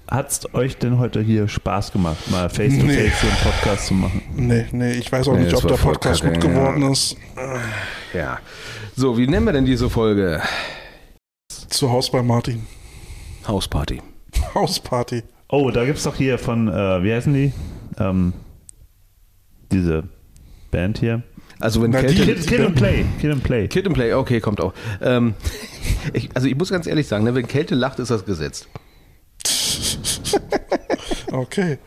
Speaker 7: Hat's euch denn heute hier Spaß gemacht, mal face to
Speaker 9: Nee.
Speaker 7: face so einen Podcast zu machen?
Speaker 9: Nee, nee, ich weiß auch
Speaker 10: Nee,
Speaker 9: nicht,
Speaker 10: das
Speaker 9: ob
Speaker 10: war
Speaker 9: der
Speaker 10: voll
Speaker 9: Podcast
Speaker 10: kacke,
Speaker 9: gut
Speaker 10: ja.
Speaker 9: geworden ist.
Speaker 10: Ja. So, wie nennen wir denn diese Folge?
Speaker 9: Zu Haus bei Martin.
Speaker 10: Hausparty.
Speaker 9: Hausparty.
Speaker 7: Oh, da gibt's doch hier von, äh, wie heißen die? Ähm, diese Band hier.
Speaker 10: Also wenn
Speaker 9: Na,
Speaker 10: Kälte...
Speaker 9: die-
Speaker 7: Kid, Kid and Play. Kid and Play.
Speaker 10: Kid and Play, okay, kommt auch. Ähm, ich, also ich muss ganz ehrlich sagen, ne, wenn Kälte lacht, ist das gesetzt.
Speaker 9: Okay.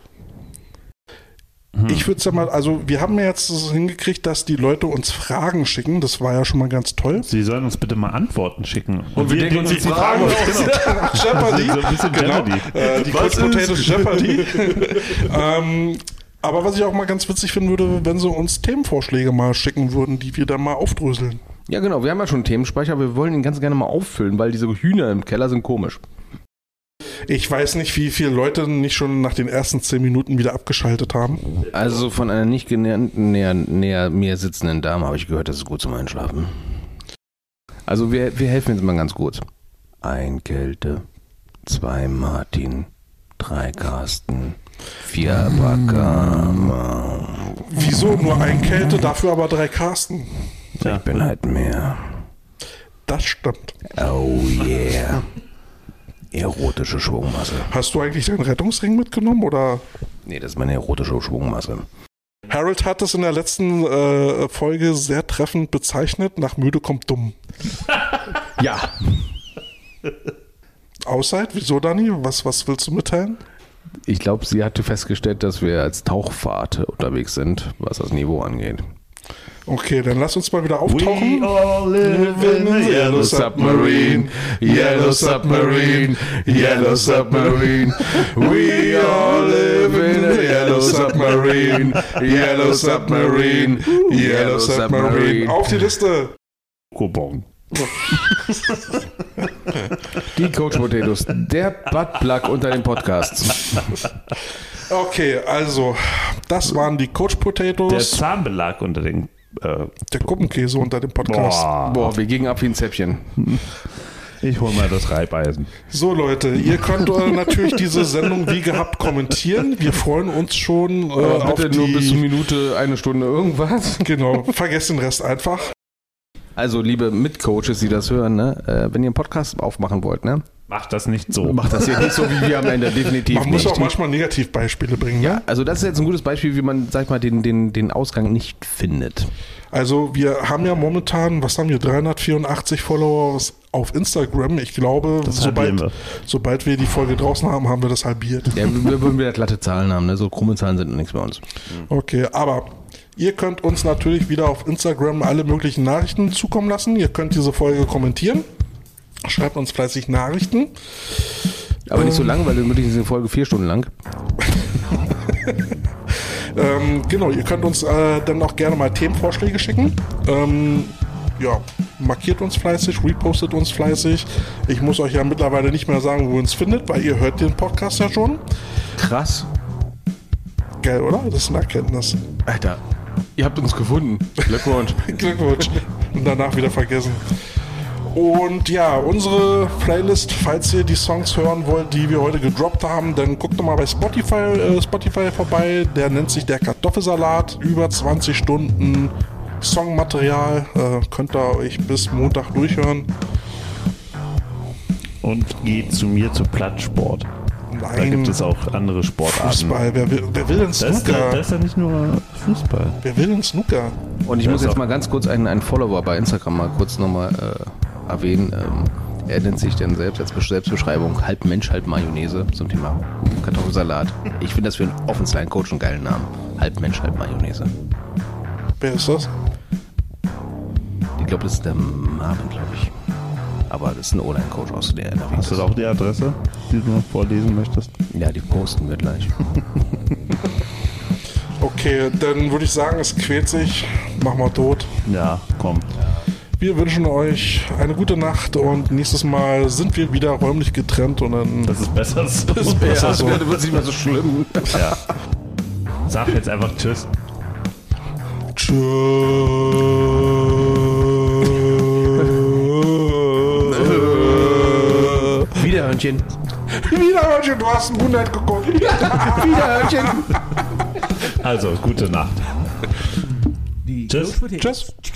Speaker 10: Hm.
Speaker 9: Ich würde es ja mal, also wir haben ja jetzt das hingekriegt, dass die Leute uns Fragen schicken. Das war ja schon mal ganz toll.
Speaker 7: Sie sollen uns bitte mal Antworten schicken. Und,
Speaker 9: Nach
Speaker 7: Das
Speaker 9: Jeopardy.
Speaker 7: ist so ein bisschen
Speaker 9: Genau.
Speaker 7: Jeopardy.
Speaker 9: Äh, die Cold Potatoes Jeopardy. ähm, aber was ich auch mal ganz witzig finden würde, wenn sie uns Themenvorschläge mal schicken würden, die wir dann mal aufdröseln.
Speaker 10: Ja, genau, wir haben ja schon einen Themenspeicher, aber wir wollen ihn ganz gerne mal auffüllen, weil diese Hühner im Keller sind komisch.
Speaker 9: Ich weiß nicht, wie viele Leute nicht schon nach den ersten zehn Minuten wieder abgeschaltet haben.
Speaker 10: Also von einer nicht genährten, näher, näher mir sitzenden Dame habe ich gehört, das ist gut zum Einschlafen. Also wir, wir helfen jetzt mal ganz kurz. Ein Kälte, zwei Martin, drei Carsten, vier Bakama.
Speaker 9: Wieso nur ein Kälte, dafür aber drei Carsten?
Speaker 10: Ich bin halt mehr.
Speaker 9: Das stimmt.
Speaker 10: Oh yeah. Erotische Schwungmasse.
Speaker 9: Hast du eigentlich deinen Rettungsring mitgenommen oder?
Speaker 10: Nee, das ist meine erotische Schwungmasse.
Speaker 9: Harold hat es in der letzten äh, Folge sehr treffend bezeichnet. Nach müde kommt dumm.
Speaker 10: Ja.
Speaker 9: Auszeit? Wieso, Dani? Was, was willst du mitteilen?
Speaker 10: Ich glaube, sie hatte festgestellt, dass wir als Tauchfahrt unterwegs sind, was das Niveau angeht.
Speaker 9: Okay, dann lass uns mal wieder auftauchen.
Speaker 10: all live in a yellow submarine, yellow submarine, yellow submarine. We all live in a yellow submarine, yellow submarine, yellow submarine.
Speaker 9: Auf die Liste!
Speaker 7: Coupon.
Speaker 10: Die Coach Potatoes, der Buttplug unter den Podcasts.
Speaker 9: Okay, also, das waren die Coach
Speaker 7: Der
Speaker 9: Potatoes,
Speaker 7: Zahnbelag unter den. Äh,
Speaker 9: der Kuppenkäse unter dem Podcast.
Speaker 7: boah.
Speaker 10: Boah, wir gingen ab wie ein Zäppchen.
Speaker 7: Ich hol mal das Reibeisen.
Speaker 9: So, Leute, ihr könnt äh, natürlich diese Sendung wie gehabt kommentieren. Wir freuen uns schon äh,
Speaker 10: Aber
Speaker 9: auf
Speaker 10: bitte
Speaker 9: die...
Speaker 10: nur bis zur Minute, eine Stunde irgendwas.
Speaker 9: genau, vergesst den Rest einfach.
Speaker 10: Also, liebe Mitcoaches, die das hören, ne? äh, wenn ihr einen Podcast aufmachen wollt, ne?
Speaker 7: Mach das nicht so.
Speaker 10: macht das hier nicht so wie wir am Ende, definitiv
Speaker 9: Man muss
Speaker 10: nicht.
Speaker 9: auch manchmal Negativbeispiele bringen. ne?
Speaker 10: ja, also das ist jetzt ein gutes Beispiel, wie man, sag ich mal, den, den, den Ausgang nicht findet.
Speaker 9: Also wir haben ja momentan, was haben wir, 384 Follower auf Instagram. Ich glaube,
Speaker 7: halbieren
Speaker 9: sobald
Speaker 7: wir.
Speaker 9: wir. sobald wir die Folge draußen haben, haben wir das halbiert.
Speaker 10: Ja, wir würden wieder glatte Zahlen haben, ne? So krumme Zahlen sind nichts bei uns.
Speaker 9: Okay, aber ihr könnt uns natürlich wieder auf Instagram alle möglichen Nachrichten zukommen lassen. Ihr könnt diese Folge kommentieren. Schreibt uns fleißig Nachrichten.
Speaker 10: Aber nicht so lang, weil wir wirklich diese Folge vier Stunden lang.
Speaker 9: Ähm, genau, ihr könnt uns äh, dann auch gerne mal Themenvorschläge schicken. Ähm, ja, markiert uns fleißig, repostet uns fleißig. Ich muss euch ja mittlerweile nicht mehr sagen, wo ihr uns findet, weil ihr hört den Podcast ja schon.
Speaker 10: Krass.
Speaker 9: Geil, oder? Das ist eine Erkenntnis.
Speaker 10: Alter, ihr habt uns gefunden. Glückwunsch.
Speaker 9: Glückwunsch. Und danach wieder vergessen. Und ja, unsere Playlist, falls ihr die Songs hören wollt, die wir heute gedroppt haben, dann guckt doch mal bei Spotify, äh, Spotify vorbei. Der nennt sich der Kartoffelsalat. Über 20 Stunden Songmaterial. Äh, könnt ihr euch bis Montag durchhören.
Speaker 7: Und geh zu mir zu Plattsport. Da
Speaker 9: Nein,
Speaker 7: gibt es auch andere Sportarten.
Speaker 9: Fußball. Wer will, wer will denn
Speaker 7: Das ist, ja,
Speaker 9: Snooker?
Speaker 7: das ist ja nicht nur Fußball.
Speaker 9: Wer will denn Snooker?
Speaker 10: Und ich muss
Speaker 7: ist
Speaker 10: jetzt
Speaker 7: auch-
Speaker 10: mal ganz kurz einen, einen Follower bei Instagram mal kurz nochmal äh, erwähnen. Ähm, er nennt sich dann selbst als Besch- Selbstbeschreibung halb Mensch, halb Mayonnaise zum Thema Kartoffelsalat. Ich finde das für einen offensiven Coach einen geilen Namen. Halb Mensch, halb Mayonnaise.
Speaker 9: Wer ist das?
Speaker 10: Ich glaube, das ist der Marvin, glaube ich. Aber das ist ein Online-Coach aus der NRW.
Speaker 7: Hast du auch die Adresse, die du noch vorlesen möchtest?
Speaker 10: Ja, die posten wir gleich.
Speaker 9: Okay, dann würde ich sagen, es quält sich. Mach mal tot.
Speaker 7: Ja, komm.
Speaker 9: Wir wünschen euch eine gute Nacht und nächstes Mal sind wir wieder räumlich getrennt und dann
Speaker 7: Das ist besser so. Das ist
Speaker 9: besser so.
Speaker 10: wird nicht mehr so schlimm.
Speaker 7: Ja. Sag jetzt einfach Tschüss.
Speaker 10: Wieder Hörnchen.
Speaker 9: wieder Hörnchen, du hast Moonlight geguckt.
Speaker 10: Wieder Hörnchen.
Speaker 7: Also, gute Nacht. Tschüss.
Speaker 9: Tschüss.